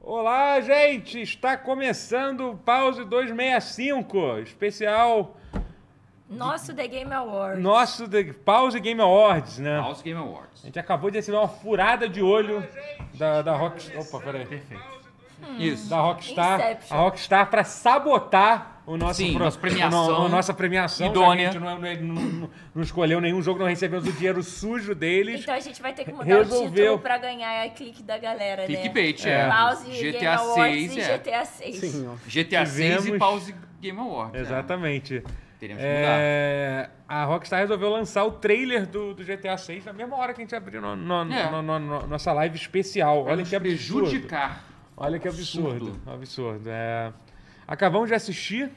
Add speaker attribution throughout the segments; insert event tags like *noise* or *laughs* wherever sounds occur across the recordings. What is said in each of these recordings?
Speaker 1: Fala, gente! Está começando o Pause 265, especial
Speaker 2: Nosso The Game Awards.
Speaker 1: nosso de Pause Game Awards, né?
Speaker 3: House Game Awards.
Speaker 1: A gente acabou de assinar uma furada de olho da, da Rock... Opa, peraí.
Speaker 3: Isso.
Speaker 1: Da Rockstar.
Speaker 2: Inception.
Speaker 1: A Rockstar para sabotar o nosso
Speaker 3: Sim,
Speaker 1: pro-
Speaker 3: nossa premiação.
Speaker 1: o no- a nossa premiação. já que
Speaker 3: Idônea.
Speaker 1: A gente não, não- não- não escolheu nenhum jogo, não recebemos o dinheiro sujo deles.
Speaker 2: Então a gente vai ter que mudar o
Speaker 1: Resolveu.
Speaker 2: título pra ganhar a clique da galera,
Speaker 3: Clickbait,
Speaker 2: né?
Speaker 3: é.
Speaker 2: Pause Game
Speaker 3: GTA
Speaker 2: Awards
Speaker 3: 6,
Speaker 2: e
Speaker 3: é.
Speaker 2: GTA 6.
Speaker 3: GTA 6
Speaker 1: Tivemos-
Speaker 3: e Pause Game Awards.
Speaker 1: Exatamente.
Speaker 3: É. Teremos que mudar.
Speaker 1: É, a Rockstar resolveu lançar o trailer do, do GTA VI na mesma hora que a gente abriu no- no-
Speaker 3: É.
Speaker 1: no- no- no- nossa live especial. Olha
Speaker 3: Nos
Speaker 1: que absurdo.
Speaker 3: prejudicar.
Speaker 1: Olha que absurdo. Absurdo. É, Acabamos de assistir.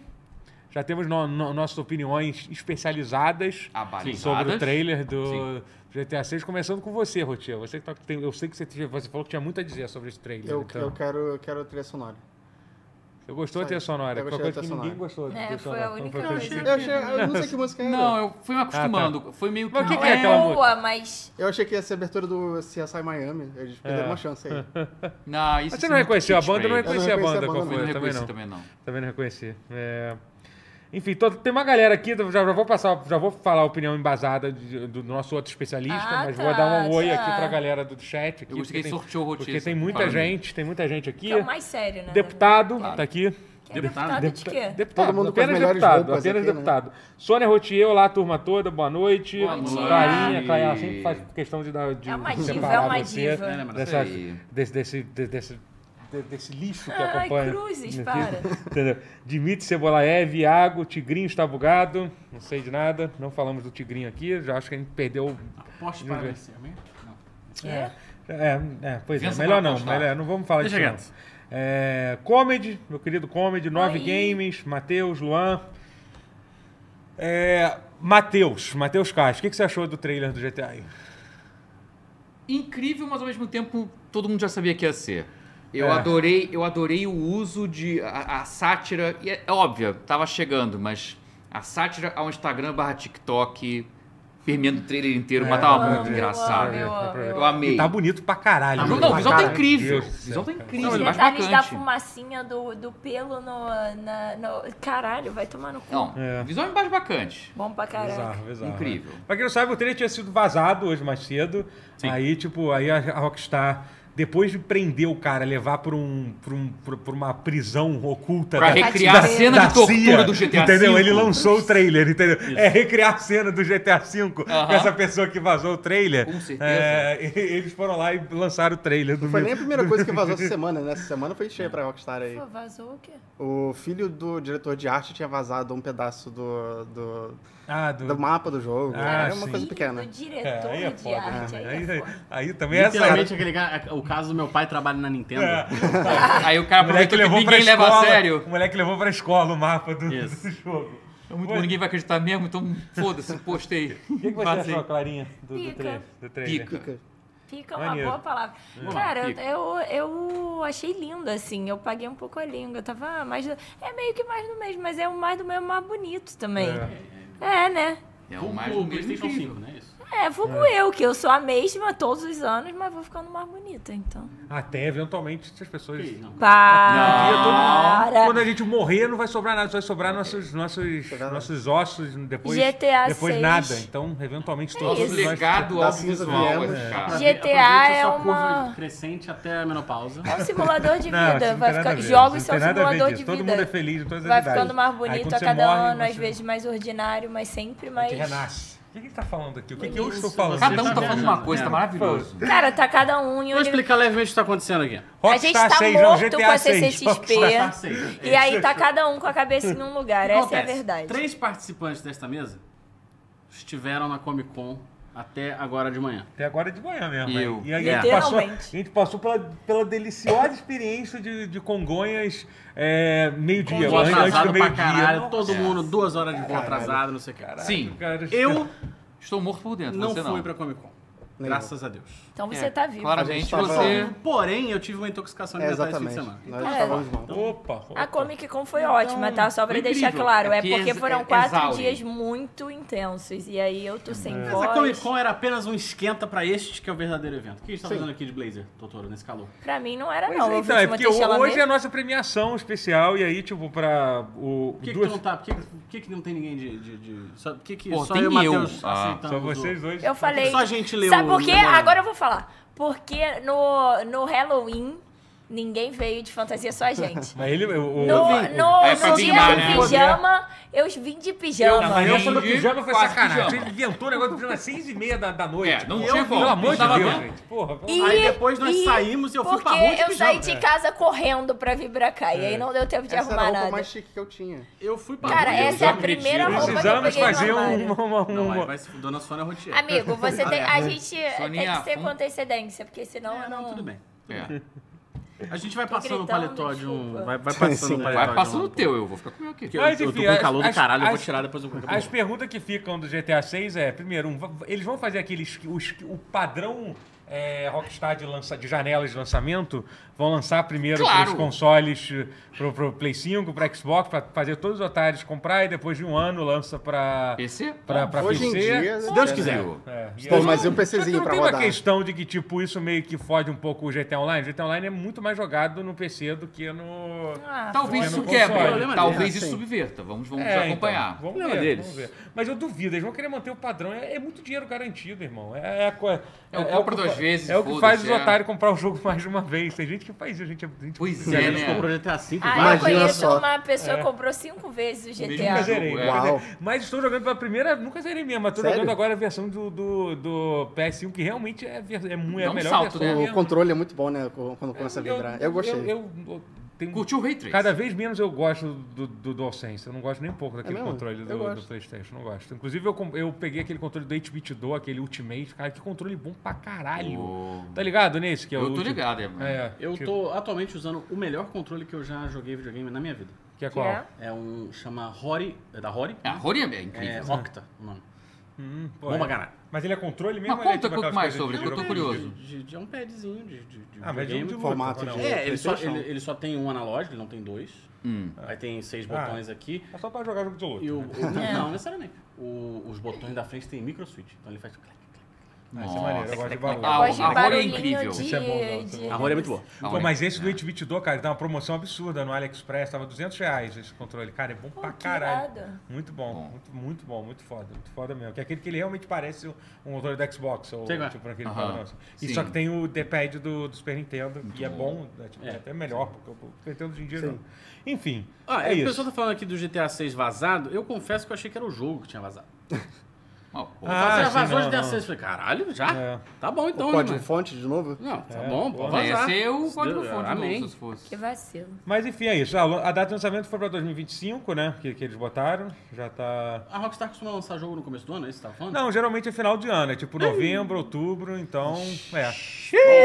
Speaker 1: Já temos no- no- nossas opiniões especializadas
Speaker 3: Abalizadas.
Speaker 1: sobre o trailer do
Speaker 3: Sim.
Speaker 1: GTA VI. Começando com você, Rotier. Você que tá- tem- eu sei que você, tinha- você falou que tinha muito a dizer sobre esse trailer.
Speaker 4: Eu,
Speaker 1: então.
Speaker 4: eu quero, eu quero a trilha sonora.
Speaker 1: Você gostou da trilha sonora? Foi
Speaker 4: Eu
Speaker 1: uma
Speaker 4: gostei
Speaker 1: coisa
Speaker 4: da
Speaker 1: que
Speaker 4: trilha
Speaker 1: ninguém gostou da
Speaker 2: É,
Speaker 1: trilha
Speaker 2: foi a
Speaker 1: sonora. Não
Speaker 2: única
Speaker 1: foi coisa
Speaker 2: coisa
Speaker 1: que-
Speaker 4: Eu, achei, eu não sei que música é era.
Speaker 3: Não, eu fui me acostumando. Foi meio que.
Speaker 1: É. Ah, tá. Mas o que
Speaker 3: um uma-
Speaker 1: que é aquela música?
Speaker 2: boa, mas
Speaker 4: Eu achei que ia ser a abertura do CSI Miami. Eles perderam uma chance aí.
Speaker 3: Não, isso
Speaker 1: Mas você
Speaker 3: é
Speaker 1: não
Speaker 3: muito
Speaker 1: reconheceu a banda? Eu não
Speaker 3: catchphrase.
Speaker 1: reconheci a banda.
Speaker 4: reconheci a
Speaker 1: Qual
Speaker 4: banda,
Speaker 1: foi?
Speaker 3: Eu
Speaker 1: Eu Também
Speaker 3: não reconheci
Speaker 1: não.
Speaker 3: também, não.
Speaker 1: Também não reconheci. É, Enfim, tô- tem uma galera aqui, já, já vou passar, já vou falar a opinião embasada de- do nosso outro especialista,
Speaker 2: Ah,
Speaker 1: mas
Speaker 2: tá,
Speaker 1: vou dar um oi
Speaker 2: tá.
Speaker 1: aqui pra galera do chat. Aqui,
Speaker 3: Eu gostei que
Speaker 1: porque
Speaker 3: ele
Speaker 1: tem-
Speaker 3: sorteou o roteiro,
Speaker 1: Porque tem
Speaker 3: sabe?
Speaker 1: muita
Speaker 3: Falando.
Speaker 1: gente, tem muita gente aqui.
Speaker 2: que é o mais sério, né?
Speaker 1: Deputado, tá aqui.
Speaker 2: Que é deputado, de quê?
Speaker 1: Deputado,
Speaker 4: Todo mundo com
Speaker 1: É,
Speaker 4: as
Speaker 1: apenas
Speaker 4: melhores
Speaker 1: deputado,
Speaker 4: roupas
Speaker 1: apenas
Speaker 4: aqui, né?
Speaker 1: deputado. Sônia Rotier, olá turma toda, boa noite.
Speaker 3: Boa noite.
Speaker 1: Clarinha, Clarinha ela sempre faz questão de, dar, de
Speaker 2: É uma diva,
Speaker 1: separar
Speaker 2: é uma
Speaker 1: você
Speaker 2: diva.
Speaker 3: É, mas
Speaker 1: dessa-
Speaker 3: isso aí.
Speaker 1: desse, desse, de- desse, de- desse lixo que
Speaker 2: Ai,
Speaker 1: acompanha.
Speaker 2: cruzes, para.
Speaker 1: *laughs* Entendeu? Dimitri Cebolaev, Iago, Tigrinho está bugado, não sei de nada, não falamos do Tigrinho aqui, já acho que a gente perdeu...
Speaker 3: Aposto para vencer, né? Não.
Speaker 2: Que é?
Speaker 1: É, é, pois é,
Speaker 3: Vença
Speaker 1: melhor
Speaker 3: pra
Speaker 1: não,
Speaker 3: apostar.
Speaker 1: melhor, não vamos falar disso
Speaker 5: Deixa
Speaker 1: não.
Speaker 5: quieto.
Speaker 1: É, Comedy, meu querido Comedy, Nove
Speaker 2: Oi.
Speaker 1: Games, Matheus, Luan. É, Matheus, Matheus Castro, o que, que você achou do trailer do GTA aí?
Speaker 3: incrível, mas ao mesmo tempo todo mundo já sabia que ia ser. Eu
Speaker 1: É.
Speaker 3: adorei, eu adorei o uso de a, a sátira, e é, é óbvio, tava chegando, mas a sátira ao Instagram barra TikTok permeando o trailer
Speaker 1: É,
Speaker 3: inteiro,
Speaker 2: eu
Speaker 3: mas tava
Speaker 2: amo,
Speaker 3: tá muito engraçado.
Speaker 2: eu amo, eu
Speaker 3: Eu amei.
Speaker 1: E tá bonito pra caralho.
Speaker 3: Não,
Speaker 1: né?
Speaker 3: não, o visual tá
Speaker 1: Meu
Speaker 3: incrível. O
Speaker 1: Deus do céu,
Speaker 3: visual tá
Speaker 1: cara.
Speaker 3: incrível,
Speaker 2: Os
Speaker 3: ele é mais
Speaker 2: detalhes da
Speaker 3: marcante.
Speaker 2: fumacinha do, do pelo no, na- no- Caralho, vai tomar no cu.
Speaker 3: Não,
Speaker 1: É.
Speaker 3: o visual é mais bacante.
Speaker 2: Bom pra caralho.
Speaker 1: Bizarro, bizarro.
Speaker 3: Incrível.
Speaker 1: Pra quem não sabe, o trailer tinha sido vazado hoje mais cedo. Aí, tipo, aí a a Rockstar, depois de prender o cara, levar pra, um, pra, um, pra- pra uma prisão oculta
Speaker 3: Pra
Speaker 1: da-
Speaker 3: recriar a
Speaker 2: da-
Speaker 3: cena
Speaker 1: da
Speaker 3: de tortura
Speaker 1: CIA,
Speaker 3: do GTA
Speaker 1: Entendeu?
Speaker 3: V.
Speaker 1: Ele lançou o trailer, entendeu? É recriar a cena do GTA V com
Speaker 3: Aham.
Speaker 1: essa pessoa que vazou o trailer.
Speaker 3: Com certeza.
Speaker 1: É, e- eles foram lá e lançaram o trailer do
Speaker 4: Não foi
Speaker 1: meu-
Speaker 4: nem a primeira coisa que vazou essa semana, né? Essa semana foi cheia pra Rockstar aí.
Speaker 2: Pô, vazou o quê?
Speaker 4: O filho do diretor de arte tinha vazado um pedaço do, do,
Speaker 1: Ah, do...
Speaker 4: do mapa do jogo.
Speaker 1: Ah,
Speaker 4: Era uma
Speaker 1: sim.
Speaker 4: coisa
Speaker 2: Filho
Speaker 4: pequena.
Speaker 2: Do
Speaker 1: É,
Speaker 2: diretor
Speaker 1: aí é
Speaker 2: de
Speaker 1: foda.
Speaker 2: arte.
Speaker 1: né?
Speaker 2: Aí, é
Speaker 1: Aí,
Speaker 2: foda.
Speaker 1: aí também é essa...
Speaker 5: Literalmente, aquele cara, o caso do meu pai trabalha na Nintendo.
Speaker 3: Aí o cara
Speaker 1: O moleque
Speaker 3: aproveitou que
Speaker 1: levou pra
Speaker 3: ninguém leva
Speaker 1: escola,
Speaker 3: a sério.
Speaker 1: O moleque levou pra escola o mapa do,
Speaker 5: Isso.
Speaker 1: do jogo.
Speaker 3: É muito bom, ninguém vai acreditar mesmo, então foda-se, *laughs* postei.
Speaker 1: O que, que você
Speaker 3: Vazei.
Speaker 1: achou, Clarinha, do, do
Speaker 2: Pica.
Speaker 1: trailer? Do trailer?
Speaker 3: Pica.
Speaker 2: Pica é
Speaker 1: Maneiro.
Speaker 2: uma boa palavra. Cara,
Speaker 3: Pica.
Speaker 2: eu, eu achei lindo, assim. Eu paguei um pouco a língua. Eu tava ah, mais... do- É meio que mais do mesmo, mas é o mais do mesmo mais bonito também. É, né?
Speaker 3: É
Speaker 5: O,
Speaker 3: o mais
Speaker 5: o
Speaker 3: do mesmo
Speaker 5: PlayStation
Speaker 3: incrível.
Speaker 5: 5, né? Isso.
Speaker 2: É, vulgo eu, que eu sou a mesma todos os anos, mas vou ficando mais bonita, então.
Speaker 1: Até, Ah, eventualmente, se as pessoas...
Speaker 5: Sim, não.
Speaker 2: Para!
Speaker 1: Quando a gente morrer, não vai sobrar nada, só vai sobrar nossos, nossos,
Speaker 4: verdade.
Speaker 1: nossos ossos, depois,
Speaker 2: GTA
Speaker 1: depois
Speaker 2: VI.
Speaker 1: nada. Então, eventualmente, todos
Speaker 2: É isso.
Speaker 3: Nosso
Speaker 1: nós...
Speaker 3: legado assim,
Speaker 4: Da
Speaker 3: ao
Speaker 4: cinza
Speaker 3: visual vai
Speaker 4: viemos.
Speaker 5: Pra
Speaker 3: ficar.
Speaker 5: ver-
Speaker 2: GTA
Speaker 5: aproveite a
Speaker 2: é
Speaker 5: sua
Speaker 2: uma-
Speaker 5: curva crescente até a menopausa.
Speaker 2: É um simulador de
Speaker 1: Não, isso
Speaker 2: vida.
Speaker 1: não
Speaker 2: vai
Speaker 1: tem nada a
Speaker 2: ficar...
Speaker 1: ver,
Speaker 2: Jogos
Speaker 1: isso
Speaker 2: são
Speaker 1: não tem nada a ver
Speaker 2: simulador de
Speaker 1: disso.
Speaker 2: vida.
Speaker 1: Todo mundo é feliz de todas as
Speaker 2: vai
Speaker 1: idades.
Speaker 2: ficando mais
Speaker 1: Aí,
Speaker 2: bonito
Speaker 1: quando
Speaker 2: a
Speaker 1: você
Speaker 2: cada
Speaker 1: morre,
Speaker 2: ano, às
Speaker 1: você-
Speaker 2: vezes mais ordinário, mas sempre
Speaker 1: a
Speaker 2: mais.
Speaker 1: gente renasce. O que a gente tá falando aqui? O que, que eu estou falando?
Speaker 3: Cada um
Speaker 5: Você
Speaker 3: tá
Speaker 5: tá
Speaker 3: falando uma
Speaker 5: vendo,
Speaker 3: coisa,
Speaker 5: né?
Speaker 3: tá maravilhoso.
Speaker 2: Cara, tá cada um em um
Speaker 5: Vou explicar levemente o que está acontecendo aqui.
Speaker 2: A gente tá
Speaker 1: seis, não,
Speaker 2: morto
Speaker 1: GTA
Speaker 2: com a
Speaker 1: seis,
Speaker 2: CCXP.
Speaker 1: Rockstar-
Speaker 5: Rockstar seis, é.
Speaker 2: E aí tá cada um com a cabeça em um
Speaker 5: *laughs*
Speaker 2: lugar.
Speaker 5: que
Speaker 2: Essa é a
Speaker 5: acontece?
Speaker 2: verdade.
Speaker 5: Três participantes desta mesa estiveram na Comic Con até agora de manhã.
Speaker 1: Até agora é de manhã mesmo.
Speaker 3: Eu.
Speaker 1: né? E aí a gente
Speaker 2: Literalmente.
Speaker 1: passou, a gente passou pela, pela deliciosa experiência de, de Congonhas é, meio-dia.
Speaker 5: Vou
Speaker 1: Antes, antes do
Speaker 5: atrasado pra
Speaker 1: meio-dia.
Speaker 5: caralho,
Speaker 1: Nossa,
Speaker 5: todo mundo, duas horas de voo atrasado, não sei o que.
Speaker 3: Sim,
Speaker 1: cara,
Speaker 5: Eu
Speaker 3: estou morto por dentro,
Speaker 5: não
Speaker 3: você
Speaker 5: fui
Speaker 3: não.
Speaker 5: pra Comic Con. Graças a Deus.
Speaker 2: Então você
Speaker 3: É,
Speaker 2: tá vivo.
Speaker 3: Claramente
Speaker 4: A gente tava-
Speaker 3: você.
Speaker 5: Porém, eu tive uma intoxicação
Speaker 4: É,
Speaker 5: alimentar esse fim de
Speaker 4: exatamente.
Speaker 5: semana.
Speaker 4: Nós
Speaker 2: É.
Speaker 4: estávamos juntos.
Speaker 1: Opa, opa.
Speaker 2: A Comic Con foi
Speaker 3: Então,
Speaker 2: ótima, tá? Só pra
Speaker 3: foi
Speaker 2: deixar
Speaker 3: incrível.
Speaker 2: claro.
Speaker 3: É
Speaker 2: É,
Speaker 3: porque
Speaker 2: porque
Speaker 3: ex-
Speaker 2: foram
Speaker 3: é-
Speaker 2: quatro
Speaker 3: exaure.
Speaker 2: dias muito intensos. E aí eu tô sem
Speaker 5: Mas a Comic
Speaker 2: voz.
Speaker 5: Con era apenas um esquenta pra este que é o verdadeiro evento. O que a gente tá
Speaker 4: Sim.
Speaker 5: fazendo aqui de blazer, doutor, nesse calor?
Speaker 2: Pra mim não era,
Speaker 1: Pois
Speaker 2: não.
Speaker 1: é,
Speaker 2: Eu
Speaker 1: então,
Speaker 2: fiz
Speaker 1: é
Speaker 2: uma
Speaker 1: porque ho-
Speaker 2: texela
Speaker 1: hoje é a
Speaker 2: mesmo.
Speaker 1: nossa premiação especial e aí, tipo, pra o.
Speaker 5: Por que,
Speaker 1: duas-
Speaker 5: que tu não tá? Por que, por que, que não tem ninguém de. de, de- só, por que, que
Speaker 3: Pô,
Speaker 5: só
Speaker 3: tem
Speaker 5: eu e o Matheus
Speaker 3: eu. Ah.
Speaker 5: aceitamos
Speaker 1: Só
Speaker 5: o-
Speaker 1: vocês dois.
Speaker 2: Eu falei.
Speaker 5: Só a gente leu
Speaker 2: Sabe
Speaker 5: o
Speaker 2: por quê?
Speaker 5: memorando.
Speaker 2: Agora eu vou falar. Porque no, no Halloween, ninguém veio de fantasia, só a gente.
Speaker 1: Mas ele. O, o-
Speaker 2: No,
Speaker 1: eu-
Speaker 2: no,
Speaker 3: É pra
Speaker 2: no dia
Speaker 3: vingar, né?
Speaker 2: do pijama, eu vim de pijama.
Speaker 1: Não, mas eu
Speaker 3: Sim.
Speaker 1: falei que pijama foi
Speaker 3: Quase
Speaker 1: sacanagem.
Speaker 3: pijama.
Speaker 1: Ele inventou o negócio do pijama às seis e meia da, da noite.
Speaker 3: É, não
Speaker 1: pô.
Speaker 3: tinha como.
Speaker 1: Pelo amor de
Speaker 3: Tava
Speaker 1: Deus,
Speaker 3: bom.
Speaker 1: gente. Porra, pelo
Speaker 2: E-
Speaker 1: amor de
Speaker 5: Aí depois nós saímos e eu fui
Speaker 2: porque
Speaker 5: pra rua de
Speaker 2: eu
Speaker 5: pijama.
Speaker 2: saí de casa correndo pra vir pra cá. E aí não deu tempo de
Speaker 4: É. Essa era
Speaker 2: arrumar
Speaker 4: a roupa
Speaker 2: nada.
Speaker 4: mais chique que eu tinha.
Speaker 5: Eu fui pra
Speaker 2: Cara,
Speaker 5: rua.
Speaker 2: essa é a
Speaker 3: não acredito.
Speaker 2: primeira
Speaker 1: Deus.
Speaker 2: roupa que eu
Speaker 1: Precisamos
Speaker 2: peguei no
Speaker 1: fazer um-
Speaker 2: armário.
Speaker 1: uma. uma-
Speaker 5: Não, aí
Speaker 1: uma-
Speaker 5: vai se Dona Sônia Rotier.
Speaker 2: Amigo,
Speaker 4: *laughs*
Speaker 2: você tem.
Speaker 4: Ah,
Speaker 2: A
Speaker 4: é.
Speaker 2: gente tem
Speaker 3: Soninha,
Speaker 2: que ser
Speaker 3: um-
Speaker 2: com antecedência, porque senão
Speaker 5: É,
Speaker 2: eu
Speaker 5: não,
Speaker 2: não.
Speaker 5: tudo bem.
Speaker 3: É.
Speaker 5: A gente vai passando o
Speaker 2: gritando,
Speaker 5: paletó de um.
Speaker 2: desculpa.
Speaker 5: Vai, vai passando o
Speaker 4: Sim.
Speaker 5: paletó.
Speaker 3: Vai passando o
Speaker 5: de um...
Speaker 3: teu, eu vou ficar com o meu aqui.
Speaker 5: Que eu,
Speaker 1: Mas,
Speaker 5: eu tô
Speaker 1: enfim,
Speaker 5: com
Speaker 1: as-
Speaker 5: calor do
Speaker 1: as-
Speaker 5: caralho, eu vou
Speaker 1: as-
Speaker 5: tirar depois eu vou
Speaker 1: As perguntas que ficam do GTA 6 é, primeiro, um, va- eles vão fazer aquele esqui- o, esqui- o padrão é, Rockstar de, lança, de janelas de lançamento? Vão lançar primeiro
Speaker 3: Claro.
Speaker 1: para os consoles, pro, pro Play 5, para Xbox, para fazer todos os otários comprar e depois de um ano lança para
Speaker 3: PC?
Speaker 1: para
Speaker 4: Hoje
Speaker 1: PC.
Speaker 4: em dia...
Speaker 5: Se Deus quiser.
Speaker 1: É, e
Speaker 4: Pô,
Speaker 1: aí-
Speaker 4: mas e
Speaker 1: Só
Speaker 4: o
Speaker 1: que
Speaker 4: PCzinho
Speaker 1: não
Speaker 4: pra
Speaker 1: tem
Speaker 4: rodar?
Speaker 1: uma questão de que, tipo, isso meio que fode um pouco o GTA Online? O GTA Online é muito mais jogado no PC do que no...
Speaker 2: Ah,
Speaker 3: Talvez
Speaker 1: Porque
Speaker 3: isso
Speaker 1: no console.
Speaker 3: quebre,
Speaker 5: Problema
Speaker 3: talvez
Speaker 5: dele,
Speaker 3: isso
Speaker 4: assim.
Speaker 3: subverta. Vamos, vamos
Speaker 1: É,
Speaker 3: acompanhar.
Speaker 1: então, vamos,
Speaker 5: Problema
Speaker 1: ver,
Speaker 5: deles.
Speaker 1: vamos ver. Mas eu duvido, eles vão querer manter o padrão. É, é muito dinheiro garantido, irmão. É, é, a co- é,
Speaker 3: o
Speaker 1: é
Speaker 3: compra
Speaker 1: que
Speaker 3: duas
Speaker 1: fa-
Speaker 3: vezes,
Speaker 1: É o que
Speaker 3: foda-se,
Speaker 1: faz os
Speaker 3: é.
Speaker 1: otários comprar o jogo *laughs* mais de uma vez. Tem gente que faz isso, a gente. A gente
Speaker 3: Pois
Speaker 5: Se
Speaker 3: é,
Speaker 5: a gente
Speaker 3: né?
Speaker 5: comprou GTA V,
Speaker 2: Ah,
Speaker 5: vai.
Speaker 2: eu
Speaker 4: Imagina
Speaker 2: conheço
Speaker 4: só. É.
Speaker 2: uma pessoa que comprou cinco vezes o
Speaker 3: mesmo
Speaker 1: Nunca
Speaker 2: GTA.
Speaker 3: jogo,
Speaker 1: zerei,
Speaker 3: é.
Speaker 1: nunca zerei.
Speaker 4: Uau.
Speaker 1: Mas estou jogando pela primeira, nunca zerei mesmo. Mas estou
Speaker 4: Sério?
Speaker 1: jogando agora a versão do, do, do PS1, que realmente é, ver- é, mu- é
Speaker 3: Dá
Speaker 1: a
Speaker 3: um
Speaker 1: melhor
Speaker 3: salto,
Speaker 1: versão.
Speaker 3: né?
Speaker 1: mesmo.
Speaker 4: O controle é muito bom, né? Quando começa a vibrar. Eu
Speaker 1: Eu,
Speaker 4: gostei.
Speaker 1: eu- eu tenho-
Speaker 3: Curtiu o Ray Trace?
Speaker 1: Cada vez menos eu gosto do, do DualSense. Eu não gosto nem um pouco daquele
Speaker 4: mesmo?
Speaker 1: controle
Speaker 4: Eu
Speaker 1: do,
Speaker 4: gosto.
Speaker 1: do PlayStation. Não gosto. Inclusive, eu, com- eu peguei aquele controle do HBT Do, aquele Ultimate. Cara, que controle bom pra caralho.
Speaker 3: Pô.
Speaker 1: Tá ligado nesse? Que é o
Speaker 3: Eu tô
Speaker 1: Ulti-
Speaker 3: ligado, é, mano.
Speaker 1: É,
Speaker 5: Eu
Speaker 1: que,
Speaker 5: tô atualmente usando o melhor controle que eu já joguei videogame na minha vida.
Speaker 1: Que é
Speaker 2: Que
Speaker 1: qual?
Speaker 2: é?
Speaker 5: É um. chama Rory. É da Rory?
Speaker 3: A Rory é
Speaker 5: É,
Speaker 3: incrível.
Speaker 5: Octa, mano.
Speaker 1: Hum, pô,
Speaker 5: Bom
Speaker 1: é.
Speaker 5: pra caralho.
Speaker 1: Mas ele é controle mesmo? ou
Speaker 3: Mas
Speaker 1: ele é
Speaker 3: conta
Speaker 1: tipo
Speaker 3: um pouco
Speaker 1: aquelas
Speaker 3: mais
Speaker 1: coisas
Speaker 3: sobre,
Speaker 1: de
Speaker 3: que eu tô
Speaker 1: jogo?
Speaker 3: curioso.
Speaker 5: De, de- é um padzinho de, de, de
Speaker 1: Ah, mas de um
Speaker 5: videogame.
Speaker 1: de
Speaker 4: Formato né?
Speaker 1: luta,
Speaker 4: de-
Speaker 1: não.
Speaker 5: É, ele só,
Speaker 4: PlayStation.
Speaker 5: ele- ele só tem um analógico, ele não tem dois.
Speaker 3: Hum.
Speaker 5: Aí tem seis
Speaker 1: Ah.
Speaker 5: botões aqui.
Speaker 1: É só pra jogar jogo de luta.
Speaker 5: E o,
Speaker 1: né?
Speaker 5: o- *laughs* não, necessariamente. O- os botões da frente tem micro switch. Então ele faz. clac, clac.
Speaker 1: Ah, isso
Speaker 3: Nossa.
Speaker 1: é maneiro, eu gosto de barulho.
Speaker 3: Ah,
Speaker 2: Eu gosto
Speaker 3: a
Speaker 2: de um
Speaker 3: Rory é
Speaker 2: barulhinho
Speaker 3: incrível.
Speaker 2: de-
Speaker 1: Isso é bom, não, isso é
Speaker 2: de-
Speaker 1: bom.
Speaker 5: A Rory é muito boa.
Speaker 3: A
Speaker 1: Pô,
Speaker 3: Rory-
Speaker 1: mas esse do HBT Do, cara, dá uma promoção absurda no AliExpress. Tava 200 reais esse controle. Cara, é bom pra
Speaker 2: que
Speaker 1: caralho.
Speaker 2: irado.
Speaker 1: Muito bom,
Speaker 3: Bom.
Speaker 1: Muito, muito bom, muito foda. Muito foda mesmo. Que é aquele que ele realmente parece um um controle da Xbox. Ou,
Speaker 5: Sei qual é.
Speaker 1: tipo, aquele
Speaker 3: Aham.
Speaker 1: padrão. assim. E
Speaker 3: Sim.
Speaker 1: só que tem o D-pad do, do Super Nintendo. e é bom,
Speaker 3: bom.
Speaker 1: né, tipo, é.
Speaker 5: É.
Speaker 1: até melhor, porque o Super Nintendo hoje em dia não. Enfim,
Speaker 5: Ah,
Speaker 1: é
Speaker 5: o
Speaker 1: isso.
Speaker 5: pessoal tá falando aqui do GTA 6 vazado. Eu confesso que eu achei que era o jogo que tinha vazado.
Speaker 3: Ah, pô.
Speaker 1: Ah,
Speaker 5: Ah, já
Speaker 1: sim,
Speaker 5: vazou
Speaker 1: não,
Speaker 5: de GTA
Speaker 1: não.
Speaker 5: 6. Falei, caralho, já?
Speaker 1: É.
Speaker 5: Tá bom então,
Speaker 4: O
Speaker 5: né,
Speaker 4: código
Speaker 5: mano?
Speaker 4: fonte de novo?
Speaker 5: Não, tá
Speaker 1: É,
Speaker 5: bom, pode
Speaker 3: Vai
Speaker 5: vazar.
Speaker 3: ser o código
Speaker 5: Deu-
Speaker 3: fonte de
Speaker 5: Amém.
Speaker 3: novo, se
Speaker 2: Que
Speaker 3: fosse.
Speaker 2: vacilo.
Speaker 1: Mas enfim, é isso. A, a data de lançamento foi pra 2025, né? Que, que eles botaram. Já tá.
Speaker 5: A Rockstar costuma lançar jogo no começo do ano, é isso que você tá falando?
Speaker 1: Não, geralmente é final de ano, é tipo novembro, outubro, então. É. Vamos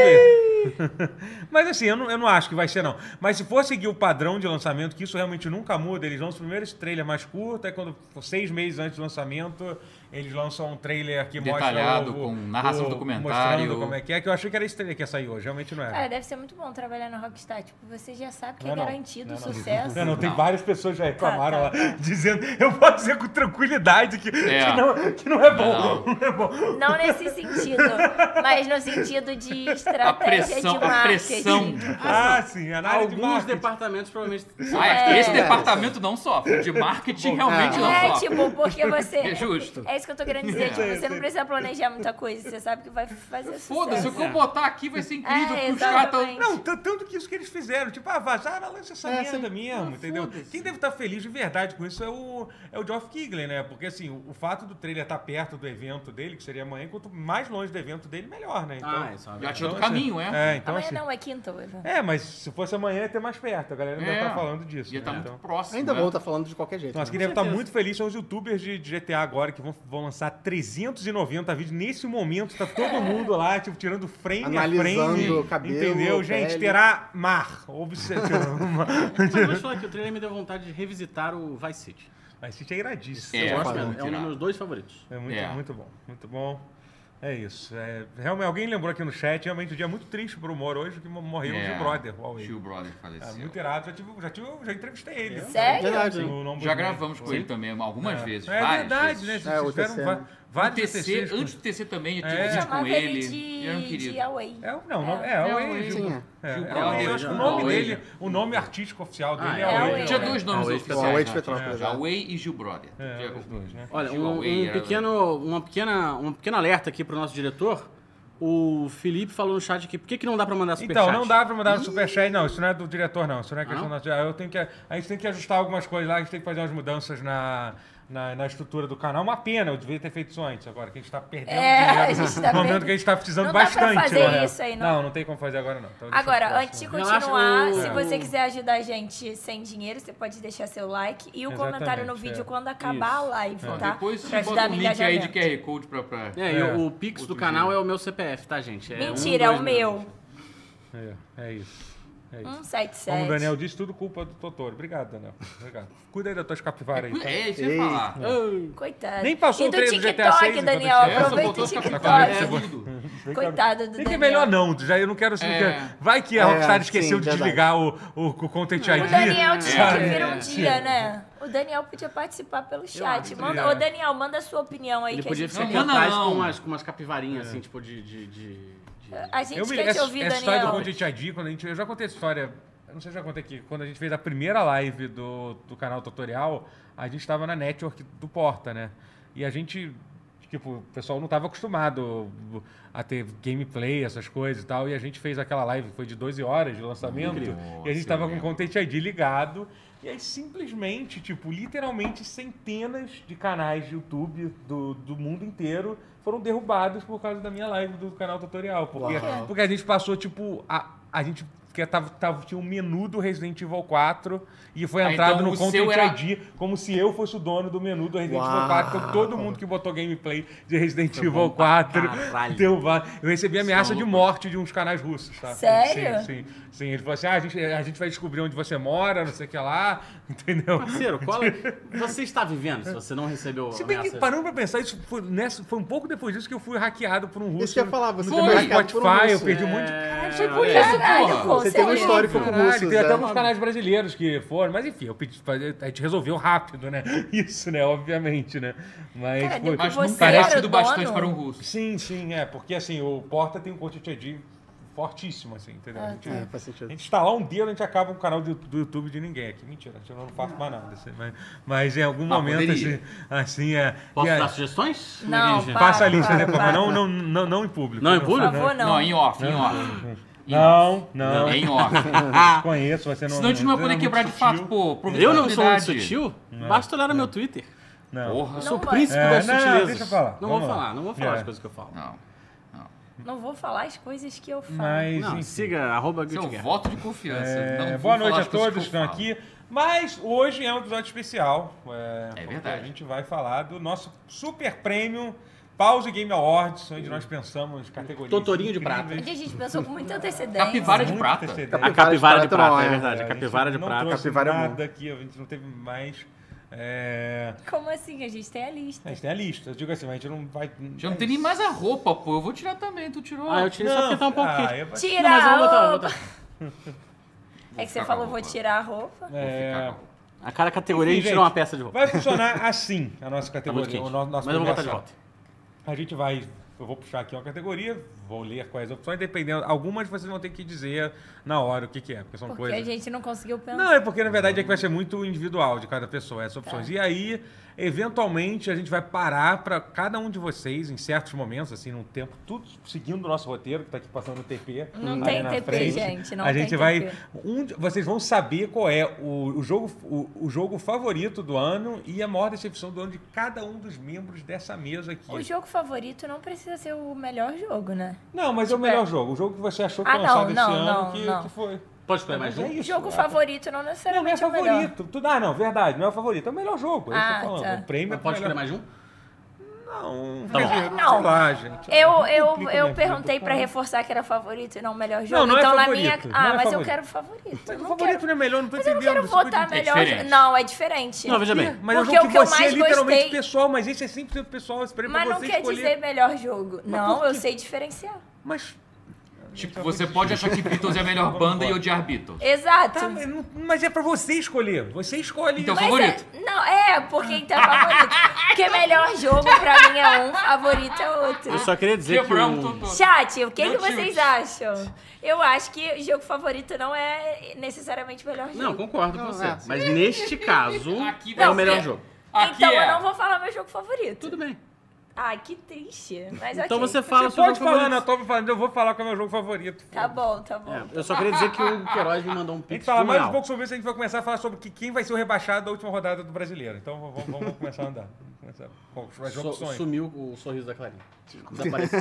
Speaker 1: ver. *laughs* Mas assim, eu não, eu não acho que vai ser, não. Mas se for seguir o padrão de lançamento, que isso realmente nunca muda, eles lançam primeiro esse trailer mais curto, aí quando for seis meses antes do lançamento, eles lançam um trailer que
Speaker 3: Detalhado,
Speaker 1: mostra. o-
Speaker 3: com narração documentário.
Speaker 1: Mostrando como é que é, que eu achei que era esse trailer que ia sair hoje, realmente não era.
Speaker 2: Cara, deve ser muito bom trabalhar na Rockstar. Tipo, você já sabe que
Speaker 1: É. Não,
Speaker 2: é
Speaker 1: não.
Speaker 2: garantido
Speaker 1: Não,
Speaker 2: o
Speaker 1: não.
Speaker 2: sucesso.
Speaker 1: Não, É, não, tem
Speaker 3: Não.
Speaker 1: várias pessoas que já reclamaram
Speaker 2: Tá, tá,
Speaker 1: lá, *laughs* dizendo, eu posso dizer com tranquilidade que,
Speaker 3: É.
Speaker 1: que, não, que não é bom.
Speaker 3: Não.
Speaker 1: *laughs* não é bom.
Speaker 2: Não nesse sentido, mas no sentido de estratégia
Speaker 3: A pressão,
Speaker 2: de
Speaker 3: a
Speaker 2: marketing.
Speaker 3: pressão.
Speaker 2: Assim,
Speaker 1: Ah, sim, análise de
Speaker 5: Alguns
Speaker 1: marketing.
Speaker 5: departamentos provavelmente.
Speaker 3: Ah, é, esse
Speaker 2: É.
Speaker 3: departamento não sofre. O De marketing
Speaker 2: *laughs*
Speaker 3: realmente
Speaker 2: É,
Speaker 3: não sofre.
Speaker 2: tipo, porque você.
Speaker 3: *laughs* É justo.
Speaker 2: É isso que eu tô querendo dizer. Tipo, você não precisa planejar muita coisa. Você sabe que vai fazer
Speaker 3: *laughs* Foda-se, o
Speaker 2: sucesso.
Speaker 3: que eu botar aqui vai ser incrível,
Speaker 2: É,
Speaker 3: porque os caras tão-
Speaker 2: exatamente.
Speaker 1: Não, t- tanto que isso que eles fizeram. Tipo, ah, vazaram, lança essa
Speaker 4: É,
Speaker 1: merda
Speaker 4: você-
Speaker 1: mesmo, entendeu?
Speaker 3: foda-se.
Speaker 1: Quem deve estar feliz de verdade com isso é o, é o Geoff Keighley, né? Porque, assim, o, o fato do trailer estar perto do evento dele, que seria amanhã, quanto mais longe do evento dele, melhor, né? Então,
Speaker 5: Ah, isso
Speaker 3: Já
Speaker 5: é uma verdade.
Speaker 3: tirou do
Speaker 1: assim,
Speaker 3: caminho, é.
Speaker 1: É, então,
Speaker 2: Amanhã
Speaker 1: assim,
Speaker 2: não, é quinta, o evento.
Speaker 1: É, mas se fosse amanhã ia ter mais perto. A galera ainda
Speaker 3: É.
Speaker 1: tá falando disso.
Speaker 3: Ia estar
Speaker 1: né?
Speaker 3: muito
Speaker 1: Então-
Speaker 3: próximo.
Speaker 4: Ainda
Speaker 3: né?
Speaker 4: bom, tá falando de qualquer jeito.
Speaker 1: Nossa,
Speaker 4: né?
Speaker 1: quem deve estar
Speaker 5: certeza.
Speaker 1: muito feliz são os youtubers de, de GTA agora, que vão, vão lançar 390 vídeos. Nesse momento, tá todo mundo lá, tipo, tirando frame a frame.
Speaker 4: Analisando o cabelo,
Speaker 1: entendeu? Gente,
Speaker 4: pele.
Speaker 1: terá mar. Obse-
Speaker 5: Mas eu vou te falar que o trailer me deu vontade de revisitar o Vice City.
Speaker 1: *laughs* Mas isso é iradíssimo.
Speaker 3: É,
Speaker 5: eu gosto
Speaker 4: vamos
Speaker 5: mesmo, é um dos
Speaker 3: tirar.
Speaker 5: meus dois favoritos.
Speaker 1: É muito,
Speaker 3: É.
Speaker 1: muito bom. Muito bom. É isso. É, realmente, alguém lembrou aqui no chat, realmente um dia muito triste pro humor hoje, que mo- morreu
Speaker 3: É.
Speaker 1: o Gil Brother. o Huawei.
Speaker 3: Gil Brother
Speaker 1: É,
Speaker 3: faleceu.
Speaker 1: muito irado. Já, tive, já, tive, já entrevistei ele.
Speaker 2: Sério?
Speaker 4: Verdade.
Speaker 1: No Não
Speaker 3: Já
Speaker 1: Bonito.
Speaker 3: gravamos com ele também algumas vezes.
Speaker 1: É
Speaker 3: várias
Speaker 1: verdade, né?
Speaker 3: vezes.
Speaker 1: Vocês
Speaker 4: É, o
Speaker 1: tiveram
Speaker 4: TC,
Speaker 1: va-
Speaker 4: né?
Speaker 3: O
Speaker 1: vários
Speaker 3: TC,
Speaker 1: TCs. com-
Speaker 3: antes do TC também, eu tive
Speaker 1: É.
Speaker 3: vídeo com
Speaker 2: Chamava
Speaker 3: ele.
Speaker 2: ele de,
Speaker 3: Era um
Speaker 2: de
Speaker 3: querido.
Speaker 2: Away.
Speaker 1: É, o- não, não, é, é, é,
Speaker 3: é o
Speaker 1: é,
Speaker 3: Gil-
Speaker 1: Gil- é,
Speaker 3: Gil
Speaker 1: é,
Speaker 3: Brother,
Speaker 1: eu acho que o
Speaker 5: já-
Speaker 1: nome
Speaker 3: Huawei,
Speaker 1: dele, o nome artístico oficial
Speaker 5: Ah,
Speaker 1: dele
Speaker 5: é.
Speaker 1: é
Speaker 2: Huawei.
Speaker 1: Huawei.
Speaker 3: Tinha
Speaker 1: né?
Speaker 3: dois nomes
Speaker 6: Huawei de
Speaker 3: oficiais.
Speaker 4: Huawei de
Speaker 3: né?
Speaker 4: Petrópolis,
Speaker 3: Tinha
Speaker 4: é.
Speaker 3: Huawei e Gil Brother.
Speaker 1: É,
Speaker 3: Tinha-
Speaker 1: os dois, né?
Speaker 5: Olha,
Speaker 3: Gil
Speaker 5: um,
Speaker 3: Huawei
Speaker 5: um
Speaker 3: era-
Speaker 5: pequeno, uma pequena, um pequeno alerta aqui pro nosso diretor. O Felipe falou no chat aqui, por que, que não dá pra mandar superchat?
Speaker 1: Então, não dá pra mandar no superchat, não. Isso não é do diretor, não. Isso não é questão
Speaker 5: não?
Speaker 1: da. Eu tenho que, a gente tem que ajustar algumas coisas lá, a gente tem que fazer umas mudanças na, na, na estrutura do canal. É Uma pena, eu devia ter feito isso antes agora, que a gente tá perdendo
Speaker 2: É,
Speaker 1: dinheiro.
Speaker 2: a gente tá
Speaker 1: no momento
Speaker 2: perdendo.
Speaker 1: que a gente tá precisando
Speaker 2: Não dá pra
Speaker 1: bastante,
Speaker 2: fazer
Speaker 1: né?
Speaker 2: isso aí, não.
Speaker 1: não, tem como fazer agora, não. Então, deixa pro
Speaker 2: Agora,
Speaker 1: próximo.
Speaker 2: antes de
Speaker 5: Relaxa,
Speaker 2: continuar,
Speaker 5: o-
Speaker 2: se
Speaker 5: o-
Speaker 2: você quiser ajudar a gente sem dinheiro, você pode deixar seu like e o comentário no
Speaker 1: Exatamente,
Speaker 2: vídeo
Speaker 1: é.
Speaker 2: quando acabar a live,
Speaker 3: Ó,
Speaker 2: tá?
Speaker 3: Depois você
Speaker 2: pra
Speaker 3: bota
Speaker 2: ajudar
Speaker 3: um
Speaker 2: no
Speaker 3: link aí de
Speaker 2: engajamento.
Speaker 3: QR Code pra... pra-
Speaker 5: É, e
Speaker 1: É.
Speaker 5: o, o Pix do canal é o meu CPF, tá, gente? É
Speaker 2: Mentira, é
Speaker 5: um,
Speaker 2: o
Speaker 5: dois,
Speaker 2: meu.
Speaker 1: É, é isso. É
Speaker 2: Hum,
Speaker 1: isso.
Speaker 2: 177.
Speaker 1: Como o Daniel disse, tudo culpa do Totoro. Obrigado, Daniel. Obrigado. Cuida aí das tuas capivaras aí. tá?
Speaker 3: É, isso que eu ia falar.
Speaker 2: Coitado.
Speaker 1: Nem passou
Speaker 2: e
Speaker 1: o
Speaker 2: do
Speaker 1: trailer do GTA
Speaker 2: TikTok,
Speaker 1: VI,
Speaker 2: Daniel.
Speaker 1: enquanto
Speaker 3: Essa
Speaker 2: Aproveita
Speaker 3: voltou
Speaker 2: o
Speaker 3: a ficar
Speaker 2: TikTok.
Speaker 3: com a
Speaker 2: Coitado do
Speaker 1: Tem que é melhor
Speaker 2: Daniel.
Speaker 1: não, já eu não quero assim.
Speaker 3: É.
Speaker 1: que- Vai que a
Speaker 4: É,
Speaker 1: Rockstar esqueceu
Speaker 4: sim,
Speaker 1: de
Speaker 4: verdade.
Speaker 1: desligar o, o, o Content ID.
Speaker 2: O Daniel tinha que
Speaker 1: sabe?
Speaker 2: vir um
Speaker 5: É.
Speaker 2: dia, né? O Daniel podia participar pelo chat.
Speaker 5: acho,
Speaker 2: Manda,
Speaker 1: é.
Speaker 2: Ô, Daniel, manda a sua opinião aí.
Speaker 5: Ele
Speaker 2: que
Speaker 5: podia
Speaker 2: a
Speaker 5: ficar
Speaker 2: gente,
Speaker 5: aqui
Speaker 3: Não, não,
Speaker 5: atrás
Speaker 3: não.
Speaker 5: com umas, com umas capivarinhas, assim, tipo de... de, de- de-
Speaker 2: a gente
Speaker 1: Eu me,
Speaker 2: quer te
Speaker 1: essa,
Speaker 2: ouvir,
Speaker 1: essa história do
Speaker 2: Daniel.
Speaker 1: Content ID, quando a gente, eu já contei essa história, eu não sei se eu já contei aqui, quando a gente fez a primeira live do, do canal tutorial, a gente estava na network do Porta, né? E a gente, tipo, o pessoal não estava acostumado a ter gameplay, essas coisas e tal, e a gente fez aquela live, foi de 12 horas de lançamento, e a gente estava com o um Content ID ligado, e aí simplesmente, tipo, literalmente centenas de canais de YouTube do, do mundo inteiro foram derrubados por causa da minha live do canal tutorial, porque
Speaker 4: Uau.
Speaker 1: porque a gente passou, tipo, a, a gente que tava, tava, tinha um menu do Resident Evil 4 e foi
Speaker 3: Ah,
Speaker 1: entrado
Speaker 3: então
Speaker 1: no
Speaker 3: o
Speaker 1: Content
Speaker 3: seu era-
Speaker 1: ID como se eu fosse o dono do menu do Resident Evil
Speaker 4: Uau.
Speaker 1: 4. Então todo mundo que botou gameplay de Resident Evil
Speaker 5: bom pra
Speaker 1: 4
Speaker 5: caralho.
Speaker 1: derrubado. Eu recebi ameaça de
Speaker 3: louco.
Speaker 1: morte de uns canais russos, tá?
Speaker 2: Sério?
Speaker 1: Sim, sim. sim. Ele falou assim: ah, a, gente, a gente vai descobrir onde você mora, não sei o que lá, *laughs* entendeu?
Speaker 5: Parceiro, cola aí. Você está vivendo se você não recebeu
Speaker 1: Se bem que
Speaker 5: ameaça?
Speaker 1: parando pra pensar, isso foi, nessa, foi um pouco depois disso que eu fui hackeado por um russo.
Speaker 4: Isso que eu ia falar, você
Speaker 1: no
Speaker 4: foi
Speaker 1: meu
Speaker 4: hackeado por um
Speaker 1: Spotify, eu
Speaker 4: russo.
Speaker 1: perdi um monte de. Caralho, foi por
Speaker 5: é.
Speaker 1: isso,
Speaker 2: Caralho,
Speaker 3: porra.
Speaker 2: tipo né, pô,
Speaker 4: Você tem um
Speaker 2: sério?
Speaker 4: histórico com
Speaker 1: Caralho,
Speaker 4: russos,
Speaker 1: tem
Speaker 4: é.
Speaker 1: até uns canais brasileiros que foram, mas enfim, eu pedi, a gente resolveu rápido, né? *laughs* Isso, né? Obviamente, né? Mas,
Speaker 2: Cara,
Speaker 1: foi-
Speaker 3: Mas
Speaker 2: Você
Speaker 3: nunca
Speaker 2: era
Speaker 3: tinha
Speaker 2: o
Speaker 3: sido bastante
Speaker 2: dono?
Speaker 3: para um russo.
Speaker 1: Sim, sim, é, porque assim, o Porta tem um content ID fortíssimo, assim, entendeu?
Speaker 2: Ah,
Speaker 1: a,
Speaker 2: tá.
Speaker 1: gente,
Speaker 4: É, faz
Speaker 1: a
Speaker 4: sentido.
Speaker 1: gente instalar um dia, a gente acaba um canal do, do YouTube de ninguém aqui. Mentira, eu não faço mais nada. assim, mas, mas em algum momento,
Speaker 3: poderia.
Speaker 1: assim, assim, é.
Speaker 5: Posso
Speaker 1: e é-
Speaker 5: dar sugestões?
Speaker 2: Não,
Speaker 5: Ninja?
Speaker 2: para.
Speaker 1: Passa a lista,
Speaker 2: Para,
Speaker 1: né? por
Speaker 2: para.
Speaker 1: favor? Não, não, não, não em público.
Speaker 5: Não em
Speaker 2: Por
Speaker 5: público?
Speaker 2: favor, não.
Speaker 3: Não, em off, em off. Em off.
Speaker 1: Não, não.
Speaker 3: Não, em off.
Speaker 1: Conheço, você não.
Speaker 3: Senão a gente não vai
Speaker 1: você
Speaker 3: poder
Speaker 1: é
Speaker 3: quebrar de
Speaker 1: muito
Speaker 3: fato,
Speaker 1: sutil.
Speaker 3: pô. aproveita a
Speaker 5: Eu não sou muito
Speaker 3: oportunidade.
Speaker 5: sutil? Basta olhar no meu Twitter.
Speaker 1: Não.
Speaker 3: Porra.
Speaker 5: Eu sou o
Speaker 2: vai.
Speaker 5: príncipe
Speaker 1: É,
Speaker 5: das
Speaker 1: não,
Speaker 5: sutilezas.
Speaker 1: deixa eu falar.
Speaker 5: Não
Speaker 1: Vamos
Speaker 5: vou
Speaker 1: lá.
Speaker 5: falar, não vou falar
Speaker 1: É.
Speaker 5: as coisas que eu falo.
Speaker 3: Não.
Speaker 2: Não vou falar as coisas que eu falo.
Speaker 1: Mas,
Speaker 5: Não,
Speaker 1: enfim.
Speaker 5: siga arroba
Speaker 3: Esse é o
Speaker 5: Guilty Gear.
Speaker 3: voto de confiança.
Speaker 1: É,
Speaker 3: Não vou
Speaker 1: boa
Speaker 3: falar
Speaker 1: noite a
Speaker 3: as coisas
Speaker 1: todos que
Speaker 3: eu
Speaker 1: estão
Speaker 3: falo.
Speaker 1: aqui. Mas hoje é um episódio especial. É, porque
Speaker 3: verdade.
Speaker 1: A gente vai falar do nosso super prêmio Pause Game Awards, onde nós pensamos categorias.
Speaker 5: Totorinho de
Speaker 1: incríveis.
Speaker 5: prata.
Speaker 2: Onde a gente pensou com muita antecedência.
Speaker 3: Capivara de
Speaker 1: Muito
Speaker 3: prata.
Speaker 1: precedente.
Speaker 5: A capivara de
Speaker 4: Capivara de prata,
Speaker 5: prata, é
Speaker 4: é.
Speaker 5: verdade.
Speaker 1: É,
Speaker 5: A
Speaker 1: a gente
Speaker 5: capivara de
Speaker 1: não
Speaker 5: prata.
Speaker 1: trouxe
Speaker 4: capivara é bom.
Speaker 1: nada aqui, a gente não teve mais. é,
Speaker 2: Como assim? A gente tem a lista.
Speaker 1: A gente tem a lista. Eu digo assim, mas a gente não vai.
Speaker 3: Já não tem nem mais a roupa, pô. Eu vou tirar também. Tu tirou.
Speaker 5: Ah, eu tirei só porque tá um pouco
Speaker 1: Ah,
Speaker 5: quente.
Speaker 1: eu-
Speaker 2: Tira
Speaker 5: Não, mas eu
Speaker 2: a
Speaker 5: vou botar, eu vou
Speaker 2: roupa.
Speaker 5: botar.
Speaker 2: É que você
Speaker 3: ficar com
Speaker 2: falou,
Speaker 3: a
Speaker 2: vou
Speaker 3: roupa.
Speaker 2: tirar a roupa.
Speaker 3: Vou ficar com a
Speaker 1: É,
Speaker 3: roupa.
Speaker 5: A cada categoria a
Speaker 1: Enfim,
Speaker 5: gente
Speaker 1: gente,
Speaker 5: tira uma peça de roupa.
Speaker 1: Vai funcionar assim a nossa
Speaker 5: Tá muito
Speaker 1: categoria.
Speaker 5: quente.
Speaker 1: o nosso-
Speaker 5: Mas
Speaker 1: nosso
Speaker 5: eu vou botar de
Speaker 1: premiação.
Speaker 5: volta.
Speaker 1: A gente vai. Eu vou puxar aqui uma categoria, vou ler quais opções, dependendo. Algumas vocês vão ter que dizer na hora o que, que é, porque são
Speaker 2: Porque
Speaker 1: coisas.
Speaker 2: a gente não conseguiu pensar.
Speaker 1: Não, é porque na verdade é que vai ser muito individual de cada pessoa, essas
Speaker 2: É.
Speaker 1: opções. E aí, eventualmente, a gente vai parar para cada um de vocês, em certos momentos, assim, num tempo, tudo seguindo o nosso roteiro, que tá aqui passando no TP.
Speaker 2: Não
Speaker 1: ali
Speaker 2: tem
Speaker 1: na
Speaker 2: TP,
Speaker 1: frente.
Speaker 2: gente, não
Speaker 1: a
Speaker 2: tem
Speaker 1: gente vai.
Speaker 2: TP.
Speaker 1: um de- vocês vão saber qual é o, o jogo, o, o jogo favorito do ano e a maior decepção do ano de cada um dos membros dessa mesa aqui.
Speaker 2: O jogo favorito não precisa ser o melhor jogo, né?
Speaker 1: Não, mas é o
Speaker 2: Tipo,
Speaker 1: melhor
Speaker 2: é-
Speaker 1: jogo. O jogo que você achou que
Speaker 2: Ah,
Speaker 1: foi lançado
Speaker 2: não,
Speaker 1: esse
Speaker 2: não,
Speaker 1: ano,
Speaker 2: não,
Speaker 1: que,
Speaker 2: não.
Speaker 1: que foi.
Speaker 5: Pode escolher mais
Speaker 1: Mas é
Speaker 2: O
Speaker 5: um?
Speaker 1: isso.
Speaker 2: jogo
Speaker 1: é.
Speaker 2: favorito não
Speaker 1: Não, não é
Speaker 2: necessariamente é o melhor.
Speaker 1: favorito. Tudo, ah, não, verdade. Não é o favorito. É o melhor jogo. É isso que eu tô
Speaker 2: Ah,
Speaker 1: falando.
Speaker 2: tá.
Speaker 1: O prêmio é
Speaker 5: Mas Pode
Speaker 1: pro
Speaker 5: escolher
Speaker 1: melhor.
Speaker 5: mais um?
Speaker 1: Não, Não,
Speaker 5: Tá bom.
Speaker 1: Resenheiro,
Speaker 2: Não.
Speaker 1: sei lá, gente.
Speaker 2: Eu,
Speaker 1: Não
Speaker 2: eu,
Speaker 1: complica minha
Speaker 2: eu
Speaker 1: vida,
Speaker 2: perguntei pra
Speaker 1: cara.
Speaker 2: reforçar que era favorito e não o melhor jogo.
Speaker 1: não é
Speaker 2: então, na
Speaker 1: favorito,
Speaker 2: minha.
Speaker 1: não é
Speaker 2: Ah, mas eu
Speaker 1: favorito.
Speaker 2: quero favorito.
Speaker 1: Mas
Speaker 2: eu
Speaker 1: o
Speaker 2: não
Speaker 1: favorito
Speaker 2: quero...
Speaker 1: não é melhor, não tô
Speaker 2: Mas eu não
Speaker 1: entendendo.
Speaker 2: quero
Speaker 1: você pode-
Speaker 2: votar
Speaker 3: É
Speaker 2: melhor.
Speaker 3: diferente.
Speaker 2: não, é diferente.
Speaker 5: Não, veja bem.
Speaker 1: Mas eu
Speaker 2: Porque
Speaker 1: jogo
Speaker 2: o
Speaker 1: que
Speaker 2: que eu
Speaker 1: você é
Speaker 2: mais
Speaker 1: literalmente
Speaker 2: gostei-
Speaker 1: pessoal, mas esse é sempre pessoal. Eu esperei pra
Speaker 2: Mas não
Speaker 1: você
Speaker 2: quer
Speaker 1: escolher.
Speaker 2: dizer melhor jogo. não, eu sei diferenciar.
Speaker 1: Mas.
Speaker 3: Tipo, você pode achar que Beatles é a melhor banda e odiar Beatles.
Speaker 2: Exato.
Speaker 1: Tá, mas, não- mas é pra você escolher. Você escolhe.
Speaker 3: Então,
Speaker 1: isso.
Speaker 2: Mas é-
Speaker 3: favorito.
Speaker 2: não, é, porque então é favorito. Porque melhor jogo pra mim é um, favorito é outro.
Speaker 5: Eu só queria dizer que
Speaker 3: Quebramos
Speaker 5: o...
Speaker 3: tudo.
Speaker 2: Chat, o que, que
Speaker 3: Meu
Speaker 2: vocês
Speaker 3: Deus.
Speaker 2: acham? Eu acho que jogo favorito não é necessariamente o melhor jogo.
Speaker 5: Não, concordo com
Speaker 4: Não,
Speaker 5: você.
Speaker 4: é.
Speaker 5: Mas neste caso,
Speaker 3: *laughs* Aqui vai
Speaker 5: é o
Speaker 3: ser.
Speaker 5: melhor jogo.
Speaker 3: Aqui
Speaker 2: então
Speaker 3: é.
Speaker 2: eu não vou falar meu jogo favorito.
Speaker 5: Tudo bem.
Speaker 2: Ai, que triste. Mas
Speaker 5: Então
Speaker 2: ok. *laughs*
Speaker 5: você fala
Speaker 1: Você
Speaker 5: sobre
Speaker 1: pode falar na top falando, eu vou falar qual é o meu jogo favorito.
Speaker 2: Tá bom, tá bom.
Speaker 5: É, eu só queria dizer que o Queiroz me mandou um
Speaker 1: A gente
Speaker 5: pix
Speaker 1: fala
Speaker 5: de um
Speaker 1: mais um
Speaker 5: real.
Speaker 1: pouco sobre isso, a gente vai começar a falar sobre que- quem vai ser o rebaixado da última rodada do brasileiro. Então vamos, vamos- vamos começar a andar. Vamos começar. Bom, as
Speaker 5: So-
Speaker 1: opções.
Speaker 5: sumiu o sorriso da Clarinha. Desapareceu.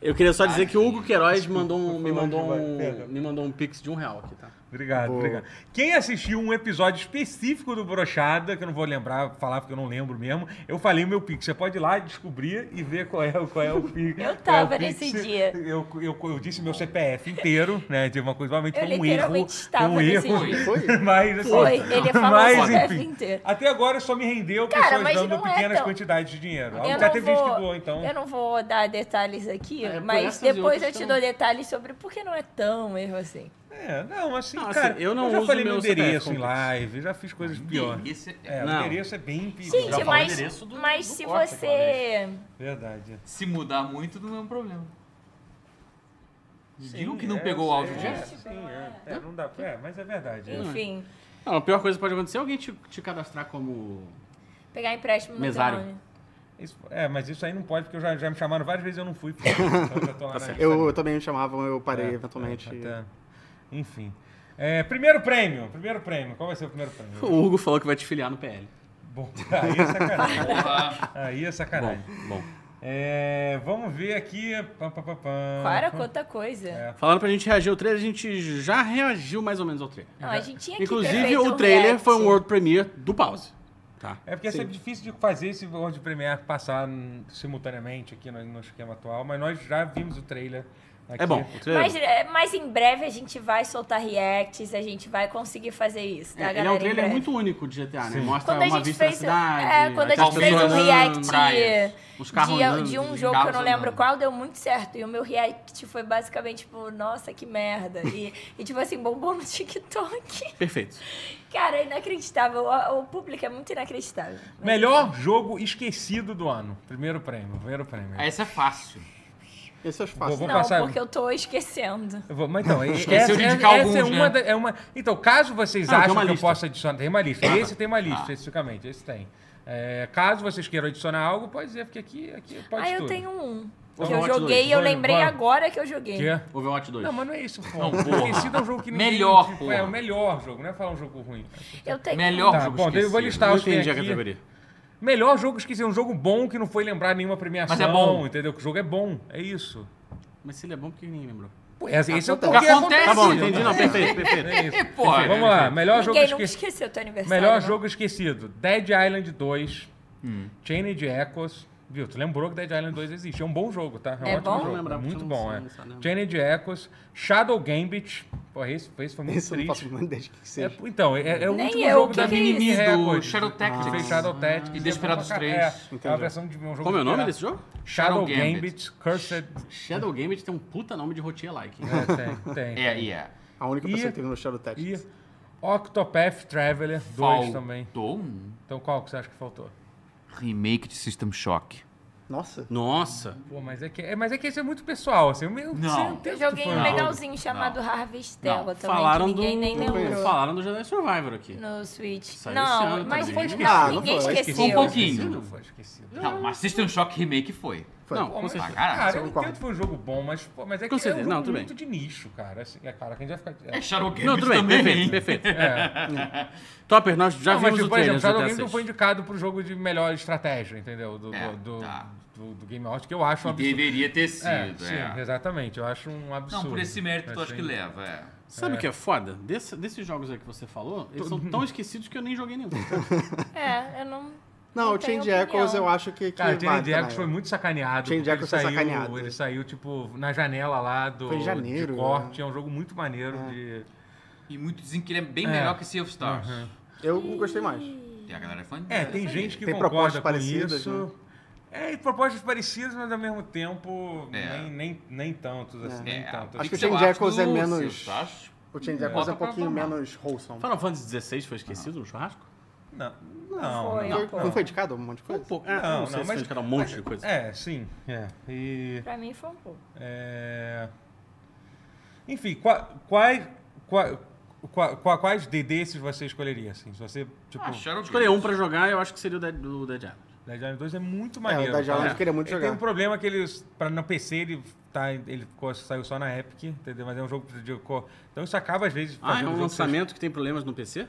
Speaker 5: Eu queria só dizer que o Hugo Queiroz mandou um- me, mandou um, me mandou um pix de um real aqui, tá?
Speaker 1: Obrigado, obrigado. Quem assistiu um episódio específico do Brochada, que eu não vou lembrar, falar porque eu não lembro mesmo, eu falei o meu pix. Você pode ir lá descobrir e ver qual é, o- qual é o pix.
Speaker 2: *laughs* Eu
Speaker 1: qual é o
Speaker 2: tava
Speaker 1: pix.
Speaker 2: nesse dia.
Speaker 1: Eu, eu, eu disse meu CPF inteiro, né? De uma coisa, provavelmente foi
Speaker 2: Eu
Speaker 1: um
Speaker 2: literalmente
Speaker 1: erro.
Speaker 2: estava
Speaker 1: um
Speaker 2: nesse
Speaker 1: erro.
Speaker 3: dia.
Speaker 1: *laughs*
Speaker 4: Foi?
Speaker 1: Mas, assim,
Speaker 2: Foi, ele é falou
Speaker 1: mas,
Speaker 2: o CPF
Speaker 1: enfim,
Speaker 2: inteiro.
Speaker 1: Até agora só me rendeu
Speaker 2: Cara,
Speaker 1: pessoas
Speaker 2: mas
Speaker 1: dando
Speaker 2: não é
Speaker 1: pequenas
Speaker 2: tão-
Speaker 1: quantidades de dinheiro.
Speaker 5: um
Speaker 1: Já
Speaker 2: Eu não
Speaker 1: teve gente
Speaker 2: vou-
Speaker 1: que doou, então.
Speaker 2: Eu não vou dar detalhes aqui,
Speaker 5: É, por
Speaker 2: mas
Speaker 5: essas e
Speaker 2: depois eu
Speaker 5: outras
Speaker 2: te
Speaker 5: são-
Speaker 2: dou detalhes sobre por que não é tão erro assim.
Speaker 1: É, não, assim,
Speaker 5: Não, assim,
Speaker 1: cara,
Speaker 5: eu não
Speaker 1: já
Speaker 5: uso
Speaker 1: falei meu
Speaker 5: meu CPF
Speaker 1: endereço em
Speaker 5: completo.
Speaker 1: live, já fiz coisas piores.
Speaker 3: Esse é-
Speaker 1: É, o
Speaker 5: Não.
Speaker 1: endereço é bem pior.
Speaker 2: Gente,
Speaker 1: Já falei
Speaker 2: mas,
Speaker 5: endereço do-
Speaker 2: mas
Speaker 5: do
Speaker 2: se
Speaker 5: Corsa aquela
Speaker 2: você.
Speaker 1: Verdade.
Speaker 3: Se mudar muito, não é um problema. Digam que não
Speaker 1: É,
Speaker 3: pegou o
Speaker 1: é,
Speaker 3: áudio
Speaker 1: é,
Speaker 3: disso.
Speaker 1: sim, é. É, não dá, é, mas é verdade. é.
Speaker 2: Enfim,
Speaker 5: Não, a pior coisa que pode acontecer é alguém te, te cadastrar como...
Speaker 2: pegar empréstimo no
Speaker 5: Mesário.
Speaker 2: teu nome.
Speaker 1: Isso- é, mas isso aí não pode, porque eu já, já me chamaram várias vezes e eu não fui. pô. Então eu já tô lá na
Speaker 4: Eu,
Speaker 1: lista.
Speaker 4: eu também me chamavam, eu parei eventualmente.
Speaker 1: É, até- Enfim. É, primeiro prêmio, primeiro prêmio. Qual vai ser o primeiro
Speaker 4: *laughs*
Speaker 1: prêmio?
Speaker 5: O Hugo falou que vai te filiar no PL.
Speaker 1: Bom, aí é sacanagem.
Speaker 3: Porra.
Speaker 1: Aí é
Speaker 5: Bom,
Speaker 1: sacanagem.
Speaker 5: *laughs* bom.
Speaker 1: É, vamos ver aqui. Pam, pam, pam, pam.
Speaker 2: Qual era quanta é coisa?
Speaker 5: Falando pra gente reagir ao trailer, a gente já reagiu mais ou menos ao trailer.
Speaker 2: Não, a gente tinha que ter
Speaker 5: Inclusive,
Speaker 2: feito
Speaker 5: o trailer
Speaker 2: react.
Speaker 5: foi um world premiere do Pause. Tá?
Speaker 1: É porque é
Speaker 5: Sim.
Speaker 1: sempre difícil de fazer esse World Premiere passar hum, simultaneamente aqui no, no esquema atual, mas nós já vimos o trailer. Aqui.
Speaker 5: É bom, o trailer é
Speaker 2: Mas,
Speaker 5: bom.
Speaker 2: é, mas em breve a gente vai soltar reacts, a gente vai conseguir fazer isso, tá,
Speaker 5: É, ele é
Speaker 2: galera?
Speaker 5: um
Speaker 2: Em
Speaker 5: trailer
Speaker 2: breve.
Speaker 5: muito único de GTA, né? Mostra
Speaker 2: Quando a
Speaker 5: uma
Speaker 2: gente
Speaker 5: vista
Speaker 2: fez-
Speaker 5: da cidade.
Speaker 2: é, quando a
Speaker 5: aquelas
Speaker 2: gente fez um
Speaker 5: pessoas
Speaker 2: react
Speaker 5: andando,
Speaker 3: praias,
Speaker 5: os carros
Speaker 2: de,
Speaker 5: andando,
Speaker 2: de um jogo
Speaker 5: os
Speaker 2: que eu
Speaker 3: carros
Speaker 2: não lembro
Speaker 3: andando.
Speaker 2: qual deu muito certo. E o meu react foi basicamente tipo, nossa, que merda. E, e tipo assim, bombou no *laughs* TikTok.
Speaker 5: Perfeito.
Speaker 2: Cara, é inacreditável. O, o público é muito inacreditável.
Speaker 1: Melhor jogo esquecido do ano. Primeiro prêmio, primeiro prêmio.
Speaker 3: Essa é fácil.
Speaker 4: Esse eu né?
Speaker 1: Vou-
Speaker 4: faço.
Speaker 1: vou-
Speaker 2: não,
Speaker 1: passar-
Speaker 2: porque eu tô esquecendo.
Speaker 1: Eu vou- Mas então, e- essa,
Speaker 3: Esqueceu de indicar
Speaker 1: essa é,
Speaker 3: alguns,
Speaker 1: uma
Speaker 3: né?
Speaker 1: da- é uma. Então, caso vocês
Speaker 5: Ah, tem
Speaker 1: acham
Speaker 5: uma
Speaker 1: que eu
Speaker 5: lista.
Speaker 1: possa adicionar. Tem uma lista. Esse tem uma lista,
Speaker 3: Ah.
Speaker 1: especificamente. Esse tem. É, caso vocês queiram adicionar algo, pode dizer, porque aqui, aqui pode
Speaker 2: ah,
Speaker 1: tudo.
Speaker 2: eu tenho um.
Speaker 5: Então,
Speaker 2: Que eu
Speaker 5: Overwatch
Speaker 2: joguei
Speaker 5: 2,
Speaker 2: e eu
Speaker 1: bora,
Speaker 2: lembrei
Speaker 1: bora.
Speaker 2: agora que eu joguei.
Speaker 1: Quê?
Speaker 5: Overwatch 2.
Speaker 1: Não, mas não é isso, pô.
Speaker 3: porra.
Speaker 1: Esquecido é um jogo que ninguém.
Speaker 3: Melhor,
Speaker 1: tipo,
Speaker 3: porra.
Speaker 1: É o melhor jogo, não é falar um jogo ruim.
Speaker 2: Eu tenho
Speaker 3: Melhor
Speaker 1: Tá,
Speaker 3: jogo
Speaker 1: bom,
Speaker 3: esquecido.
Speaker 1: eu vou listar
Speaker 5: Não
Speaker 1: os que tem
Speaker 5: entendi a
Speaker 1: aqui.
Speaker 5: categoria.
Speaker 1: Melhor jogo esquecido, um jogo bom que não foi lembrar nenhuma premiação.
Speaker 3: Mas é bom.
Speaker 1: Entendeu? Que o jogo é bom, é isso.
Speaker 5: Mas se ele é bom, por que ninguém lembrou?
Speaker 1: Pô, esse esse é o
Speaker 4: Acontece.
Speaker 1: porquê
Speaker 3: Acontece.
Speaker 5: Tá bom,
Speaker 1: acontece,
Speaker 5: entendi. Não,
Speaker 1: né?
Speaker 2: *laughs*
Speaker 5: perfeito, perfeito.
Speaker 1: É isso.
Speaker 3: Porra.
Speaker 1: Enfim, Vamos lá, melhor jogo
Speaker 2: um. Ninguém nunca
Speaker 1: esquecido.
Speaker 2: esqueceu teu aniversário.
Speaker 1: Melhor
Speaker 2: não.
Speaker 1: jogo esquecido: Dead Island 2, Chain de Echoes. Viu, tu lembrou que Dead Island 2 existe. É um bom jogo, tá? um
Speaker 2: É
Speaker 1: ótimo
Speaker 2: bom?
Speaker 1: jogo.
Speaker 5: Não lembrava,
Speaker 1: Muito
Speaker 5: tinha
Speaker 1: bom, é.
Speaker 5: lançado, só lembro.
Speaker 1: Chain de Echoes, Shadow Gambit. Porra, esse, esse foi muito
Speaker 4: Esse eu não
Speaker 1: triste.
Speaker 4: faço mais ideia de que
Speaker 1: É,
Speaker 4: seja.
Speaker 1: então, é, é o
Speaker 2: Nem
Speaker 1: último
Speaker 2: eu,
Speaker 1: jogo
Speaker 2: que
Speaker 1: da
Speaker 2: que é
Speaker 1: Minimi
Speaker 2: isso?
Speaker 1: Records.
Speaker 3: Do Shadow Tactics.
Speaker 1: Que fez Shadow Tactics.
Speaker 3: E Desperados
Speaker 1: É bom pra
Speaker 3: três.
Speaker 1: caralho. É, É uma
Speaker 4: Entendi.
Speaker 1: versão de um jogo
Speaker 5: Como é o nome
Speaker 1: de-
Speaker 5: desse jogo?
Speaker 1: Shadow
Speaker 3: Shadow Gambit.
Speaker 1: Gambit, Cursed...
Speaker 5: Shadow Gambit tem um puta nome de rotier-like.
Speaker 1: É, tem, tem.
Speaker 3: *laughs* É, e é.
Speaker 4: A única pessoa
Speaker 1: E-
Speaker 4: que teve no Shadow Tech.
Speaker 1: E Octopath Traveler 2 também.
Speaker 3: Faltou um
Speaker 1: Então qual que você acha que faltou?
Speaker 3: remake de System Shock.
Speaker 4: Nossa.
Speaker 5: Nossa.
Speaker 1: Pô, mas é que, é, mas é que esse é muito pessoal, assim. Eu meio
Speaker 3: Não.
Speaker 1: sei, não tenho
Speaker 2: Eu joguei um
Speaker 1: muito fã.
Speaker 2: legalzinho chamado Harvestella também,
Speaker 5: Falaram
Speaker 2: que
Speaker 5: do,
Speaker 2: ninguém nem lembrou.
Speaker 5: falaram do Jedi Survivor aqui.
Speaker 2: No Switch.
Speaker 5: Saiu esse
Speaker 2: não,
Speaker 5: ano
Speaker 2: mas
Speaker 5: também.
Speaker 2: não,
Speaker 4: Ah, não
Speaker 2: ninguém
Speaker 4: foi.
Speaker 2: esqueceu.
Speaker 3: Um pouquinho.
Speaker 1: Esquecido, foi esquecido.
Speaker 3: Não, mas System Shock remake foi.
Speaker 4: Foi.
Speaker 5: Não,
Speaker 1: Pô,
Speaker 5: com
Speaker 1: mas,
Speaker 5: certeza.
Speaker 1: cara,
Speaker 4: Só
Speaker 1: eu
Speaker 4: concordo.
Speaker 1: entendo que foi um jogo bom, mas, pô, mas é que é
Speaker 5: Com
Speaker 1: um
Speaker 5: certeza.
Speaker 1: jogo
Speaker 5: Não, tudo bem.
Speaker 1: muito de nicho, cara. Assim, é, cara, quem já fica...
Speaker 3: É
Speaker 1: É.
Speaker 3: Shadow Gambit
Speaker 5: Não, tudo bem,
Speaker 3: também.
Speaker 5: perfeito, *laughs* perfeito.
Speaker 1: É.
Speaker 5: Topper, nós já
Speaker 1: Não, mas,
Speaker 5: vimos
Speaker 1: tipo,
Speaker 5: o
Speaker 1: por
Speaker 5: trailer
Speaker 1: exemplo,
Speaker 5: do
Speaker 1: Shadow
Speaker 5: GTA
Speaker 1: Games não foi
Speaker 5: 6.
Speaker 1: indicado pro jogo de melhor estratégia, entendeu? Do,
Speaker 3: É,
Speaker 1: do, do,
Speaker 3: tá.
Speaker 1: do, do Game Awards, que eu acho um absurdo.
Speaker 3: Deveria ter sido,
Speaker 1: É,
Speaker 3: é.
Speaker 1: sim, exatamente. Eu acho um absurdo.
Speaker 3: Não, por esse mérito tu
Speaker 1: Assim,
Speaker 3: acho que leva, é.
Speaker 5: Sabe o que é foda? *laughs* Desse- desses jogos aí que você falou, eles são tão esquecidos que eu nem joguei nenhum.
Speaker 2: É, eu não.
Speaker 4: Não,
Speaker 2: Não
Speaker 4: o
Speaker 2: tenho
Speaker 4: Change Echoes
Speaker 2: opinião.
Speaker 4: eu acho que. que
Speaker 1: Cara, o
Speaker 4: vai
Speaker 1: Change Echoes
Speaker 4: também. né?
Speaker 1: foi muito sacaneado.
Speaker 4: Change
Speaker 1: porque
Speaker 4: Echoes
Speaker 1: ele
Speaker 4: foi
Speaker 1: saiu,
Speaker 4: sacaneado.
Speaker 1: Ele saiu, tipo, na janela lá do
Speaker 4: Foi em janeiro,
Speaker 1: de corte. É um jogo muito maneiro de.
Speaker 3: E muitos dizem que ele é bem
Speaker 1: É.
Speaker 3: melhor que Sea of Stars.
Speaker 1: Uhum.
Speaker 4: Eu gostei mais.
Speaker 3: E a galera é fã dele.
Speaker 1: É, tem gente que
Speaker 4: Tem
Speaker 1: concorda
Speaker 4: propostas
Speaker 1: com
Speaker 4: parecidas,
Speaker 1: isso. É, e propostas parecidas, mas ao mesmo tempo
Speaker 3: É.
Speaker 1: nem, nem, nem tantos, assim, nem
Speaker 3: É,
Speaker 1: tantos.
Speaker 4: Acho que o
Speaker 3: pixel
Speaker 4: Change
Speaker 3: art
Speaker 4: Echoes é
Speaker 3: do
Speaker 4: menos-
Speaker 3: Sea of Stars.
Speaker 4: O Change
Speaker 3: É.
Speaker 4: Echoes é
Speaker 3: Bota
Speaker 4: um
Speaker 3: pra
Speaker 4: pouquinho
Speaker 3: formar.
Speaker 4: menos wholesome.
Speaker 5: Final Fantasy XVI foi esquecido no churrasco?
Speaker 1: Não, não,
Speaker 2: foi,
Speaker 1: não,
Speaker 4: Não,
Speaker 1: não.
Speaker 4: foi indicado um monte de
Speaker 5: Foi
Speaker 4: coisa?
Speaker 5: um pouco. É, não, sei se foi indicado um monte de coisa.
Speaker 1: É, sim. É. E.
Speaker 2: Pra mim foi um pouco.
Speaker 1: É... Enfim, qua- quais, qua- qua- qua- quais de- desses você escolheria? Assim? Se você, tipo,
Speaker 3: Ah, Shadow
Speaker 5: Escolher
Speaker 3: Gates.
Speaker 5: um pra jogar, eu acho que seria o Dead, do Dead Island.
Speaker 1: Dead Island 2 é muito
Speaker 4: É,
Speaker 1: maneiro.
Speaker 4: o da Jala
Speaker 1: cara.
Speaker 4: eu queria muito
Speaker 1: Ele tem um
Speaker 4: jogar.
Speaker 1: problema que ele, pra, no PC, ele, tá, ele ficou- saiu só na Epic, entendeu? Mas é um jogo de... co- Então isso acaba, às vezes...
Speaker 5: Ah, é
Speaker 1: fazendo
Speaker 5: um
Speaker 1: jogo que você-
Speaker 5: lançamento que tem problemas no PC?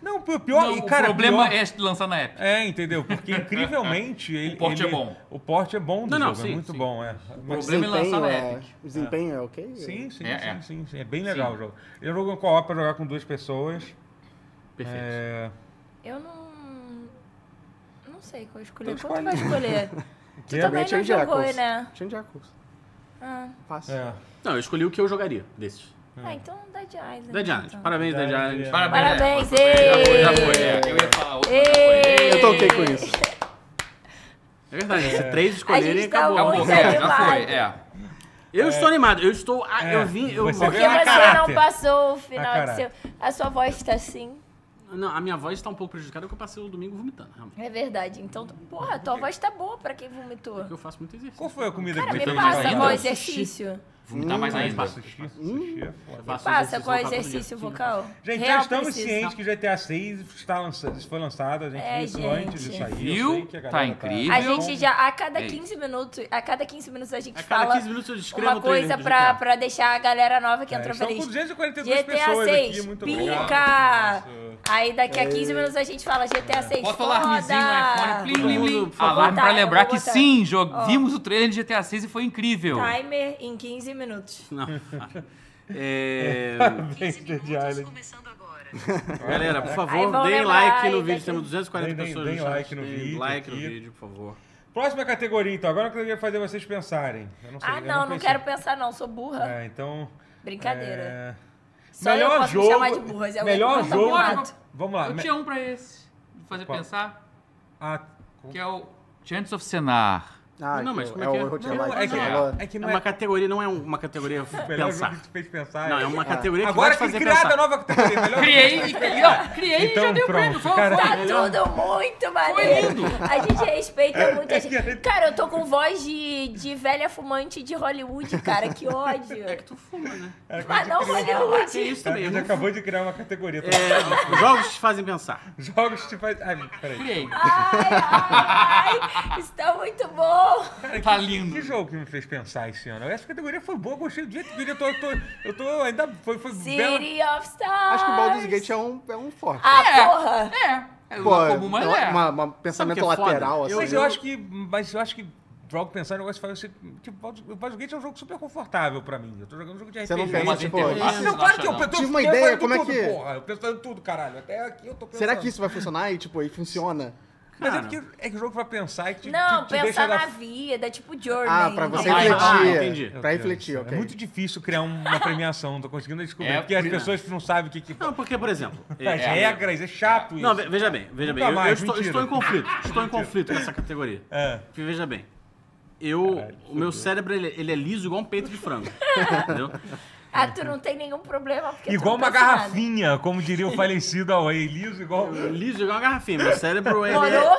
Speaker 1: Não, o pior...
Speaker 3: Não,
Speaker 1: e, cara,
Speaker 3: o problema
Speaker 1: pior-
Speaker 3: é lançar na app.
Speaker 1: É, entendeu? Porque, incrivelmente... ele,
Speaker 3: porte
Speaker 1: ele-
Speaker 3: é bom.
Speaker 1: O porte é bom do
Speaker 5: Não, não,
Speaker 1: jogo, é
Speaker 5: sim,
Speaker 1: muito
Speaker 5: sim.
Speaker 1: bom, é. Mas-
Speaker 3: problema é lançar
Speaker 4: Desempenho
Speaker 3: na
Speaker 4: é-
Speaker 3: Epic.
Speaker 4: Desempenho é ok?
Speaker 1: Sim, sim,
Speaker 3: É,
Speaker 1: sim,
Speaker 3: é.
Speaker 1: sim, sim. É bem legal o jogo. Ele é um jogo em co-op pra jogar com duas pessoas.
Speaker 5: Perfeito.
Speaker 1: É...
Speaker 2: Eu não. Não sei qual escolher.
Speaker 1: Então
Speaker 2: Qual que vai
Speaker 1: *laughs*
Speaker 2: escolher? tu
Speaker 1: Que?
Speaker 2: também não
Speaker 4: Change
Speaker 2: jogou,
Speaker 4: Echoes.
Speaker 2: né?
Speaker 4: Change Echoes.
Speaker 2: Ah,
Speaker 4: Fácil.
Speaker 1: É.
Speaker 5: Não, eu escolhi o que eu jogaria desses.
Speaker 2: ah, então Dead Island.
Speaker 5: Dead Island.
Speaker 2: então.
Speaker 5: Parabéns, Dead
Speaker 1: Dead
Speaker 5: Island.
Speaker 1: Island.
Speaker 2: Parabéns,
Speaker 3: né? Já foi, já
Speaker 2: ei!
Speaker 3: foi. é. Eu ia falar outra, mas já foi.
Speaker 2: Ei!
Speaker 4: Eu tô ok com isso.
Speaker 5: É verdade, se três escolherem,
Speaker 2: A gente tá
Speaker 5: acabou.
Speaker 2: muito-
Speaker 3: Acabou,
Speaker 2: Pois
Speaker 3: é,
Speaker 2: é,
Speaker 3: já foi.
Speaker 2: vai.
Speaker 3: É.
Speaker 5: Eu estou animado, eu estou. ah,
Speaker 1: É,
Speaker 5: eu vim. Eu,
Speaker 1: você
Speaker 2: Porque
Speaker 1: Vê na
Speaker 2: você
Speaker 1: caráter.
Speaker 2: não passou o final de
Speaker 1: É caráter.
Speaker 2: seu. A sua voz tá assim.
Speaker 5: Não, a minha voz está um pouco prejudicada porque eu passei o domingo vomitando, realmente.
Speaker 2: É verdade. Então, porra, tua voz tá boa pra quem vomitou.
Speaker 5: Porque eu faço muito exercício.
Speaker 1: Qual foi a comida
Speaker 2: Cara,
Speaker 1: que
Speaker 2: me
Speaker 1: você
Speaker 2: passa
Speaker 1: fez
Speaker 2: qual
Speaker 1: ainda?
Speaker 2: exercício.
Speaker 3: Vomitar
Speaker 1: Hum,
Speaker 3: mais ainda.
Speaker 5: Passa.
Speaker 1: Sushi, sushi é foda.
Speaker 5: Eu faço
Speaker 2: Passa qual
Speaker 5: vocal todo dia.
Speaker 2: exercício vocal.
Speaker 1: Gente,
Speaker 2: Real
Speaker 1: já estamos
Speaker 2: preciso.
Speaker 1: cientes que o GTA 6 está lançado, foi lançado, a gente
Speaker 2: É,
Speaker 1: viu isso
Speaker 2: gente.
Speaker 1: antes de sair. eu
Speaker 3: Viu?
Speaker 1: sei que a
Speaker 3: Tá
Speaker 1: galera
Speaker 3: incrível.
Speaker 2: A gente já, a cada
Speaker 3: É isso.
Speaker 2: 15 minutos, a cada 15 minutos a gente
Speaker 5: A É, cada
Speaker 2: fala
Speaker 5: 15 minutos eu um descrevo
Speaker 2: uma
Speaker 5: o trailer
Speaker 2: coisa
Speaker 5: do
Speaker 2: pra,
Speaker 5: GTA.
Speaker 2: pra deixar a galera nova que
Speaker 1: É,
Speaker 2: entrou
Speaker 1: estamos
Speaker 2: feliz.
Speaker 1: com 242
Speaker 2: GTA
Speaker 1: pessoas
Speaker 2: 6,
Speaker 1: aqui, muito
Speaker 2: pica!
Speaker 1: obrigado. Nossa.
Speaker 2: Aí daqui a 15 minutos a gente fala GTA 6,
Speaker 3: Bota o
Speaker 2: foda!
Speaker 3: alarmezinho no iPhone. Plim, plim,
Speaker 5: Todo
Speaker 3: plim.
Speaker 5: mundo, por favor.
Speaker 3: Alarme pra
Speaker 2: Botar, eu
Speaker 3: lembrar
Speaker 2: vou
Speaker 3: que
Speaker 2: botar.
Speaker 3: sim, jo-
Speaker 2: Ó. Tá,
Speaker 3: vimos o trailer de GTA 6 e foi incrível.
Speaker 2: Timer em 15 minutos.
Speaker 5: Não.
Speaker 1: *laughs*
Speaker 5: É,
Speaker 1: Parabéns, Dead Island.
Speaker 5: *laughs* galera, por
Speaker 2: Aí
Speaker 5: favor,
Speaker 2: vão
Speaker 5: deem
Speaker 2: lembrar,
Speaker 5: like no
Speaker 2: aí,
Speaker 5: vídeo.
Speaker 2: daqui-
Speaker 5: Temos 240
Speaker 1: Deem-
Speaker 5: pessoas
Speaker 1: deem
Speaker 5: no chat.
Speaker 1: like no
Speaker 5: Deem
Speaker 1: vídeo
Speaker 5: like no
Speaker 1: aqui.
Speaker 5: vídeo, por favor.
Speaker 1: Próxima categoria, então. Agora eu queria fazer vocês pensarem. Eu não sei,
Speaker 2: Ah,
Speaker 1: eu
Speaker 2: não, não
Speaker 1: pensei.
Speaker 2: quero pensar não, sou burra.
Speaker 1: É, então...
Speaker 2: Brincadeira.
Speaker 1: é,
Speaker 2: Só
Speaker 1: melhor
Speaker 2: eu posso
Speaker 1: jogo,
Speaker 2: me chamar de burra, Zé Wellington,
Speaker 1: melhor
Speaker 2: tá
Speaker 1: jogo.
Speaker 2: boato.
Speaker 1: Vamos lá.
Speaker 3: Eu
Speaker 1: me-
Speaker 3: tinha um pra esse. Fazer
Speaker 1: Qual?
Speaker 3: pensar.
Speaker 1: Ah,
Speaker 3: Que é o Chance of Senar.
Speaker 4: Ah,
Speaker 5: Não,
Speaker 4: que
Speaker 5: mas como é
Speaker 4: é,
Speaker 5: que é?
Speaker 4: o erro de
Speaker 1: não,
Speaker 4: Eloy
Speaker 1: é que,
Speaker 4: você falou.
Speaker 1: é que
Speaker 5: É
Speaker 1: não é,
Speaker 5: uma categoria, não é uma categoria
Speaker 1: o *laughs* melhor jogo
Speaker 5: pensar.
Speaker 1: que te fez pensar.
Speaker 5: Não, é uma categoria que
Speaker 1: Agora
Speaker 5: vai te
Speaker 1: que
Speaker 5: fazer
Speaker 1: criada
Speaker 5: pensar.
Speaker 1: a nova categoria, melhor
Speaker 3: Criei e criei, ó, criei
Speaker 1: Então,
Speaker 3: e já dei o
Speaker 1: pronto,
Speaker 3: prêmio. Foi,
Speaker 1: cara.
Speaker 3: foi.
Speaker 2: Tá tudo muito maneiro. A gente respeita muito a gente. Cara, eu tô com voz de, de velha fumante de Hollywood, cara. Que ódio.
Speaker 5: Tu fuma, né?
Speaker 2: Mas não
Speaker 5: Que
Speaker 2: Hollywood.
Speaker 5: É isso
Speaker 1: Cara,
Speaker 5: também.
Speaker 1: ele
Speaker 5: eu não-
Speaker 1: acabou de criar uma categoria. Tô-
Speaker 5: É, jogos te fazem pensar.
Speaker 1: Jogos te faz. Ai, peraí.
Speaker 3: Criei.
Speaker 2: Ai, ai, está muito bom.
Speaker 3: Tá lindo.
Speaker 1: Que jogo que me fez pensar esse ano? Essa categoria foi boa, gostei do jeito que eu tô. Eu tô, eu tô ainda. Foi, foi bela.
Speaker 2: City of Stars.
Speaker 4: Acho que o Baldur's Gate é um, é um forte.
Speaker 2: Ah, porra.
Speaker 3: É. É
Speaker 4: Pô,
Speaker 3: uma comum, mas
Speaker 4: uma-
Speaker 3: é.
Speaker 4: uma- uma pensamento
Speaker 5: que é foda?
Speaker 4: lateral, assim.
Speaker 5: Eu-
Speaker 1: Mas eu acho que. Mas eu acho que. Jogo pensar em negócio faz você. Tipo, Baldur's- o Baldur's Gate é um jogo super confortável pra mim. Eu tô jogando um jogo de RPG.
Speaker 4: Você não pensa,
Speaker 1: mas-
Speaker 4: tipo,
Speaker 3: interface,
Speaker 1: Ah,
Speaker 4: isso-
Speaker 1: não, claro que eu
Speaker 3: não.
Speaker 1: penso.
Speaker 4: Tive uma
Speaker 1: eu
Speaker 4: ideia,
Speaker 1: falei de
Speaker 4: como é
Speaker 1: tudo,
Speaker 4: que-
Speaker 1: Porra, eu pensando em tudo, caralho. Até aqui eu tô pensando.
Speaker 4: Será que isso Ah, vai funcionar e, tipo, e funciona?
Speaker 1: Mas é
Speaker 5: Cara.
Speaker 1: porque é que o jogo pra pensar e que te,
Speaker 2: Não,
Speaker 1: te, te deixa
Speaker 2: pensar
Speaker 1: da
Speaker 2: na vida, tipo Journey.
Speaker 4: Ah, pra você
Speaker 5: Não, mas- Ah,
Speaker 4: refletir.
Speaker 5: entendi.
Speaker 1: Meu
Speaker 4: Pra
Speaker 1: Deus
Speaker 4: refletir,
Speaker 1: do céu.
Speaker 4: ok.
Speaker 1: É muito difícil criar uma premiação, tô conseguindo descobrir.
Speaker 3: É,
Speaker 1: porque as
Speaker 5: não.
Speaker 1: pessoas não sabem o que. que
Speaker 5: Não, porque,
Speaker 1: *laughs*
Speaker 5: por exemplo. é-
Speaker 1: as
Speaker 5: é-
Speaker 1: regras, é chato isso.
Speaker 5: Não, ve- veja bem, veja
Speaker 1: Nunca
Speaker 5: bem. Eu- Eu,
Speaker 1: mais,
Speaker 5: estou,
Speaker 1: mentira.
Speaker 5: estou em conflito. Estou em conflito com essa categoria.
Speaker 1: É.
Speaker 5: Porque veja bem. Eu, o meu cérebro, ele, ele é liso igual um peito de frango.
Speaker 1: *laughs*
Speaker 5: entendeu?
Speaker 2: Ah, tu não tem nenhum problema. Porque tu
Speaker 1: Igual
Speaker 2: não
Speaker 1: uma
Speaker 2: pensa nada.
Speaker 1: garrafinha, como diria o falecido Away, liso igual.
Speaker 5: Liso igual uma garrafinha. Meu cérebro, ele, é,
Speaker 2: Morou?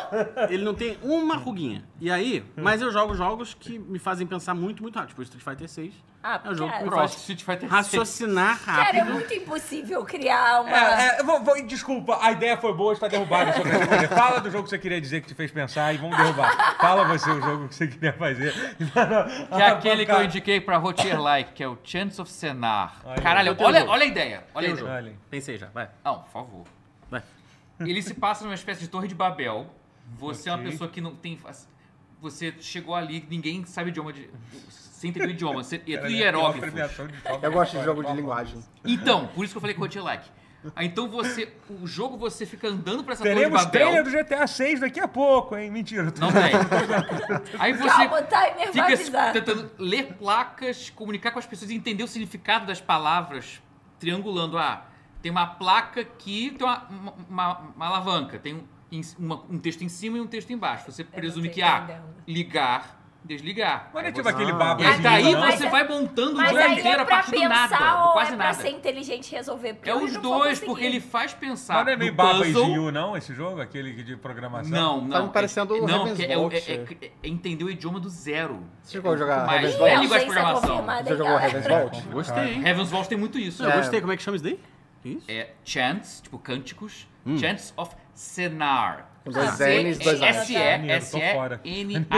Speaker 5: ele não tem uma ruguinha. E aí, mas eu jogo jogos que me fazem pensar muito, muito rápido. Tipo, Street Fighter 6.
Speaker 2: Ah,
Speaker 5: é um jogo que me
Speaker 2: cara.
Speaker 5: faz
Speaker 3: Próximo Street Fighter VI.
Speaker 5: raciocinar
Speaker 2: Cara, é
Speaker 5: rápido.
Speaker 2: muito impossível criar uma...
Speaker 1: É, é, eu vou- vou- desculpa, a ideia foi boa, está derrubada. Sua categoria. Fala do jogo que você queria dizer que te fez pensar e vamos derrubar. Fala você o jogo que você queria fazer.
Speaker 3: Que é
Speaker 1: *laughs*
Speaker 3: aquele que eu indiquei pra Rotier Like, que é o Chance of Senar.
Speaker 1: Olha,
Speaker 3: Caralho,
Speaker 5: eu tenho
Speaker 3: olha,
Speaker 5: jogo.
Speaker 3: olha a ideia. Olha a
Speaker 5: Tem um
Speaker 3: ideia.
Speaker 5: jogo. Pensei já, vai.
Speaker 3: Não, por favor.
Speaker 5: Vai.
Speaker 3: Ele se passa numa espécie de torre de Babel. Você é uma
Speaker 1: Ok.
Speaker 3: pessoa que não tem. assim, Você chegou ali, ninguém sabe o idioma de. Você entendeu o idioma, você, é tudo hieróglifo.
Speaker 4: Eu gosto de jogo de linguagem.
Speaker 3: Então, por isso que eu falei que eu tinha like. Ah, então você. O jogo você fica andando pra essa
Speaker 1: Teremos
Speaker 3: torre de
Speaker 1: trailer
Speaker 3: Babel.
Speaker 1: do GTA 6 daqui a pouco, hein? Mentira.
Speaker 3: Não tem.
Speaker 1: *laughs*
Speaker 3: Aí você
Speaker 2: Calma, tá o timer vai
Speaker 3: fica
Speaker 2: avisar.
Speaker 3: tentando ler placas, comunicar com as pessoas e entender o significado das palavras, triangulando. Ah, tem uma placa aqui, tem uma, uma- uma- uma alavanca, tem um, em- uma- um texto em cima e um texto embaixo. Você presume
Speaker 2: tô
Speaker 3: que ah,
Speaker 2: entendendo.
Speaker 3: ligar, desligar.
Speaker 1: Mas não é
Speaker 3: Aí
Speaker 1: tipo
Speaker 3: você-
Speaker 1: aquele
Speaker 4: Ah.
Speaker 1: babo
Speaker 3: E
Speaker 1: aí,
Speaker 3: aí daí
Speaker 1: não?
Speaker 2: Mas
Speaker 3: você
Speaker 2: é-
Speaker 3: vai montando o
Speaker 2: Mas
Speaker 3: jogo
Speaker 2: aí
Speaker 3: inteiro
Speaker 2: é
Speaker 3: a
Speaker 2: pra
Speaker 3: partir do
Speaker 2: pensar
Speaker 3: nada,
Speaker 2: ou
Speaker 3: quase
Speaker 2: é pra
Speaker 3: nada.
Speaker 2: ser inteligente e resolver? Porque
Speaker 3: É
Speaker 2: eu
Speaker 3: os
Speaker 2: não vou
Speaker 3: dois, porque
Speaker 2: conseguir.
Speaker 3: ele faz
Speaker 1: Mas
Speaker 3: pensar.
Speaker 1: não é meio
Speaker 3: no
Speaker 1: babo
Speaker 3: puzzle,
Speaker 1: IGU, não, esse jogo? Aquele de programação?
Speaker 3: Não, não.
Speaker 4: Tá me parecendo
Speaker 3: é,
Speaker 4: o
Speaker 3: não,
Speaker 4: Heaven's
Speaker 3: que é,
Speaker 4: Vault.
Speaker 3: é- é- é- é entender o idioma do zero.
Speaker 4: Você chegou a jogar
Speaker 2: É
Speaker 3: Mas-
Speaker 4: Heaven's
Speaker 3: Ih, eu
Speaker 4: Vault?
Speaker 3: gosto de
Speaker 2: ausência
Speaker 3: programação.
Speaker 2: confirmada, então.
Speaker 4: Você
Speaker 2: hein,
Speaker 4: jogou
Speaker 2: galera?
Speaker 4: Heaven's
Speaker 1: É
Speaker 4: Vault?
Speaker 5: Gostei, hein?
Speaker 3: Heaven's Vault tem muito isso.
Speaker 5: Eu gostei. Como é que chama isso daí? Que isso?
Speaker 3: É chants, tipo cânticos. Chants of Senar.
Speaker 4: Com dois
Speaker 2: Ah,
Speaker 4: N's, dois
Speaker 2: é-
Speaker 4: A's.
Speaker 3: S-E,
Speaker 1: Maneiro, Tá tô fora.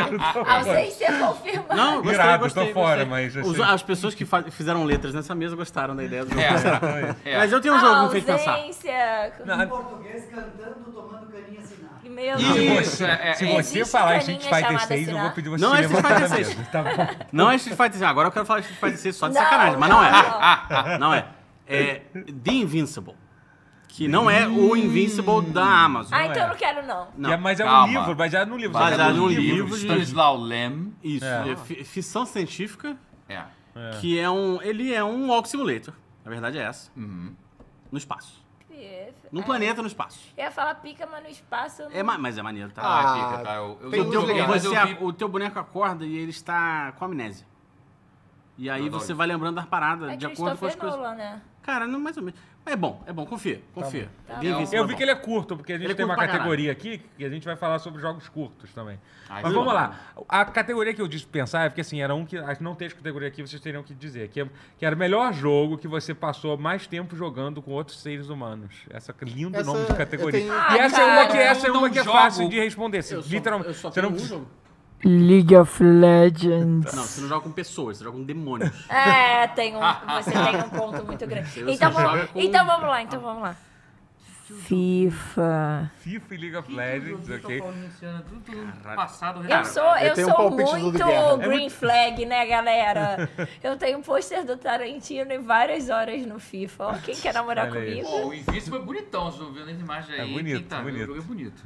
Speaker 3: S-E-N-A-A-S.
Speaker 2: Ausência confirmada.
Speaker 5: Não, eu gostei,
Speaker 1: Irado,
Speaker 5: gostei,
Speaker 1: tô fora,
Speaker 5: gostei.
Speaker 1: mas,
Speaker 5: Os-
Speaker 1: assim-
Speaker 5: As pessoas que fa- fizeram letras nessa mesa gostaram da ideia do jogo.
Speaker 3: É, é.
Speaker 5: Mas eu tenho um jogo que me
Speaker 2: Ah,
Speaker 5: fez pensar.
Speaker 2: Ausência.
Speaker 1: Não,
Speaker 6: Em português, cantando, tomando caninha assinada.
Speaker 2: Meu
Speaker 3: Ih,
Speaker 2: Deus.
Speaker 1: Se você,
Speaker 3: é- é-
Speaker 1: se
Speaker 3: é-
Speaker 1: você
Speaker 2: existe
Speaker 1: falar
Speaker 2: caninha
Speaker 1: Street Fighter
Speaker 2: chamada
Speaker 1: 6, eu vou
Speaker 2: Sinatra.
Speaker 1: pedir você
Speaker 5: Não
Speaker 1: se
Speaker 5: é
Speaker 1: levantar
Speaker 5: Street
Speaker 1: da
Speaker 5: Fighter
Speaker 1: mesa. Tá bom.
Speaker 5: Não é Street Fighter 6. Agora eu quero falar de Street Fighter 6 só de
Speaker 2: Não,
Speaker 5: sacanagem, mas não é.
Speaker 2: não.
Speaker 5: Ah, ah, não é. É The Invincible. Que não é o Invincible da Amazon.
Speaker 2: Ah, então
Speaker 1: é.
Speaker 2: eu não quero, não.
Speaker 1: E é- mas é um
Speaker 3: Calma.
Speaker 1: livro, baseado no livro. Tá
Speaker 5: Baseado
Speaker 1: no
Speaker 5: num
Speaker 3: livro
Speaker 5: é livro de-
Speaker 3: Stanislaw Lem.
Speaker 5: Isso.
Speaker 1: É.
Speaker 5: é fi- ficção científica,
Speaker 3: É.
Speaker 5: que é um. Ele é um walk simulator. Na verdade é essa.
Speaker 3: Uhum.
Speaker 5: No espaço. Num
Speaker 2: É.
Speaker 5: planeta no espaço.
Speaker 2: Eu ia falar pica, mas no espaço. eu não-
Speaker 5: É, ma- mas é maneiro, tá?
Speaker 4: Ah,
Speaker 3: Ah, fica, tá? Eu, eu,
Speaker 4: tem
Speaker 3: eu
Speaker 5: O teu,
Speaker 3: joguei, mas eu
Speaker 5: você, é
Speaker 3: vi.
Speaker 5: o teu boneco acorda e ele está com amnésia. E aí
Speaker 3: Adoro
Speaker 5: você
Speaker 3: isso.
Speaker 5: vai lembrando das paradas
Speaker 2: É
Speaker 5: de acordo com as
Speaker 2: Christopher
Speaker 5: coisas.
Speaker 2: Nolan, né?
Speaker 5: Cara, não, mais ou menos. Mas é bom, é bom, confia, confia.
Speaker 2: Tá
Speaker 5: The
Speaker 2: bom.
Speaker 5: Invincible
Speaker 1: Eu
Speaker 5: é
Speaker 1: vi
Speaker 5: bom.
Speaker 1: que ele é curto, porque a gente
Speaker 5: Ele é
Speaker 1: tem uma
Speaker 5: curto pra
Speaker 1: categoria aqui que a gente vai falar sobre jogos curtos também.
Speaker 3: Ah,
Speaker 1: Mas
Speaker 3: isso
Speaker 1: vamos
Speaker 3: é
Speaker 1: lá. A categoria que eu disse pensar é porque assim, era um que acho que não tem essa categoria aqui, vocês teriam que dizer, que, é- que era o melhor jogo que você passou mais tempo jogando com outros seres humanos. Essa que lindo
Speaker 4: Essa-
Speaker 1: nome de categoria.
Speaker 4: eu tenho-
Speaker 1: E essa
Speaker 5: Ah,
Speaker 1: é uma que
Speaker 3: cara,
Speaker 1: essa é
Speaker 3: eu
Speaker 1: uma
Speaker 3: não
Speaker 1: que é
Speaker 3: jogo.
Speaker 1: fácil de responder, assim,
Speaker 5: Eu só-
Speaker 1: literalmente.
Speaker 5: eu só
Speaker 1: você
Speaker 5: tenho
Speaker 1: não
Speaker 5: um
Speaker 1: precisa-
Speaker 5: jogo.
Speaker 7: League of Legends.
Speaker 5: Não, você não joga com pessoas, você joga com demônios.
Speaker 2: É, tem um, você tem um ponto muito grande.
Speaker 5: Você
Speaker 2: Então
Speaker 5: joga
Speaker 2: vamos,
Speaker 5: com-
Speaker 2: então vamos lá, então vamos lá.
Speaker 7: FIFA.
Speaker 1: FIFA e League of Legends, ok?
Speaker 3: Passado,
Speaker 2: Eu sou, eu
Speaker 4: eu tenho um
Speaker 2: sou
Speaker 4: palpite do
Speaker 2: muito
Speaker 4: Dudu Guerra. É
Speaker 2: green flag, né, galera? Eu tenho um pôster do Tarantino e várias horas no FIFA. Ó, Quem quer namorar
Speaker 1: Olha aí.
Speaker 2: comigo?
Speaker 3: Pô, o Invincible é bonitão, vocês estão vendo as imagens aí.
Speaker 1: É bonito,
Speaker 3: Quem tá vendo
Speaker 1: bonito.
Speaker 3: O jogo é bonito.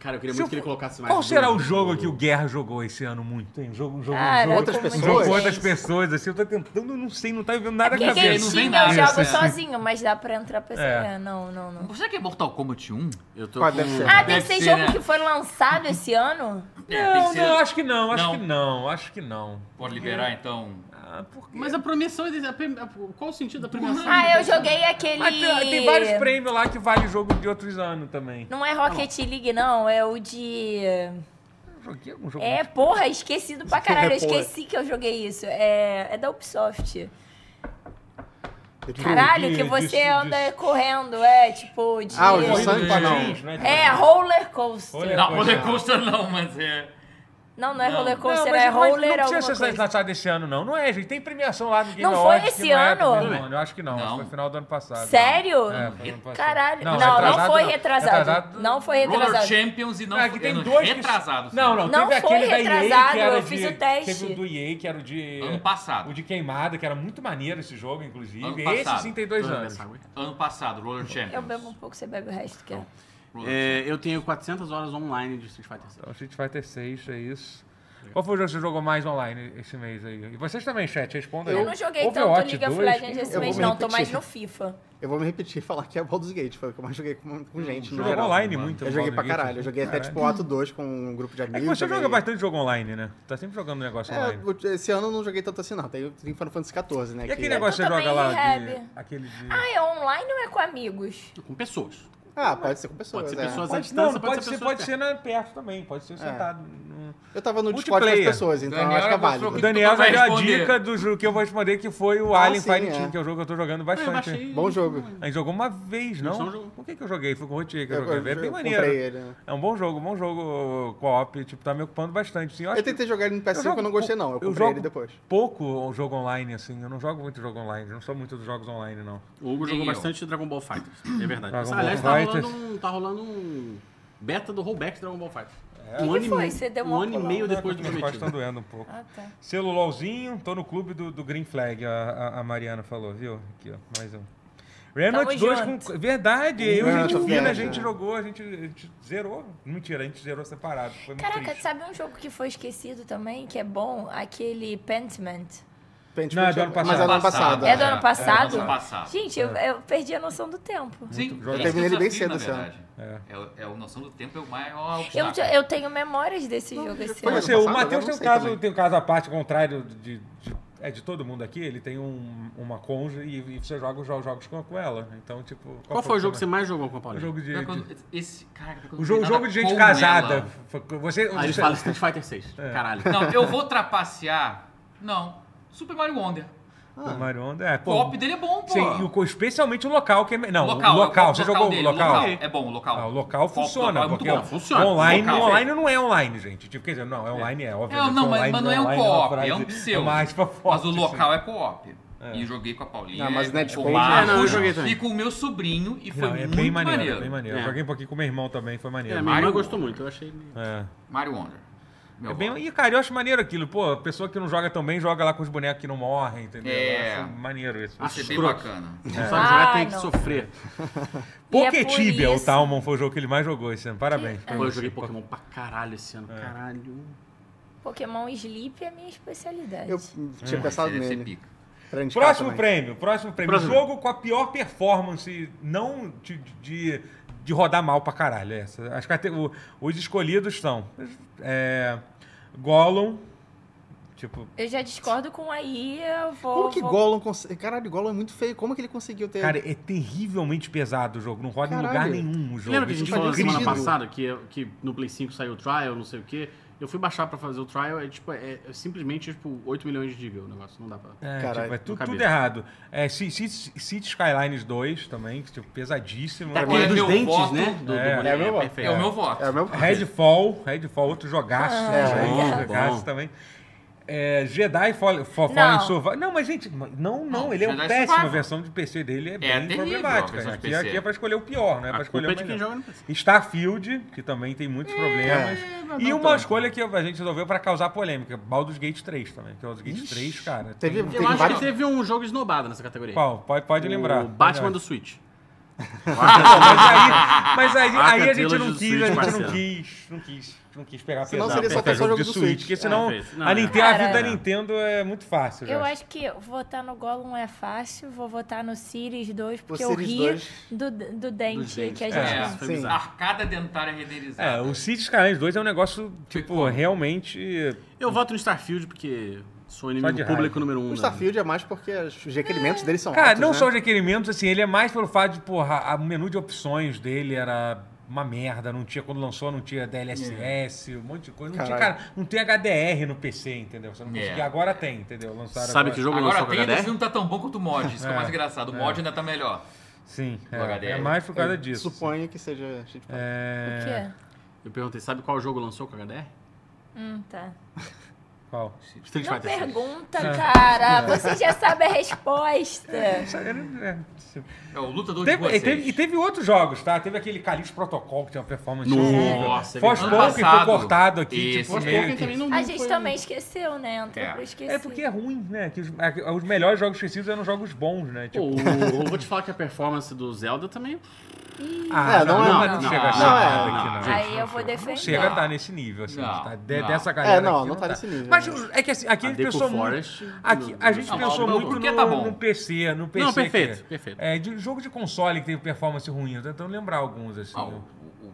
Speaker 5: Cara, eu queria
Speaker 1: Se eu
Speaker 5: muito que ele
Speaker 1: for-
Speaker 5: colocasse mais. um
Speaker 1: Qual será o
Speaker 5: demônios
Speaker 1: jogo
Speaker 5: no-
Speaker 1: que o Guerra jogou esse ano muito? Tem um jogo, um jogo, um
Speaker 2: Cara,
Speaker 1: jogo
Speaker 4: Outras
Speaker 2: eu tô muito
Speaker 1: Um jogo com
Speaker 4: pessoas?
Speaker 1: outras pessoas, assim, eu tô tentando, eu não sei, não tá vivendo
Speaker 2: É
Speaker 1: nada
Speaker 2: porque
Speaker 1: na cabeça.
Speaker 3: não vem
Speaker 2: game
Speaker 3: nada.
Speaker 2: eu jogo
Speaker 3: Isso, é.
Speaker 2: sozinho, mas dá pra entrar pra...
Speaker 1: É.
Speaker 2: É. não, não, não.
Speaker 3: Será que é Mortal Kombat 1?
Speaker 5: Eu tô
Speaker 4: Qual
Speaker 5: com...
Speaker 4: deve ser?
Speaker 2: Ah, tem
Speaker 3: Deve
Speaker 2: que ser
Speaker 3: ser,
Speaker 2: jogo
Speaker 3: né?
Speaker 2: que foi lançado esse ano?
Speaker 3: É, tem que
Speaker 1: Não,
Speaker 3: ser-
Speaker 1: não, acho que não, acho
Speaker 3: Não.
Speaker 1: que não, acho que não.
Speaker 3: Pode liberar, então.
Speaker 1: Ah, por quê?
Speaker 5: Mas a premiação é... a premi- a- Qual o sentido da premiação?
Speaker 2: Ah, eu joguei aquele...
Speaker 1: Mas tem, tem vários prêmios lá que vale jogo de outros anos também.
Speaker 2: Não é Rocket League, não. É o de...
Speaker 1: Eu joguei algum jogo.
Speaker 2: É, porra, esquecido pra caralho. Eu
Speaker 4: É, porra.
Speaker 2: esqueci que eu joguei isso. É, é da Ubisoft.
Speaker 1: de-
Speaker 2: Caralho,
Speaker 1: de-
Speaker 2: que
Speaker 1: de- de-
Speaker 2: você anda correndo, é, tipo, de...
Speaker 4: Ah, o de
Speaker 1: Corrida
Speaker 4: sangue?
Speaker 1: de
Speaker 4: Ah, não.
Speaker 1: patins, né?
Speaker 2: É, roller coaster.
Speaker 1: Roller-
Speaker 3: Não, Roller Coaster não, mas é.
Speaker 2: Não, não é
Speaker 3: Não.
Speaker 2: roller
Speaker 1: Não, mas,
Speaker 2: coaster, é
Speaker 1: mas
Speaker 2: roller
Speaker 1: não
Speaker 2: alguma
Speaker 1: precisa ser
Speaker 2: coisa.
Speaker 1: lançado esse ano, não. Não é, gente. Tem premiação lá no Game
Speaker 2: Não foi
Speaker 1: Awards que
Speaker 2: esse
Speaker 1: não é
Speaker 2: ano?
Speaker 1: primeiro ano. Eu acho que não. Acho que
Speaker 3: Não.
Speaker 1: foi final do ano passado.
Speaker 2: Sério?
Speaker 1: É, foi ano passado.
Speaker 2: Caralho. Não,
Speaker 1: Não,
Speaker 2: não,
Speaker 1: retrasado
Speaker 2: foi
Speaker 1: não.
Speaker 2: retrasado.
Speaker 1: Retrasado-
Speaker 2: Não foi
Speaker 3: Roller
Speaker 2: retrasado.
Speaker 3: Champions e não.
Speaker 1: Não, aqui tem
Speaker 3: é,
Speaker 1: dois Ah, que-
Speaker 3: Retrasado. sim.
Speaker 1: Não, não.
Speaker 2: Não
Speaker 1: teve
Speaker 2: foi
Speaker 1: aquele da EA,
Speaker 2: retrasado,
Speaker 1: que era
Speaker 2: eu fiz
Speaker 1: de-
Speaker 2: o teste.
Speaker 1: Teve o do EA, que era o de...
Speaker 3: Ano passado.
Speaker 1: O de queimada, que era muito maneiro esse jogo, inclusive.
Speaker 3: Ano
Speaker 1: esse
Speaker 3: passado.
Speaker 1: sim tem dois
Speaker 5: Deixa eu beber
Speaker 1: anos.
Speaker 5: essa água é aí.
Speaker 3: Ano passado, Roller Champions.
Speaker 2: Eu bebo um pouco, você bebe o resto, que é.
Speaker 3: Roller
Speaker 5: É, eu tenho 400 horas online de Street Fighter 6.
Speaker 1: Então, Street Fighter 6, é isso. Qual foi o jogo que você jogou mais online esse mês aí? E vocês também, chat, respondam aí.
Speaker 2: Eu não joguei
Speaker 1: Overwatch
Speaker 2: tanto League of
Speaker 1: 2?
Speaker 2: Legends esse
Speaker 4: Eu
Speaker 2: mês,
Speaker 4: vou
Speaker 2: não. Tô
Speaker 4: repetir.
Speaker 2: mais no FIFA.
Speaker 4: Eu vou me repetir e falar que é Baldur's Gate, foi o que eu mais joguei com, com gente.
Speaker 1: Você
Speaker 4: no
Speaker 1: jogou
Speaker 4: geral.
Speaker 1: online muito?
Speaker 4: Eu joguei pra
Speaker 1: Baldur's Gate?
Speaker 4: caralho. Eu joguei até tipo o Ato 2 com um grupo de
Speaker 1: É
Speaker 4: amigos.
Speaker 1: que você
Speaker 4: joguei-
Speaker 1: joga bastante jogo online, né? Tá sempre jogando negócio
Speaker 4: É,
Speaker 1: online.
Speaker 4: eu- esse ano eu não joguei tanto assim, não. Tem, tem Final Fantasy XIV, né?
Speaker 1: E aquele
Speaker 4: que-
Speaker 1: negócio que você
Speaker 2: também
Speaker 1: joga lá de...
Speaker 2: rehab.
Speaker 1: Aquele de...
Speaker 2: Ah, é online ou é com amigos?
Speaker 5: Com pessoas.
Speaker 4: Ah, pode ser com pessoas.
Speaker 5: Pode ser
Speaker 4: é.
Speaker 3: Ah,
Speaker 5: pessoas à
Speaker 1: Pode, não, não,
Speaker 5: distância, pode
Speaker 1: pode
Speaker 5: ser
Speaker 1: ser,
Speaker 5: pessoas
Speaker 1: pode ser na, perto também, pode ser sentado. no-
Speaker 4: Eu tava no Discord com as
Speaker 1: Multiplayer.
Speaker 4: pessoas, então eu
Speaker 3: Daniel
Speaker 4: acho que é
Speaker 3: mostrou
Speaker 4: válido.
Speaker 1: O
Speaker 3: que-
Speaker 1: Daniel
Speaker 3: Então vai
Speaker 1: vai dar a
Speaker 3: responder.
Speaker 1: dica do jogo que eu vou responder, que foi o
Speaker 4: Ah,
Speaker 1: Alien
Speaker 4: sim,
Speaker 1: Fighting,
Speaker 4: é.
Speaker 1: que é o jogo que eu tô jogando
Speaker 5: Ah, eu
Speaker 1: bastante.
Speaker 5: baixei.
Speaker 4: Bom jogo.
Speaker 1: A gente jogou uma vez,
Speaker 5: Isso é um
Speaker 1: não?
Speaker 5: jogo.
Speaker 1: Por que, que eu joguei? Foi com o Rotier que eu,
Speaker 4: Eu- eu-
Speaker 1: joguei. É bem
Speaker 4: eu
Speaker 1: maneiro.
Speaker 4: comprei ele, né?
Speaker 1: É um bom jogo, um bom jogo co-op. Tipo, tá me ocupando bastante. Sim, eu acho
Speaker 4: Eu tentei jogar ele no PS5, eu,
Speaker 1: jogo
Speaker 4: não gostei, não. Eu,
Speaker 1: pou- eu
Speaker 4: comprei
Speaker 1: jogo é
Speaker 4: ele depois.
Speaker 1: pouco o jogo online, assim. Eu não jogo muito jogo online. Eu não sou muito dos jogos online, não.
Speaker 5: O Hugo jogou
Speaker 3: Nem eu.
Speaker 5: bastante Dragon Ball Fighters. É verdade.
Speaker 1: Dragon
Speaker 5: Aliás,
Speaker 1: Ball
Speaker 5: tá rolando,
Speaker 1: Fighters.
Speaker 5: um, tá rolando um beta do rollback de Dragon Ball Fighters.
Speaker 2: Que
Speaker 5: Um,
Speaker 2: que
Speaker 5: ano, e
Speaker 2: foi?
Speaker 5: meio-
Speaker 2: Você deu uma
Speaker 5: um ano e
Speaker 2: pulada.
Speaker 5: meio depois do
Speaker 1: Minhas costas estão
Speaker 5: prometido.
Speaker 1: doendo um pouco.
Speaker 2: Ah, tá.
Speaker 1: Celularzinho, tô no clube do, do Green Flag, a, a- a Mariana falou, viu? Aqui, ó, mais um. Remnant
Speaker 2: Tamo
Speaker 1: 2
Speaker 2: junto.
Speaker 1: com. Verdade, eu e
Speaker 4: Remnant
Speaker 1: gente
Speaker 4: of
Speaker 1: fina, a
Speaker 4: Fire.
Speaker 1: gente jogou, a gente, a gente zerou. Mentira, a gente zerou separado. Foi muito
Speaker 2: Caraca,
Speaker 1: triste.
Speaker 2: sabe um jogo que foi esquecido também, que é bom? Aquele Pentiment.
Speaker 4: Pente
Speaker 1: Não, é do
Speaker 4: Pente-
Speaker 1: ano passado.
Speaker 4: Mas é do ano passado.
Speaker 2: É do ano passado?
Speaker 3: ano passado.
Speaker 2: Gente, eu, eu perdi a noção do tempo.
Speaker 3: Ah, Sim,
Speaker 1: Eu
Speaker 3: esse
Speaker 4: terminei ele bem
Speaker 3: desafio,
Speaker 4: cedo esse ano.
Speaker 3: na verdade. É. o- é o noção do tempo é o maior
Speaker 2: Eu,
Speaker 3: obstáculo.
Speaker 2: eu tenho memórias desse jogo esse
Speaker 4: foi
Speaker 1: Não
Speaker 2: ano.
Speaker 1: sei,
Speaker 4: ano
Speaker 1: o
Speaker 4: passado,
Speaker 1: Matheus
Speaker 4: eu
Speaker 1: tem
Speaker 4: não
Speaker 1: um
Speaker 4: sei
Speaker 1: caso,
Speaker 4: também.
Speaker 1: tem um caso à parte, contrário de, de- é de todo mundo aqui, ele tem um- uma conja e, e você joga os jo- jogos com, com ela. Então, tipo.
Speaker 5: Qual foi o jogo que você mais jogou com a
Speaker 1: O
Speaker 5: Paulinha?
Speaker 1: jogo de.
Speaker 3: Pior
Speaker 1: de-
Speaker 3: quando- esse, cara, quando
Speaker 1: o jogo,
Speaker 3: não tem
Speaker 1: jogo
Speaker 3: nada
Speaker 1: de gente
Speaker 3: com
Speaker 1: casada.
Speaker 3: ela.
Speaker 1: F- Você.
Speaker 5: Aí assim, eles
Speaker 1: você-
Speaker 5: falam Street Fighter 6. Caralho.
Speaker 3: Não, eu vou trapacear. Não. Super Mario Wonder.
Speaker 5: "Ah,
Speaker 1: o Mario Onda, é,
Speaker 3: O
Speaker 1: pô.
Speaker 3: op dele é bom, pô.
Speaker 1: Sim, e o co- especialmente o local que é. me- Não,
Speaker 3: local,
Speaker 1: o local.
Speaker 3: eu-
Speaker 1: Você
Speaker 3: local
Speaker 1: jogou o
Speaker 3: dele,
Speaker 1: local?
Speaker 3: É bom, o local.
Speaker 1: Ah, o local funciona.
Speaker 3: local é muito
Speaker 1: porque
Speaker 3: bom,
Speaker 5: funciona.
Speaker 1: Online,
Speaker 3: Local.
Speaker 1: online não é online, gente. Tipo, quer dizer, não, é online, é óbvio.
Speaker 3: Não, não, mas,
Speaker 1: online
Speaker 3: mas não é um
Speaker 1: online, uma
Speaker 3: co-op,
Speaker 1: frase-
Speaker 3: é um pseudo.
Speaker 1: uma aspa
Speaker 3: mas
Speaker 1: forte,
Speaker 3: o
Speaker 1: assim.
Speaker 3: local é co-op. E joguei com a Paulinha.
Speaker 4: Ah, mas Netscape-
Speaker 3: com o Marcos,
Speaker 5: É, não, eu joguei também.
Speaker 3: E com o meu sobrinho, e foi
Speaker 1: Não, é
Speaker 3: muito
Speaker 1: bem maneiro,
Speaker 3: maneiro.
Speaker 1: é bem maneiro. Eu
Speaker 5: É.
Speaker 1: joguei um pouquinho com meu irmão também, foi maneiro.
Speaker 5: É,
Speaker 1: É,
Speaker 5: minha irmã
Speaker 3: Mario-
Speaker 5: gostou muito, eu achei.
Speaker 3: Mario Wonder. Meu Ah,
Speaker 1: É bem-
Speaker 3: voto.
Speaker 1: e, cara, eu acho maneiro aquilo. Pô, a pessoa que não joga tão bem joga lá com os bonecos que não morrem, entendeu?
Speaker 3: É.
Speaker 1: Eu acho maneiro isso.
Speaker 3: Vai ser é bem
Speaker 5: escroto.
Speaker 3: bacana.
Speaker 5: Não sabe jogar,
Speaker 2: Ah,
Speaker 5: tem que
Speaker 2: não.
Speaker 5: sofrer.
Speaker 2: E é
Speaker 1: Poké
Speaker 2: por
Speaker 1: Tibia, o
Speaker 2: isso- é.
Speaker 1: Talmon, foi o jogo que ele mais jogou esse ano. Parabéns.
Speaker 5: É, Pô, eu joguei Pokémon pra caralho esse ano.
Speaker 1: É.
Speaker 5: Caralho.
Speaker 2: Pokémon Sleep é a minha especialidade.
Speaker 4: Eu tinha pensado
Speaker 3: Esse- esse
Speaker 4: nele.
Speaker 3: pica.
Speaker 4: pra indicar
Speaker 1: Próximo
Speaker 4: também.
Speaker 1: prêmio, próximo prêmio.
Speaker 5: Próximo.
Speaker 1: Jogo com a pior performance, não de, de, de rodar mal pra caralho. é Essa. As cate- o- os escolhidos são é, Gollum, tipo,
Speaker 2: Eu já discordo com aí, eu vou.
Speaker 4: Como que
Speaker 2: vou-
Speaker 4: Gollum consegue... Caralho, Gollum é muito feio. Como que ele conseguiu ter...
Speaker 1: cara, é terrivelmente pesado o jogo, não roda em
Speaker 4: Caralho.
Speaker 1: lugar nenhum o jogo.
Speaker 5: Lembra que a
Speaker 1: Isso
Speaker 5: gente
Speaker 1: é
Speaker 5: falou semana
Speaker 1: incrível.
Speaker 5: passada que, que no Play 5 saiu o trial, não sei o quê? Eu fui baixar pra fazer o trial, é tipo, é, é simplesmente tipo 8 milhões de GB o negócio, não dá pra.
Speaker 1: É,
Speaker 4: Caralho,
Speaker 1: tipo, é tu-
Speaker 5: não cabia.
Speaker 1: tudo errado. É, Ci- Ci- City Skylines 2 também, que, tipo, pesadíssimo.
Speaker 5: É
Speaker 3: aquele
Speaker 5: dos
Speaker 3: meu
Speaker 5: dentes,
Speaker 3: voto.
Speaker 5: né? Do, do
Speaker 1: É.
Speaker 5: boneco,
Speaker 4: É meu voto.
Speaker 5: perfeito.
Speaker 3: É o meu voto.
Speaker 4: É o mesmo...
Speaker 1: Redfall, Redfall, outro jogaço.
Speaker 4: É,
Speaker 1: outro
Speaker 5: bom,
Speaker 1: jogaço
Speaker 5: bom.
Speaker 1: também. É, Jedi Fall, Fall, Fallen
Speaker 2: Não.
Speaker 1: Survival. Não, mas gente, não, não,
Speaker 3: Não,
Speaker 1: ele é um
Speaker 3: Jedi
Speaker 1: péssimo. A
Speaker 3: Survival.
Speaker 1: versão de PC dele é, bem
Speaker 3: terrível a
Speaker 1: problemática.
Speaker 3: versão de
Speaker 1: Aqui,
Speaker 3: PC.
Speaker 1: aqui é pra escolher o pior, não é pra
Speaker 5: A
Speaker 1: escolher
Speaker 5: culpa
Speaker 1: o
Speaker 5: é de
Speaker 1: melhor.
Speaker 5: quem joga É. no PC.
Speaker 1: Starfield, que também tem muitos problemas. e uma escolha que a gente resolveu pra causar polêmica, Baldur's Gate 3 também. Porque Baldur's Gate 3, cara,
Speaker 4: Teve, um
Speaker 1: tem...
Speaker 4: teve
Speaker 5: Eu acho
Speaker 4: vários...
Speaker 5: que teve um jogo esnobado nessa categoria.
Speaker 1: Qual? Pode, pode lembrar.
Speaker 5: O Batman do Switch.
Speaker 1: Mas aí, mas aí,
Speaker 5: Ah,
Speaker 1: aí a gente
Speaker 5: Trilogy
Speaker 1: não
Speaker 5: do
Speaker 1: quis,
Speaker 5: Switch,
Speaker 1: a gente
Speaker 5: parceiro.
Speaker 1: não quis, não quis, não quis pegar
Speaker 4: Senão
Speaker 1: pesado.
Speaker 4: seria só
Speaker 1: pegar
Speaker 4: ter só jogo do Switch.
Speaker 1: porque senão
Speaker 5: É, não,
Speaker 1: a,
Speaker 5: é.
Speaker 1: Nintendo, a vida da
Speaker 2: Cara,
Speaker 1: Nintendo é muito fácil. já.
Speaker 2: Eu acho que votar no Gollum é fácil, vou votar no Series 2, porque eu
Speaker 4: Series
Speaker 2: ri
Speaker 4: 2.
Speaker 2: do, do dente
Speaker 5: Dos dentes.
Speaker 2: que a
Speaker 5: É,
Speaker 2: gente
Speaker 3: É,
Speaker 2: não.
Speaker 5: foi
Speaker 4: Sim.
Speaker 5: bizarro.
Speaker 3: Arcada dentária renderizada.
Speaker 1: É, o City Skylines 2 é um negócio, tipo, realmente...
Speaker 5: Eu voto no Starfield porque sou
Speaker 1: Só de
Speaker 5: inimigo
Speaker 1: raiva.
Speaker 5: público número um.
Speaker 4: O
Speaker 5: né?
Speaker 4: Starfield é mais porque os
Speaker 2: É.
Speaker 4: requerimentos dele são
Speaker 1: Cara,
Speaker 4: altos,
Speaker 1: não
Speaker 4: né?
Speaker 1: só os requerimentos, assim, ele é mais pelo fato de, porra, a- o menu de opções dele era uma merda, não tinha, quando lançou, não tinha DLSS, um monte de coisa. Não tinha,
Speaker 4: É. Caralho.
Speaker 1: cara, não tem HDR no PC, entendeu? Você não
Speaker 3: É.
Speaker 1: conseguia, agora tem, entendeu? Lançaram
Speaker 5: Sabe
Speaker 1: agora.
Speaker 5: que jogo
Speaker 3: Agora
Speaker 5: lançou com
Speaker 3: tem, esse
Speaker 5: HD?
Speaker 3: não tá tão bom quanto o mod. Isso que é o mais engraçado. O mod ainda tá melhor.
Speaker 1: Sim,
Speaker 3: O
Speaker 1: é,
Speaker 3: HDR.
Speaker 1: é mais por causa disso.
Speaker 4: Suponho que seja... É...
Speaker 2: O quê?
Speaker 5: Eu perguntei, sabe qual jogo lançou com HDR?
Speaker 2: Hum, tá.
Speaker 1: Qual?
Speaker 5: Street
Speaker 2: Não
Speaker 5: Fighter 6.
Speaker 2: pergunta, cara. Você já sabe a resposta.
Speaker 1: É,
Speaker 3: É o lutador de
Speaker 1: Teve- e,
Speaker 3: vocês.
Speaker 1: teve, e teve outros jogos, tá? Teve aquele Calixto Protocol que tem uma performance
Speaker 5: Nossa, é verdade.
Speaker 1: incrível. Forspoken
Speaker 3: Ano
Speaker 1: que foi
Speaker 3: passado,
Speaker 1: cortado aqui.
Speaker 3: esse
Speaker 1: Tipo,
Speaker 3: mesmo.
Speaker 1: meio que...
Speaker 2: A gente também esqueceu, né? Entrou
Speaker 3: É.
Speaker 2: pro esquecer.
Speaker 1: É porque é ruim, né? Que os, a- os melhores jogos esquecidos eram jogos bons, né?
Speaker 5: um- Pô,
Speaker 1: Tipo,
Speaker 5: o- eu vou te falar que a performance do Zelda também.
Speaker 1: ah,
Speaker 4: É, não é-
Speaker 1: mas
Speaker 5: não,
Speaker 1: chega a
Speaker 5: não,
Speaker 1: ser
Speaker 5: não,
Speaker 1: nada
Speaker 4: é,
Speaker 1: aqui, não.
Speaker 2: Aí eu vou
Speaker 1: Não
Speaker 2: defender.
Speaker 1: chega a estar nesse nível, assim.
Speaker 3: Não,
Speaker 1: tá? De-
Speaker 3: não.
Speaker 1: Dessa galera.
Speaker 4: não,
Speaker 1: aqui
Speaker 4: não tá nesse nível,
Speaker 1: Mas
Speaker 4: né?
Speaker 1: é que assim, aqui a
Speaker 5: A
Speaker 1: gente
Speaker 5: Deco
Speaker 1: pensou
Speaker 5: Forest.
Speaker 1: muito. Aqui, a gente
Speaker 5: Não,
Speaker 1: pensou
Speaker 5: não,
Speaker 1: muito
Speaker 5: porque
Speaker 1: no,
Speaker 3: tá bom.
Speaker 1: no PC, no PC.
Speaker 5: Não, perfeito,
Speaker 1: aqui.
Speaker 5: perfeito.
Speaker 1: É, de jogo de console que teve performance ruim, eu tô tentando lembrar alguns, assim.
Speaker 3: Ah, o, o, o,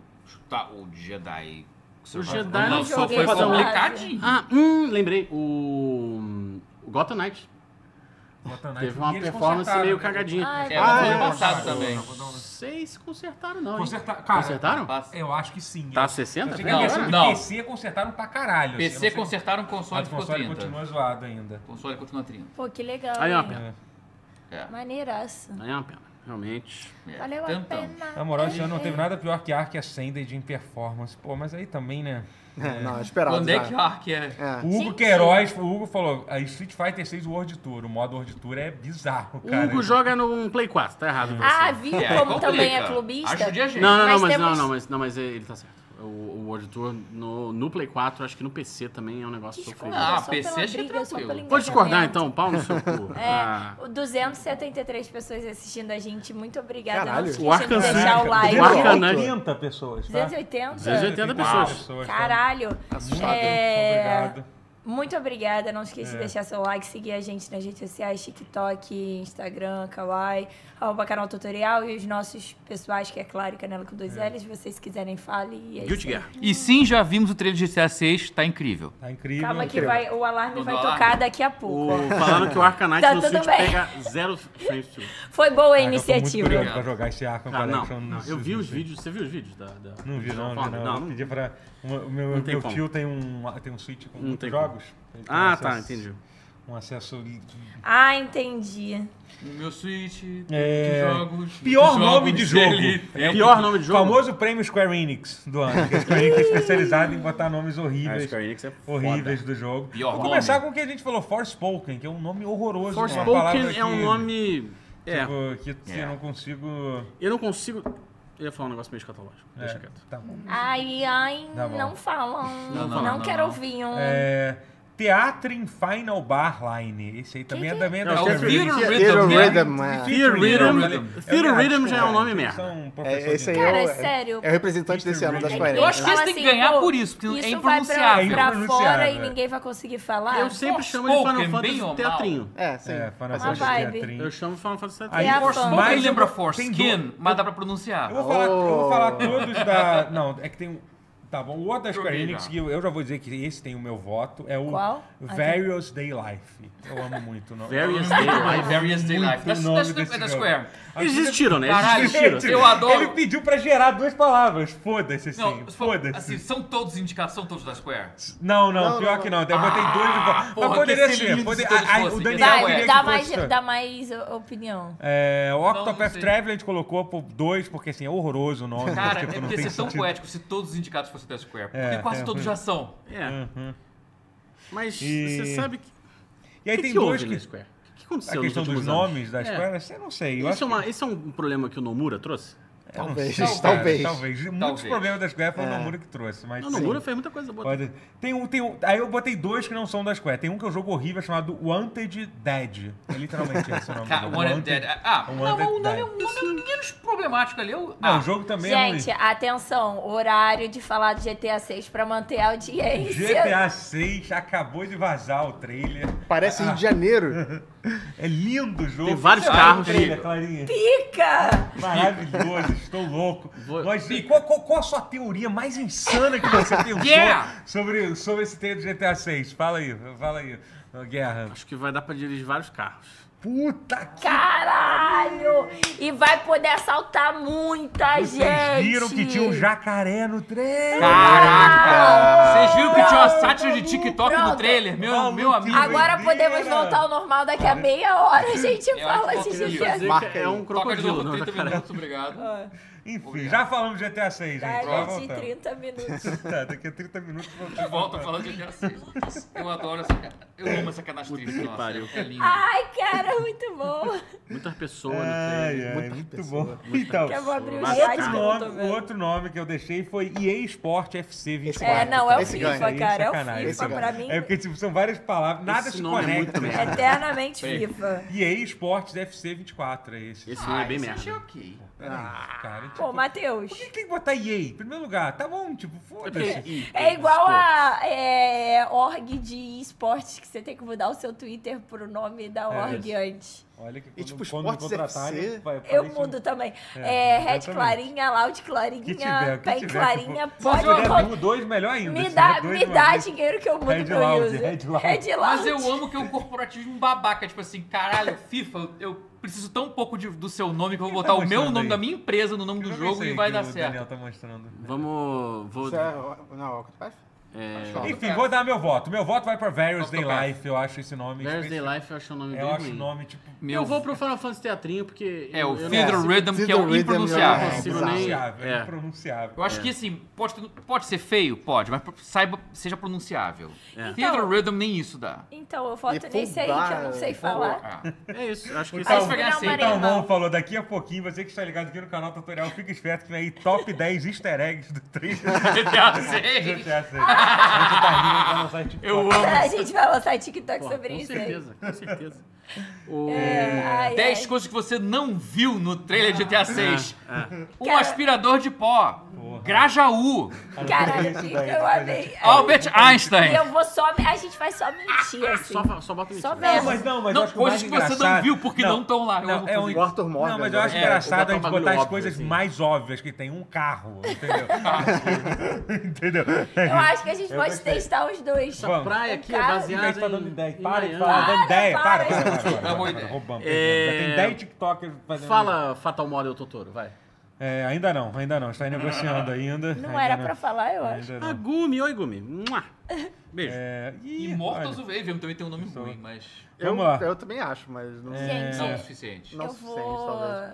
Speaker 3: tá, o Jedi.
Speaker 5: O Jedi
Speaker 3: não
Speaker 5: não
Speaker 3: foi
Speaker 2: joguei essa
Speaker 3: complicadinho.
Speaker 5: Ah, hum, lembrei. O. O Gotham Knight.
Speaker 1: Botanite.
Speaker 5: Teve uma
Speaker 1: E eles
Speaker 5: performance
Speaker 1: consertaram,
Speaker 5: meio
Speaker 1: né?
Speaker 5: cagadinha.
Speaker 2: Ai,
Speaker 3: É, mas
Speaker 4: Ah,
Speaker 3: foi
Speaker 4: é.
Speaker 3: ano passado também.
Speaker 5: Não sei se consertaram, não. hein?
Speaker 1: Conserta- cara,
Speaker 5: Consertaram?
Speaker 3: Passa-
Speaker 1: Eu acho que sim.
Speaker 5: Tá
Speaker 1: Eu-
Speaker 5: 60?
Speaker 1: Eu sei que
Speaker 5: Não,
Speaker 1: a versão de
Speaker 3: não.
Speaker 1: PC consertaram pra caralho. assim, eu
Speaker 3: PC
Speaker 1: não sei-
Speaker 3: consertaram o
Speaker 1: Mas
Speaker 3: console
Speaker 1: o
Speaker 3: ficou
Speaker 1: console
Speaker 3: 30.
Speaker 1: continua zoado ainda.
Speaker 3: O console continua 30.
Speaker 2: Pô, que legal.
Speaker 5: Aí é uma
Speaker 2: hein?
Speaker 5: pena.
Speaker 3: É.
Speaker 2: Maneiraço.
Speaker 5: Aí é uma pena. Realmente.
Speaker 3: é.
Speaker 2: Valeu a
Speaker 3: Tentamos.
Speaker 2: pena.
Speaker 1: então, Na moral, esse ano não
Speaker 2: É.
Speaker 1: teve nada pior que Ark Ascended em performance. Pô, mas aí também, né?
Speaker 4: *laughs* Não, esperado.
Speaker 3: Quando é
Speaker 4: já.
Speaker 3: que o Ark é?
Speaker 2: Ah.
Speaker 1: O Hugo
Speaker 2: Gente.
Speaker 1: Queiroz, o Hugo falou, a Street Fighter 6 World Tour, o modo World Tour é bizarro,
Speaker 5: O
Speaker 1: cara.
Speaker 5: Hugo joga no Play 4, tá errado. pra
Speaker 2: Ah,
Speaker 5: você.
Speaker 2: viu
Speaker 3: É,
Speaker 2: como
Speaker 3: complica.
Speaker 2: também é clubista?
Speaker 3: Ajude a gente.
Speaker 5: Não, não, não,
Speaker 2: Mas
Speaker 5: mas, não,
Speaker 2: temos-
Speaker 5: não, mas, não, mas ele tá certo. O, o World Tour no, no Play 4, acho que no PC também é um negócio
Speaker 2: Desculpa,
Speaker 5: sofrido.
Speaker 3: Ah,
Speaker 2: só
Speaker 3: PC
Speaker 2: pela
Speaker 3: achei
Speaker 2: briga, só
Speaker 3: tranquilo.
Speaker 2: pelo
Speaker 5: Pode discordar
Speaker 2: engajamento.
Speaker 5: então, pau no seu
Speaker 3: *laughs*
Speaker 5: cu.
Speaker 2: É,
Speaker 5: Ah.
Speaker 2: o 273 pessoas assistindo a gente, muito obrigada.
Speaker 4: Caralho.
Speaker 2: não
Speaker 5: O
Speaker 2: esqueçam de
Speaker 5: Arkham
Speaker 2: deixar o
Speaker 5: City.
Speaker 2: like.
Speaker 5: O Arkham-
Speaker 1: 280 pessoas, tá?
Speaker 2: 280?
Speaker 5: 280
Speaker 1: Uau.
Speaker 5: pessoas.
Speaker 1: tá?
Speaker 2: Caralho.
Speaker 4: Assustado.
Speaker 2: É,
Speaker 1: Obrigado.
Speaker 2: Muito obrigada. Não esqueça de
Speaker 1: É.
Speaker 2: deixar seu like, seguir a gente nas redes sociais, TikTok, Instagram, Kawaii, arroba canal tutorial e os nossos pessoais, que é claro, Canela com dois L's. Se vocês quiserem, fale. E é isso.
Speaker 5: Guilty
Speaker 2: aí.
Speaker 5: Gear.
Speaker 3: E sim, já vimos o trailer de GTA 6, tá incrível.
Speaker 1: Tá incrível.
Speaker 2: Calma que vai, o alarme
Speaker 3: Tudo
Speaker 2: vai
Speaker 3: alarme.
Speaker 2: tocar daqui a pouco.
Speaker 3: Tá
Speaker 5: O- falaram que o Arcanite
Speaker 2: Tá
Speaker 5: no
Speaker 2: tudo
Speaker 5: Switch
Speaker 2: bem.
Speaker 5: pega zero frames through.
Speaker 2: Foi boa a
Speaker 1: Cara, eu tô Ah, Muito
Speaker 2: iniciativa.
Speaker 1: curioso pra jogar esse Arkham
Speaker 5: Cara, Ah, não,
Speaker 1: Collection.
Speaker 5: não,
Speaker 1: no
Speaker 5: eu vi os
Speaker 1: Switch.
Speaker 5: vídeos, você viu os vídeos da... da
Speaker 1: Não vi, não,
Speaker 5: Foundry?
Speaker 1: não, não. Eu pedi pra. O meu,
Speaker 5: Não tem
Speaker 1: meu
Speaker 5: como.
Speaker 1: tio tem um, tem um Switch com
Speaker 5: Não
Speaker 1: muitos
Speaker 5: tem
Speaker 1: jogos. Ele tem um
Speaker 5: Ah, tá,
Speaker 1: acesso-
Speaker 5: entendi.
Speaker 1: Um acesso. li-
Speaker 2: Ah, entendi.
Speaker 3: No meu Switch,
Speaker 1: É.
Speaker 3: muitos jogos.
Speaker 1: Pior
Speaker 3: muitos
Speaker 1: nome
Speaker 3: jogos,
Speaker 1: de jogo.
Speaker 3: ele-
Speaker 5: É o pior nome de jogo.
Speaker 1: Famoso prêmio Square Enix do ano. que a Square
Speaker 5: *laughs*
Speaker 1: Enix é especializada em botar nomes
Speaker 5: Ah,
Speaker 1: horríveis.
Speaker 5: Square Enix é
Speaker 1: horríveis do jogo.
Speaker 3: Pior
Speaker 1: Vou
Speaker 3: nome.
Speaker 1: começar com o que a gente falou, Forspoken, que é um nome horroroso. uma palavra
Speaker 5: Forspoken é um
Speaker 1: que,
Speaker 5: nome... É,
Speaker 1: tipo, que, que
Speaker 3: É.
Speaker 1: eu não consigo...
Speaker 5: eu não consigo... Eu ia falar um negócio meio escatológico, deixa
Speaker 1: é,
Speaker 5: quieto.
Speaker 1: tá bom.
Speaker 2: Ai, ai,
Speaker 1: Tá bom.
Speaker 2: não falam. Não,
Speaker 5: Não, não,
Speaker 3: não,
Speaker 2: quero
Speaker 3: não.
Speaker 2: ouvir um.
Speaker 1: É, Teatro em Final Bar Line. Esse aí também
Speaker 2: Que
Speaker 1: é
Speaker 2: que
Speaker 1: da minha...
Speaker 5: É o
Speaker 1: da Square
Speaker 5: Theater
Speaker 1: Enix.
Speaker 3: Rhythm,
Speaker 4: Theater
Speaker 3: né?
Speaker 4: Rhythm, é.
Speaker 5: Fear Rhythm.
Speaker 1: Eu falei-
Speaker 5: Fear
Speaker 1: eu-
Speaker 5: Rhythm já é um
Speaker 1: desculpa,
Speaker 5: nome
Speaker 1: eles
Speaker 5: merda.
Speaker 1: são professores
Speaker 4: É, esse aí
Speaker 1: de-
Speaker 2: Cara,
Speaker 4: é, o,
Speaker 2: sério.
Speaker 4: é o representante
Speaker 1: Mr.
Speaker 4: desse ano da
Speaker 1: Reagan.
Speaker 4: Square
Speaker 3: Eu acho
Speaker 4: Enix.
Speaker 3: que esse tem que ganhar
Speaker 2: assim, pô,
Speaker 3: por isso, porque é
Speaker 2: isso
Speaker 3: impronunciável.
Speaker 2: Vai pra,
Speaker 1: É
Speaker 2: pra fora e
Speaker 1: impronunciável, é.
Speaker 2: ninguém vai conseguir falar.
Speaker 5: Eu sempre chamo de Final
Speaker 3: Ah, Forspoken,
Speaker 5: Fantasy
Speaker 3: bem ou mal.
Speaker 5: Teatrinho.
Speaker 4: É, sim.
Speaker 1: É, Final
Speaker 4: Faz
Speaker 2: Uma
Speaker 1: Fantasy
Speaker 4: sentido.
Speaker 2: vibe.
Speaker 1: Teatrinho.
Speaker 5: Eu chamo Final Fantasy
Speaker 1: Aí,
Speaker 5: Teatrinho.
Speaker 2: É a
Speaker 1: Force-
Speaker 2: fama.
Speaker 3: Mas
Speaker 1: mas
Speaker 3: ele lembra
Speaker 1: eu- tem
Speaker 3: Forskin,
Speaker 1: duas-
Speaker 3: mas dá pra
Speaker 1: Eu vou,
Speaker 3: pronunciar.
Speaker 1: falar, eu vou
Speaker 4: Oh.
Speaker 1: falar todos da. Não, é que tem um. Tá bom, o outro da Square
Speaker 3: Joguei
Speaker 1: Enix,
Speaker 3: já.
Speaker 1: que eu eu já vou dizer que esse tem o meu voto, é o
Speaker 2: Qual?
Speaker 1: Various Day Life. Eu amo muito o nome.
Speaker 3: Muito
Speaker 5: Various Day
Speaker 3: bem, É, Various Day Life.
Speaker 1: Muito
Speaker 3: That's-
Speaker 1: nome
Speaker 3: that's the-
Speaker 1: desse
Speaker 3: É da
Speaker 1: jogo.
Speaker 3: Square.
Speaker 5: Eles desistiram, né?
Speaker 3: Caralho,
Speaker 5: Eles desistiram.
Speaker 3: gente, eu adoro-
Speaker 1: Ele pediu pra gerar duas palavras. Foda-se, assim.
Speaker 3: Não, se for-
Speaker 1: Foda-se.
Speaker 3: assim, são todos indicação, todos da Square.
Speaker 1: Não, não,
Speaker 4: Não,
Speaker 1: pior
Speaker 4: não,
Speaker 1: que não. Então Eu botei dois igual.
Speaker 3: Ah,
Speaker 1: Mas
Speaker 3: porra, que
Speaker 1: poderia
Speaker 3: excelente
Speaker 1: ser.
Speaker 3: se
Speaker 1: Poder...
Speaker 3: todos
Speaker 1: ah, ah, o
Speaker 3: fossem.
Speaker 1: Daniel
Speaker 3: Vai,
Speaker 1: queria
Speaker 2: Vai,
Speaker 1: que
Speaker 2: dá
Speaker 1: fosse.
Speaker 2: mais, dá mais o- opinião.
Speaker 1: É, o
Speaker 3: Não, não
Speaker 1: Octopath
Speaker 3: sei.
Speaker 1: Traveler a gente colocou por dois, porque assim, é horroroso o nome.
Speaker 3: Cara,
Speaker 1: tipo,
Speaker 3: é
Speaker 1: não
Speaker 3: porque
Speaker 1: tem
Speaker 3: ser tão
Speaker 1: sentido.
Speaker 3: poético se todos os indicados fossem da Square. Porque
Speaker 1: É,
Speaker 3: quase
Speaker 1: é,
Speaker 3: todos
Speaker 1: é.
Speaker 3: já são.
Speaker 5: É. Mas
Speaker 1: Uhum. E-
Speaker 5: você sabe que.
Speaker 1: E aí
Speaker 5: que
Speaker 1: tem
Speaker 5: que
Speaker 1: dois
Speaker 5: houve
Speaker 1: que.
Speaker 5: na Square? O que, que
Speaker 1: A
Speaker 5: aconteceu nos
Speaker 1: questão
Speaker 5: últimos
Speaker 1: dos
Speaker 5: anos?
Speaker 1: nomes da
Speaker 5: É.
Speaker 1: Square, eu não sei. Eu acho
Speaker 5: Isso é, uma, isso é um problema que o Nomura trouxe?
Speaker 1: Eu não
Speaker 4: Talvez,
Speaker 1: sei, cara,
Speaker 4: talvez.
Speaker 1: talvez. Muitos
Speaker 3: Talvez.
Speaker 1: problemas da Square foi o Nomura que trouxe, mas.
Speaker 5: É. O
Speaker 1: É sim.
Speaker 5: Nomura fez muita coisa boa.
Speaker 1: Pode- Tem um, tem um, aí eu botei dois que não são da Square. Tem um que é um jogo horrível chamado Wanted Dead. É literalmente esse o nome.
Speaker 3: Cara,
Speaker 1: do
Speaker 3: o
Speaker 1: jogo.
Speaker 3: One and Dead. Ah,
Speaker 1: Wanted
Speaker 3: não, mas o nome
Speaker 1: Dead.
Speaker 3: é um nome menos problemático ali. é o-
Speaker 1: Não,
Speaker 3: ah,
Speaker 1: o jogo também
Speaker 2: Gente,
Speaker 1: é ruim.
Speaker 2: atenção, horário de falar do GTA 6 pra manter a audiência.
Speaker 1: GTA 6 acabou de vazar o trailer. Ah,
Speaker 4: Parece Rio de
Speaker 3: Ah.
Speaker 4: Janeiro.
Speaker 1: É lindo o jogo.
Speaker 5: Tem vários
Speaker 1: Olha o
Speaker 5: carros.
Speaker 1: Trailer, Clarinha.
Speaker 2: Fica!
Speaker 1: Maravilhoso, estou louco.
Speaker 5: Vou-
Speaker 1: Mas e qual, qual- qual a sua teoria mais insana que você pensou
Speaker 3: Yeah!
Speaker 1: sobre, sobre esse trailer do GTA 6? Fala aí, fala aí, ô, Guerra.
Speaker 5: Acho que vai dar pra dirigir vários carros.
Speaker 1: Puta que
Speaker 2: Caralho! E vai poder assaltar muita gente!
Speaker 1: Vocês viram que tinha um jacaré no trailer?
Speaker 3: Caraca! Vocês viram que tinha uma
Speaker 2: Não,
Speaker 3: sátira de TikTok no
Speaker 2: Pronto.
Speaker 3: trailer? Meu,
Speaker 1: Maluco.
Speaker 3: meu amigo.
Speaker 2: Agora
Speaker 1: doideira.
Speaker 2: podemos voltar ao normal daqui a meia hora, a gente
Speaker 3: Eu
Speaker 2: fala
Speaker 3: acho
Speaker 2: de
Speaker 3: que
Speaker 2: GTA
Speaker 3: eu queria
Speaker 5: Dizer
Speaker 2: 6.
Speaker 5: que
Speaker 4: Marca
Speaker 5: é
Speaker 4: aí.
Speaker 3: Toca
Speaker 5: um
Speaker 3: de
Speaker 5: crocodilo,
Speaker 3: novo
Speaker 5: não,
Speaker 3: 30
Speaker 5: cara.
Speaker 3: minutos, obrigado.
Speaker 1: Enfim, já falamos de GTA 6, gente. Já
Speaker 2: Tá, gente,
Speaker 1: voltamos.
Speaker 2: 30 minutos.
Speaker 1: Tá, daqui a 30 minutos
Speaker 3: De
Speaker 1: voltamos.
Speaker 3: volta falando de GTA 6. Eu adoro essa. Eu amo essa
Speaker 5: Puta
Speaker 3: canastrice,
Speaker 5: que
Speaker 3: nossa.
Speaker 5: pariu.
Speaker 3: É lindo.
Speaker 2: Ai, cara, muito bom.
Speaker 5: Muitas pessoas no
Speaker 1: Ai,
Speaker 5: trailer.
Speaker 1: ai,
Speaker 5: muita-
Speaker 1: muito
Speaker 4: pessoa,
Speaker 1: bom. Então,
Speaker 2: Que eu vou abrir o
Speaker 5: Mas
Speaker 2: chat
Speaker 1: outro
Speaker 2: que eu tô
Speaker 1: nome, o
Speaker 2: vendo.
Speaker 1: outro nome que eu deixei foi EA Sport FC 24.
Speaker 2: É, não, é o
Speaker 4: Esse
Speaker 2: FIFA,
Speaker 4: ganha,
Speaker 2: cara.
Speaker 1: sacanagem,
Speaker 2: É o
Speaker 4: esse
Speaker 2: FIFA
Speaker 4: ganha.
Speaker 2: pra mim.
Speaker 1: É porque tipo, são várias palavras, nada
Speaker 5: Esse
Speaker 1: se
Speaker 5: nome é
Speaker 1: conecta.
Speaker 5: muito
Speaker 1: né?
Speaker 5: merda.
Speaker 2: Eternamente
Speaker 3: Peraí.
Speaker 2: FIFA.
Speaker 1: EA Sports FC 24 é esse.
Speaker 5: Esse filme é bem
Speaker 3: esse
Speaker 5: merda.
Speaker 3: achei ok.
Speaker 1: Peraí, cara.
Speaker 2: Pô,
Speaker 1: Tipo,
Speaker 2: Matheus.
Speaker 1: por que tem que botar EA? Em primeiro lugar, tá bom, tipo, foda-se.
Speaker 2: É igual a é, org de esportes que você tem que mudar o seu Twitter pro nome
Speaker 1: É
Speaker 2: da org antes.
Speaker 1: Olha que quando,
Speaker 4: E, tipo,
Speaker 1: quando me
Speaker 4: Sports
Speaker 1: contratarem,
Speaker 4: FC,
Speaker 1: vai- vai
Speaker 2: Eu
Speaker 1: isso-
Speaker 2: mudo também.
Speaker 1: É,
Speaker 2: É, Red
Speaker 1: exatamente.
Speaker 2: Clarinha, Loud
Speaker 1: Que tiver,
Speaker 2: Clarinha,
Speaker 1: que
Speaker 2: Pen
Speaker 1: tiver,
Speaker 2: Clarinha,
Speaker 1: tipo,
Speaker 2: pode
Speaker 1: Se tiver
Speaker 2: colocar.
Speaker 1: do- dois, melhor ainda.
Speaker 2: Me
Speaker 1: Se
Speaker 2: dá,
Speaker 1: tiver dois,
Speaker 2: me
Speaker 1: melhor
Speaker 2: dá
Speaker 1: ainda.
Speaker 2: dinheiro que eu mudo
Speaker 1: Red
Speaker 2: meu
Speaker 1: Loud,
Speaker 2: user.
Speaker 1: Red Loud.
Speaker 2: Red Loud.
Speaker 3: Mas eu amo que é um corporativismo babaca. Tipo assim, caralho, FIFA, eu preciso tão pouco de- do seu nome que eu vou
Speaker 1: tá
Speaker 3: botar o meu
Speaker 1: mostrando
Speaker 3: nome
Speaker 1: aí?
Speaker 3: da minha empresa no nome
Speaker 1: Eu
Speaker 3: do
Speaker 1: não
Speaker 3: jogo
Speaker 1: sei
Speaker 3: e vai
Speaker 1: que
Speaker 3: dar
Speaker 1: o
Speaker 3: certo.
Speaker 1: Daniel tá mostrando.
Speaker 5: Vamos. Vou,
Speaker 4: Isso é- Não, Octopath?
Speaker 1: Enfim, vou dar meu voto. Meu voto vai pra Various
Speaker 3: Toca
Speaker 1: Day
Speaker 3: o carro.
Speaker 1: Life. Eu acho esse nome.
Speaker 5: There's
Speaker 1: especi-
Speaker 5: Day Life eu acho o nome
Speaker 1: Eu
Speaker 5: bem
Speaker 1: acho o
Speaker 5: ruim.
Speaker 1: nome, tipo.
Speaker 3: Meu
Speaker 5: Eu vou pro Final Fantasy Teatrinho porque...
Speaker 3: É, o
Speaker 5: eu não
Speaker 3: Fiddle
Speaker 5: consigo-
Speaker 3: Rhythm, que é
Speaker 4: Fiddle
Speaker 3: o
Speaker 4: Rhythm,
Speaker 3: impronunciável.
Speaker 1: É,
Speaker 5: eu não consigo nem-
Speaker 1: impronunciável.
Speaker 5: é.
Speaker 1: Impronunciável.
Speaker 3: Eu acho que assim, pode, ter- pode ser feio? Pode, mas saiba, seja pronunciável.
Speaker 4: É.
Speaker 2: Então-
Speaker 3: Theater Rhythm nem isso dá.
Speaker 2: Então, eu voto
Speaker 4: E
Speaker 2: nesse aí que eu não
Speaker 4: fubá,
Speaker 2: sei
Speaker 4: fubá.
Speaker 2: falar.
Speaker 3: Ah.
Speaker 5: É isso, eu acho que
Speaker 1: O
Speaker 5: isso
Speaker 3: Aí
Speaker 1: Tal-
Speaker 3: você vai ganhar
Speaker 2: Não,
Speaker 1: o
Speaker 3: sempre.
Speaker 2: Maria.
Speaker 1: Talmon falou, daqui a pouquinho, você que está ligado aqui no canal tutorial, fica esperto que vem aí top 10 easter eggs do 3
Speaker 3: Ah.
Speaker 1: GTA
Speaker 3: *laughs* GTA VI.
Speaker 1: 6. A gente tá rindo pra não sair tipo
Speaker 3: Eu amo.
Speaker 2: A gente vai lançar TikTok
Speaker 5: Porra,
Speaker 2: sobre
Speaker 5: com
Speaker 2: isso aí.
Speaker 5: certeza, com certeza. O...
Speaker 2: Ai,
Speaker 3: 10
Speaker 2: ai.
Speaker 3: coisas que você não viu no trailer de GTA
Speaker 4: É,
Speaker 3: VI. Um
Speaker 2: Cara.
Speaker 3: aspirador de pó. Grajaú.
Speaker 2: Cara,
Speaker 1: Isso daí,
Speaker 2: eu amei.
Speaker 3: Albert Einstein.
Speaker 2: É. Eu vou só. A gente vai só
Speaker 1: Ah,
Speaker 2: mentir, assim.
Speaker 5: Só, só bota
Speaker 2: Só
Speaker 5: mentira.
Speaker 2: merda.
Speaker 1: Não, mas não, mas
Speaker 3: Não,
Speaker 1: eu acho que o mais
Speaker 3: coisas que você não
Speaker 1: engraçado-
Speaker 3: viu porque não tão lá. Eu amo
Speaker 1: é um...
Speaker 4: O Arthur Morgan né?
Speaker 1: Não, mas eu acho assim,
Speaker 4: agora.
Speaker 5: É,
Speaker 1: engraçado
Speaker 5: botar
Speaker 1: a gente
Speaker 5: um
Speaker 1: botar
Speaker 5: bagulho
Speaker 1: as
Speaker 5: óbvio,
Speaker 1: coisas
Speaker 5: assim.
Speaker 1: mais óbvias, que tem um carro, entendeu? entendeu?
Speaker 2: Eu acho que a gente
Speaker 1: Eu
Speaker 2: pode
Speaker 1: gostei.
Speaker 2: testar os dois.
Speaker 1: Vamos.
Speaker 5: Praia aqui é
Speaker 2: Cara,
Speaker 1: A gente
Speaker 5: baseada
Speaker 1: tá
Speaker 5: em...
Speaker 1: dando ideia.
Speaker 5: em
Speaker 1: Para de
Speaker 5: Miami.
Speaker 1: falar, dando ideia. Para,
Speaker 2: para,
Speaker 1: para,
Speaker 2: gente.
Speaker 1: para.
Speaker 3: Dá boa ideia.
Speaker 1: Roubamos.
Speaker 5: É.
Speaker 1: Já tem 10 TikTokers fazendo
Speaker 5: Fala Fatal Model Totoro, vai.
Speaker 1: É, ainda não, ainda não. Está negociando ainda.
Speaker 2: Não
Speaker 1: ainda
Speaker 2: era pra falar, eu acho.
Speaker 1: Ainda
Speaker 5: Ah,
Speaker 1: não.
Speaker 5: Gumi, oi Gumi. Mua. Beijo.
Speaker 1: É, ih,
Speaker 3: E Mortals
Speaker 1: olha,
Speaker 3: of Avium também tem um nome ruim, mas
Speaker 4: Eu,
Speaker 1: Vamos lá.
Speaker 4: eu também acho, mas não,
Speaker 2: Gente,
Speaker 1: É.
Speaker 3: não o suficiente.
Speaker 4: não
Speaker 2: eu
Speaker 4: suficiente,
Speaker 2: vou.
Speaker 4: talvez.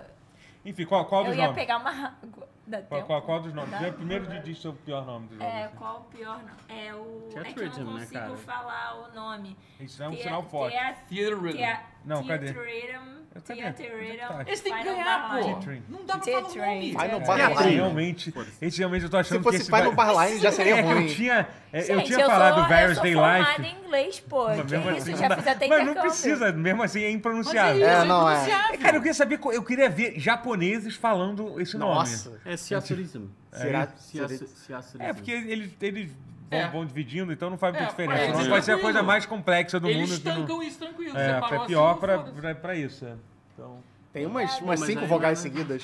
Speaker 1: Enfim, qual, qual
Speaker 2: Eu
Speaker 1: dos
Speaker 2: ia
Speaker 1: nomes?
Speaker 2: pegar uma. água. Dá
Speaker 1: Qual,
Speaker 2: tempo?
Speaker 1: qual, qual dos nomes?
Speaker 2: Dá?
Speaker 1: Primeiro- Primeiro de- diz seu pior nome do jogo.
Speaker 2: É,
Speaker 1: assim.
Speaker 2: qual o pior nome? É o.
Speaker 5: Cat
Speaker 2: é que eu
Speaker 5: Rhythm,
Speaker 2: não
Speaker 5: né,
Speaker 2: consigo
Speaker 5: cara?
Speaker 2: falar o nome.
Speaker 1: Isso é um
Speaker 2: Thea-
Speaker 1: sinal forte.
Speaker 2: Thea-
Speaker 3: Theater Rhythm.
Speaker 2: Thea-
Speaker 1: Não, cadê?
Speaker 2: Theaterhythm,
Speaker 1: Eu- cadê?
Speaker 2: Theaterhythm,
Speaker 1: Onde é que tá?
Speaker 3: Esse tem que
Speaker 2: Final
Speaker 3: ganhar,
Speaker 2: Battle.
Speaker 1: Train.
Speaker 3: pô. Não dá pra falar o nome. É.
Speaker 2: Final
Speaker 4: Battle.
Speaker 1: Esse
Speaker 4: Line.
Speaker 1: É, realmente, esse realmente eu tô achando
Speaker 4: Se
Speaker 1: que
Speaker 4: fosse
Speaker 1: esse
Speaker 4: pai
Speaker 1: vai-
Speaker 4: no Barline, já seria
Speaker 1: É que *laughs* eu
Speaker 4: ruim.
Speaker 1: tinha, é, eu
Speaker 2: Gente,
Speaker 1: tinha falado
Speaker 2: sou,
Speaker 1: Various
Speaker 2: eu sou
Speaker 1: Day
Speaker 2: formada
Speaker 1: Life.
Speaker 2: em inglês, pô.
Speaker 1: mas
Speaker 2: Que
Speaker 1: mesmo
Speaker 2: isso,
Speaker 1: assim
Speaker 2: eu
Speaker 1: não
Speaker 2: já
Speaker 1: dá.
Speaker 2: fiz até
Speaker 1: Mas
Speaker 2: intercâmbio.
Speaker 1: não precisa, mesmo assim é
Speaker 3: Mas é isso,
Speaker 1: impronunciável.
Speaker 4: É,
Speaker 3: é
Speaker 4: não, é.
Speaker 3: impronunciável.
Speaker 1: Cara, eu queria saber, qual- eu queria ver japoneses falando esse nome.
Speaker 4: Nossa.
Speaker 5: É Ciasurismo.
Speaker 4: Será? Será-
Speaker 5: Ciasurismo.
Speaker 1: É, porque eles, eles vão,
Speaker 3: É.
Speaker 1: vão dividindo, então não faz muita
Speaker 3: É,
Speaker 1: diferença.
Speaker 3: pra
Speaker 1: O
Speaker 3: eles
Speaker 1: nome
Speaker 3: é
Speaker 1: pode ser a coisa
Speaker 3: tranquilo.
Speaker 1: mais complexa do
Speaker 3: Eles
Speaker 1: mundo. que não-
Speaker 3: tancam isso tranquilo.
Speaker 1: É,
Speaker 3: Separou
Speaker 1: é
Speaker 3: assim,
Speaker 1: pior pra,
Speaker 3: foda-se.
Speaker 1: pra, pra isso. é. Então,
Speaker 4: Tem umas,
Speaker 5: mas
Speaker 4: umas cinco
Speaker 5: aí
Speaker 4: vogais
Speaker 5: não é-
Speaker 4: seguidas.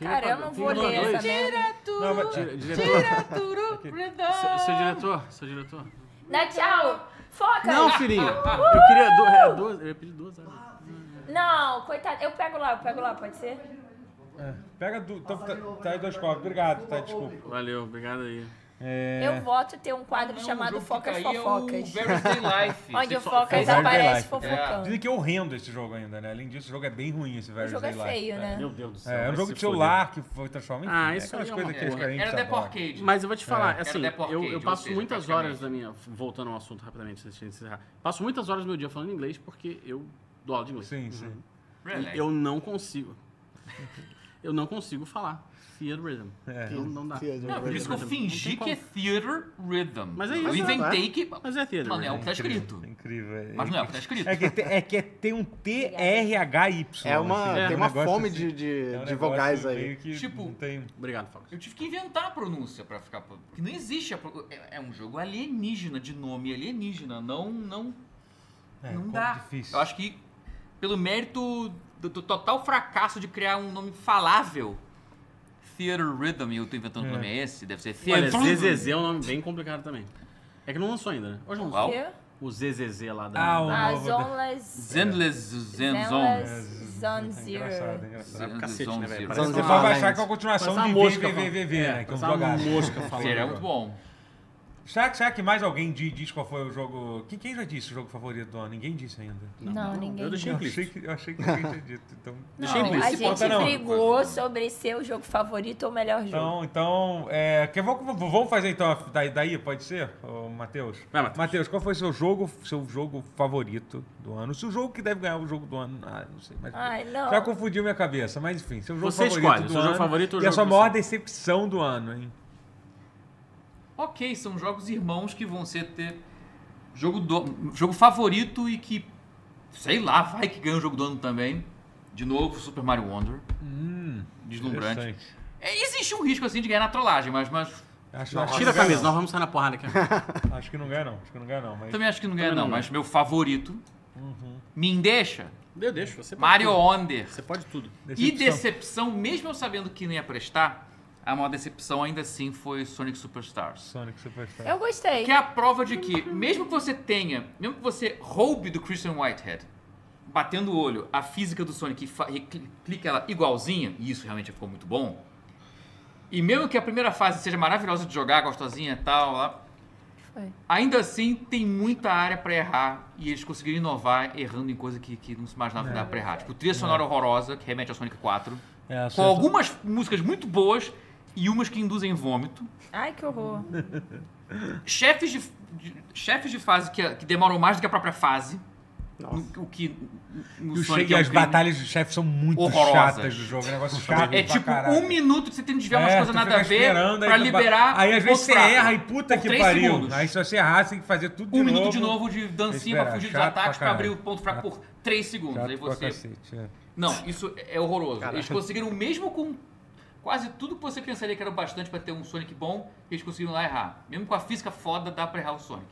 Speaker 2: Cara, eu não vou ler essa merda.
Speaker 1: não, mas-
Speaker 5: Diretor,
Speaker 3: *laughs* Turu,
Speaker 5: seu, seu
Speaker 3: Rhythm.
Speaker 5: diretor, seu diretor.
Speaker 2: Dá tchau. Foca.
Speaker 5: Não, filhinho. Eu queria du- é, duas, eu ia pedir duas águas.
Speaker 2: Não, coitado. Eu pego lá, eu pego lá, pode ser?
Speaker 1: é. Pega do, tá, tá, tá aí dois copos. Obrigado, tá, desculpa.
Speaker 5: Valeu, obrigado aí.
Speaker 1: É,
Speaker 2: Eu voto ter um quadro
Speaker 3: Ah, Não, o
Speaker 2: chamado
Speaker 3: jogo que
Speaker 2: Focas
Speaker 3: caía é o
Speaker 2: Fofocas.
Speaker 3: Barry's Day
Speaker 2: *laughs*
Speaker 3: Life.
Speaker 2: Onde
Speaker 3: Você
Speaker 2: o Focas
Speaker 1: Focas Day
Speaker 2: aparece
Speaker 1: Life.
Speaker 2: fofocando.
Speaker 1: Dizem que é horrendo esse jogo ainda, né? Além disso, o jogo é bem ruim, esse
Speaker 2: O
Speaker 1: Various
Speaker 2: jogo é
Speaker 1: Day Life.
Speaker 2: feio, né?
Speaker 5: Meu Deus do céu.
Speaker 1: É, é um
Speaker 5: vai
Speaker 1: jogo
Speaker 5: se
Speaker 1: de
Speaker 5: folar.
Speaker 1: celular que foi transformado. Enfim,
Speaker 5: Ah,
Speaker 1: é
Speaker 5: isso
Speaker 1: aquelas
Speaker 5: aí
Speaker 1: coisas
Speaker 5: é uma
Speaker 1: que as
Speaker 5: porra.
Speaker 1: carentes
Speaker 3: Era Depo
Speaker 1: adoram.
Speaker 3: Arcade.
Speaker 5: Mas eu vou te falar, assim,
Speaker 3: Era Depo
Speaker 5: eu,
Speaker 3: Arcade,
Speaker 5: eu
Speaker 3: ou
Speaker 5: passo
Speaker 3: seja,
Speaker 5: muitas
Speaker 3: praticamente.
Speaker 5: horas da minha. Voltando ao assunto rapidamente, antes de encerrar. Passo muitas horas do meu dia falando inglês porque eu dou aula de inglês.
Speaker 1: Sim, sim.
Speaker 3: Relax.
Speaker 5: Eu não consigo. Eu não consigo falar. Fear rhythm.
Speaker 1: É.
Speaker 5: Não, não dá.
Speaker 3: Não, por isso que eu
Speaker 5: Não tem
Speaker 3: fingi que
Speaker 5: como.
Speaker 3: é Theater Rhythm.
Speaker 5: Mas é
Speaker 3: Eu
Speaker 5: isso,
Speaker 3: inventei que...
Speaker 5: Mas é theater.
Speaker 3: Mano, é
Speaker 5: rhythm.
Speaker 3: o que tá escrito.
Speaker 1: É Incrível. é-
Speaker 3: Mas não é o que tá escrito.
Speaker 1: É que, tem, é que tem um T-R-H-Y.
Speaker 4: É uma,
Speaker 1: assim,
Speaker 5: é
Speaker 4: tem
Speaker 1: um
Speaker 4: uma
Speaker 1: negócio
Speaker 4: fome
Speaker 1: assim,
Speaker 4: de, de,
Speaker 1: é um
Speaker 4: de
Speaker 1: negócio
Speaker 4: vogais aí.
Speaker 1: meio que
Speaker 3: Tipo-
Speaker 1: não tem-
Speaker 5: Obrigado, Fox.
Speaker 3: Eu tive que inventar a pronúncia pra ficar... Porque não existe a pro- É é um jogo alienígena, de nome alienígena. Não, não,
Speaker 1: É,
Speaker 3: não
Speaker 1: como
Speaker 3: dá.
Speaker 1: Difícil.
Speaker 3: Eu acho que pelo mérito do, do total fracasso de criar um nome falável... Theater Rhythm, eu tô inventando o nome é esse, deve ser
Speaker 5: Olha,
Speaker 3: Theater
Speaker 5: ZZZ é um nome bem complicado também. É que não lançou ainda, né? Hoje não
Speaker 3: Qual?
Speaker 5: lançou.
Speaker 2: Quê?
Speaker 5: O ZZZ lá da...
Speaker 1: Ah, o-
Speaker 5: da-
Speaker 2: Ah,
Speaker 1: novo da-
Speaker 2: Zonless.
Speaker 3: Zenless Zenzon.
Speaker 1: É,
Speaker 2: Zone Zero.
Speaker 1: Engraçado, é engraçado.
Speaker 5: Cacete, né, velho?
Speaker 3: Zero.
Speaker 5: Parece
Speaker 1: Você
Speaker 5: uma-
Speaker 1: só vai
Speaker 4: Valente.
Speaker 1: achar que é a continuação
Speaker 5: parece
Speaker 1: de
Speaker 5: uma mosca
Speaker 1: VVVV,
Speaker 5: falando.
Speaker 1: né? Que é um
Speaker 5: Parece uma
Speaker 1: jogaço.
Speaker 5: mosca falando.
Speaker 3: Será é muito bom.
Speaker 1: Será, que- será que mais alguém di- diz qual foi o jogo... Quem, quem já disse o jogo favorito do ano? Ninguém disse ainda.
Speaker 2: Não, ninguém.
Speaker 5: Eu deixei
Speaker 1: Eu
Speaker 5: em clipe.
Speaker 1: achei que, eu achei que alguém tinha dito. Então,
Speaker 5: Deixei em
Speaker 2: Não,
Speaker 5: clipe.
Speaker 2: a
Speaker 5: Se
Speaker 2: gente
Speaker 1: conta, não.
Speaker 2: brigou sobre ser o jogo favorito ou o melhor jogo.
Speaker 1: então, então é, que, vamos, vamos- vamos fazer então a- daí, daí, pode ser, ô, Matheus?
Speaker 5: Vai, Matheus.
Speaker 1: Matheus, qual foi seu jogo, seu jogo favorito do ano? Se o jogo que deve ganhar o jogo do ano, ah, não sei. Mas,
Speaker 2: Ai, não.
Speaker 1: Já confundiu minha cabeça, mas enfim, seu jogo
Speaker 5: Você
Speaker 1: favorito
Speaker 5: escolhe,
Speaker 1: do
Speaker 5: seu
Speaker 1: ano
Speaker 5: jogo favorito ou
Speaker 1: e a
Speaker 5: jogo
Speaker 1: sua
Speaker 5: que
Speaker 1: maior
Speaker 5: você-
Speaker 1: decepção do ano, hein?
Speaker 3: Ok, são jogos irmãos que vão ser ter jogo, do, jogo favorito e que, sei lá, vai que ganha o jogo do ano também. De novo, Super Mario Wonder. Deslumbrante.
Speaker 1: Interessante.
Speaker 3: É, existe um risco assim de ganhar na trollagem, mas, mas
Speaker 1: Acho,
Speaker 4: Não,
Speaker 1: acho
Speaker 5: Tira a
Speaker 1: que não
Speaker 5: camisa,
Speaker 1: ganha,
Speaker 5: nós vamos sair na porrada aqui. *laughs*
Speaker 1: não. Acho que não ganha não, acho que não ganha não. Mas...
Speaker 3: também acho que não ganha, não.
Speaker 5: Também
Speaker 3: né?
Speaker 5: não ganha.
Speaker 3: Mas meu favorito, me deixa,
Speaker 5: Eu deixo, você pode
Speaker 3: Mario
Speaker 5: tudo.
Speaker 3: Wonder.
Speaker 5: Você pode tudo.
Speaker 3: E
Speaker 1: Decepção.
Speaker 3: decepção, mesmo eu sabendo que não ia prestar, a maior decepção ainda assim foi Sonic Superstars.
Speaker 1: Sonic Superstar.
Speaker 2: Eu gostei.
Speaker 3: Que é a prova de que, mesmo que você tenha, mesmo que você roube do Christian Whitehead, batendo o olho, a física do Sonic e, fa- e cli- clica ela igualzinha, e isso realmente ficou muito bom, e mesmo que a primeira fase seja maravilhosa de jogar, gostosinha e tal, lá,
Speaker 2: Foi.
Speaker 3: Ainda assim, tem muita área pra errar e eles conseguiram inovar errando em coisa que, que não se imaginava que dava pra errar. Tipo, trilha sonora horrorosa, que remete a Sonic 4,
Speaker 1: É, a
Speaker 3: com
Speaker 1: sua-
Speaker 3: algumas músicas muito boas e umas que induzem vômito.
Speaker 2: Ai, que horror.
Speaker 3: Chefes de, de- chefes de fase que, que demoram mais do que a própria fase,
Speaker 4: Nossa.
Speaker 3: o que n- no
Speaker 1: E o
Speaker 3: Sonic
Speaker 1: che-
Speaker 3: é um
Speaker 1: as
Speaker 3: crime.
Speaker 1: batalhas de chefe são muito
Speaker 3: Horrorosas.
Speaker 1: chatas do jogo. É um negócio chato.
Speaker 3: É
Speaker 1: pra
Speaker 3: tipo
Speaker 1: caralho.
Speaker 3: um minuto que você tem que desviar umas
Speaker 1: É,
Speaker 3: coisas
Speaker 1: tu
Speaker 3: nada a
Speaker 1: fica
Speaker 3: ver
Speaker 1: esperando, aí tu
Speaker 3: pra
Speaker 1: ba-
Speaker 3: liberar.
Speaker 1: Aí às
Speaker 3: ponto
Speaker 1: vezes você
Speaker 3: fraco.
Speaker 1: erra e puta
Speaker 3: Por
Speaker 1: que
Speaker 3: três
Speaker 1: pariu.
Speaker 3: segundos.
Speaker 1: Aí se você errar, você tem que fazer tudo de
Speaker 3: um
Speaker 1: novo.
Speaker 3: minuto de novo de dancinha pra
Speaker 1: Espera,
Speaker 3: fugir dos
Speaker 1: chato pra
Speaker 3: ataques pra abrir o
Speaker 1: caralho.
Speaker 3: ponto fraco por três segundos.
Speaker 1: Chato
Speaker 3: aí
Speaker 1: pra
Speaker 3: você.
Speaker 1: cacete, é.
Speaker 3: Não, isso é horroroso. Eles conseguiram mesmo com quase tudo que você pensaria que era o bastante pra ter um Sonic bom, eles conseguiram lá errar. Mesmo com a física foda, dá pra errar o Sonic.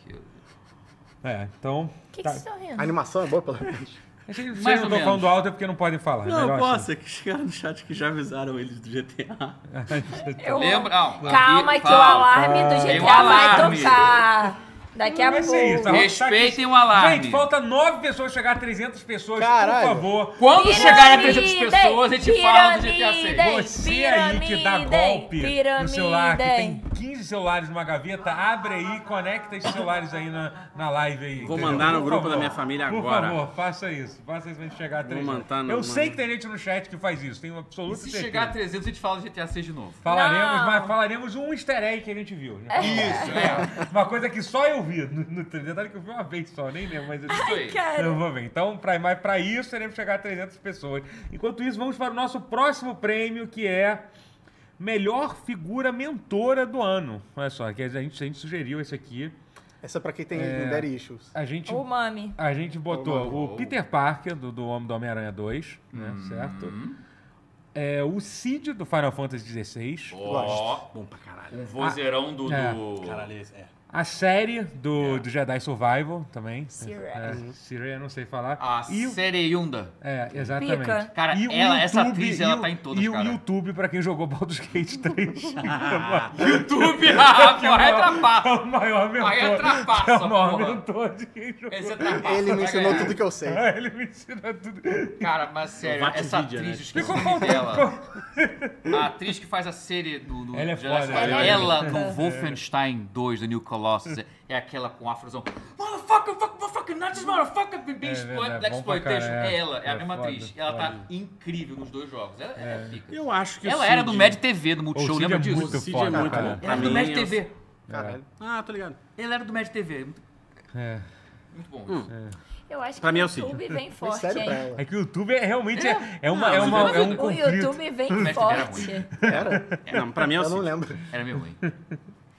Speaker 1: É, então...
Speaker 2: O que, que
Speaker 1: tá.
Speaker 2: vocês estão rindo?
Speaker 4: A animação é boa, pelo menos.
Speaker 1: Se eu
Speaker 3: Mais ou
Speaker 1: não tô
Speaker 3: menos.
Speaker 1: falando alto é porque não podem falar. é
Speaker 5: Não,
Speaker 1: melhor
Speaker 5: posso, é que chegaram no chat que já avisaram eles do GTA.
Speaker 1: assim. *laughs*
Speaker 2: Eu-
Speaker 3: Lembra? Não,
Speaker 2: Calma
Speaker 3: aqui-
Speaker 2: que o
Speaker 3: calma.
Speaker 2: alarme
Speaker 1: Ah,
Speaker 2: do
Speaker 3: Tem um
Speaker 2: GTA vai
Speaker 3: alarme.
Speaker 2: tocar. Daqui a
Speaker 1: Vai
Speaker 2: pouco.
Speaker 1: ser isso, tá?
Speaker 3: Respeitem o alarme.
Speaker 1: Gente, falta nove pessoas chegar a 300 pessoas,
Speaker 4: Caralho.
Speaker 1: por favor.
Speaker 3: Quando chegar a 300
Speaker 2: Piramidem,
Speaker 3: pessoas, a gente fala do GTA 6.
Speaker 2: piramidem.
Speaker 1: Você aí que dá
Speaker 2: Piramidem,
Speaker 1: golpe no celular, que tem
Speaker 2: piramidem.
Speaker 1: 15 celulares numa gaveta, abre aí, conecta esses celulares aí na, na live aí.
Speaker 5: Vou
Speaker 1: entendeu?
Speaker 5: mandar no
Speaker 1: Por
Speaker 5: grupo da
Speaker 1: favor.
Speaker 5: minha família
Speaker 1: Por
Speaker 5: agora.
Speaker 1: favor, faça isso. Faça isso pra gente chegar a 300.
Speaker 5: mandar no-
Speaker 1: Eu
Speaker 5: mano.
Speaker 1: sei que tem gente no chat que faz isso, tenho absoluta
Speaker 3: Se
Speaker 1: certeza.
Speaker 3: chegar a 300, a gente fala do GTA 6 de novo.
Speaker 1: Falaremos,
Speaker 2: Não.
Speaker 1: mas falaremos um easter egg que a gente viu. Né?
Speaker 3: Isso,
Speaker 1: *laughs*
Speaker 3: é.
Speaker 1: Uma coisa que só eu vi. No, no detalhe que eu vi uma vez só, nem lembro, mas eu
Speaker 3: Isso aí.
Speaker 2: Cara,
Speaker 1: Eu vou ver. Então, pra, mas para isso, teremos que chegar a 300 pessoas. Enquanto isso, vamos para o nosso próximo prêmio, que é Melhor Figura Mentora do Ano. Olha só, que a gente, a gente sugeriu esse aqui.
Speaker 4: Essa é pra quem tem Daddy Issues.
Speaker 1: A gente,
Speaker 2: o Mami.
Speaker 1: a gente botou
Speaker 4: Oh,
Speaker 1: o Peter Parker, do, do Homem do Homem-Aranha 2, né, certo? É, o Cid, do Final Fantasy XVI.
Speaker 3: Ó,
Speaker 5: É Bom pra caralho. né?
Speaker 3: um vozeirão do...
Speaker 1: É.
Speaker 3: do-
Speaker 5: Caralho, esse- é.
Speaker 1: A série do, do Jedi Survival também.
Speaker 2: Siri.
Speaker 1: É, Siri, eu não sei falar.
Speaker 3: A
Speaker 1: E o-
Speaker 3: *laughs* Sereunda.
Speaker 1: É, exatamente.
Speaker 2: Pica.
Speaker 3: Cara,
Speaker 1: o
Speaker 3: ela- essa atriz,
Speaker 1: e
Speaker 3: ela
Speaker 1: o-
Speaker 3: tá em todas,
Speaker 1: E o
Speaker 3: cara.
Speaker 1: YouTube, pra quem jogou Baldur's
Speaker 3: *laughs*
Speaker 1: Gate 3.
Speaker 3: YouTube, ah, porra, é
Speaker 1: É
Speaker 3: trapaça.
Speaker 1: o maior mentor.
Speaker 3: Aí é trapaça,
Speaker 1: é o maior
Speaker 3: porra.
Speaker 1: mentor de quem jogou. Ah,
Speaker 3: Esse é trapaça,
Speaker 4: Ele me
Speaker 3: vai
Speaker 4: ensinou
Speaker 3: ganhar.
Speaker 4: tudo que eu sei.
Speaker 1: Ele me ensina tudo.
Speaker 3: É, Cara, mas sério,
Speaker 5: O
Speaker 3: essa
Speaker 5: Vatividia,
Speaker 3: atriz,
Speaker 5: né?
Speaker 3: eu esqueci o nome dela. A atriz que faz a série do... do
Speaker 1: Ela é
Speaker 3: Jedi
Speaker 1: foda,
Speaker 3: Survivor.
Speaker 1: ela é
Speaker 3: Ela, no Wolfenstein 2, do New Colossus, é- é aquela com afrozão. Motherfucker, fuck, motherfucker, Nazis, motherfucker, being
Speaker 1: É
Speaker 3: exploited,
Speaker 1: verdade, bom pra
Speaker 3: exploitation.
Speaker 1: caralho.
Speaker 3: É ela, é a
Speaker 1: É
Speaker 3: mesma
Speaker 1: foda,
Speaker 3: atriz. Ela tá
Speaker 1: foda.
Speaker 3: incrível nos dois jogos. Ela é pica.
Speaker 5: Eu acho que o
Speaker 3: Ela era
Speaker 5: Cid-
Speaker 3: do Mad TV, do
Speaker 1: O
Speaker 3: Multishow,
Speaker 1: Cid
Speaker 3: lembra
Speaker 1: é
Speaker 3: disso?
Speaker 1: muito
Speaker 5: O Cid é
Speaker 1: foda,
Speaker 5: muito
Speaker 1: cara.
Speaker 5: bom.
Speaker 3: Ela
Speaker 5: Pra
Speaker 3: era do
Speaker 5: mim,
Speaker 3: Mad
Speaker 5: eu-
Speaker 3: TV.
Speaker 4: Caralho.
Speaker 5: Ah, tô ligado.
Speaker 3: Ele era do Mad TV. Muito,
Speaker 1: É.
Speaker 3: muito bom. isso.
Speaker 1: Hum.
Speaker 2: Eu acho
Speaker 5: Pra
Speaker 2: que
Speaker 5: mim é
Speaker 2: o
Speaker 5: o Cid.
Speaker 2: YouTube
Speaker 4: *laughs*
Speaker 2: vem
Speaker 4: Foi
Speaker 2: forte,
Speaker 4: sério pra
Speaker 2: hein?
Speaker 4: ela.
Speaker 1: É que o YouTube é realmente é, é uma,
Speaker 3: Não,
Speaker 1: é
Speaker 3: o
Speaker 1: uma-
Speaker 3: YouTube
Speaker 1: é um
Speaker 2: O
Speaker 1: conflito.
Speaker 2: YouTube vem
Speaker 5: é
Speaker 3: Mas era ruim.
Speaker 2: forte.
Speaker 1: *laughs*
Speaker 4: Era?
Speaker 5: Não, pra mim é o
Speaker 4: Eu não
Speaker 5: Cid.
Speaker 4: lembro.
Speaker 3: Era meio ruim.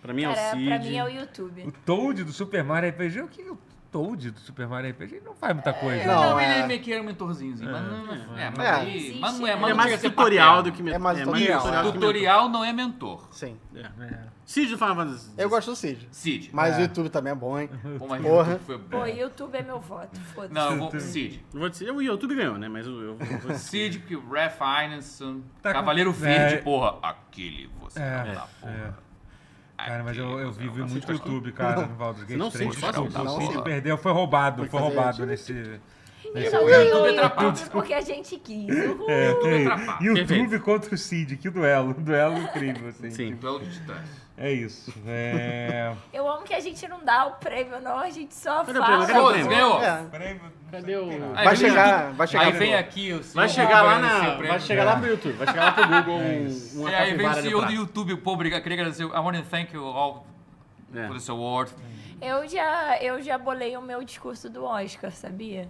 Speaker 5: Pra mim é o
Speaker 2: Cara, pra
Speaker 5: Cid.
Speaker 2: mim é o
Speaker 1: O
Speaker 2: YouTube.
Speaker 1: Toad do Super Mario RPG, o que é o Toad do Super Mario RPG? Ele não faz muita coisa.
Speaker 4: Não,
Speaker 3: Não,
Speaker 4: é-
Speaker 3: ele é meio que era um mentorzinhozinho. Mas não é. é, mas
Speaker 4: É.
Speaker 3: aí- mas não é. Mas
Speaker 5: Ele é
Speaker 3: não
Speaker 5: mais
Speaker 3: chega a ser
Speaker 5: tutorial do
Speaker 3: paterno.
Speaker 5: que mentor.
Speaker 4: É mais tutorial,
Speaker 5: do que mentor.
Speaker 3: Tutorial não é mentor.
Speaker 4: Sim.
Speaker 5: Cid do Final Fantasy.
Speaker 4: Eu gosto do Cid.
Speaker 3: Cid.
Speaker 4: Mas
Speaker 1: É.
Speaker 4: o YouTube também é bom, hein?
Speaker 3: Pô, mas
Speaker 4: Porra.
Speaker 3: YouTube foi
Speaker 2: Pô,
Speaker 3: bom.
Speaker 2: YouTube é meu voto, foda-se. *laughs*
Speaker 3: Não, eu vou. Cid.
Speaker 5: Não vou dizer, o YouTube ganhou, né? Mas eu, eu vou dizer.
Speaker 3: Cid, que Refinance,
Speaker 1: Tá com-
Speaker 3: Cavaleiro
Speaker 1: É.
Speaker 3: Verde, porra. Aquele você
Speaker 1: É,
Speaker 3: não dá, porra.
Speaker 1: Cara, mas eu, eu
Speaker 3: Aquele
Speaker 1: vivo muito YouTube, cara, no Baldur's Gate
Speaker 5: Não,
Speaker 1: 3.
Speaker 5: Cid, faz
Speaker 1: Desculpa,
Speaker 5: um
Speaker 1: o
Speaker 5: tapa.
Speaker 1: Cid perdeu, foi roubado, foi
Speaker 4: fazer
Speaker 1: roubado nesse...
Speaker 5: é
Speaker 2: E
Speaker 1: nesse-
Speaker 2: só
Speaker 3: YouTube
Speaker 2: ganhou o
Speaker 3: atrapalha.
Speaker 2: YouTube porque a gente quis.
Speaker 4: É.
Speaker 2: Uhul.
Speaker 3: Tudo atrapalha.
Speaker 1: YouTube
Speaker 5: Perfeito.
Speaker 1: contra o Cid, que duelo. um Duelo incrível, assim.
Speaker 5: Sim.
Speaker 3: Duelo de titãs.
Speaker 1: É isso.
Speaker 2: *laughs*
Speaker 1: É...
Speaker 2: Eu amo que a gente não dá o prêmio, não. A gente só
Speaker 5: Cadê o
Speaker 2: fala.
Speaker 5: prêmio? Cadê o
Speaker 3: Foda-se,
Speaker 5: prêmio?
Speaker 3: ganhou.
Speaker 4: É.
Speaker 5: Cadê o.
Speaker 3: Aí vem
Speaker 4: Vai chegar,
Speaker 3: o-
Speaker 4: vai chegar
Speaker 3: Aí
Speaker 4: pro-
Speaker 3: vem aqui o senhor
Speaker 5: Vai chegar lá
Speaker 3: agradecer
Speaker 5: na.
Speaker 3: o prêmio.
Speaker 5: Vai chegar lá pro YouTube. Vai chegar lá pro Google um, uma
Speaker 3: E aí vem o
Speaker 5: capivara de
Speaker 3: CEO do
Speaker 5: prata.
Speaker 3: YouTube, pô, obrigado, queria agradecer. I want to thank you all
Speaker 5: É.
Speaker 3: for this award.
Speaker 2: Eu já, eu já bolei o meu discurso do Oscar, sabia?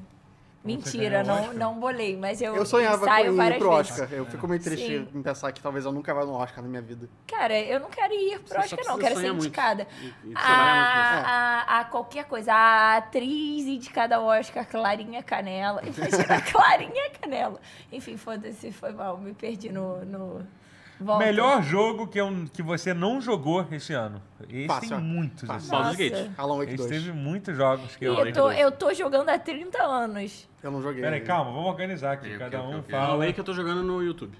Speaker 1: ganhou o
Speaker 2: Mentira, não,
Speaker 1: Oscar?
Speaker 2: não bolei, mas eu,
Speaker 4: Eu sonhava
Speaker 2: ensaio
Speaker 4: com ir
Speaker 2: várias
Speaker 4: pro
Speaker 2: vezes.
Speaker 4: Oscar. Eu fico meio triste
Speaker 2: Sim.
Speaker 4: em pensar que talvez eu nunca vá no Oscar na minha vida.
Speaker 2: Cara, eu não quero ir pro
Speaker 5: Você só
Speaker 2: Oscar, não.
Speaker 5: precisa
Speaker 2: Quero ser
Speaker 5: sonhar muito.
Speaker 2: indicada.
Speaker 5: E- e trabalhar é muito
Speaker 2: A, a, a qualquer coisa. A atriz indicada ao Oscar, Clarinha Canela. *laughs* Imagina, Clarinha Canela. Enfim, foda-se, foi mal. Me perdi no... no... Volta.
Speaker 1: Melhor jogo que, eu- que você não jogou esse ano. Esse
Speaker 4: Fácil, ó.
Speaker 1: tem muitos.
Speaker 4: Fácil.
Speaker 1: Assim.
Speaker 5: Baldur's
Speaker 2: Nossa.
Speaker 5: Gate.
Speaker 4: Alan Wake
Speaker 1: Esse
Speaker 4: 2.
Speaker 1: teve muitos jogos que
Speaker 2: E
Speaker 1: eu...
Speaker 2: Eu tô, eu tô jogando há 30 anos.
Speaker 4: Eu não joguei.
Speaker 1: Peraí, calma, vamos organizar aqui.
Speaker 3: Ok,
Speaker 1: Cada
Speaker 3: ok,
Speaker 1: um
Speaker 3: ok.
Speaker 5: Alan
Speaker 1: fala.
Speaker 5: Wake eu tô jogando no YouTube.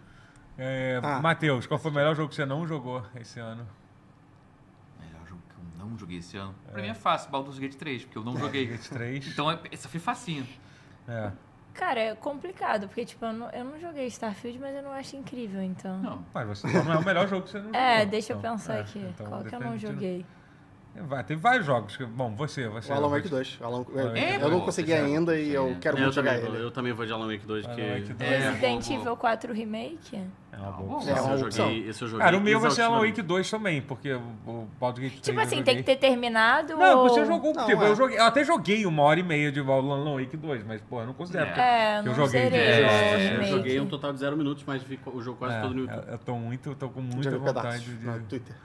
Speaker 1: É,
Speaker 2: Tá.
Speaker 4: Ah.
Speaker 1: Matheus, qual foi o melhor jogo que você não jogou esse ano?
Speaker 3: Melhor jogo que eu não joguei esse ano. Pra mim é fácil, Baldur's Gate 3, porque eu
Speaker 1: É.
Speaker 3: não joguei.
Speaker 1: Gate 3.
Speaker 3: Então é- essa foi facinho.
Speaker 1: É.
Speaker 2: Cara, é complicado, porque, tipo, eu não, eu não joguei Starfield, mas eu não acho incrível, então.
Speaker 3: Não.
Speaker 1: Mas você só não é o melhor jogo que você não jogou.
Speaker 2: É, deixa eu
Speaker 1: Então,
Speaker 2: pensar
Speaker 1: é,
Speaker 2: aqui.
Speaker 1: então,
Speaker 2: Qual que eu não
Speaker 1: definitivamente
Speaker 2: joguei?
Speaker 1: Vai, teve vários jogos. que- Bom, você, você.
Speaker 4: O Alan Wake 2. o Alan- eu-
Speaker 1: É,
Speaker 4: eu não
Speaker 3: pô,
Speaker 4: consegui
Speaker 3: pois é.
Speaker 4: ainda e eu quero
Speaker 5: eu,
Speaker 4: muito jogar
Speaker 5: também, vou-
Speaker 4: ele.
Speaker 5: eu também vou de Alan Wake 2, que...
Speaker 1: Alan Wake 2.
Speaker 3: É,
Speaker 2: Resident
Speaker 3: boa, boa.
Speaker 2: Evil 4 Remake?
Speaker 1: É uma
Speaker 3: bom.
Speaker 1: boa.
Speaker 5: Esse,
Speaker 4: É uma
Speaker 5: eu
Speaker 4: opção.
Speaker 5: joguei, esse eu joguei
Speaker 1: Cara, o meu vai ser Alan
Speaker 5: exaustivamente.
Speaker 1: Wake 2 também, porque o Baldur's Gate 3
Speaker 2: Tipo
Speaker 1: eu
Speaker 2: assim, tem que
Speaker 1: joguei.
Speaker 2: ter terminado
Speaker 1: Não,
Speaker 2: ou...
Speaker 1: você jogou
Speaker 4: Não,
Speaker 1: porque
Speaker 4: é.
Speaker 1: eu, joguei, eu até joguei uma hora e meia de Alan Wake 2, mas, pô, eu não considero.
Speaker 3: É.
Speaker 1: porque
Speaker 2: É, eu
Speaker 1: Eu
Speaker 2: não
Speaker 1: joguei,
Speaker 2: zerei
Speaker 1: é,
Speaker 2: o
Speaker 1: é,
Speaker 5: É, eu
Speaker 2: remake.
Speaker 5: joguei um total de zero minutos, mas vi co- o jogo quase
Speaker 1: É,
Speaker 5: todo no YouTube.
Speaker 1: eu- eu tô muito, eu tô com
Speaker 4: Já
Speaker 1: muita
Speaker 4: vi
Speaker 1: vontade
Speaker 4: pedaços
Speaker 1: de,
Speaker 4: no Twitter.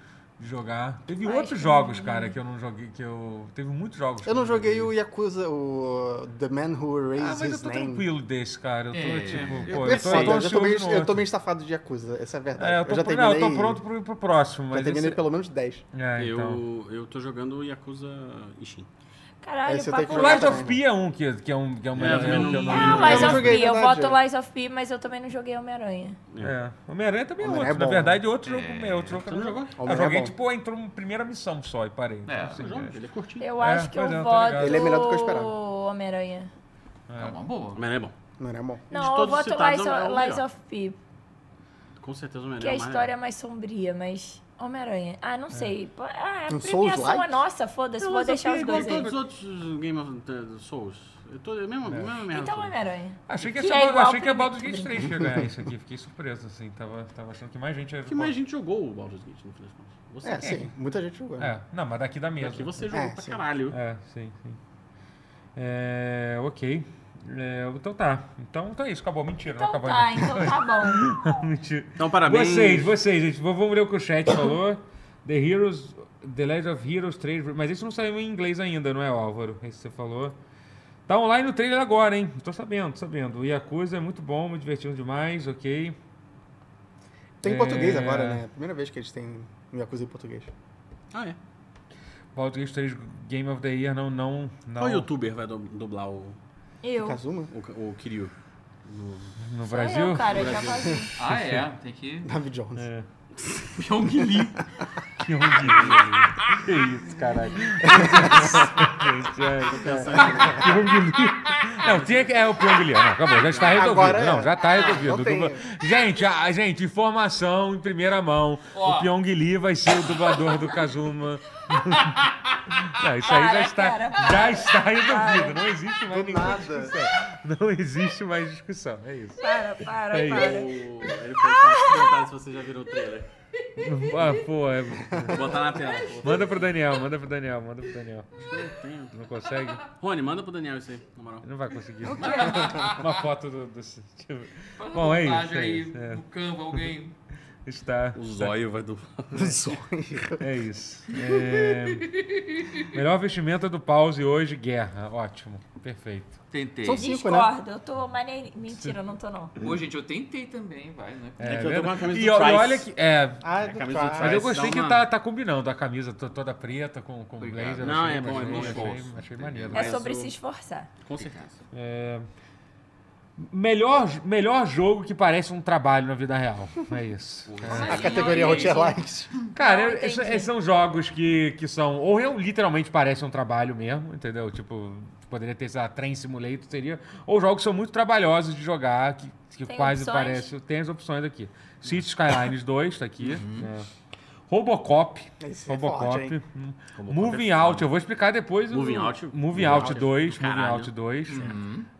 Speaker 1: de jogar. Teve
Speaker 2: Mas
Speaker 1: outros
Speaker 2: que
Speaker 1: jogos,
Speaker 2: não-
Speaker 1: cara, que eu não joguei, que eu teve muitos jogos. que
Speaker 4: Eu não joguei o Yakuza, o The Man Who
Speaker 1: Ah,
Speaker 4: Raised
Speaker 1: mas eu
Speaker 4: His
Speaker 1: tô
Speaker 4: Name.
Speaker 1: tranquilo desse, cara. Eu tô
Speaker 3: É,
Speaker 1: tipo,
Speaker 3: é.
Speaker 1: pô,
Speaker 4: é
Speaker 1: eu tô, eu tô
Speaker 4: foda, eu tô, meio,
Speaker 1: ansioso no
Speaker 4: eu tô
Speaker 1: outro.
Speaker 4: meio estafado de Yakuza, essa é a verdade.
Speaker 1: É, eu tô,
Speaker 4: já
Speaker 1: pro-
Speaker 4: terminei,
Speaker 1: não, eu tô pronto pro, pro próximo,
Speaker 4: já
Speaker 1: mas
Speaker 4: terminei
Speaker 1: esse-
Speaker 4: pelo menos 10.
Speaker 1: é, então.
Speaker 5: Eu, eu tô jogando Yakuza Ishin.
Speaker 2: Caralho,
Speaker 4: Aí você tem
Speaker 2: papo
Speaker 4: que
Speaker 1: O
Speaker 4: jogar
Speaker 1: Lies
Speaker 2: reto.
Speaker 4: também.
Speaker 1: of P é um que, que é um que é um
Speaker 5: É, eu também não-
Speaker 1: que eu não-
Speaker 5: Ah,
Speaker 2: Ah, Lies
Speaker 4: Eu
Speaker 2: of
Speaker 4: joguei,
Speaker 2: P, eu
Speaker 4: verdade. é.
Speaker 2: voto Lies of P, mas eu também não joguei Homem-Aranha.
Speaker 1: É. Homem-Aranha também é outro.
Speaker 4: Homem-Aranha é
Speaker 1: Na
Speaker 4: bom,
Speaker 1: verdade, é outro jogo, é outro jogo que eu não
Speaker 5: Você
Speaker 1: joguei.
Speaker 5: não
Speaker 4: jogou?
Speaker 1: Eu
Speaker 4: Homem-Aranha é
Speaker 1: joguei,
Speaker 4: bom.
Speaker 1: tipo, entrou uma primeira missão só e parei. Então,
Speaker 3: É,
Speaker 1: assim,
Speaker 5: Eu jogo, ele é curtinho.
Speaker 2: Eu
Speaker 1: É,
Speaker 2: acho que eu
Speaker 1: pois é, eu tô
Speaker 2: voto
Speaker 1: ligado.
Speaker 4: Ele é melhor do que eu esperava.
Speaker 2: Homem-aranha.
Speaker 3: É uma boa.
Speaker 5: Mas é bom.
Speaker 4: Não né, era bom.
Speaker 2: Não, eu
Speaker 5: todos
Speaker 2: voto
Speaker 5: citados,
Speaker 2: Lies,
Speaker 5: é o
Speaker 2: of,
Speaker 5: melhor.
Speaker 2: Lies of P,
Speaker 5: Com certeza o melhor.
Speaker 2: que a
Speaker 5: mas é
Speaker 2: história é mais sombria, mas... Homem-Aranha. Ah, não sei. Pô, Ah, a
Speaker 4: Um
Speaker 2: premiação é
Speaker 4: Souls-like?
Speaker 2: nossa, foda-se,
Speaker 5: Eu
Speaker 2: vou deixar os
Speaker 5: igual
Speaker 2: dois aí.
Speaker 5: todos os outros Game of the Souls. Eu tô, é a mesma, mesma merda.
Speaker 2: Então
Speaker 5: toda.
Speaker 2: Homem-Aranha.
Speaker 1: Achei que,
Speaker 2: Que
Speaker 1: essa
Speaker 2: é
Speaker 1: ba-
Speaker 2: igual
Speaker 1: achei que a
Speaker 2: primeiro.
Speaker 1: Baldur's Gate 3 que ia ganhar isso aqui. Fiquei surpreso, assim. Tava, tava achando que mais gente ia...
Speaker 5: É que mais gente jogou o Baldur's Gate, no fim das contas? Você.
Speaker 4: É, sim, muita gente jogou.
Speaker 1: É, não, mas daqui da mesa.
Speaker 5: Aqui você jogou
Speaker 4: É,
Speaker 5: pra
Speaker 4: sim.
Speaker 5: caralho.
Speaker 1: É, sim, sim. É, ok. É, então tá. Então tá isso, acabou. Mentira, não
Speaker 2: Então
Speaker 1: acabou
Speaker 2: tá,
Speaker 1: ainda.
Speaker 2: então tá bom.
Speaker 1: Mentira. *laughs*
Speaker 5: Então, parabéns.
Speaker 1: Vocês, vocês, gente. V- Vamos ler o que o chat falou. The Heroes, The Legend of Heroes 3. Mas esse não saiu em inglês ainda, não é, Álvaro? Esse que você falou. Tá online o trailer agora, hein? Tô sabendo, tô sabendo. O Yakuza é muito bom, me divertindo demais, ok.
Speaker 4: Tem
Speaker 1: É.
Speaker 4: em português agora, né? Primeira vez que eles têm um Yakuza em português.
Speaker 5: Ah, é.
Speaker 1: Baldur's Gate 3 Game of the Year, não, não, não.
Speaker 5: Qual youtuber vai du- dublar o,
Speaker 2: Eu.
Speaker 4: Kazuma,
Speaker 5: o, o Kiryu?
Speaker 1: No
Speaker 2: Sou
Speaker 1: Brasil?
Speaker 2: Eu, cara, eu já vazei.
Speaker 3: Ah, é. Tem que. um
Speaker 4: David Jones.
Speaker 1: É.
Speaker 3: Pyong
Speaker 1: *laughs*
Speaker 3: Lee.
Speaker 1: Que horrível. que isso, caralho. Gente, é. Pyong Lee. Não, tinha que. É o Pyong Lee. Não, acabou, já está resolvido.
Speaker 4: Agora é.
Speaker 1: Não, já está resolvido.
Speaker 4: não tem.
Speaker 1: Dubla- Gente, a, gente, informação em primeira mão.
Speaker 3: Ó.
Speaker 1: O Pyong Lee vai ser o dublador do
Speaker 2: *laughs*
Speaker 1: Kazuma. Não, isso aí já
Speaker 2: Para,
Speaker 1: está,
Speaker 2: cara,
Speaker 1: já está resolvido. Não existe mais
Speaker 4: Do
Speaker 1: nenhuma
Speaker 4: nada.
Speaker 1: discussão. Não existe mais discussão. É isso.
Speaker 2: Para, para,
Speaker 1: É
Speaker 5: O,
Speaker 2: para.
Speaker 5: ele foi só perguntar se você já virou o trailer.
Speaker 1: Ah, pô, é-
Speaker 5: Vou botar na tela. Vou botar-
Speaker 1: manda pro Daniel, manda pro Daniel, manda pro Daniel. Não consegue?
Speaker 5: Rony, manda pro Daniel isso aí, na moral.
Speaker 1: Ele não vai conseguir. *laughs* Uma foto do. do- deixa eu ver.
Speaker 3: Faz
Speaker 1: Bom, é
Speaker 3: uma
Speaker 1: isso,
Speaker 3: montagem
Speaker 1: é
Speaker 3: um aí
Speaker 1: isso, é.
Speaker 3: no Canva, alguém.
Speaker 1: Está.
Speaker 5: O zóio vai dublar.
Speaker 1: É isso. É, Melhor vestimenta do pause hoje, guerra. Ótimo. Perfeito.
Speaker 3: Tentei.
Speaker 4: São cinco, né?
Speaker 2: Discordo, eu tô maneirinha. Mentira, eu não tô não.
Speaker 3: Pô, gente, eu tentei também, vai, né?
Speaker 5: É que eu tô com a
Speaker 1: verdade.
Speaker 5: camisa
Speaker 1: e,
Speaker 5: do
Speaker 1: ó- e
Speaker 5: Trice.
Speaker 1: olha que. É,
Speaker 4: Ah,
Speaker 5: É,
Speaker 4: do
Speaker 5: camisa do
Speaker 4: Trice.
Speaker 1: mas eu
Speaker 5: Trice.
Speaker 1: gostei
Speaker 5: dá
Speaker 1: que
Speaker 5: uma-
Speaker 1: tá, tá combinando a camisa to- toda preta com, com
Speaker 3: Obrigado.
Speaker 1: blazer.
Speaker 5: Não,
Speaker 1: achei-
Speaker 5: é bom, é
Speaker 1: achei-
Speaker 5: bom, é bom.
Speaker 1: Achei, achei maneiro.
Speaker 2: É
Speaker 5: Mas
Speaker 2: sobre
Speaker 5: o-
Speaker 2: se esforçar.
Speaker 5: Com certeza.
Speaker 1: Melhor, melhor jogo que parece um trabalho na vida real. É isso.
Speaker 4: A categoria Hot Likes.
Speaker 1: Cara,
Speaker 2: Não,
Speaker 1: eu- esses,
Speaker 2: entendi.
Speaker 1: esses são jogos que, que são. Ou eu, literalmente parece um trabalho mesmo, entendeu? Tipo, poderia ter, sei lá, trem simulator, seria. Ou jogos que são muito trabalhosos de jogar, que, que
Speaker 2: Tem
Speaker 1: quase
Speaker 2: opções?
Speaker 1: parece. Tem as opções aqui: City Skylines 2, tá aqui. né? Robocop.
Speaker 4: Esse é
Speaker 1: Robocop.
Speaker 4: forte, hein?
Speaker 1: hum.
Speaker 5: Robocop
Speaker 1: Moving
Speaker 5: é foda.
Speaker 1: Out, eu vou explicar depois. o-
Speaker 5: Moving Out.
Speaker 1: Moving Out 2. Moving
Speaker 5: Caralho.
Speaker 1: Out 2.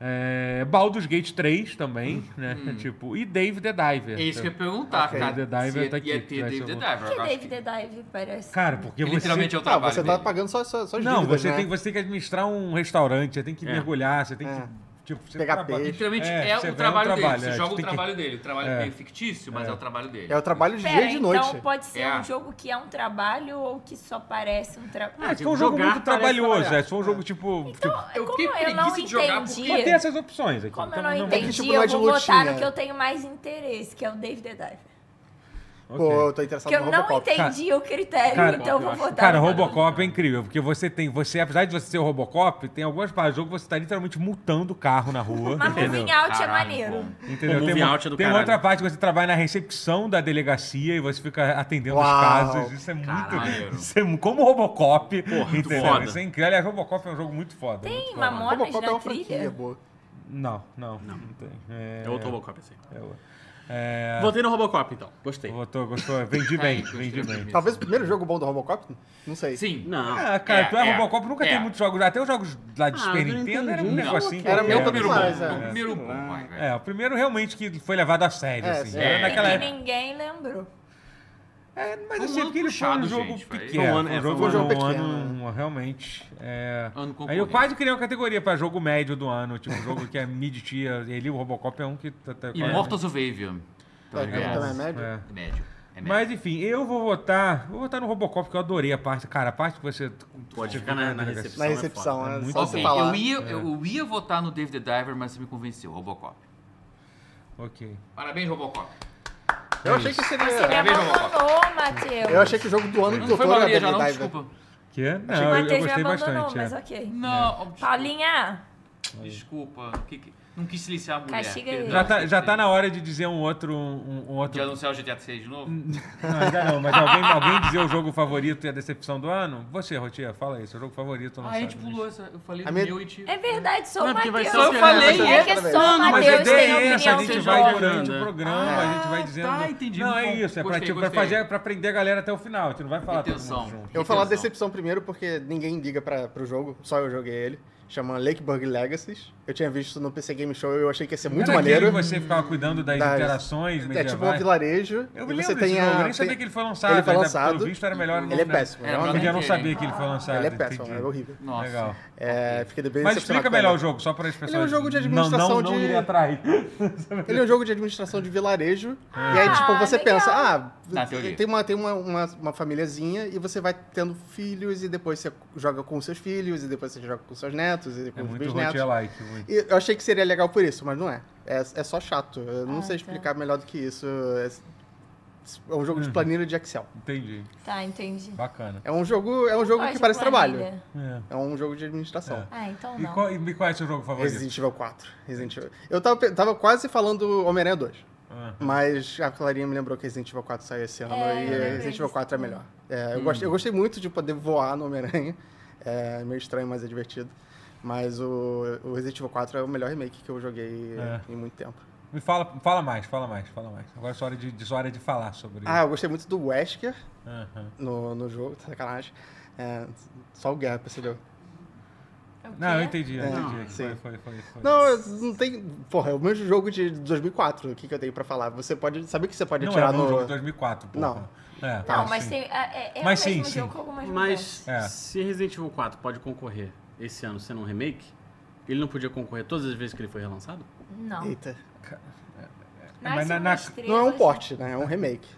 Speaker 1: É, Baldur's Gate 3 também, né? *laughs* Tipo, e Dave the Diver.
Speaker 3: É isso que eu ia perguntar,
Speaker 1: Ok.
Speaker 3: cara.
Speaker 1: David the Diver
Speaker 3: se
Speaker 1: tá
Speaker 3: ia- ia
Speaker 1: aqui,
Speaker 3: ter
Speaker 1: vai ser
Speaker 3: David the
Speaker 1: bom.
Speaker 3: Diver.
Speaker 2: Que
Speaker 3: eu acho
Speaker 2: David the Dive parece.
Speaker 1: Cara, porque
Speaker 3: que
Speaker 1: você.
Speaker 3: Literalmente é o
Speaker 4: Ah,
Speaker 3: trabalho
Speaker 4: você tá
Speaker 3: dele.
Speaker 4: pagando só só- só as
Speaker 1: Não,
Speaker 4: dívidas,
Speaker 1: você,
Speaker 4: né?
Speaker 1: tem, você tem que administrar um restaurante, você tem que
Speaker 5: É.
Speaker 1: mergulhar, você tem que. Tipo, você
Speaker 4: Pegar
Speaker 1: trabalha-
Speaker 4: peixe.
Speaker 3: Literalmente
Speaker 1: É,
Speaker 3: é,
Speaker 1: você
Speaker 3: o
Speaker 1: ganha um
Speaker 3: trabalho dele.
Speaker 1: trabalho,
Speaker 3: Você
Speaker 1: é,
Speaker 3: joga
Speaker 1: tem
Speaker 3: o
Speaker 1: que-
Speaker 3: trabalho dele. O trabalho
Speaker 1: É.
Speaker 3: meio fictício, mas é, o trabalho dele.
Speaker 4: É o trabalho de
Speaker 2: Pera,
Speaker 4: dia e de noite.
Speaker 2: então pode ser
Speaker 3: É.
Speaker 2: um jogo que é um trabalho ou que só parece um
Speaker 1: É,
Speaker 2: trabalho.
Speaker 1: se for um jogo
Speaker 5: Jogar
Speaker 1: muito
Speaker 5: parece
Speaker 1: trabalhoso,
Speaker 5: trabalhar.
Speaker 1: é, se for um jogo tipo. tipo
Speaker 3: Eu
Speaker 2: como
Speaker 3: fiquei
Speaker 2: eu não
Speaker 3: preguiça de jogar porque-
Speaker 1: mas tem
Speaker 2: entendi,
Speaker 1: essas opções aqui.
Speaker 2: como eu
Speaker 1: então
Speaker 2: não
Speaker 1: vamos-
Speaker 2: entendi,
Speaker 4: tipo, não é
Speaker 2: eu
Speaker 4: de
Speaker 2: vou votar
Speaker 4: lutinha.
Speaker 2: no que eu tenho mais interesse, que é o David the Diver.
Speaker 1: Ok.
Speaker 4: Pô, eu tô interessado
Speaker 2: Porque eu
Speaker 4: no
Speaker 2: não
Speaker 4: Robocop.
Speaker 2: entendi o critério,
Speaker 1: Cara,
Speaker 2: então eu vou
Speaker 5: acho-
Speaker 2: votar
Speaker 4: tá
Speaker 1: Cara,
Speaker 2: no
Speaker 1: Robocop é incrível, porque você tem. Você, apesar de você ser o Robocop, tem algumas partes do jogo que você tá literalmente multando o carro na rua.
Speaker 2: Mas
Speaker 1: entendeu?
Speaker 2: Moving Out é
Speaker 3: Caralho,
Speaker 2: maneiro.
Speaker 3: bom.
Speaker 1: Entendeu?
Speaker 5: Pô,
Speaker 1: Tem,
Speaker 5: moving
Speaker 1: uma,
Speaker 5: out é do
Speaker 1: tem
Speaker 5: caralho.
Speaker 1: outra parte que você trabalha na recepção da delegacia e você fica atendendo
Speaker 4: Uau.
Speaker 1: as casas. Isso é
Speaker 3: Caralho.
Speaker 1: muito. *laughs* Isso é mu- como Robocop.
Speaker 5: Porra, muito
Speaker 1: entendeu?
Speaker 5: foda.
Speaker 1: Isso é incrível. Aliás, Robocop é um jogo muito foda. Tem
Speaker 2: Mamona-
Speaker 4: Robocop é
Speaker 2: na
Speaker 4: uma
Speaker 2: trilha?
Speaker 4: franquia boa.
Speaker 1: Não, não. Não, tem. É,
Speaker 5: É outro Robocop, assim.
Speaker 1: é outro. É,
Speaker 5: Voltei no Robocop, então. Gostei.
Speaker 1: Votou, gostou? Vendi bem,
Speaker 3: Tá aí,
Speaker 1: vendi
Speaker 3: gostei
Speaker 1: bem.
Speaker 3: mesmo.
Speaker 4: Talvez o primeiro jogo bom do Robocop? Não sei.
Speaker 3: Sim.
Speaker 5: Não.
Speaker 1: Ah, cara, tu é, Robocop, nunca
Speaker 3: é.
Speaker 1: tem muitos jogos. Até os jogos lá de
Speaker 5: Ah,
Speaker 1: Super
Speaker 5: eu não
Speaker 1: Nintendo era um
Speaker 5: entendi.
Speaker 1: negócio assim.
Speaker 4: Era
Speaker 3: É o
Speaker 4: Não,
Speaker 3: primeiro bom.
Speaker 4: mas,
Speaker 3: É
Speaker 4: é.
Speaker 3: o primeiro bom. vai, vai.
Speaker 1: É, o primeiro realmente que foi levado a sério,
Speaker 4: É,
Speaker 1: assim.
Speaker 4: sim.
Speaker 1: Era
Speaker 3: É.
Speaker 1: naquela
Speaker 2: E
Speaker 1: época.
Speaker 2: que ninguém lembrou.
Speaker 1: É, mas
Speaker 3: Foi um
Speaker 1: assim,
Speaker 3: ano
Speaker 1: porque ele foi um
Speaker 3: puxado,
Speaker 1: jogo
Speaker 3: gente, foi.
Speaker 1: pequeno.
Speaker 5: Foi um ano- é,
Speaker 1: jogo,
Speaker 4: foi um jogo
Speaker 1: ano-
Speaker 4: pequeno,
Speaker 1: ano- realmente. é.
Speaker 3: Ano
Speaker 1: Aí eu
Speaker 3: concorrente.
Speaker 1: quase criei uma categoria pra jogo médio do ano, tipo, *laughs* jogo que é mid-tier. Ele, o Robocop, é um que... tá- tá-
Speaker 3: E Mortals of Avian.
Speaker 4: É, também
Speaker 1: É.
Speaker 4: é médio.
Speaker 3: É médio. É médio.
Speaker 1: Mas enfim, eu vou votar. Vou votar no Robocop, porque eu adorei a parte. Cara, a parte que você.
Speaker 5: Pode ficar na, na recepção.
Speaker 4: Na
Speaker 5: é
Speaker 4: recepção,
Speaker 5: foda.
Speaker 4: é,
Speaker 1: muito
Speaker 4: só
Speaker 3: Ok,
Speaker 4: se falar.
Speaker 3: eu ia, eu ia votar no Dave the Diver, mas você me convenceu. Robocop.
Speaker 1: Ok.
Speaker 3: Parabéns, Robocop.
Speaker 4: Eu achei que
Speaker 2: Você me
Speaker 4: seria.
Speaker 3: Parabéns,
Speaker 2: abandonou, Matheus.
Speaker 4: Eu achei que o jogo do ano do
Speaker 3: Não foi
Speaker 4: doutor
Speaker 3: maioria
Speaker 4: era
Speaker 3: já,
Speaker 4: Devil
Speaker 3: não? Desculpa.
Speaker 4: Diver.
Speaker 1: Que?
Speaker 2: O
Speaker 1: Não, eu, eu
Speaker 2: Matheus me
Speaker 1: gostei
Speaker 2: abandonou,
Speaker 1: bastante.
Speaker 2: mas
Speaker 1: é.
Speaker 2: ok.
Speaker 3: Não, ó,
Speaker 2: Paulinha,
Speaker 3: desculpa. Desculpa. Que- que- não quis silenciar a mulher.
Speaker 2: Castiga
Speaker 3: Perdão.
Speaker 2: ele.
Speaker 1: Já, tá, já tá na hora de dizer um outro. Um, um
Speaker 3: De
Speaker 1: outro...
Speaker 3: anunciar o GTA 6 de
Speaker 1: *laughs*
Speaker 3: novo?
Speaker 1: Não, ainda não, mas alguém, alguém dizer o jogo favorito e a decepção do ano? Você, Rotia, fala aí, seu jogo favorito não
Speaker 3: Ah, a gente pulou essa. Eu falei
Speaker 4: A
Speaker 3: do
Speaker 4: minha-
Speaker 3: meu e te...
Speaker 2: é verdade, sou
Speaker 5: Não,
Speaker 2: o
Speaker 5: porque vai
Speaker 2: Matheus.
Speaker 5: ser o
Speaker 3: Eu falei,
Speaker 2: é que
Speaker 4: é.
Speaker 2: só o
Speaker 1: Mas
Speaker 2: Matheus
Speaker 1: a ideia é
Speaker 2: tem
Speaker 1: essa, a
Speaker 2: opinião
Speaker 1: gente
Speaker 5: vocês
Speaker 1: vai é.
Speaker 5: jogam,
Speaker 1: durante
Speaker 5: né?
Speaker 1: o programa, a gente vai dizendo.
Speaker 3: entendi,
Speaker 1: Não,
Speaker 3: muito
Speaker 1: é
Speaker 3: bom.
Speaker 1: isso, é pra,
Speaker 3: Gostei,
Speaker 1: tipo, pra,
Speaker 3: gostei.
Speaker 1: fazer, pra prender a galera até o final, a gente não vai falar todo mundo
Speaker 3: Intenção.
Speaker 1: junto.
Speaker 4: Eu vou falar
Speaker 3: Intenção.
Speaker 4: decepção primeiro, porque ninguém liga pra, pro jogo, só eu joguei ele. Chama Lakeburg Legacies. Eu tinha visto no PC Game Show e eu achei que ia ser muito
Speaker 1: Era aquele
Speaker 4: maneiro.
Speaker 1: é que você ficava cuidando das
Speaker 4: Das-
Speaker 1: interações
Speaker 4: É
Speaker 1: medievais.
Speaker 4: tipo um vilarejo.
Speaker 1: Eu
Speaker 4: e
Speaker 1: me
Speaker 4: você
Speaker 1: lembro
Speaker 4: tem
Speaker 1: desse
Speaker 4: a-
Speaker 1: jogo, eu nem sabia
Speaker 4: tem-
Speaker 1: que ele foi lançado.
Speaker 4: Ele foi
Speaker 1: ainda-
Speaker 4: lançado.
Speaker 1: Pelo visto era melhor não-
Speaker 4: Ele é péssimo.
Speaker 3: Era
Speaker 4: né?
Speaker 3: melhor
Speaker 1: Porque eu não
Speaker 3: Entendi.
Speaker 1: sabia que ele foi lançado.
Speaker 4: Ele é péssimo,
Speaker 1: entendi.
Speaker 4: é horrível.
Speaker 3: Nossa.
Speaker 1: Legal.
Speaker 4: É, fiquei bem
Speaker 1: Mas
Speaker 4: decepcionado
Speaker 1: explica
Speaker 4: com ele.
Speaker 1: melhor o jogo, só para as pessoas.
Speaker 4: Ele é um jogo de
Speaker 1: não, não,
Speaker 4: administração
Speaker 1: não
Speaker 4: de-
Speaker 1: irem atrás.
Speaker 4: Ele é um jogo de administração de vilarejo.
Speaker 1: Ah.
Speaker 4: E aí, tipo, você
Speaker 2: legal.
Speaker 4: pensa, ah,
Speaker 3: Na teoria.
Speaker 4: tem, uma, tem uma, uma, uma famíliazinha e você vai tendo filhos e depois você joga com seus filhos e depois você joga com seus netos e com
Speaker 1: É
Speaker 4: os
Speaker 1: muito
Speaker 4: bisnetos.
Speaker 1: rotia-like. muito.
Speaker 4: E eu achei que seria legal por isso, mas não é. É, é só chato. Eu
Speaker 2: Ah,
Speaker 4: não
Speaker 2: tá.
Speaker 4: sei explicar melhor do que isso. É, é um
Speaker 1: Uhum.
Speaker 4: jogo de planilha de Excel.
Speaker 1: Entendi.
Speaker 2: Tá, entendi.
Speaker 1: Bacana.
Speaker 4: É um jogo, é um
Speaker 2: Gosto
Speaker 4: jogo que
Speaker 2: Ah, de
Speaker 4: parece
Speaker 2: planilha.
Speaker 4: trabalho.
Speaker 1: É.
Speaker 4: É um jogo de administração.
Speaker 2: Ah, então
Speaker 1: E
Speaker 2: não.
Speaker 1: qual, e qual é o seu jogo favorito?
Speaker 4: Resident Evil 4. Resident Evil. Eu tava, pe- tava quase falando Homem-Aranha 2.
Speaker 1: Ah.
Speaker 4: Mas a Clarinha me lembrou que Resident Evil 4 saiu esse ano
Speaker 2: É, eu
Speaker 4: e
Speaker 2: lembrei
Speaker 4: Resident Evil
Speaker 2: disso
Speaker 4: 4 é melhor. É,
Speaker 1: Hum.
Speaker 4: eu, gostei, eu gostei muito de poder voar no Homem-Aranha. É meio estranho, mas é divertido. Mas o, o Resident Evil 4 é o melhor remake que eu joguei
Speaker 1: É.
Speaker 4: em muito tempo.
Speaker 1: Me fala, fala mais, fala mais, fala mais. Agora é só hora de, de, só hora de falar sobre
Speaker 4: Ah,
Speaker 1: isso.
Speaker 4: eu gostei muito do Wesker
Speaker 1: Aham.
Speaker 4: no, no jogo, tá sacanagem. É, só o Guerra percebeu.
Speaker 2: O quê?
Speaker 1: Não, eu entendi, eu
Speaker 4: É,
Speaker 1: entendi. foi,
Speaker 4: sim.
Speaker 1: foi, foi, foi.
Speaker 4: Não, eu não tem. Porra, é o mesmo jogo de 2004. O que, que eu tenho pra falar? Você pode. Sabe que você pode
Speaker 1: não
Speaker 4: atirar
Speaker 1: era um
Speaker 4: no.
Speaker 1: jogo de 2004, porra.
Speaker 4: Não.
Speaker 1: É,
Speaker 2: Não, mas
Speaker 1: sim.
Speaker 2: tem. É, é, é
Speaker 1: Mas
Speaker 2: o mesmo
Speaker 1: sim,
Speaker 2: jogo
Speaker 1: sim.
Speaker 2: com algumas mudanças.
Speaker 5: Mas
Speaker 1: É.
Speaker 5: se Resident Evil 4 pode concorrer esse ano sendo um remake, ele não podia concorrer todas as vezes que ele foi relançado?
Speaker 2: Não.
Speaker 4: Eita.
Speaker 1: Mas
Speaker 2: Mas
Speaker 1: na-
Speaker 2: na,
Speaker 1: na-
Speaker 4: Não é um
Speaker 2: Ah,
Speaker 4: porte, né? É um remake.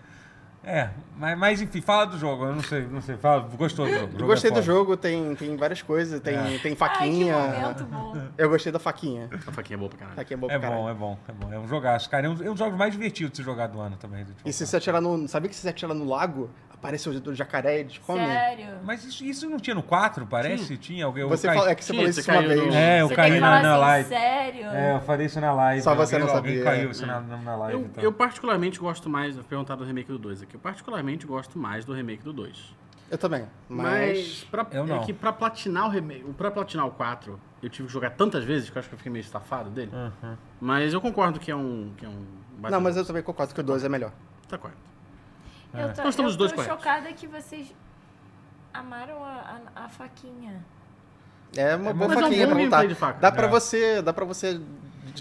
Speaker 1: É, mas, mas enfim, fala do jogo. Eu não sei, não sei. Fala, gostou do jogo. o
Speaker 4: Eu
Speaker 1: jogo
Speaker 4: gostei
Speaker 1: é
Speaker 4: do
Speaker 1: foda. É.
Speaker 4: jogo, tem, tem várias coisas, tem, tem faquinha.
Speaker 2: Ai, que um momento bom.
Speaker 4: eu gostei da faquinha.
Speaker 5: A faquinha é boa pra caralho.
Speaker 4: Faquinha é boa pra
Speaker 1: É
Speaker 4: caralho.
Speaker 1: bom, é bom, é bom. É um jogaço, cara. É um, é um dos jogos mais divertidos de se jogar do tipo, ano também. Resident Evil
Speaker 4: E se
Speaker 1: 4.
Speaker 4: você atirar no. Sabia que se você atirar no lago, aparece o do jacaré e te come?
Speaker 2: Sério.
Speaker 1: Mas isso, isso não tinha no 4, parece? Tinha alguém. eu
Speaker 4: Você
Speaker 1: caí-
Speaker 4: fala, é que você
Speaker 5: Ih,
Speaker 4: falou
Speaker 5: você
Speaker 4: isso uma
Speaker 5: caiu no-
Speaker 4: vez.
Speaker 1: É, eu
Speaker 2: Você tem
Speaker 1: caí
Speaker 2: que
Speaker 1: na,
Speaker 2: falar
Speaker 1: na
Speaker 2: assim,
Speaker 1: live.
Speaker 2: Sério?
Speaker 1: É, eu falei isso na live.
Speaker 4: Só você
Speaker 1: alguém,
Speaker 4: não
Speaker 1: Alguém
Speaker 4: sabia. é.
Speaker 1: caiu isso na, na live.
Speaker 5: Eu,
Speaker 1: então.
Speaker 5: eu particularmente gosto mais, vou perguntar do remake do 2 aqui, eu particularmente gosto mais do remake do 2.
Speaker 4: Eu também.
Speaker 5: Mas,
Speaker 4: Mas.
Speaker 5: pra-
Speaker 1: Eu não.
Speaker 5: é que pra platinar o remake, o pra platinar o 4, eu tive que jogar tantas vezes que eu acho que eu fiquei meio estafado dele.
Speaker 1: Uhum.
Speaker 5: Mas eu concordo que é um. Que é um
Speaker 4: Não, mas eu também concordo que o 2 é melhor.
Speaker 5: Tá correto.
Speaker 2: Eu tô,
Speaker 5: Nós estamos
Speaker 2: eu
Speaker 5: dois
Speaker 2: tô
Speaker 5: corretos.
Speaker 2: chocada que vocês amaram a, a, a faquinha.
Speaker 4: É uma boa
Speaker 1: Mas é um
Speaker 4: faquinha
Speaker 5: bom
Speaker 4: pra
Speaker 5: gameplay
Speaker 4: lutar.
Speaker 5: de faca. tá
Speaker 4: Dá pra
Speaker 1: É.
Speaker 4: você. Dá pra você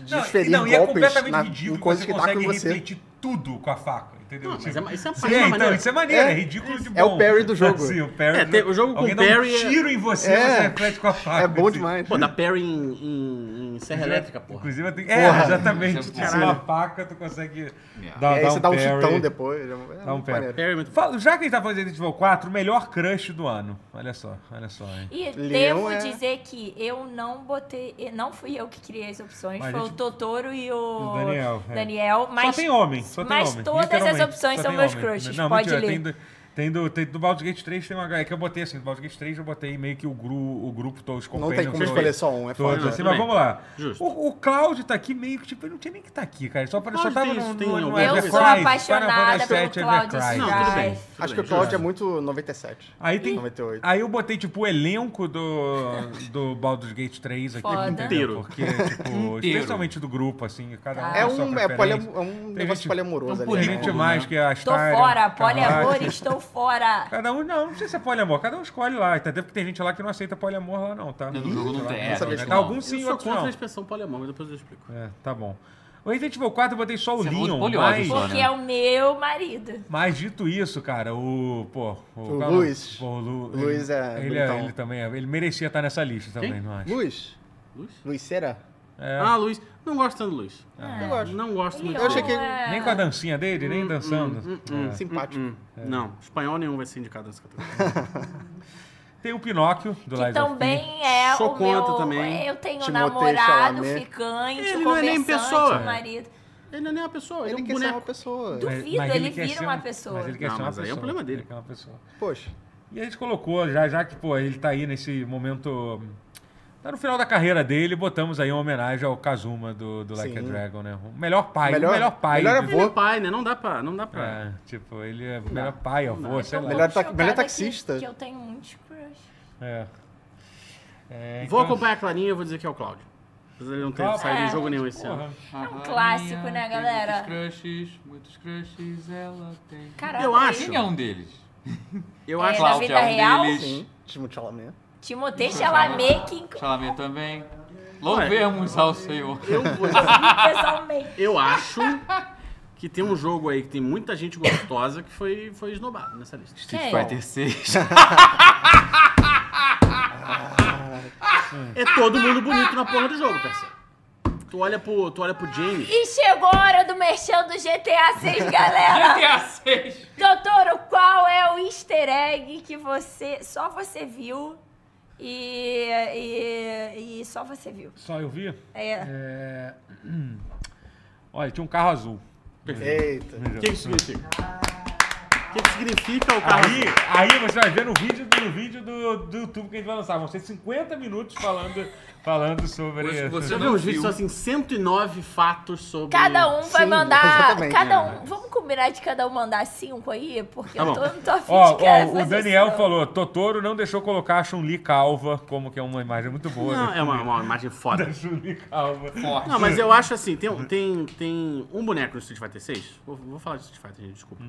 Speaker 1: Não,
Speaker 4: diferir
Speaker 1: não, e é
Speaker 4: golpes
Speaker 1: completamente
Speaker 4: na, em
Speaker 1: ridículo.
Speaker 4: coisas
Speaker 1: Você
Speaker 4: que atacam
Speaker 1: consegue
Speaker 4: em você.
Speaker 1: refletir tudo com a faca, entendeu?
Speaker 5: Não, mas
Speaker 1: Tipo,
Speaker 5: é- isso é uma
Speaker 1: sim,
Speaker 5: parada maneira.
Speaker 1: então, isso é maneiro, é,
Speaker 4: É,
Speaker 1: ridículo de bom.
Speaker 4: é o parry do jogo.
Speaker 1: *laughs* Sim, o parry
Speaker 5: É,
Speaker 1: do-
Speaker 5: tem- o jogo com
Speaker 1: Alguém
Speaker 5: parry
Speaker 1: dá
Speaker 5: é-
Speaker 1: um tiro em você,
Speaker 4: É.
Speaker 1: você reflete com a faca.
Speaker 4: É bom
Speaker 1: assim.
Speaker 4: demais.
Speaker 5: Pô, dá parry em, em- em Serra Elétrica, porra.
Speaker 1: Inclusive, eu tenho... é,
Speaker 4: Porra.
Speaker 1: exatamente.
Speaker 3: Isso é
Speaker 1: Se é uma faca, tu consegue
Speaker 5: É.
Speaker 3: Yeah.
Speaker 1: dar,
Speaker 4: E aí
Speaker 1: dar
Speaker 4: você dá um
Speaker 1: parry.
Speaker 4: chutão depois. É
Speaker 1: Dá um
Speaker 4: muito
Speaker 1: parry.
Speaker 4: maneiro.
Speaker 5: Parry é muito
Speaker 1: Fala- Já que a gente tá falando de Resident Evil 4, o melhor crush do ano. Olha só, olha só, hein.
Speaker 2: E
Speaker 4: Leão
Speaker 2: devo
Speaker 4: é-
Speaker 2: dizer que eu não botei. Não fui eu que criei as opções,
Speaker 1: Mas
Speaker 2: foi
Speaker 1: a gente-
Speaker 2: o Totoro e o.
Speaker 1: O Daniel, é.
Speaker 2: Daniel, mas.
Speaker 1: só tem homem, só tem
Speaker 2: mas
Speaker 1: homem.
Speaker 2: todas as
Speaker 1: literalmente,
Speaker 2: opções
Speaker 1: só
Speaker 2: são
Speaker 1: tem
Speaker 2: meus
Speaker 1: homem.
Speaker 2: crushes,
Speaker 1: Não,
Speaker 2: pode
Speaker 1: mentira,
Speaker 2: ler.
Speaker 1: Tem, do- Tem do, tem do Baldur's Gate 3, tem uma é que eu botei assim, do Baldur's Gate 3 eu botei meio que o, gru, o grupo todos
Speaker 4: Não tem como escolher só um, é
Speaker 1: Todos,
Speaker 4: foda.
Speaker 1: assim,
Speaker 3: tudo
Speaker 1: mas
Speaker 3: bem.
Speaker 1: vamos lá.
Speaker 5: Justo.
Speaker 1: O, o Cláudio tá aqui meio que, tipo, ele não tinha nem que tá aqui, cara. Ele só, ele só
Speaker 5: Cláudio
Speaker 1: tava
Speaker 5: tem isso,
Speaker 1: no,
Speaker 5: tem
Speaker 1: no,
Speaker 5: algum-
Speaker 1: no
Speaker 2: Eu
Speaker 1: Evercry,
Speaker 2: sou apaixonada
Speaker 1: Final
Speaker 2: pelo
Speaker 1: Fantasy VII,
Speaker 2: Claudio
Speaker 1: Evercry.
Speaker 5: Não, tudo bem.
Speaker 2: Strife.
Speaker 5: tudo
Speaker 4: Acho que
Speaker 5: bem,
Speaker 4: o Cloud
Speaker 5: justo.
Speaker 4: é muito 97.
Speaker 1: Aí tem.
Speaker 4: 98.
Speaker 1: Aí eu botei, tipo, o elenco do, do Baldur's Gate 3 aqui.
Speaker 2: Foda.
Speaker 1: entendeu?
Speaker 5: Inteiro.
Speaker 1: Porque,
Speaker 5: *laughs*
Speaker 1: tipo, especialmente do grupo, assim, cada um
Speaker 2: Ah.
Speaker 1: tem
Speaker 4: É
Speaker 1: sua
Speaker 4: um, é,
Speaker 1: preferência.
Speaker 4: poliam- é um
Speaker 1: Tem
Speaker 4: negócio
Speaker 1: gente-
Speaker 4: poliamoroso
Speaker 3: é um
Speaker 1: Tem
Speaker 4: ali.
Speaker 3: polígono.
Speaker 1: gente
Speaker 4: Né?
Speaker 3: Polígono,
Speaker 1: mais
Speaker 3: né?
Speaker 1: que a
Speaker 2: Estou
Speaker 1: Star.
Speaker 2: fora, poliamor, estou
Speaker 1: *laughs*
Speaker 2: fora.
Speaker 1: Cada um, não, não precisa ser poliamor, cada um escolhe lá. Até porque tem gente lá que não aceita poliamor lá, não, tá?
Speaker 3: Não, no jogo não tem, é,
Speaker 1: Não
Speaker 4: não
Speaker 1: sabe,
Speaker 4: tem
Speaker 1: tá?
Speaker 4: não.
Speaker 1: Alguns sim,
Speaker 5: eu sou
Speaker 1: outros
Speaker 5: contra a
Speaker 1: não.
Speaker 5: expressão poliamor, mas depois eu explico.
Speaker 1: É, tá bom. O Resident Evil 4 eu botei só o
Speaker 3: Você é muito
Speaker 1: Leon,
Speaker 3: polioso,
Speaker 1: mas,
Speaker 3: só.
Speaker 2: Porque é o meu marido.
Speaker 1: mas dito isso, cara, o. Pô,
Speaker 4: O
Speaker 1: qual é nome?
Speaker 4: Luiz.
Speaker 1: Pô, o Lu,
Speaker 4: Luiz é
Speaker 1: Ele,
Speaker 4: bonitão.
Speaker 1: ele também é. Ele merecia estar nessa lista também,
Speaker 5: Quem?
Speaker 1: não acho?
Speaker 4: Luiz?
Speaker 5: Luiz?
Speaker 4: Luiz Cera?
Speaker 1: É.
Speaker 5: Ah, Luiz. Não gosto tanto do Luiz.
Speaker 4: Eu gosto.
Speaker 5: Não gosto muito.
Speaker 2: Ele
Speaker 4: Eu achei
Speaker 2: não
Speaker 4: que-
Speaker 2: é-
Speaker 1: Nem com a dancinha dele,
Speaker 4: Hum,
Speaker 1: nem dançando. É.
Speaker 4: Simpático.
Speaker 5: Hum, Não, espanhol nenhum vai ser indicado nessa categoria.
Speaker 1: Tem o Pinóquio, do
Speaker 2: Que
Speaker 1: Lies of P.
Speaker 2: também é
Speaker 5: Sou
Speaker 2: o
Speaker 5: contra
Speaker 2: meu...
Speaker 5: também.
Speaker 2: Eu tenho
Speaker 4: Timothée
Speaker 2: namorado,
Speaker 4: Chalamet.
Speaker 2: ficante,
Speaker 5: Ele não é nem
Speaker 2: conversante,
Speaker 5: pessoa.
Speaker 2: marido.
Speaker 5: Ele não é nem uma pessoa, ele,
Speaker 4: Ele
Speaker 5: é
Speaker 4: quer
Speaker 5: um
Speaker 4: ser uma
Speaker 5: boneco.
Speaker 4: pessoa.
Speaker 2: Du- Duvido,
Speaker 1: É, mas
Speaker 2: ele
Speaker 1: quer
Speaker 2: vira
Speaker 1: ser um-
Speaker 2: uma pessoa.
Speaker 1: Mas ele quer
Speaker 5: Não,
Speaker 1: ser uma
Speaker 5: mas aí é
Speaker 1: pessoa.
Speaker 5: um problema dele.
Speaker 1: ele quer uma pessoa.
Speaker 4: Poxa,
Speaker 1: E a gente colocou, já, já que pô, ele tá aí nesse momento. Tá no final da carreira dele, botamos aí uma homenagem ao Kazuma do, do Like a
Speaker 4: Sim.
Speaker 1: Dragon, né? O melhor pai,
Speaker 4: Melhor-
Speaker 1: o melhor pai.
Speaker 4: melhor
Speaker 1: de-
Speaker 5: Ele é pai, né? Não dá pra. Não dá pra.
Speaker 1: É, tipo, ele é o melhor pai, avô, sei
Speaker 2: Eu tô
Speaker 5: tá
Speaker 1: lá.
Speaker 4: Melhor
Speaker 2: muito
Speaker 4: ta-
Speaker 2: chocada
Speaker 4: melhor
Speaker 2: que-
Speaker 4: taxista.
Speaker 2: Que, eu tenho muitos crush.
Speaker 1: É. É,
Speaker 5: Vou
Speaker 1: então-
Speaker 5: acompanhar a Clarinha e vou dizer que é o Cláudio. Apesar de ele não ter
Speaker 1: Claro.
Speaker 5: saído em
Speaker 2: É.
Speaker 5: jogo nenhum esse ano.
Speaker 1: Porra.
Speaker 3: É
Speaker 2: um clássico, né, galera?
Speaker 3: Muitos crushes, muitos crushes ela tem.
Speaker 2: Caramba,
Speaker 5: Eu acho.
Speaker 3: Quem é um deles?
Speaker 5: Eu
Speaker 2: É,
Speaker 5: acho.
Speaker 2: na
Speaker 3: Cláudio
Speaker 2: vida
Speaker 3: é um
Speaker 2: real,
Speaker 3: deles.
Speaker 4: sim. Timothée Chalamet.
Speaker 2: Timothée
Speaker 1: é
Speaker 2: Chalamet, que inclusive
Speaker 3: Chalamet também. Louvemos ao Senhor.
Speaker 5: Eu,
Speaker 2: pessoalmente.
Speaker 5: eu acho que tem um jogo aí que tem muita gente gostosa que foi, foi esnobado nessa lista.
Speaker 2: Quem?
Speaker 3: Vai ter seis.
Speaker 5: É todo mundo bonito na porra do jogo, parceiro. Tu olha pro, tu olha pro Jamie.
Speaker 2: E chegou a hora do merchan do GTA 6, galera!
Speaker 3: a
Speaker 1: *laughs*
Speaker 3: seis.
Speaker 2: Doutor, qual é o easter egg que você só você viu e, e, e só você viu?
Speaker 1: Só eu vi? É...
Speaker 2: É.
Speaker 1: Olha, tinha um carro azul.
Speaker 4: Eita.
Speaker 5: O que, que significa? O que, que significa o carro?
Speaker 1: Aí, aí você vai ver no vídeo, do- no vídeo do, do YouTube que a gente vai lançar. Vão ser 50 minutos falando, falando sobre.
Speaker 3: Você- você
Speaker 5: Já viu
Speaker 3: não
Speaker 5: uns vídeos
Speaker 3: viu.
Speaker 5: assim, 109 fatos sobre.
Speaker 2: Cada um vai
Speaker 4: Sim,
Speaker 2: mandar.
Speaker 4: exatamente.
Speaker 2: Cada um. Vamos combinar de cada um mandar cinco aí? Porque
Speaker 5: Tá
Speaker 2: eu
Speaker 5: bom.
Speaker 2: tô, não tô afim
Speaker 1: Ó,
Speaker 2: de cara
Speaker 1: ó, o
Speaker 2: fazer
Speaker 1: Daniel
Speaker 2: isso, não.
Speaker 1: falou: Totoro não deixou colocar a Chun-Li calva, como que é uma imagem muito boa.
Speaker 5: Não,
Speaker 1: da
Speaker 5: é uma, uma imagem
Speaker 1: *laughs*
Speaker 5: foda.
Speaker 1: Chun-Li calva.
Speaker 3: Forte.
Speaker 5: Não, mas eu acho assim, tem, um- tem, tem um boneco no Street Fighter 6. Vou, vou falar de Street Fighter, gente, desculpa.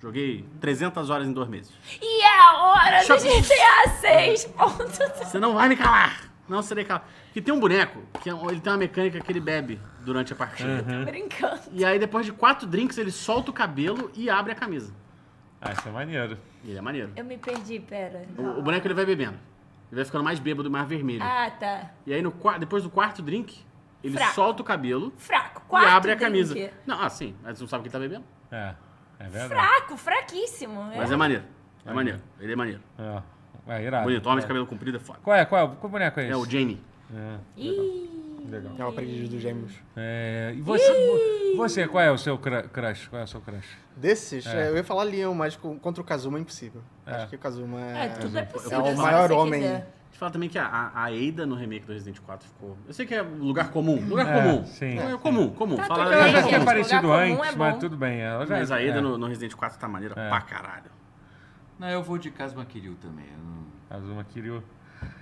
Speaker 5: Joguei 300 horas em dois meses.
Speaker 2: E é a hora do
Speaker 5: Chama-
Speaker 2: GTA 6. Ponto.
Speaker 5: Você não vai me calar! Não serei calado. Porque tem um boneco, que é um- ele tem uma mecânica que ele bebe durante a partida.
Speaker 2: Tô brincando.
Speaker 5: E aí, depois de quatro drinks, ele solta o cabelo e abre a camisa.
Speaker 1: Ah, isso é maneiro.
Speaker 5: E ele é maneiro.
Speaker 2: Eu me perdi, pera.
Speaker 5: O, o boneco ele vai bebendo. Ele vai ficando mais bêbado, mais vermelho.
Speaker 2: Ah, tá.
Speaker 5: E aí, no, qua- depois do quarto drink, ele
Speaker 2: Fraco.
Speaker 5: solta o cabelo
Speaker 2: Fraco.
Speaker 5: e
Speaker 2: Quarto
Speaker 5: abre a
Speaker 2: drink.
Speaker 5: camisa. Não, ah, sim. Mas você não sabe o que ele tá bebendo.
Speaker 1: É, é verdade.
Speaker 2: Fraco, fraquíssimo.
Speaker 5: Mas é maneiro. É maneiro. Ele é maneiro.
Speaker 1: É, é irado.
Speaker 5: Bonito. Homem de cabelo comprido é foda.
Speaker 1: Qual é? Qual, é? qual boneco é esse?
Speaker 5: É o Jamie.
Speaker 1: É.
Speaker 2: Ih,
Speaker 1: Legal.
Speaker 4: É o aprendiz dos gêmeos.
Speaker 1: É, e você, você, qual é o seu cra- crush? Qual é o seu crush?
Speaker 4: Desses, é, eu ia falar Leon, mas co- contra o Kazuma é impossível.
Speaker 1: É.
Speaker 4: Acho que o Kazuma é.
Speaker 2: É, tudo é possível.
Speaker 4: É o
Speaker 2: se
Speaker 4: maior
Speaker 2: você
Speaker 4: homem.
Speaker 2: quiser.
Speaker 5: A gente fala também que a, a a Ada no remake do Resident 4 ficou. Eu sei que é lugar comum. Lugar
Speaker 1: É,
Speaker 5: comum.
Speaker 1: sim.
Speaker 5: É, comum, comum.
Speaker 2: Tá, tá,
Speaker 5: Fala a
Speaker 1: Ela
Speaker 5: verdade,
Speaker 1: já
Speaker 2: Gente,
Speaker 1: tinha
Speaker 5: comum.
Speaker 2: lugar
Speaker 1: aparecido
Speaker 2: comum é
Speaker 1: antes, mas
Speaker 2: bom.
Speaker 1: tudo bem. Ela já,
Speaker 5: Mas a Ada
Speaker 1: é,
Speaker 5: no, no Resident 4 tá maneira
Speaker 1: É.
Speaker 5: pra caralho.
Speaker 3: Não, eu vou de Kazuma Kiryu também. eu não-
Speaker 1: Kazuma Kiryu.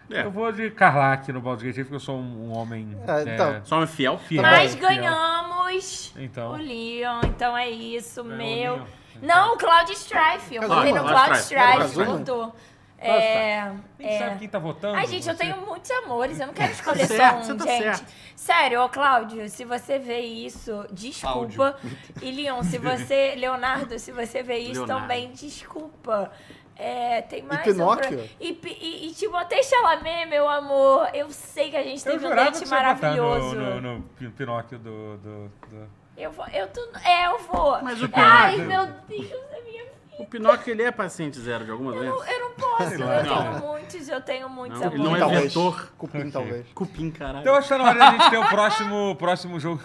Speaker 5: É.
Speaker 1: Eu vou de Karlak no Baldur's Gate, porque eu sou um, um homem...
Speaker 4: É, então.
Speaker 5: Só um fiel.
Speaker 1: fiel.
Speaker 2: Mas
Speaker 1: Fiel.
Speaker 2: ganhamos
Speaker 1: Então.
Speaker 2: o Leon, então é isso, meu.
Speaker 1: Leon.
Speaker 2: Não, o Cloud Strife. Eu
Speaker 4: Kazuma.
Speaker 2: votei no
Speaker 5: Kazuma.
Speaker 2: Cloud
Speaker 5: Kazuma.
Speaker 2: Strife,
Speaker 4: Kazuma.
Speaker 2: voltou. É,
Speaker 1: Nem
Speaker 2: é.
Speaker 1: sabe quem tá votando.
Speaker 2: Ai, gente, eu
Speaker 1: Você-
Speaker 2: tenho muitos amores, eu não quero escolher
Speaker 5: certo,
Speaker 2: só
Speaker 5: você
Speaker 2: um,
Speaker 5: *laughs* tá
Speaker 2: gente.
Speaker 5: certo.
Speaker 2: Sério, ô Cláudio, se você vê isso, desculpa. E Leon, se
Speaker 5: *laughs*
Speaker 2: você. Leonardo, se você vê isso
Speaker 5: Leonardo.
Speaker 2: também, desculpa. É, tem mais. um
Speaker 4: Pinóquio?
Speaker 2: pro- E, Pi- e, e Timothée Chalamet, meu amor, eu sei que a gente
Speaker 1: Eu
Speaker 2: teve um
Speaker 1: jurava que
Speaker 2: date
Speaker 1: você ia votar
Speaker 2: maravilhoso.
Speaker 1: no, no, no Pin- Pinóquio do... do, do...
Speaker 2: Eu vou. Eu tô, é, eu vou.
Speaker 5: Mas o
Speaker 2: Ai,
Speaker 5: Pinóquio-
Speaker 2: meu Deus, é minha
Speaker 5: O Pinóquio, ele é paciente zero de alguma
Speaker 2: eu,
Speaker 5: doença.
Speaker 2: eu não posso,
Speaker 1: lá.
Speaker 2: eu
Speaker 5: Não.
Speaker 2: tenho muitos, eu tenho muitos
Speaker 5: Não, ele não
Speaker 2: amores.
Speaker 5: é
Speaker 4: Talvez.
Speaker 5: vetor.
Speaker 4: Cupim, talvez.
Speaker 5: Cupim, caralho.
Speaker 1: Então acho que tá na hora da gente ter o próximo, próximo jogo.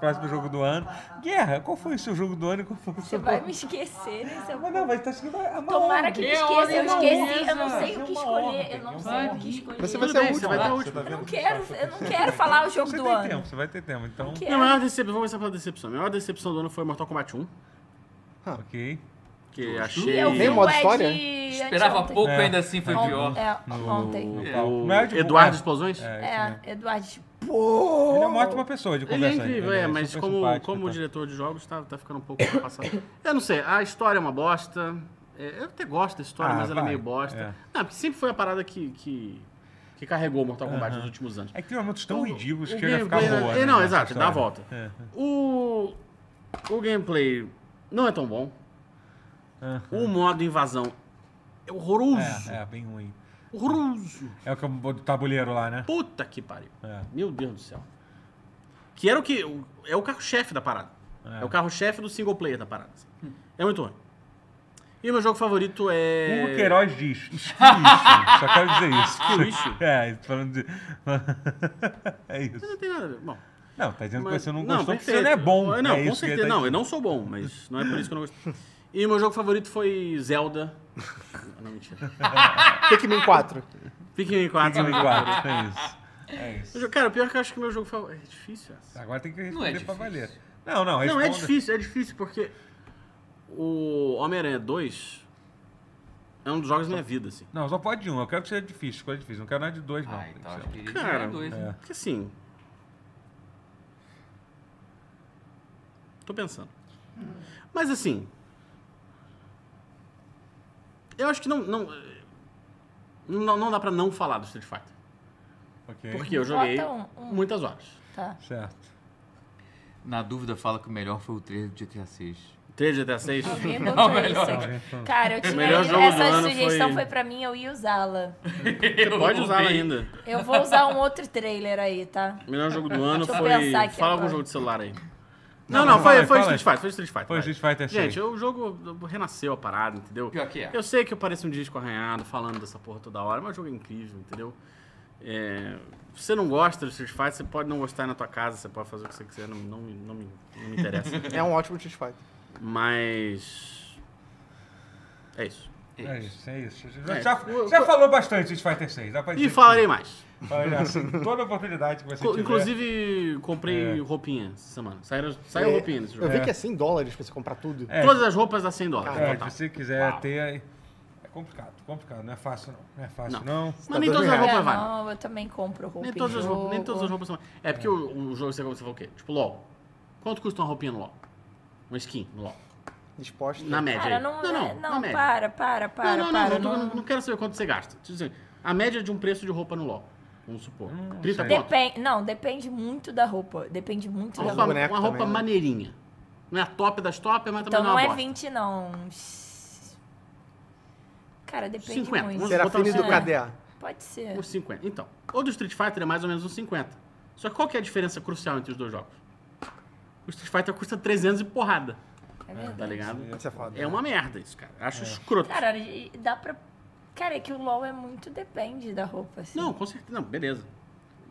Speaker 1: próximo jogo do ano. Guerra, qual foi o seu jogo do ano e qual foi o
Speaker 2: Você
Speaker 1: seu
Speaker 2: vai me esquecer, né? seu-
Speaker 1: Mas tá não, vai estar seguindo a
Speaker 2: Tomara que me
Speaker 3: Que
Speaker 2: esqueça. Eu
Speaker 3: honra,
Speaker 2: esqueci, eu não
Speaker 3: Luísa.
Speaker 2: sei o que
Speaker 1: Uma
Speaker 2: escolher.
Speaker 1: honra,
Speaker 2: Eu não
Speaker 1: uma
Speaker 2: sei o
Speaker 3: honra.
Speaker 2: que escolher.
Speaker 4: Você vai ser o último.
Speaker 1: Você
Speaker 3: vai ser o
Speaker 1: último.
Speaker 2: Eu não quero, eu não quero falar o jogo
Speaker 1: Você
Speaker 2: do
Speaker 1: tem
Speaker 2: ano.
Speaker 1: tempo, você vai ter tempo. Então,
Speaker 2: Não quero.
Speaker 5: Minha maior decepção, vamos começar pela decepção. Minha maior decepção do ano foi Mortal Kombat 1,
Speaker 1: ok.
Speaker 5: que achei...
Speaker 2: Eu vi
Speaker 4: Tem
Speaker 2: é o
Speaker 4: modo
Speaker 2: Ed
Speaker 4: história?
Speaker 2: anteontem.
Speaker 3: Esperava pouco,
Speaker 1: É.
Speaker 3: ainda assim foi
Speaker 2: On-
Speaker 3: pior.
Speaker 2: É, ontem.
Speaker 5: O- o
Speaker 1: Não é de-
Speaker 5: Eduardo
Speaker 1: é.
Speaker 5: Explosões?
Speaker 1: É, isso mesmo.
Speaker 2: É, Eduardo, tipo,
Speaker 1: Ele é uma ótima pessoa de
Speaker 5: Ele é
Speaker 1: conversar.
Speaker 5: incrível,
Speaker 1: entendeu?
Speaker 5: é, mas
Speaker 1: super
Speaker 5: como,
Speaker 1: simpático
Speaker 5: como
Speaker 1: e tal.
Speaker 5: diretor de jogos tá, tá ficando um pouco passado. Eu não sei, a história é uma bosta. É, eu até gosto da história,
Speaker 1: Ah,
Speaker 5: mas ela é
Speaker 1: vai,
Speaker 5: meio bosta.
Speaker 1: é.
Speaker 5: Não, porque sempre foi a parada que, que, que carregou o Mortal Kombat nos últimos anos.
Speaker 1: É que tem momentos tão
Speaker 5: O-
Speaker 1: ridículos
Speaker 5: o
Speaker 1: que chega a ficar
Speaker 5: gameplay,
Speaker 1: boa.
Speaker 5: é,
Speaker 1: né,
Speaker 5: não,
Speaker 1: essa
Speaker 5: exato, dá a
Speaker 1: história.
Speaker 5: volta.
Speaker 1: É.
Speaker 5: O, o gameplay não é tão bom.
Speaker 1: Aham.
Speaker 5: O modo invasão é horroroso.
Speaker 1: É, é, bem ruim.
Speaker 5: Horroroso.
Speaker 1: É o que eu- o tabuleiro lá, né?
Speaker 5: Puta que pariu.
Speaker 1: É.
Speaker 5: Meu Deus do céu. Que era o que. o- É o carro-chefe da parada. É,
Speaker 1: É.
Speaker 5: o carro-chefe do single player da parada. assim. É muito ruim. E o meu jogo favorito é.
Speaker 1: O Queiroz diz, que lixo. Só quero dizer isso.
Speaker 5: Que lixo?
Speaker 1: *laughs* É, falando de... É isso.
Speaker 5: Não tem nada a ver. Bom,
Speaker 1: Não, tá dizendo
Speaker 5: mas-
Speaker 1: que você não gostou, porque você
Speaker 5: perfeito.
Speaker 1: não é bom.
Speaker 5: Não,
Speaker 1: é isso
Speaker 5: com
Speaker 1: que ele
Speaker 5: certeza.
Speaker 1: tá
Speaker 5: Não, eu
Speaker 1: dizendo.
Speaker 5: não sou bom, mas não é por isso que eu não gostei. E o meu jogo favorito foi Zelda. *laughs* Não, mentira.
Speaker 4: Pikmin 4.
Speaker 5: Pikmin 4.
Speaker 1: Pikmin 4, é isso. É isso.
Speaker 5: Eu- Cara, pior que eu acho que o meu jogo favorito. É difícil essa.
Speaker 1: Agora tem que
Speaker 3: Não
Speaker 1: responder
Speaker 3: é
Speaker 1: pra
Speaker 3: difícil.
Speaker 1: valer. Não, não,
Speaker 5: Não, é
Speaker 1: responda.
Speaker 5: difícil, é difícil, porque o Homem-Aranha 2 é um dos jogos da minha vida, assim.
Speaker 1: Não, só pode um. Eu quero que seja difícil, escolha difícil. Não quero nada de dois, não.
Speaker 3: Ah, então acho que ele
Speaker 5: Cara,
Speaker 3: é dois. né?
Speaker 5: Porque assim. Tô pensando. Mas assim. Eu acho que não. Não, não, não dá pra não falar do Street Fighter.
Speaker 1: Ok,
Speaker 5: Porque eu joguei
Speaker 2: Bota um- um.
Speaker 5: muitas horas.
Speaker 3: *laughs*
Speaker 2: tá.
Speaker 1: certo.
Speaker 3: Na dúvida, fala que o melhor foi o 3 do GTA 6.
Speaker 5: 3 GTA 6.
Speaker 2: Alguém botou isso
Speaker 3: melhor
Speaker 2: aqui.
Speaker 1: Alguém falou.
Speaker 2: Cara, eu tinha
Speaker 5: melhor jogo do
Speaker 2: essa
Speaker 5: ano
Speaker 2: sugestão
Speaker 5: foi-
Speaker 2: foi... pra mim, eu ia usá-la.
Speaker 5: Você pode usar ainda.
Speaker 2: Eu vou usar um outro trailer aí, tá?
Speaker 5: O melhor
Speaker 2: *laughs*
Speaker 5: jogo do ano
Speaker 2: Deixa eu
Speaker 5: foi.
Speaker 2: pensar aqui
Speaker 5: Fala algum
Speaker 2: agora.
Speaker 5: jogo de celular aí. Não,
Speaker 1: não,
Speaker 5: não, foi,
Speaker 1: fala aí,
Speaker 5: foi
Speaker 1: fala aí.
Speaker 5: Street Fighter, foi Street Fighter.
Speaker 1: Foi
Speaker 5: vai.
Speaker 1: Street Fighter 6.
Speaker 5: Gente, o jogo renasceu a parada, entendeu?
Speaker 3: Pior que é.
Speaker 5: Eu sei que eu pareço um disco arranhado falando dessa porra toda hora, mas o jogo é incrível, entendeu? É, se você não gosta do Street Fighter, você pode não gostar na tua casa, você pode fazer o que você quiser, não, não, me- não, me, não me
Speaker 1: *laughs*
Speaker 5: interessa.
Speaker 4: É um ótimo Street Fighter.
Speaker 5: mas. É isso.
Speaker 1: É isso, é isso. Já,
Speaker 5: É.
Speaker 1: já- já falou bastante de Fighter 6. Dá pra dizer
Speaker 5: E
Speaker 1: que-
Speaker 5: falarei mais.
Speaker 1: Olha, assim, toda oportunidade que você
Speaker 5: Co-
Speaker 1: tiver.
Speaker 5: Inclusive, comprei
Speaker 1: É.
Speaker 5: roupinha essa semana. Saíram, saiu roupinha nesse jogo.
Speaker 4: Eu vi que é 100 dólares pra você comprar tudo.
Speaker 1: É.
Speaker 5: Todas as roupas a 100 dólares.
Speaker 1: É,
Speaker 5: total.
Speaker 1: se você quiser ter aí. É complicado, complicado. Não é fácil, não. Não é fácil, não.
Speaker 5: Mas nem todas as
Speaker 4: Tá
Speaker 5: roupas
Speaker 2: Ah,
Speaker 5: valem.
Speaker 2: não, eu também compro roupa
Speaker 5: Nem
Speaker 2: em
Speaker 5: todas, as
Speaker 2: jogo.
Speaker 5: roupas, nem todas as roupas são. É porque o, o jogo você falou o quê? Tipo, LOL. Quanto custa uma roupinha no LOL? Uma skin no LOL.
Speaker 4: Disposto.
Speaker 5: Na média.
Speaker 2: Cara,
Speaker 5: aí.
Speaker 2: não, é-
Speaker 5: não, não, na
Speaker 2: não,
Speaker 5: média.
Speaker 2: para, para, para,
Speaker 5: não, não,
Speaker 2: para.
Speaker 5: não, eu tô-
Speaker 2: não-
Speaker 5: não, quero saber quanto você gasta. Deixa eu dizer, A média de um preço de roupa no LOL, vamos supor. 30 conto.
Speaker 2: Depen- não, Hum, depende muito da roupa. Depende muito da
Speaker 5: Uma
Speaker 4: do
Speaker 2: roupa.
Speaker 5: roupa, uma
Speaker 4: boneco
Speaker 5: roupa
Speaker 4: também, né?
Speaker 5: maneirinha. Não é a top das top, mas também
Speaker 2: Então
Speaker 5: não
Speaker 2: não
Speaker 5: é
Speaker 2: é
Speaker 5: uma bosta.
Speaker 2: 20, não. Cara, depende
Speaker 5: 50,
Speaker 2: muito.
Speaker 5: vamos-
Speaker 4: Serafine
Speaker 2: é.
Speaker 5: botar
Speaker 4: do
Speaker 5: um-
Speaker 4: KDA.
Speaker 2: Pode ser.
Speaker 5: Uns 50. Então, o do Street Fighter é mais ou menos uns 50. Só que qual que é a diferença crucial entre os dois jogos? O Street Fighter custa 300 e porrada,
Speaker 2: É verdade.
Speaker 5: tá ligado?
Speaker 4: Isso é foda.
Speaker 5: É uma merda isso, cara. Acho escroto.
Speaker 2: Cara, e dá pra. Cara, é que o LOL é muito depende da roupa, assim.
Speaker 5: Não, com certeza. Não, beleza.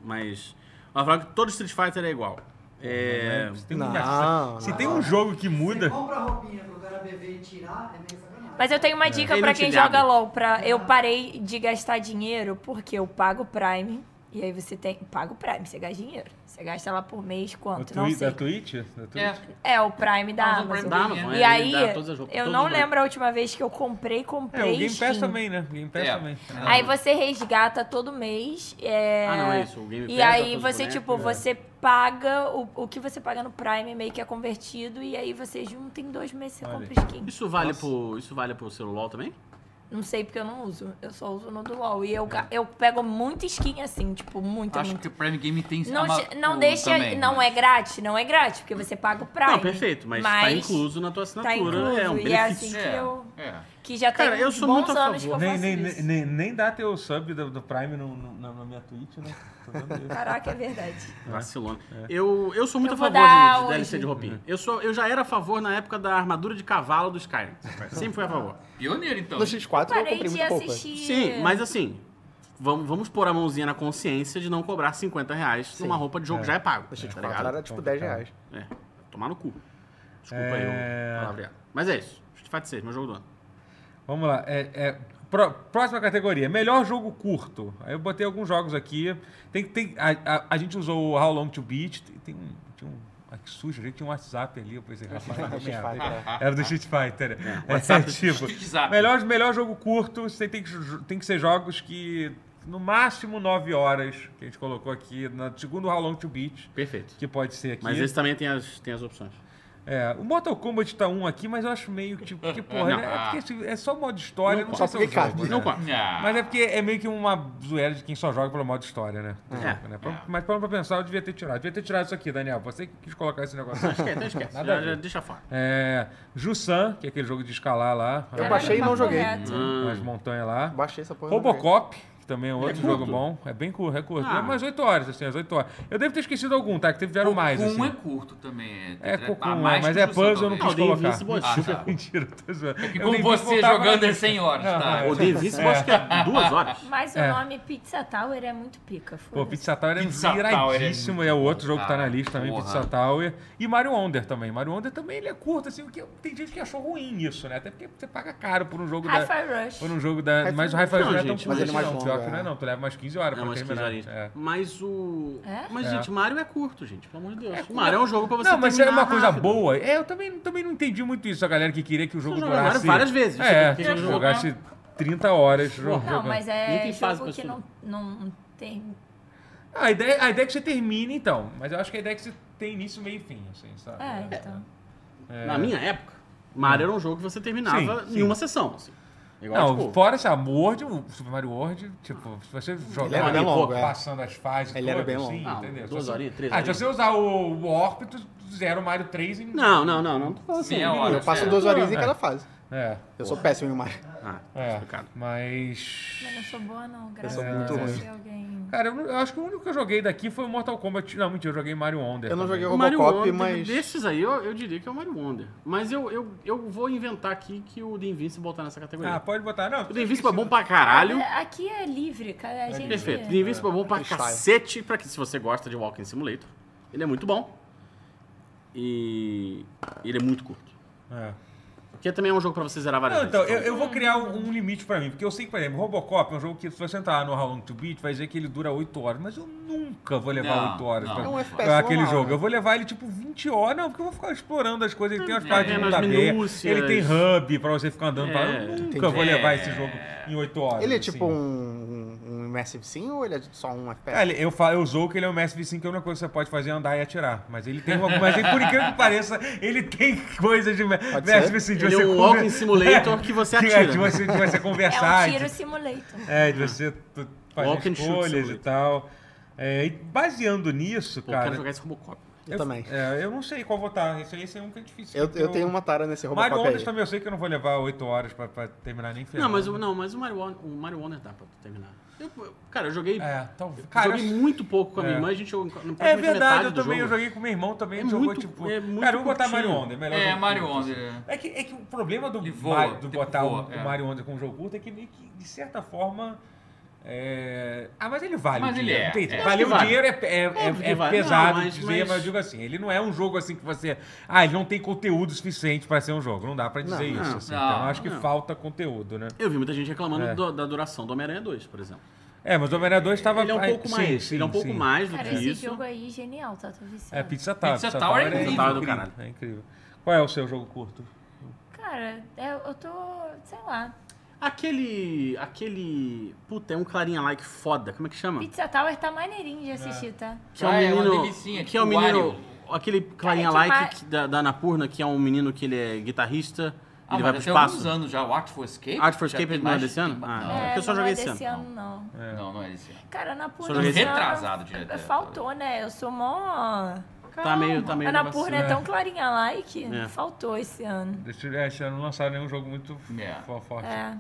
Speaker 5: Mas. Mas falar que todo Street Fighter é igual. É.
Speaker 1: Se tem,
Speaker 4: Não,
Speaker 1: um,
Speaker 4: não.
Speaker 1: se tem um jogo que
Speaker 6: Você
Speaker 1: muda.
Speaker 6: compra a roupinha pro cara beber e tirar, é meio sacanagem.
Speaker 2: Mas eu tenho uma dica
Speaker 5: Ele
Speaker 2: pra
Speaker 5: não te né?
Speaker 2: quem
Speaker 5: abre.
Speaker 2: joga LOL. Pra... Eu parei de gastar dinheiro porque eu pago Prime. E aí você tem. Paga o Prime, você gasta dinheiro. Você gasta lá por mês
Speaker 1: é O
Speaker 5: É
Speaker 2: quanto? Não
Speaker 1: twi da
Speaker 2: sei.
Speaker 1: Twitch? Da Twitch?
Speaker 3: É,
Speaker 2: É, o Prime da
Speaker 3: Amazon
Speaker 2: Amazon.
Speaker 3: Prime da Amazon,
Speaker 2: E
Speaker 5: é,
Speaker 2: aí,
Speaker 5: ele dá todas as roupas,
Speaker 2: eu
Speaker 5: todos
Speaker 2: não
Speaker 5: os bancos.
Speaker 2: lembro a última vez que eu comprei,
Speaker 1: É,
Speaker 2: comprei
Speaker 1: o Game Pass
Speaker 2: Steam.
Speaker 1: também, né? O Game Pass
Speaker 3: É.
Speaker 1: também.
Speaker 2: Aí você resgata todo mês. é,
Speaker 5: Ah, não, é isso, o Game Pass
Speaker 2: E
Speaker 5: dá
Speaker 2: aí
Speaker 5: todos os
Speaker 2: você,
Speaker 5: bonecos,
Speaker 2: tipo,
Speaker 5: é.
Speaker 2: você paga o, o que você paga no Prime meio que é convertido. E aí você junta em dois meses você
Speaker 1: Olha
Speaker 2: compra skin.
Speaker 5: Isso vale, pro, isso vale pro celular também?
Speaker 2: Não sei porque eu não uso. Eu só uso no do LOL. E eu, ga- eu pego muita skin assim, tipo, muita,
Speaker 3: Acho
Speaker 2: muita.
Speaker 3: que o Prime Game tem
Speaker 2: Não,
Speaker 3: ama-
Speaker 2: che- não
Speaker 3: o-
Speaker 2: deixa.
Speaker 3: também,
Speaker 2: não
Speaker 3: né?
Speaker 2: é grátis, não é grátis, porque você paga o Prime.
Speaker 5: não, perfeito, mas, tá incluso na tua assinatura.
Speaker 2: incluso,
Speaker 5: é um
Speaker 2: e é
Speaker 5: benefício.
Speaker 2: assim.
Speaker 3: É,
Speaker 2: que eu-
Speaker 3: é.
Speaker 2: Que já
Speaker 5: Cara,
Speaker 2: tem
Speaker 5: eu
Speaker 2: uns
Speaker 5: sou
Speaker 2: bons
Speaker 5: muito a
Speaker 2: anos que eu
Speaker 5: favor.
Speaker 1: Nem,
Speaker 2: faço
Speaker 1: nem,
Speaker 2: isso.
Speaker 1: nem, nem- nem dá teu sub do, do Prime no, no- na, na minha Twitch, né? Tô vendo isso.
Speaker 2: Caraca, é verdade.
Speaker 5: Vacilona. Eu, eu sou muito
Speaker 2: Eu
Speaker 5: a
Speaker 2: vou
Speaker 5: favor
Speaker 2: dar
Speaker 5: de, de
Speaker 2: hoje.
Speaker 5: DLC de roupinha. Eu, sou, eu já era a favor na época da armadura de cavalo do Skyrim. Sempre fui a favor.
Speaker 3: Pioneiro, então.
Speaker 4: No X4 eu
Speaker 2: Parei
Speaker 4: comprei é.
Speaker 2: de
Speaker 4: muita roupa.
Speaker 2: assistir. é,
Speaker 5: Sim, mas assim, vamos, vamos pôr a mãozinha na consciência de não cobrar 50 reais numa roupa de jogo que já é pago.
Speaker 4: O Street
Speaker 5: tá
Speaker 4: 4
Speaker 5: ligado?
Speaker 4: era tipo 10 reais.
Speaker 5: É, tomar no cu. Desculpa
Speaker 1: É.
Speaker 5: aí o palavreado. Mas é isso. Street Fighter 6, meu jogo do ano.
Speaker 1: Vamos lá. É, é, pró- próxima categoria, melhor jogo curto. Aí eu botei alguns jogos aqui. Tem, tem, a, a, a gente usou o How Long to Beat. Tem, tem um. Tinha um ah, que sujo, a gente tinha um WhatsApp ali, eu pensei, rapaz, que
Speaker 4: Street
Speaker 1: merda.
Speaker 4: Fighter,
Speaker 1: Era do Street Fighter. É,
Speaker 5: WhatsApp do
Speaker 1: tipo,
Speaker 3: Street Zap.
Speaker 1: melhor, melhor jogo curto, você tem que, ju- tem que ser jogos que, no máximo, 9 horas, que a gente colocou aqui, na, segundo o How Long to Beat,
Speaker 5: Perfeito.
Speaker 1: que pode ser aqui.
Speaker 5: Mas esse também tem as, tem as opções.
Speaker 1: É, o Mortal Kombat tá um aqui, mas eu acho meio que, tipo, que porra,
Speaker 5: Não.
Speaker 1: né? é, porque esse- é só modo história, não,
Speaker 4: só
Speaker 1: sei se é o
Speaker 4: porque cabe.
Speaker 1: jogo, né?
Speaker 5: Não conta.
Speaker 3: Ah,
Speaker 1: Mas é porque é meio que uma zoeira de quem só joga pelo modo história, né? Do
Speaker 5: É.
Speaker 1: jogo, né? Pra- Mas para pra pensar, eu devia ter tirado. Devia ter tirado isso aqui, Daniel. Você que quis colocar esse
Speaker 5: *laughs*
Speaker 1: negócio.
Speaker 5: Esquece, então esquece.
Speaker 1: Nada a
Speaker 5: já,
Speaker 1: ver.
Speaker 5: já deixa fora.
Speaker 1: É, Jussan, que é aquele jogo de escalar lá.
Speaker 4: Eu
Speaker 1: as-
Speaker 2: Caralho,
Speaker 4: baixei e não
Speaker 2: papo
Speaker 4: joguei.
Speaker 2: reto.
Speaker 1: As montanhas lá.
Speaker 4: Baixei essa porra. e não joguei.
Speaker 1: Robocop, que também é outro jogo
Speaker 5: curto?
Speaker 1: bom. É bem curto, é curto.
Speaker 5: Ah.
Speaker 1: É mais 8 horas, assim, as 8 horas. Eu devo ter esquecido algum, tá? Que teve vieram
Speaker 3: Cocum
Speaker 1: mais, assim.
Speaker 3: é curto também.
Speaker 1: É
Speaker 3: tá
Speaker 1: Cocum, é,
Speaker 3: mais
Speaker 1: mas
Speaker 3: que
Speaker 1: é
Speaker 3: Jussan,
Speaker 1: puzzle, eu não
Speaker 5: Não,
Speaker 1: quis
Speaker 5: The
Speaker 1: colocar.
Speaker 5: Invincible é
Speaker 1: *laughs*
Speaker 3: Ah,
Speaker 5: super
Speaker 3: tá.
Speaker 5: curto.
Speaker 1: Mentira, tô zoando.
Speaker 3: E
Speaker 1: Eu
Speaker 3: com
Speaker 1: nem
Speaker 3: você
Speaker 1: contava
Speaker 3: jogando é
Speaker 1: nada.
Speaker 3: 100 horas, tá?
Speaker 5: O The Invincible acho que é duas horas.
Speaker 2: Mas o
Speaker 1: É.
Speaker 2: nome Pizza Tower é muito pica.
Speaker 1: Pô,
Speaker 2: foda-se.
Speaker 1: Pizza Tower é
Speaker 3: Pizza Tower é
Speaker 1: viradíssimo.
Speaker 3: muito
Speaker 1: é o
Speaker 3: bom,
Speaker 1: outro jogo que tá na
Speaker 3: cara.
Speaker 1: lista também,
Speaker 3: Porra.
Speaker 1: Pizza Tower. E Mario Wonder também. Mario Wonder também ele é curto, assim, porque tem gente que achou ruim isso, né? Até porque você paga caro por um jogo da.
Speaker 2: Hi-Fi Rush.
Speaker 1: Por um jogo da.
Speaker 4: Hi-Fi
Speaker 1: mas o Hi-Fi
Speaker 5: Rush.
Speaker 1: Rush não é
Speaker 5: Não,
Speaker 1: tão curto,
Speaker 5: gente, mas
Speaker 1: não.
Speaker 5: ele
Speaker 4: é mais
Speaker 1: Pior que
Speaker 4: longo,
Speaker 1: não é,
Speaker 4: é.
Speaker 1: não. Tu leva mais 15 horas
Speaker 5: É
Speaker 1: pra
Speaker 5: umas 15
Speaker 1: terminar.
Speaker 5: horinhas.
Speaker 1: É.
Speaker 5: Mas o.
Speaker 2: É?
Speaker 5: Mas,
Speaker 1: É.
Speaker 5: gente, Mario é curto, gente, pelo amor de Deus. O Mario é um jogo pra você
Speaker 1: Não, mas é
Speaker 5: terminar
Speaker 1: uma coisa
Speaker 5: rápido.
Speaker 1: boa. É, eu também, também não entendi muito isso, a galera que queria que o jogo
Speaker 5: joga Mario
Speaker 1: durasse.
Speaker 5: várias vezes, isso
Speaker 1: É,
Speaker 5: é porque
Speaker 1: que
Speaker 5: eu jogo-
Speaker 1: jogasse 30 horas jogando.
Speaker 2: Não, mas
Speaker 5: Nem
Speaker 2: é
Speaker 5: tem fase
Speaker 2: jogo
Speaker 5: pra
Speaker 2: que não,
Speaker 5: estudar.
Speaker 2: não tem...
Speaker 1: Ah, A ideia, a ideia é que você termine, então. Mas eu acho que a ideia é que você tem início, meio e fim, assim, sabe?
Speaker 2: É, então.
Speaker 5: Na minha época, Mario era um jogo que você terminava
Speaker 1: É. Sim, sim.
Speaker 5: em uma sessão. Assim. Igual,
Speaker 1: Não,
Speaker 5: tipo,
Speaker 1: fora esse amor de o Super Mario World, tipo, se você jogar
Speaker 4: era
Speaker 1: ali,
Speaker 4: bem
Speaker 1: pô,
Speaker 4: longo, é.
Speaker 1: passando as fases,
Speaker 4: Ele era
Speaker 1: todas,
Speaker 4: bem
Speaker 1: assim,
Speaker 5: longo. Ah,
Speaker 1: entendeu?
Speaker 5: duas
Speaker 1: Se você-
Speaker 5: horinhas, três
Speaker 1: Ah, se
Speaker 5: horinhas.
Speaker 1: você usar o, o Warp, tu zera o Mario 3 em...
Speaker 5: Não, não, não, não. tô falando assim.
Speaker 3: Meia hora.
Speaker 4: Eu passo
Speaker 3: sério.
Speaker 4: duas horinhas em
Speaker 1: É.
Speaker 4: cada fase.
Speaker 1: É,
Speaker 4: Eu sou péssimo em Mario.
Speaker 5: Ah,
Speaker 1: é,
Speaker 5: explicado.
Speaker 1: mas...
Speaker 2: Mas não sou boa, não. Graças
Speaker 4: sou
Speaker 2: a
Speaker 4: muito
Speaker 2: Deus.
Speaker 4: ruim.
Speaker 2: se alguém-
Speaker 1: Cara, eu, não- eu acho que o único que eu joguei daqui foi o Mortal Kombat. Não, mentira, eu joguei Mario Wonder.
Speaker 4: Eu não
Speaker 1: também.
Speaker 4: joguei o
Speaker 5: O Mario
Speaker 4: Robocop,
Speaker 5: Wonder,
Speaker 4: mas.
Speaker 5: desses aí, eu, eu diria que é o Mario Wonder. Mas eu, eu, eu vou inventar aqui que o The Invincible tá nessa categoria.
Speaker 1: Ah, pode botar. Não,
Speaker 5: o The Invincible é bom pra caralho.
Speaker 2: Aqui é livre, cara. A gente...
Speaker 5: Perfeito. The Invincible é bom pra
Speaker 4: Freestyle.
Speaker 5: cacete, pra que se você gosta de Walking Simulator. Ele é muito bom. E ele é muito curto.
Speaker 1: É.
Speaker 5: Porque também é um jogo pra você zerar várias
Speaker 1: Não, então,
Speaker 5: vezes.
Speaker 1: eu, eu vou criar um, um limite pra mim, porque eu sei que, por exemplo, Robocop é um jogo que, se você entrar no How Long to Beat, vai dizer que ele dura 8 horas, mas eu nunca vou levar
Speaker 3: Não,
Speaker 1: 8 horas
Speaker 3: não.
Speaker 1: pra,
Speaker 3: É um
Speaker 1: pra
Speaker 4: FPS
Speaker 1: aquele
Speaker 4: normal,
Speaker 1: jogo.
Speaker 4: né?
Speaker 1: Eu vou levar ele tipo 20 horas, não, porque eu vou ficar explorando as coisas, ele tem umas
Speaker 5: É,
Speaker 1: partes de
Speaker 5: nas
Speaker 1: mundo aberto,
Speaker 5: minúcias.
Speaker 1: ele tem hub pra você ficar andando pra lá.
Speaker 5: É,
Speaker 1: Eu nunca
Speaker 4: entendi.
Speaker 1: vou levar
Speaker 3: É.
Speaker 1: esse jogo em 8 horas.
Speaker 4: Ele é
Speaker 1: assim.
Speaker 4: tipo um, um, um Immersive Sim ou ele é só um
Speaker 1: É,
Speaker 4: FPS?
Speaker 1: ele- eu, falo, eu zoo que ele é um Mass V5, que a única coisa que você pode fazer é andar e atirar. Mas ele tem uma. Mas ele, por incrível que pareça, ele tem coisas de Mass
Speaker 4: Pode ser?
Speaker 1: V5. de
Speaker 5: Ele é
Speaker 1: você
Speaker 5: um
Speaker 1: conver-
Speaker 5: Walking Simulator
Speaker 1: *laughs*
Speaker 5: que você
Speaker 1: de-
Speaker 5: atira.
Speaker 1: De você, de você
Speaker 2: É
Speaker 1: conversar.
Speaker 2: um
Speaker 1: de-
Speaker 2: tiro simulator.
Speaker 1: É, de você tu-
Speaker 5: Walk
Speaker 1: fazer
Speaker 5: and shoot
Speaker 1: escolhas e
Speaker 5: simulator.
Speaker 1: tal. É, e baseando nisso,
Speaker 5: Pô, eu
Speaker 1: cara.
Speaker 5: quero jogar esse Robocop.
Speaker 4: Eu também.
Speaker 1: é, eu não sei qual votar. Esse aí esse é um que é difícil.
Speaker 4: Eu,
Speaker 1: porque
Speaker 4: eu tenho uma tara nesse Robocop
Speaker 1: Mario Ondas
Speaker 4: aí.
Speaker 1: também eu sei que eu não vou levar 8 horas pra, pra terminar nem ferrando. É,
Speaker 5: Não, mas, o- não, mas o, Mario Wonder, o Mario Wonder dá pra terminar. Eu- eu- cara, eu joguei,
Speaker 1: É, talvez.
Speaker 5: eu
Speaker 1: Cara,
Speaker 5: joguei
Speaker 1: eu-
Speaker 5: muito pouco com a minha
Speaker 1: É.
Speaker 5: irmã, a gente jogou na
Speaker 1: é
Speaker 5: praticamente
Speaker 1: verdade,
Speaker 5: metade
Speaker 1: eu
Speaker 5: do
Speaker 1: também. Eu
Speaker 5: jogo.
Speaker 1: joguei com meu irmão também.
Speaker 5: É
Speaker 1: ele jogou
Speaker 5: muito-
Speaker 1: tipo.
Speaker 5: é muito
Speaker 1: cara, eu vou botar
Speaker 5: curtinho.
Speaker 1: Mario Ondas. melhor
Speaker 3: É,
Speaker 1: jogo
Speaker 3: Mario
Speaker 1: curto,
Speaker 3: Wonder,
Speaker 1: assim.
Speaker 3: é.
Speaker 1: É que, é que o problema do,
Speaker 3: Ele voa,
Speaker 1: Ma- do
Speaker 5: tipo,
Speaker 3: tem que
Speaker 1: botar
Speaker 3: voar,
Speaker 1: o,
Speaker 3: é.
Speaker 1: o Mario Ondas como jogo curto é que meio que, de certa forma. é, Ah, mas ele vale
Speaker 3: Mas
Speaker 1: o
Speaker 3: ele
Speaker 1: dinheiro.
Speaker 3: é,
Speaker 1: não tem jeito.
Speaker 3: é.
Speaker 1: Valeu
Speaker 5: Acho que
Speaker 1: o dinheiro é, é-
Speaker 5: Óbvio
Speaker 1: é-
Speaker 5: que
Speaker 1: é
Speaker 5: vale.
Speaker 1: pesado
Speaker 5: Não, mas-
Speaker 1: dizer,
Speaker 5: mas-
Speaker 1: mas... eu digo assim, ele não é um jogo assim que você. Ah, ele não tem conteúdo suficiente pra ser um jogo. Não dá pra dizer
Speaker 5: Não,
Speaker 1: isso.
Speaker 5: não,
Speaker 1: assim. então
Speaker 3: não,
Speaker 1: eu acho que
Speaker 5: não.
Speaker 1: falta conteúdo, né?
Speaker 5: Eu vi muita gente reclamando
Speaker 1: É.
Speaker 5: do- da duração do Homem-Aranha 2, por exemplo.
Speaker 1: É, mas o Homem-Aranha 2 estava.
Speaker 5: Ele é um pouco
Speaker 1: sim,
Speaker 5: mais,
Speaker 1: sim,
Speaker 5: ele é um pouco
Speaker 1: sim.
Speaker 5: mais do
Speaker 2: Cara,
Speaker 5: que
Speaker 2: esse
Speaker 5: isso.
Speaker 2: jogo aí é genial, tá? Tô viciada.
Speaker 1: É, Pizza Tower.
Speaker 3: Pizza Tower é incrível.
Speaker 1: É
Speaker 5: Pizza Tower do
Speaker 1: incrível. É incrível. Qual é o seu jogo curto?
Speaker 2: Cara, eu, eu tô... Sei lá.
Speaker 5: Aquele. Aquele. Puta, é um clarinha like foda. Como é que chama?
Speaker 2: Pizza Tower tá maneirinho de assistir, tá?
Speaker 5: Que é um
Speaker 3: Ah, é uma
Speaker 5: menino.
Speaker 3: delicinha,
Speaker 5: que é um
Speaker 3: tipo
Speaker 5: menino.
Speaker 3: Wario.
Speaker 5: Aquele clarinha
Speaker 2: Cara, é
Speaker 5: like
Speaker 2: demais.
Speaker 5: que- da, da Anapurna, que é um menino que ele é guitarrista,
Speaker 3: Ah,
Speaker 5: ele
Speaker 3: mas
Speaker 5: vai pro
Speaker 3: já tem alguns
Speaker 5: espaço.
Speaker 3: anos já, o Art for Escape.
Speaker 5: Art for
Speaker 3: já
Speaker 5: Escape
Speaker 3: tem
Speaker 5: não é
Speaker 3: mais-
Speaker 5: desse ano?
Speaker 3: tem-
Speaker 5: Ah,
Speaker 3: não.
Speaker 5: é. porque eu só
Speaker 2: não
Speaker 5: joguei
Speaker 2: é
Speaker 5: esse
Speaker 2: desse
Speaker 5: ano.
Speaker 2: ano, não.
Speaker 3: Não, não é desse ano.
Speaker 2: Cara, na Purna...
Speaker 5: Só joguei
Speaker 2: esse ano
Speaker 3: retrasado direto.
Speaker 2: Faltou, né? Eu sou mó...
Speaker 5: Tá meio- tá meio
Speaker 2: Anapurna
Speaker 5: vacilo.
Speaker 2: é tão clarinha like.
Speaker 5: É.
Speaker 2: Faltou esse ano.
Speaker 1: Deixa eu ver, esse ano não lançaram nenhum jogo muito f-
Speaker 3: É.
Speaker 1: fo- forte.
Speaker 2: É.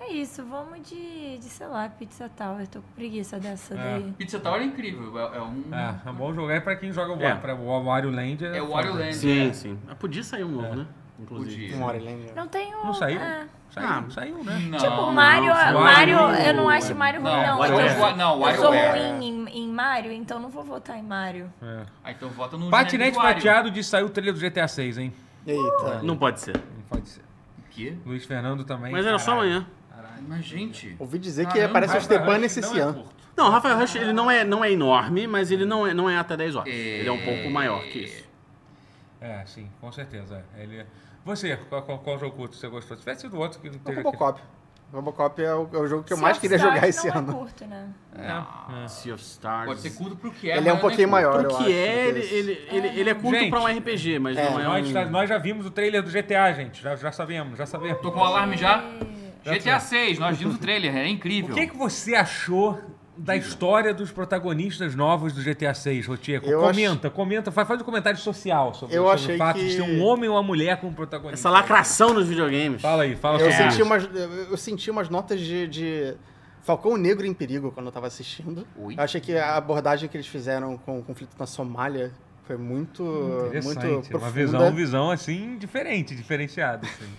Speaker 2: É isso, vamos de, de sei lá, Pizza Tower. Tô com preguiça dessa daí.
Speaker 3: Pizza Tower é incrível, é, é um...
Speaker 1: É, é bom jogar é pra quem joga o Wario,
Speaker 5: Né? É.
Speaker 1: pra o Wario Land.
Speaker 3: É o Wario Land.
Speaker 5: Sim,
Speaker 3: é.
Speaker 1: É.
Speaker 5: sim. Mas podia sair um novo, né? inclusive.
Speaker 3: Podia.
Speaker 4: Uma hora ele ainda.
Speaker 2: Não tem um.
Speaker 1: Não saiu?
Speaker 2: é.
Speaker 1: Saiu,
Speaker 5: Ah,
Speaker 1: saiu, né?
Speaker 3: Não,
Speaker 2: Tipo,
Speaker 3: não,
Speaker 2: Mario,
Speaker 5: não,
Speaker 2: Mario,
Speaker 5: Mario-
Speaker 2: eu não acho Mario ruim,
Speaker 3: Não,
Speaker 2: não.
Speaker 5: Mario
Speaker 2: eu
Speaker 5: é.
Speaker 2: sou-
Speaker 3: Não,
Speaker 2: eu sou
Speaker 3: WarioWare.
Speaker 2: ruim em, em Mario, então não vou votar em Mario.
Speaker 1: É.
Speaker 3: Ah, então vota no
Speaker 1: Patinete
Speaker 3: Mario.
Speaker 1: prateado de saiu o trailer do GTA 6, hein?
Speaker 4: Eita.
Speaker 5: Não pode ser.
Speaker 1: Não pode ser.
Speaker 3: O quê? Ah,
Speaker 1: Luiz Fernando também.
Speaker 5: Mas era só
Speaker 1: caralho.
Speaker 5: amanhã.
Speaker 3: Mas, gente...
Speaker 4: Ouvi dizer que
Speaker 3: Caramba,
Speaker 4: aparece o
Speaker 1: Rafa
Speaker 4: Stepan
Speaker 1: Rush
Speaker 4: esse
Speaker 1: não é
Speaker 4: ano.
Speaker 1: curto.
Speaker 5: Não, o Rafael Rush ele não é, não é enorme, mas ele não é, não é até 10 horas.
Speaker 3: É.
Speaker 5: Ele é um pouco maior que isso.
Speaker 1: É, sim, com certeza. é. Ele... Você, qual, qual, qual jogo curto você gostou? Se tivesse sido outro que não
Speaker 4: O
Speaker 1: teve aqui.
Speaker 4: Robocop. Robocop é o, é o jogo que eu
Speaker 2: Sea
Speaker 4: mais
Speaker 2: of
Speaker 4: queria
Speaker 2: Stars
Speaker 4: jogar esse
Speaker 2: não
Speaker 4: ano.
Speaker 2: É curto, né?
Speaker 1: É.
Speaker 5: Ah, Sea of Stars.
Speaker 3: Pode ser curto pro que é,
Speaker 4: ele é um
Speaker 3: mas
Speaker 4: pouquinho
Speaker 3: não é
Speaker 4: maior,
Speaker 5: Pro
Speaker 4: eu acho.
Speaker 5: que é,
Speaker 4: do
Speaker 5: ele,
Speaker 4: esse.
Speaker 5: ele, ele, ele é curto
Speaker 1: Gente.
Speaker 5: pra um RPG, mas não é
Speaker 1: Nós,
Speaker 5: um...
Speaker 1: tá- nós já vimos o trailer do GTA, gente. Já, já sabemos, já sabemos.
Speaker 3: curto. Tô com o alarme já. GTA 6, nós vimos o trailer, é
Speaker 1: É. O
Speaker 3: incrível.
Speaker 1: que, é que você achou da história dos protagonistas novos do GTA 6, Rotieco?
Speaker 4: Eu
Speaker 1: Comenta, comenta, faz, faz um comentário social sobre,
Speaker 4: Eu
Speaker 1: sobre
Speaker 4: achei
Speaker 1: o fato de
Speaker 4: que-
Speaker 1: ter um homem ou uma mulher como protagonista.
Speaker 5: Essa lacração nos videogames.
Speaker 1: Fala aí, fala
Speaker 4: Eu,
Speaker 1: sobre
Speaker 4: senti
Speaker 1: isso.
Speaker 4: umas, eu eu senti umas notas de, de Falcão Negro em Perigo quando eu tava assistindo.
Speaker 3: Ui.
Speaker 4: Eu achei que a abordagem que eles fizeram com o conflito na Somália foi muito,
Speaker 1: Interessante,
Speaker 4: muito profunda.
Speaker 1: uma visão, visão assim, diferente, diferenciada.
Speaker 5: *laughs*
Speaker 1: assim.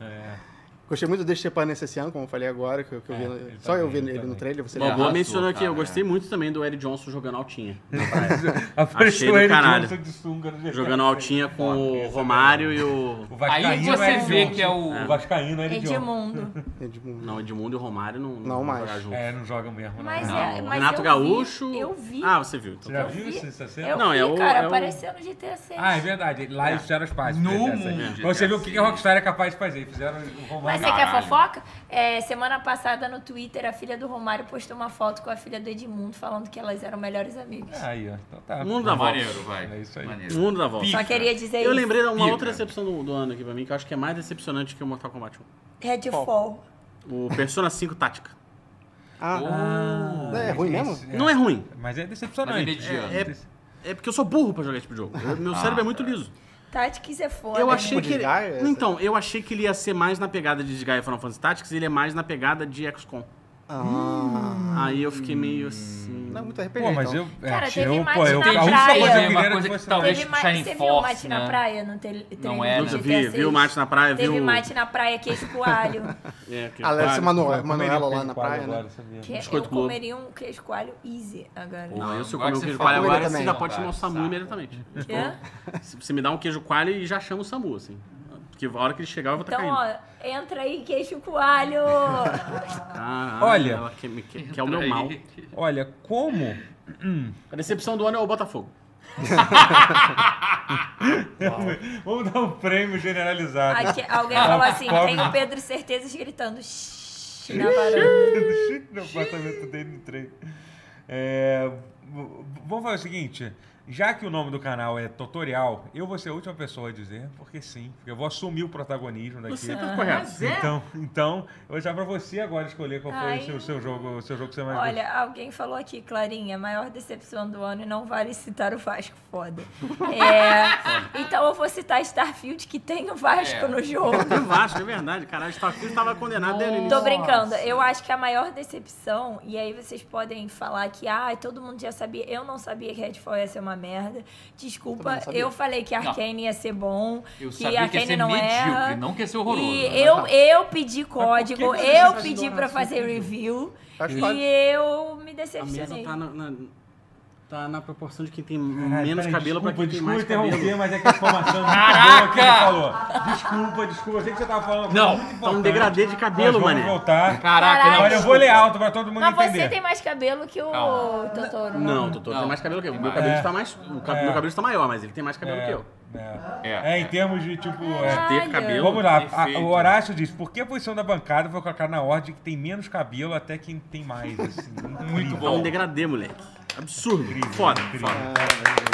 Speaker 1: É,
Speaker 4: Gostei muito do Stepan esse ano, como eu falei agora, que eu, que eu vi no-
Speaker 1: ele tá
Speaker 4: só eu
Speaker 1: bem,
Speaker 4: vi
Speaker 1: ele tá
Speaker 4: ele no
Speaker 1: bem.
Speaker 4: trailer, você
Speaker 5: Bom,
Speaker 4: já-
Speaker 5: boa
Speaker 3: arrasou,
Speaker 5: mencionou aqui. Eu
Speaker 3: cara.
Speaker 5: gostei muito também do Eric Johnson jogando altinha.
Speaker 1: *laughs*
Speaker 5: Achei
Speaker 1: Apareceu
Speaker 5: do
Speaker 1: ele
Speaker 5: caralho.
Speaker 1: Johnson de sunga no GTA
Speaker 5: Jogando
Speaker 1: 6.
Speaker 5: altinha com o Romário e o...
Speaker 1: é O
Speaker 3: Aí
Speaker 1: Vascaíno
Speaker 3: você
Speaker 1: Eric
Speaker 3: vê
Speaker 1: Johnson.
Speaker 3: que é o...
Speaker 1: O Vascaíno é ele Johnson.
Speaker 2: Edmundo.
Speaker 4: Edmundo.
Speaker 5: Não, Edmundo e o Romário não,
Speaker 4: Não
Speaker 5: vão
Speaker 4: mais.
Speaker 5: jogar junto.
Speaker 1: É, não joga mesmo. não.
Speaker 2: Mas
Speaker 5: Não,
Speaker 2: é, mas
Speaker 5: Renato
Speaker 2: eu
Speaker 5: Gaúcho...
Speaker 2: vi- eu vi.
Speaker 5: Ah, você viu. então
Speaker 1: Você já
Speaker 5: tá.
Speaker 1: viu
Speaker 2: vi-
Speaker 1: essa cena?
Speaker 2: Eu
Speaker 5: Não,
Speaker 2: vi,
Speaker 5: é o-
Speaker 2: cara,
Speaker 5: é o-
Speaker 2: apareceu no GTA 6.
Speaker 1: Ah, é verdade. Lá eles fizeram as pazes.
Speaker 3: No
Speaker 1: fizeram essa.
Speaker 3: mundo.
Speaker 1: Pra você ver o que que a Rockstar é capaz de fazer. Eles Fizeram o Romário.
Speaker 2: Mas você quer
Speaker 3: Caralho.
Speaker 2: fofoca? É, semana passada no Twitter, a filha do Romário postou uma foto com a filha do Edmundo falando que elas eram melhores amigas.
Speaker 1: Aí, ó. Então tá.
Speaker 5: O mundo da volta.
Speaker 3: Maneiro, vai.
Speaker 1: É isso aí.
Speaker 5: O
Speaker 3: Maneiro.
Speaker 5: mundo da volta.
Speaker 2: Só é queria dizer
Speaker 5: Eu
Speaker 2: isso.
Speaker 5: lembrei de uma
Speaker 3: Pica.
Speaker 5: outra decepção do, do ano aqui pra mim, que eu acho que é mais decepcionante que o Mortal Kombat um.
Speaker 2: Redfall.
Speaker 5: O Persona 5 Tática.
Speaker 4: Ah,
Speaker 1: Ah,
Speaker 4: é ruim mesmo?
Speaker 1: esse-
Speaker 5: Não é ruim.
Speaker 1: Mas é decepcionante.
Speaker 3: Mas é mediano.
Speaker 5: É, é porque eu sou burro pra jogar esse tipo de jogo. Eu- meu cérebro é muito liso.
Speaker 2: Tactics é foda.
Speaker 5: Eu
Speaker 2: né?
Speaker 5: achei
Speaker 4: Ah. Tipo
Speaker 5: que ele...
Speaker 4: Disgaea, essa?
Speaker 5: Então, eu achei que ele ia ser mais na pegada de Disgaea e Final Fantasy Tactics, e ele é mais na pegada de XCOM.
Speaker 4: ah.
Speaker 5: Aí eu fiquei meio assim...
Speaker 4: Não é muito RPG,
Speaker 1: Pô, mas
Speaker 4: então.
Speaker 1: eu. é,
Speaker 2: Cara,
Speaker 1: achei-
Speaker 2: teve
Speaker 1: eu,
Speaker 2: mais
Speaker 1: pô, eu,
Speaker 2: na
Speaker 1: a única
Speaker 2: praia.
Speaker 1: coisa que eu
Speaker 2: Uma
Speaker 1: queria era
Speaker 3: coisa
Speaker 1: que
Speaker 3: que
Speaker 1: fosse
Speaker 3: talvez-
Speaker 2: Teve ma- Você
Speaker 3: Shining
Speaker 2: viu o
Speaker 3: Force,
Speaker 2: mate na
Speaker 3: né?
Speaker 2: praia? Não, te...
Speaker 3: Não
Speaker 2: trailer
Speaker 3: é,
Speaker 2: do
Speaker 5: Nunca
Speaker 2: GTA
Speaker 5: vi, vi
Speaker 2: VI?
Speaker 5: o mate na praia, vi
Speaker 2: Teve
Speaker 5: o...
Speaker 2: mate na praia, queijo
Speaker 5: *laughs*
Speaker 2: coalho.
Speaker 5: É, que
Speaker 4: Alex
Speaker 5: aquele-
Speaker 4: Manoel,
Speaker 1: Eu comeria
Speaker 4: Manoela lá
Speaker 1: aquele
Speaker 4: na
Speaker 1: quadro
Speaker 4: praia,
Speaker 1: agora,
Speaker 4: né?
Speaker 1: sabia?
Speaker 2: Que
Speaker 5: Biscoito
Speaker 2: eu
Speaker 5: Globo.
Speaker 2: comeria um queijo coalho easy agora.
Speaker 5: Não, eu se eu
Speaker 3: Agora
Speaker 5: comer um
Speaker 3: você
Speaker 5: queijo
Speaker 3: fala,
Speaker 5: coalho agora,
Speaker 4: agora
Speaker 5: você
Speaker 4: também.
Speaker 5: já pode chamar o SAMU
Speaker 3: Saco.
Speaker 5: imediatamente.
Speaker 2: Quê?
Speaker 5: Se Você me dá um queijo coalho e já chama o SAMU, assim. Porque a hora que ele chegar, eu vou estar
Speaker 2: Então,
Speaker 5: caindo.
Speaker 2: ó, entra aí, queijo coalho.
Speaker 5: Caralho,
Speaker 1: Olha.
Speaker 5: Ah, ela quer, me- quer- quer Um é o meu mal.
Speaker 1: Olha, como.
Speaker 5: A decepção do ano é o Botafogo.
Speaker 1: *laughs* Vamos dar um prêmio generalizado. *laughs*
Speaker 2: Aqui, alguém falou assim, tem
Speaker 1: Pobre.
Speaker 2: o Pedro Certezas gritando "Shhh", na varanda.
Speaker 1: do Chico no apartamento dele no trem. É, v- vamos fazer o seguinte: já que o nome do canal é Tutorial, eu vou ser a última pessoa a dizer, porque sim, porque eu vou assumir o protagonismo daqui.
Speaker 2: é?
Speaker 5: Você tá correto.
Speaker 1: Então, então, eu vou deixar pra você agora escolher qual foi
Speaker 2: Ai.
Speaker 1: o seu, seu jogo, o seu jogo que você mais
Speaker 2: Olha, alguém falou aqui, Clarinha, maior decepção do ano e não vale citar o Vasco, foda. É, então eu vou citar Starfield, que tem o Vasco
Speaker 3: É.
Speaker 2: no jogo.
Speaker 5: É o Vasco, é verdade. Caralho, o Starfield tava condenado desde o
Speaker 2: Tô
Speaker 5: início.
Speaker 2: brincando. Eu acho que a maior decepção, e aí vocês podem falar que, ah, todo mundo já sabia. Eu não sabia que Redfall ia ser uma merda.
Speaker 4: Também
Speaker 2: Desculpa,
Speaker 4: não sabia.
Speaker 2: eu falei que Arkane ia ser bom,
Speaker 3: Eu
Speaker 2: que
Speaker 3: sabia que ia
Speaker 2: Arkane
Speaker 3: ser
Speaker 1: é.
Speaker 2: não é.
Speaker 3: medíocre,
Speaker 2: erra.
Speaker 3: não que ia ser
Speaker 5: né?
Speaker 3: horroroso.
Speaker 2: E
Speaker 3: Mas
Speaker 2: eu,
Speaker 3: tá.
Speaker 2: eu pedi código,
Speaker 5: por que que você
Speaker 2: eu
Speaker 5: faz
Speaker 2: pedi
Speaker 5: doação
Speaker 2: pra
Speaker 5: de
Speaker 2: fazer
Speaker 5: vídeo?
Speaker 2: review
Speaker 4: Acho que-
Speaker 2: e eu me
Speaker 5: A mesa
Speaker 2: decepcionei.
Speaker 5: tá na, na- tá na proporção de quem tem
Speaker 1: Ai,
Speaker 5: menos
Speaker 1: peraí,
Speaker 5: cabelo pra
Speaker 1: desculpa,
Speaker 5: quem tem mais
Speaker 1: desculpa interromper,
Speaker 5: cabelo.
Speaker 1: mas é que a informação
Speaker 2: *laughs*
Speaker 1: muito boa que ele falou. Desculpa, desculpa, eu sei que você tava falando.
Speaker 3: Não,
Speaker 1: muito
Speaker 5: Tá um
Speaker 1: importante.
Speaker 5: degradê de
Speaker 1: Nós
Speaker 5: cabelo,
Speaker 1: vamos
Speaker 5: mané.
Speaker 1: voltar.
Speaker 3: Caraca,
Speaker 2: Caralho.
Speaker 3: não,
Speaker 1: Olha, eu vou ler alto pra todo mundo
Speaker 2: Mas
Speaker 1: entender.
Speaker 2: você tem mais cabelo que o
Speaker 3: Calma.
Speaker 2: Totoro.
Speaker 5: Não, doutor, tem
Speaker 3: Não.
Speaker 5: mais cabelo que eu. Meu
Speaker 3: É.
Speaker 5: cabelo está mais. o cab- Meu cabelo está maior, mas ele tem mais cabelo que eu.
Speaker 1: É,
Speaker 3: É.
Speaker 1: É, em termos de tipo. é.
Speaker 2: Caralho.
Speaker 5: Ter cabelo.
Speaker 1: Vamos lá, a-
Speaker 5: perfeito.
Speaker 1: o Horácio diz: por que a posição da bancada foi colocar na ordem que tem menos cabelo até quem tem mais? Assim,
Speaker 5: *laughs*
Speaker 3: Muito
Speaker 1: incrível.
Speaker 5: Tá
Speaker 3: bom.
Speaker 5: um degradê, moleque. Absurdo. Foda,
Speaker 1: incrível. É,
Speaker 5: foda.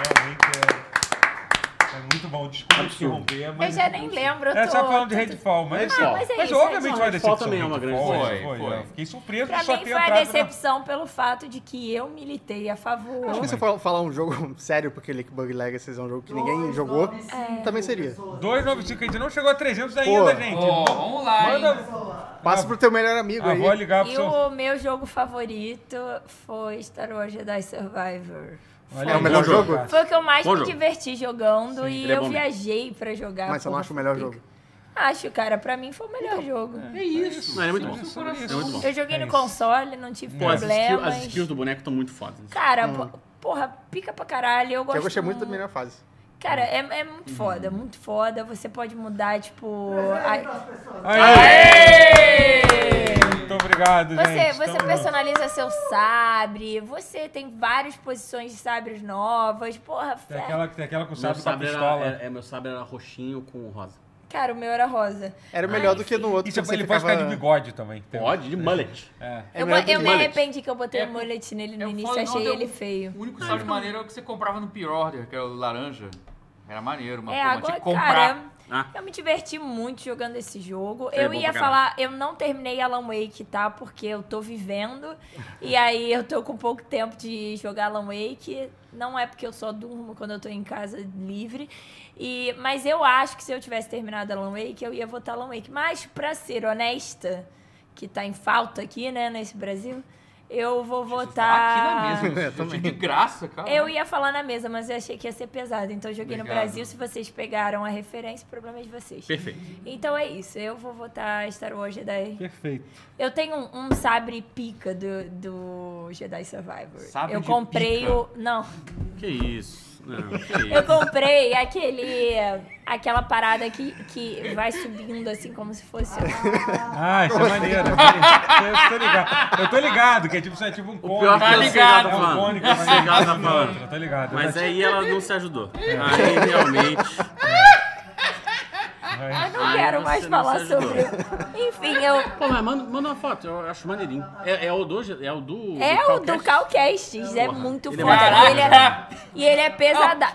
Speaker 1: Isso realmente é, é muito bom. Desculpa interromper,
Speaker 2: Eu
Speaker 1: mas.
Speaker 2: já nem lembro. eu
Speaker 1: É
Speaker 2: tô-
Speaker 1: só falando de
Speaker 2: tô-
Speaker 1: Redfall, mas,
Speaker 5: Redfall.
Speaker 2: mas é
Speaker 1: obviamente
Speaker 2: isso,
Speaker 5: é
Speaker 1: foi uma
Speaker 5: Redfall
Speaker 1: decepção.
Speaker 5: também é uma grande
Speaker 1: Redfall,
Speaker 3: decepção. Foi, foi.
Speaker 1: é. Fiquei surpreso
Speaker 2: Pra
Speaker 1: de só
Speaker 2: mim
Speaker 1: ter
Speaker 2: foi a
Speaker 4: né?
Speaker 1: entrado na-
Speaker 2: decepção pelo fato de que eu militei a favor.
Speaker 4: Acho que se eu for falar um jogo sério, porque Lake Bug Legacy é um jogo que ninguém jogou, também seria.
Speaker 1: 295, que a gente não chegou a 300 ainda,
Speaker 4: Pô.
Speaker 1: gente.
Speaker 3: Ó, vamos lá, hein?
Speaker 1: Manda
Speaker 4: Passa pro teu melhor amigo
Speaker 1: a avó
Speaker 4: aí.
Speaker 1: ligar pro
Speaker 2: E
Speaker 1: seu.
Speaker 2: o meu jogo favorito foi Star Wars Jedi Survivor.
Speaker 1: Olha
Speaker 4: É
Speaker 1: aí,
Speaker 4: o melhor
Speaker 1: bom
Speaker 4: jogo?
Speaker 1: cara.
Speaker 2: Foi o que eu mais
Speaker 5: Bom
Speaker 2: me
Speaker 5: jogo.
Speaker 2: diverti jogando e
Speaker 5: Ele é
Speaker 2: eu
Speaker 5: bom mesmo.
Speaker 2: viajei pra jogar.
Speaker 4: Mas você não
Speaker 2: é porra,
Speaker 4: acha o melhor
Speaker 2: pica.
Speaker 4: jogo? Então,
Speaker 2: Acho, cara. Pra mim foi o melhor jogo.
Speaker 3: É isso.
Speaker 5: Não, ele é muito bom.
Speaker 3: Isso, coração.
Speaker 5: É muito bom.
Speaker 2: Eu joguei
Speaker 1: É
Speaker 2: no
Speaker 1: isso.
Speaker 2: console, não tive
Speaker 4: É.
Speaker 5: Pô, as skills, as
Speaker 2: problemas.
Speaker 5: skills do boneco estão muito fodas.
Speaker 2: Cara, po- porra, pica pra caralho. Eu gosto
Speaker 4: Hum. Eu gostei muito da melhor fase.
Speaker 2: Cara, é, é muito foda, muito foda. Você pode mudar, tipo... a-
Speaker 1: Aê! Muito obrigado,
Speaker 2: Você,
Speaker 1: gente.
Speaker 2: você é um
Speaker 1: Tamo junto.
Speaker 2: personaliza seu sabre, você tem várias posições de sabres novas. Porra,
Speaker 1: Tem
Speaker 2: fé.
Speaker 1: aquela, tem aquela com
Speaker 5: Meu
Speaker 1: sabre com a
Speaker 4: né?
Speaker 5: sabre, era,
Speaker 1: pistola.
Speaker 5: era- é, meu sabre era roxinho com rosa.
Speaker 2: Cara, o meu era rosa.
Speaker 4: Era melhor do que no outro.
Speaker 1: E você,
Speaker 4: que você
Speaker 1: ele pode ficar de
Speaker 4: ficava-
Speaker 1: bigode também. tem- um-
Speaker 5: Pode, de mullet.
Speaker 1: É.
Speaker 4: É
Speaker 2: eu
Speaker 4: melhor
Speaker 2: bo-
Speaker 4: do
Speaker 2: eu
Speaker 4: que
Speaker 2: me
Speaker 5: mullet.
Speaker 2: arrependi que eu botei
Speaker 3: É,
Speaker 2: o mullet nele no
Speaker 3: eu
Speaker 2: início,
Speaker 3: falo, não,
Speaker 2: achei
Speaker 3: tem
Speaker 2: ele
Speaker 3: um-
Speaker 2: feio.
Speaker 3: O único sabre maneiro é o que você comprava no Pure Order, que era o laranja. Era maneiro, mas
Speaker 2: É,
Speaker 3: pô, mas tinha
Speaker 2: agora,
Speaker 3: que comprar.
Speaker 2: cara,
Speaker 5: Ah,
Speaker 2: eu me diverti muito jogando esse jogo.
Speaker 5: Ele é
Speaker 2: eu
Speaker 5: bom
Speaker 2: ia
Speaker 5: pra caralho.
Speaker 2: falar, eu não terminei Alan Wake, tá? Porque eu tô vivendo. *laughs* e aí eu tô com pouco tempo de jogar Alan Wake. Não é porque eu só durmo quando eu tô em casa livre. E, mas eu acho que se eu tivesse terminado Alan Wake, eu ia votar Alan Wake. Mas, pra ser honesta, que tá em falta aqui, né, nesse Brasil, eu vou votar.
Speaker 3: Tá
Speaker 1: *laughs*
Speaker 3: aqui na mesa,
Speaker 4: É,
Speaker 3: gente,
Speaker 4: também.
Speaker 3: de graça, cara.
Speaker 2: Eu ia falar na mesa, mas eu achei que ia ser pesado. Então eu joguei no
Speaker 3: Obrigado.
Speaker 2: Brasil. Se vocês pegaram a referência, o problema é de vocês.
Speaker 5: perfeito.
Speaker 2: Então é isso. Eu vou votar Star Wars Jedi.
Speaker 1: Perfeito.
Speaker 2: Eu tenho um, um sabre pica do, do Jedi Survivor.
Speaker 3: Sabre
Speaker 2: eu
Speaker 3: de
Speaker 2: comprei
Speaker 3: pica?
Speaker 2: o. Não.
Speaker 5: Que isso? Não, que
Speaker 1: *laughs*
Speaker 2: Eu
Speaker 5: isso?
Speaker 2: comprei aquele. aquela parada que, que vai subindo assim como se fosse. um-
Speaker 1: Ah, isso é maneiro. Eu tô ligado. Eu tô ligado, que é tipo, isso é tipo um cone.
Speaker 5: pior que
Speaker 1: tá
Speaker 5: eu sei
Speaker 1: ligado,
Speaker 5: nada,
Speaker 1: é um
Speaker 5: mano.
Speaker 1: cone que
Speaker 5: Eu
Speaker 1: vai
Speaker 5: sei nada,
Speaker 1: ligando no
Speaker 5: mano.
Speaker 1: outro, Eu tô ligado.
Speaker 5: Mas é-
Speaker 1: Eu
Speaker 5: aí ela não se ajudou.
Speaker 1: É.
Speaker 5: Aí realmente.
Speaker 1: já-
Speaker 2: Eu não
Speaker 5: Ai,
Speaker 2: quero
Speaker 5: Ah, você
Speaker 2: mais
Speaker 5: não
Speaker 2: falar
Speaker 5: se ajudou.
Speaker 2: sobre. Enfim, eu.
Speaker 5: Pô, mas manda, manda uma foto, eu acho maneirinho. É, é o do. É o do.
Speaker 2: É o do
Speaker 5: Calcast?
Speaker 2: Calcastes, é
Speaker 5: Porra,
Speaker 2: muito
Speaker 5: ele é
Speaker 2: foda.
Speaker 5: bacana.
Speaker 2: e, ele é, e ele é pesada.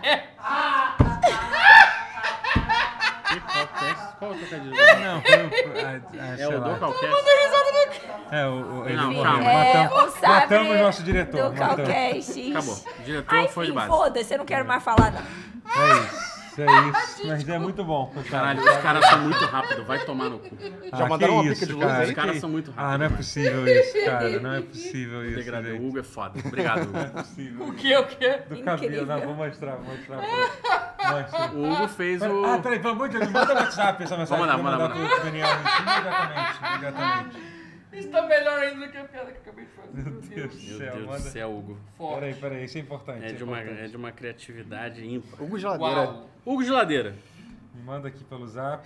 Speaker 5: Que Calcast? Qual é o trocadilho?
Speaker 1: Não, foi o- ah, ah,
Speaker 5: É
Speaker 1: sei
Speaker 5: o do
Speaker 1: lá.
Speaker 5: Calcast?
Speaker 1: É, o, o, ele
Speaker 5: Não,
Speaker 1: morreu.
Speaker 5: calma.
Speaker 2: É,
Speaker 1: Matamos,
Speaker 2: o sabre
Speaker 1: matamos o nosso diretor.
Speaker 2: do
Speaker 1: matamos. É
Speaker 2: Calcastes.
Speaker 5: Acabou. O diretor
Speaker 2: Ai,
Speaker 5: foi de
Speaker 2: enfim,
Speaker 5: base.
Speaker 2: foda-se, eu não quero mais falar, não.
Speaker 1: isso,
Speaker 2: Ah,
Speaker 1: é isso. Mas é muito bom. Ah,
Speaker 5: Caralho, os caras são muito rápidos, vai tomar no cu.
Speaker 4: Já mandaram
Speaker 1: que
Speaker 4: uma pica de luz aí?
Speaker 5: Os caras
Speaker 1: que-
Speaker 5: são muito
Speaker 1: Ah,
Speaker 5: rápidos, né?
Speaker 1: não é
Speaker 5: mano.
Speaker 1: possível isso,
Speaker 2: *laughs*
Speaker 1: cara. Não é possível isso.
Speaker 5: Degradê,
Speaker 1: gente.
Speaker 5: o Hugo é foda. Obrigado,
Speaker 1: Não é
Speaker 5: Hugo.
Speaker 1: possível.
Speaker 3: O quê? O quê?
Speaker 1: Do cabelo.
Speaker 2: Incrível.
Speaker 1: Não, vou mostrar, vou mostrar. pra- Mostra.
Speaker 5: O Hugo fez o.
Speaker 1: Ah, peraí, pelo amor de Deus, manda no WhatsApp essa mensagem.
Speaker 5: Vamos lá,
Speaker 1: pra eu
Speaker 5: vamos lá,
Speaker 1: mandar
Speaker 5: vamos
Speaker 1: pro Daniel imediatamente, imediatamente.
Speaker 3: Isso tá melhor ainda do que a piada que eu acabei de fazer. Meu
Speaker 1: Meu
Speaker 3: Deus.
Speaker 5: Meu
Speaker 1: Deus do
Speaker 5: Deus do
Speaker 1: manda.
Speaker 5: céu, Hugo.
Speaker 3: Forte.
Speaker 1: Peraí, peraí, isso é importante.
Speaker 5: É
Speaker 1: isso
Speaker 5: de uma,
Speaker 1: importante.
Speaker 5: é de uma criatividade ímpar.
Speaker 4: Hugo Geladeira.
Speaker 3: Uau.
Speaker 5: Hugo Geladeira, é-
Speaker 1: Me manda aqui pelo zap.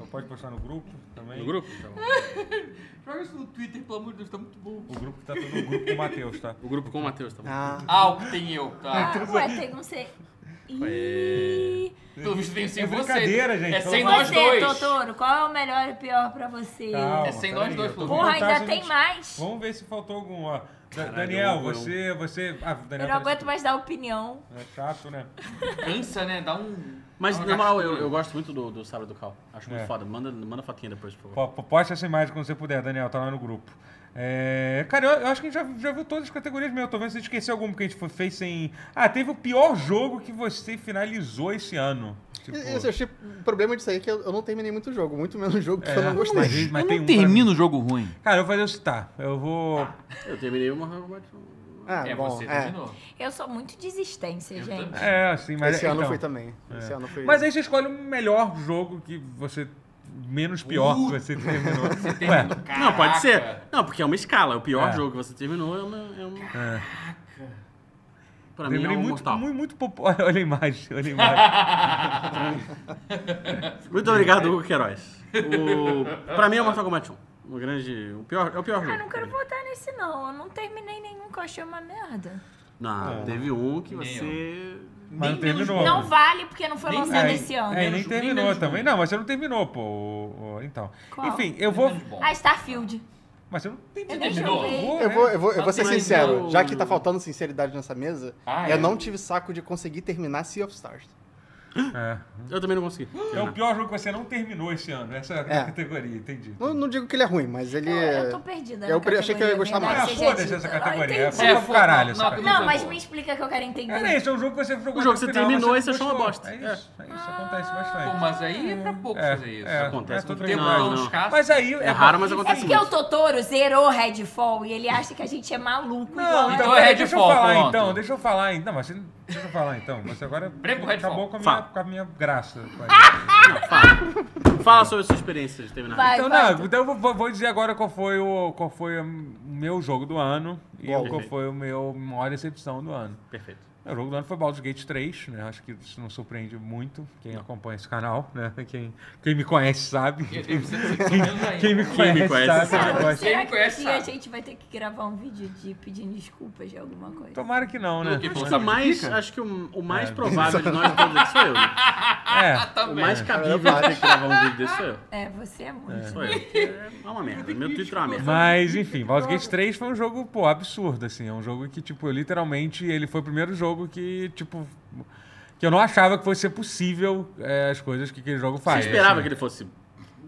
Speaker 1: Ou pode postar no grupo também.
Speaker 5: no grupo? Tá bom.
Speaker 1: é-
Speaker 3: Joga isso no Twitter, pelo amor de Deus, tá muito bom.
Speaker 1: O grupo que tá todo no grupo com o Matheus, tá?
Speaker 5: O grupo com o Matheus, tá bom?
Speaker 4: Ah,
Speaker 3: Ah, o que tem eu, tá?
Speaker 2: Ah, ué, tem um ser. Ih.
Speaker 3: Pelo visto tem sem
Speaker 1: É
Speaker 3: você.
Speaker 1: brincadeira, gente,
Speaker 3: É
Speaker 1: pelo
Speaker 3: sem
Speaker 1: amor
Speaker 3: nós
Speaker 1: de
Speaker 2: Você,
Speaker 3: dois.
Speaker 2: Totoro, qual é o melhor e pior pra você?
Speaker 1: Calma,
Speaker 3: É sem
Speaker 1: peraí,
Speaker 3: nós dois,
Speaker 1: eu tô
Speaker 3: Lu.
Speaker 1: vendo
Speaker 2: Porra,
Speaker 1: vantagem
Speaker 2: ainda tem
Speaker 1: de-
Speaker 2: mais.
Speaker 1: Vamos ver se faltou algum, ó. Da-
Speaker 5: Caralho,
Speaker 1: Daniel,
Speaker 5: eu vou-
Speaker 1: você, você... Ah,
Speaker 2: Eu
Speaker 1: Daniel
Speaker 2: não
Speaker 1: tá-
Speaker 2: aguento mais dar opinião.
Speaker 1: É chato, né?
Speaker 3: Cansa, né? Dá um.
Speaker 5: Mas,
Speaker 3: dá uma
Speaker 5: na moral, eu,
Speaker 3: gastura.
Speaker 5: eu gosto muito do, do Sábado do Cal. Acho muito
Speaker 1: Ah. É.
Speaker 5: foda. Manda, manda fotinha depois, por favor.
Speaker 1: Po- po- Poste essa imagem quando você puder, Daniel, tá lá no grupo. É, cara, eu, eu acho que a gente já, já viu todas as categorias mesmo. Tô vendo se a gente esqueceu algum que a gente fo- fez sem. Ah, teve o pior jogo que você finalizou esse ano. Tipo,
Speaker 4: isso, assim, eu achei o problema disso aí é que eu eu não terminei muito jogo, muito menos jogo que eu não gostei.
Speaker 1: É. mas, mas tem um pra mim.
Speaker 3: o jogo ruim.
Speaker 1: Cara, eu vou fazer o citar. Eu vou.
Speaker 5: Eu terminei uma.
Speaker 4: Ah,
Speaker 3: É,
Speaker 4: bom,
Speaker 3: você
Speaker 4: é.
Speaker 3: terminou.
Speaker 2: Eu sou muito de existência,
Speaker 3: Eu
Speaker 2: gente.
Speaker 3: também.
Speaker 1: É, assim, mas.
Speaker 4: Esse ano
Speaker 1: então.
Speaker 4: foi também. Esse ano foi.
Speaker 1: Mas aí você escolhe o melhor jogo que você. Menos pior que você terminou. Ué,
Speaker 5: Não, pode ser.
Speaker 3: Caraca.
Speaker 5: Não, porque é uma escala. O pior
Speaker 1: É.
Speaker 5: jogo que você terminou é uma. É um... Pra mim é
Speaker 1: terminei
Speaker 5: um
Speaker 1: muito,
Speaker 5: mortal. Muito,
Speaker 1: muito, muito popu- *laughs* Olha olha a imagem, olha a imagem.
Speaker 5: obrigado, Hugo Queiroz. O... Pra mim é o Mortal Kombat 1. O grande. O pior, é o pior jogo.
Speaker 2: Ah, não quero votar nesse, não. Eu não terminei nenhum que eu achei uma merda.
Speaker 5: Não, teve um que
Speaker 3: Nem
Speaker 5: você.
Speaker 1: Mas não
Speaker 3: Nem menos
Speaker 1: terminou.
Speaker 2: Não vale porque não foi
Speaker 3: Nem-
Speaker 2: lançado
Speaker 1: É,
Speaker 2: esse ano.
Speaker 1: É, e
Speaker 3: Menos
Speaker 1: nem
Speaker 3: um,
Speaker 1: terminou
Speaker 3: nem menos
Speaker 1: também.
Speaker 3: um.
Speaker 1: Não, mas você não terminou, pô. o- o- então.
Speaker 2: Qual?
Speaker 1: Enfim, eu vou.
Speaker 3: Menos bom.
Speaker 2: Ah, Starfield.
Speaker 1: Mas você não terminou.
Speaker 2: nem
Speaker 3: terminou.
Speaker 2: joguei.
Speaker 1: Vou,
Speaker 4: Eu
Speaker 1: é.
Speaker 4: vou, eu vou, eu vou ser
Speaker 5: Mas
Speaker 4: sincero,
Speaker 5: eu-
Speaker 4: já que tá faltando sinceridade nessa mesa,
Speaker 3: Ah,
Speaker 4: eu
Speaker 3: é?
Speaker 4: não tive saco de conseguir terminar Sea of Stars.
Speaker 1: É.
Speaker 5: Eu também não consegui.
Speaker 1: É o pior jogo que você não terminou esse ano. Essa é a
Speaker 4: É.
Speaker 1: categoria, entendi.
Speaker 4: Não, não digo que ele é ruim, mas ele.
Speaker 2: Eu, eu
Speaker 4: é.
Speaker 2: tô perdida.
Speaker 4: Eu
Speaker 2: na
Speaker 4: pre- achei que eu ia
Speaker 2: categoria,
Speaker 4: gostar mais.
Speaker 1: Ah,
Speaker 2: verdade,
Speaker 1: foda-se
Speaker 2: seja
Speaker 1: essa
Speaker 2: dita.
Speaker 1: categoria.
Speaker 2: Eu
Speaker 1: É,
Speaker 2: Ah, entendi.
Speaker 1: foda pra
Speaker 3: foda-
Speaker 1: caralho essa
Speaker 3: não,
Speaker 1: categoria.
Speaker 2: Não, mas me explica que eu quero entender.
Speaker 1: É isso, é um jogo que você jogou
Speaker 5: O jogo
Speaker 1: até
Speaker 5: você
Speaker 1: final, mas
Speaker 5: terminou
Speaker 1: não
Speaker 5: e você achou uma
Speaker 1: gostou.
Speaker 5: bosta.
Speaker 1: É isso, é isso. Acontece
Speaker 3: Pô,
Speaker 1: bastante.
Speaker 3: mas aí é pra pouco fazer isso.
Speaker 1: é,
Speaker 5: Acontece
Speaker 1: é
Speaker 5: com
Speaker 1: tudo
Speaker 5: frequência.
Speaker 1: bem.
Speaker 3: Tempo
Speaker 5: Não,
Speaker 3: tão
Speaker 5: não.
Speaker 3: escasso.
Speaker 1: Mas aí...
Speaker 5: É raro, mas
Speaker 2: É
Speaker 1: assim.
Speaker 5: acontece
Speaker 2: porque o
Speaker 5: muito.
Speaker 2: Totoro zerou Redfall e ele acha que a gente é maluco. igual
Speaker 1: Não,
Speaker 2: a
Speaker 1: então,
Speaker 3: Então é
Speaker 1: peraí,
Speaker 3: Red
Speaker 1: deixa eu
Speaker 3: Fall,
Speaker 1: falar
Speaker 3: pronto.
Speaker 1: então, deixa eu falar então. Mas você- deixa eu falar então. Mas agora
Speaker 3: Vem pro Red
Speaker 1: acabou
Speaker 3: Fall.
Speaker 1: com a, minha,
Speaker 5: Fala.
Speaker 1: com a minha graça.
Speaker 5: Fala. Fala sobre a sua experiência de terminar.
Speaker 2: Vai.
Speaker 1: Então,
Speaker 2: vai,
Speaker 1: não, então eu vou- vou, vou dizer agora qual foi o, qual foi o meu jogo do ano e
Speaker 4: Uau.
Speaker 1: qual foi o meu maior decepção do ano.
Speaker 5: Perfeito.
Speaker 1: O jogo do ano foi Baldur's Gate 3, né? Acho que isso não surpreende muito quem acompanha esse canal, né? Quem, quem me conhece sabe.
Speaker 3: Eu tenho 700
Speaker 1: *laughs*
Speaker 3: ainda.
Speaker 1: Quem me
Speaker 5: Quem
Speaker 1: conhece,
Speaker 5: me conhece
Speaker 1: sabe.
Speaker 5: sabe.
Speaker 1: que eu gosto.
Speaker 2: Será
Speaker 3: Quem me
Speaker 2: que
Speaker 3: conhece
Speaker 2: um dia a
Speaker 3: sabe.
Speaker 2: gente vai ter que gravar um vídeo de pedindo desculpas de alguma coisa?
Speaker 1: Tomara que não, né?
Speaker 3: que
Speaker 5: Acho
Speaker 3: bom.
Speaker 5: que, o
Speaker 3: Sabe de
Speaker 5: mais,
Speaker 3: pica?
Speaker 5: acho que o, o mais provável de nós todos aqui sou eu. né?
Speaker 1: É.
Speaker 5: O
Speaker 3: Também.
Speaker 5: mais cabível de ter que gravar um vídeo desse sou eu.
Speaker 2: É, você é muito.
Speaker 5: Sou eu. É uma merda. Meu Twitter é uma merda.
Speaker 1: Mas, enfim, Baldur's Gate 3 foi um jogo, pô, absurdo, assim. É um jogo que, tipo, eu, literalmente, ele foi o primeiro jogo que, tipo... Que eu não achava que fosse ser possível é, as coisas que aquele jogo
Speaker 5: Você
Speaker 1: faz.
Speaker 5: esperava
Speaker 1: assim.
Speaker 5: que ele fosse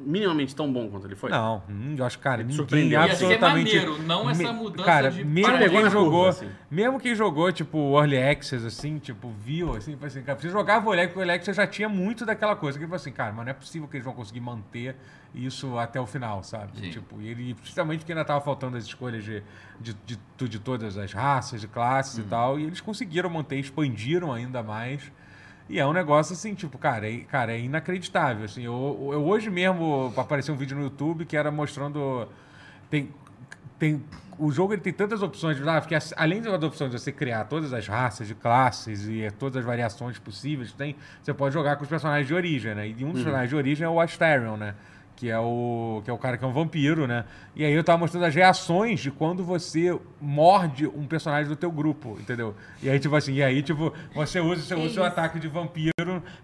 Speaker 5: minimamente tão bom quanto ele foi?
Speaker 1: Não, hum, eu acho, cara, ninguém
Speaker 5: surpreendeu. Ia
Speaker 3: ser
Speaker 1: absolutamente...
Speaker 3: é maneiro, não essa mudança
Speaker 1: cara,
Speaker 3: de
Speaker 1: mesmo
Speaker 3: paradigma
Speaker 1: quem
Speaker 5: na curva,
Speaker 1: jogou,
Speaker 5: assim.
Speaker 1: mesmo quem jogou, tipo, Early Access, assim, tipo, viu, assim, foi assim, cara, você jogava o Early Access, o Early Access já tinha muito daquela coisa, que foi assim, cara, mas não é possível que eles vão conseguir manter isso até o final, sabe?
Speaker 3: Sim.
Speaker 1: Tipo, e ele, principalmente porque ainda tava faltando as escolhas de, de, de, tu- de todas as raças, de classes e tal, e eles conseguiram manter, expandiram ainda mais. E é um negócio assim, tipo, cara, é, cara, é inacreditável. Assim, eu, eu hoje mesmo apareceu um vídeo no YouTube que era mostrando. Tem, tem, o jogo ele tem tantas opções, ah, porque as- além das opções de você criar todas as raças de classes e eh, todas as variações possíveis que tem, você pode jogar com os personagens de origem, né? E um dos personagens de origem é o Asterion, né? Que é o, que é o cara que é um vampiro, né? E aí eu tava mostrando as reações de quando você morde um personagem do teu grupo, entendeu? E aí, tipo assim, e aí, tipo, você usa o seu,
Speaker 2: Que
Speaker 1: o seu
Speaker 2: isso.
Speaker 1: ataque de vampiro,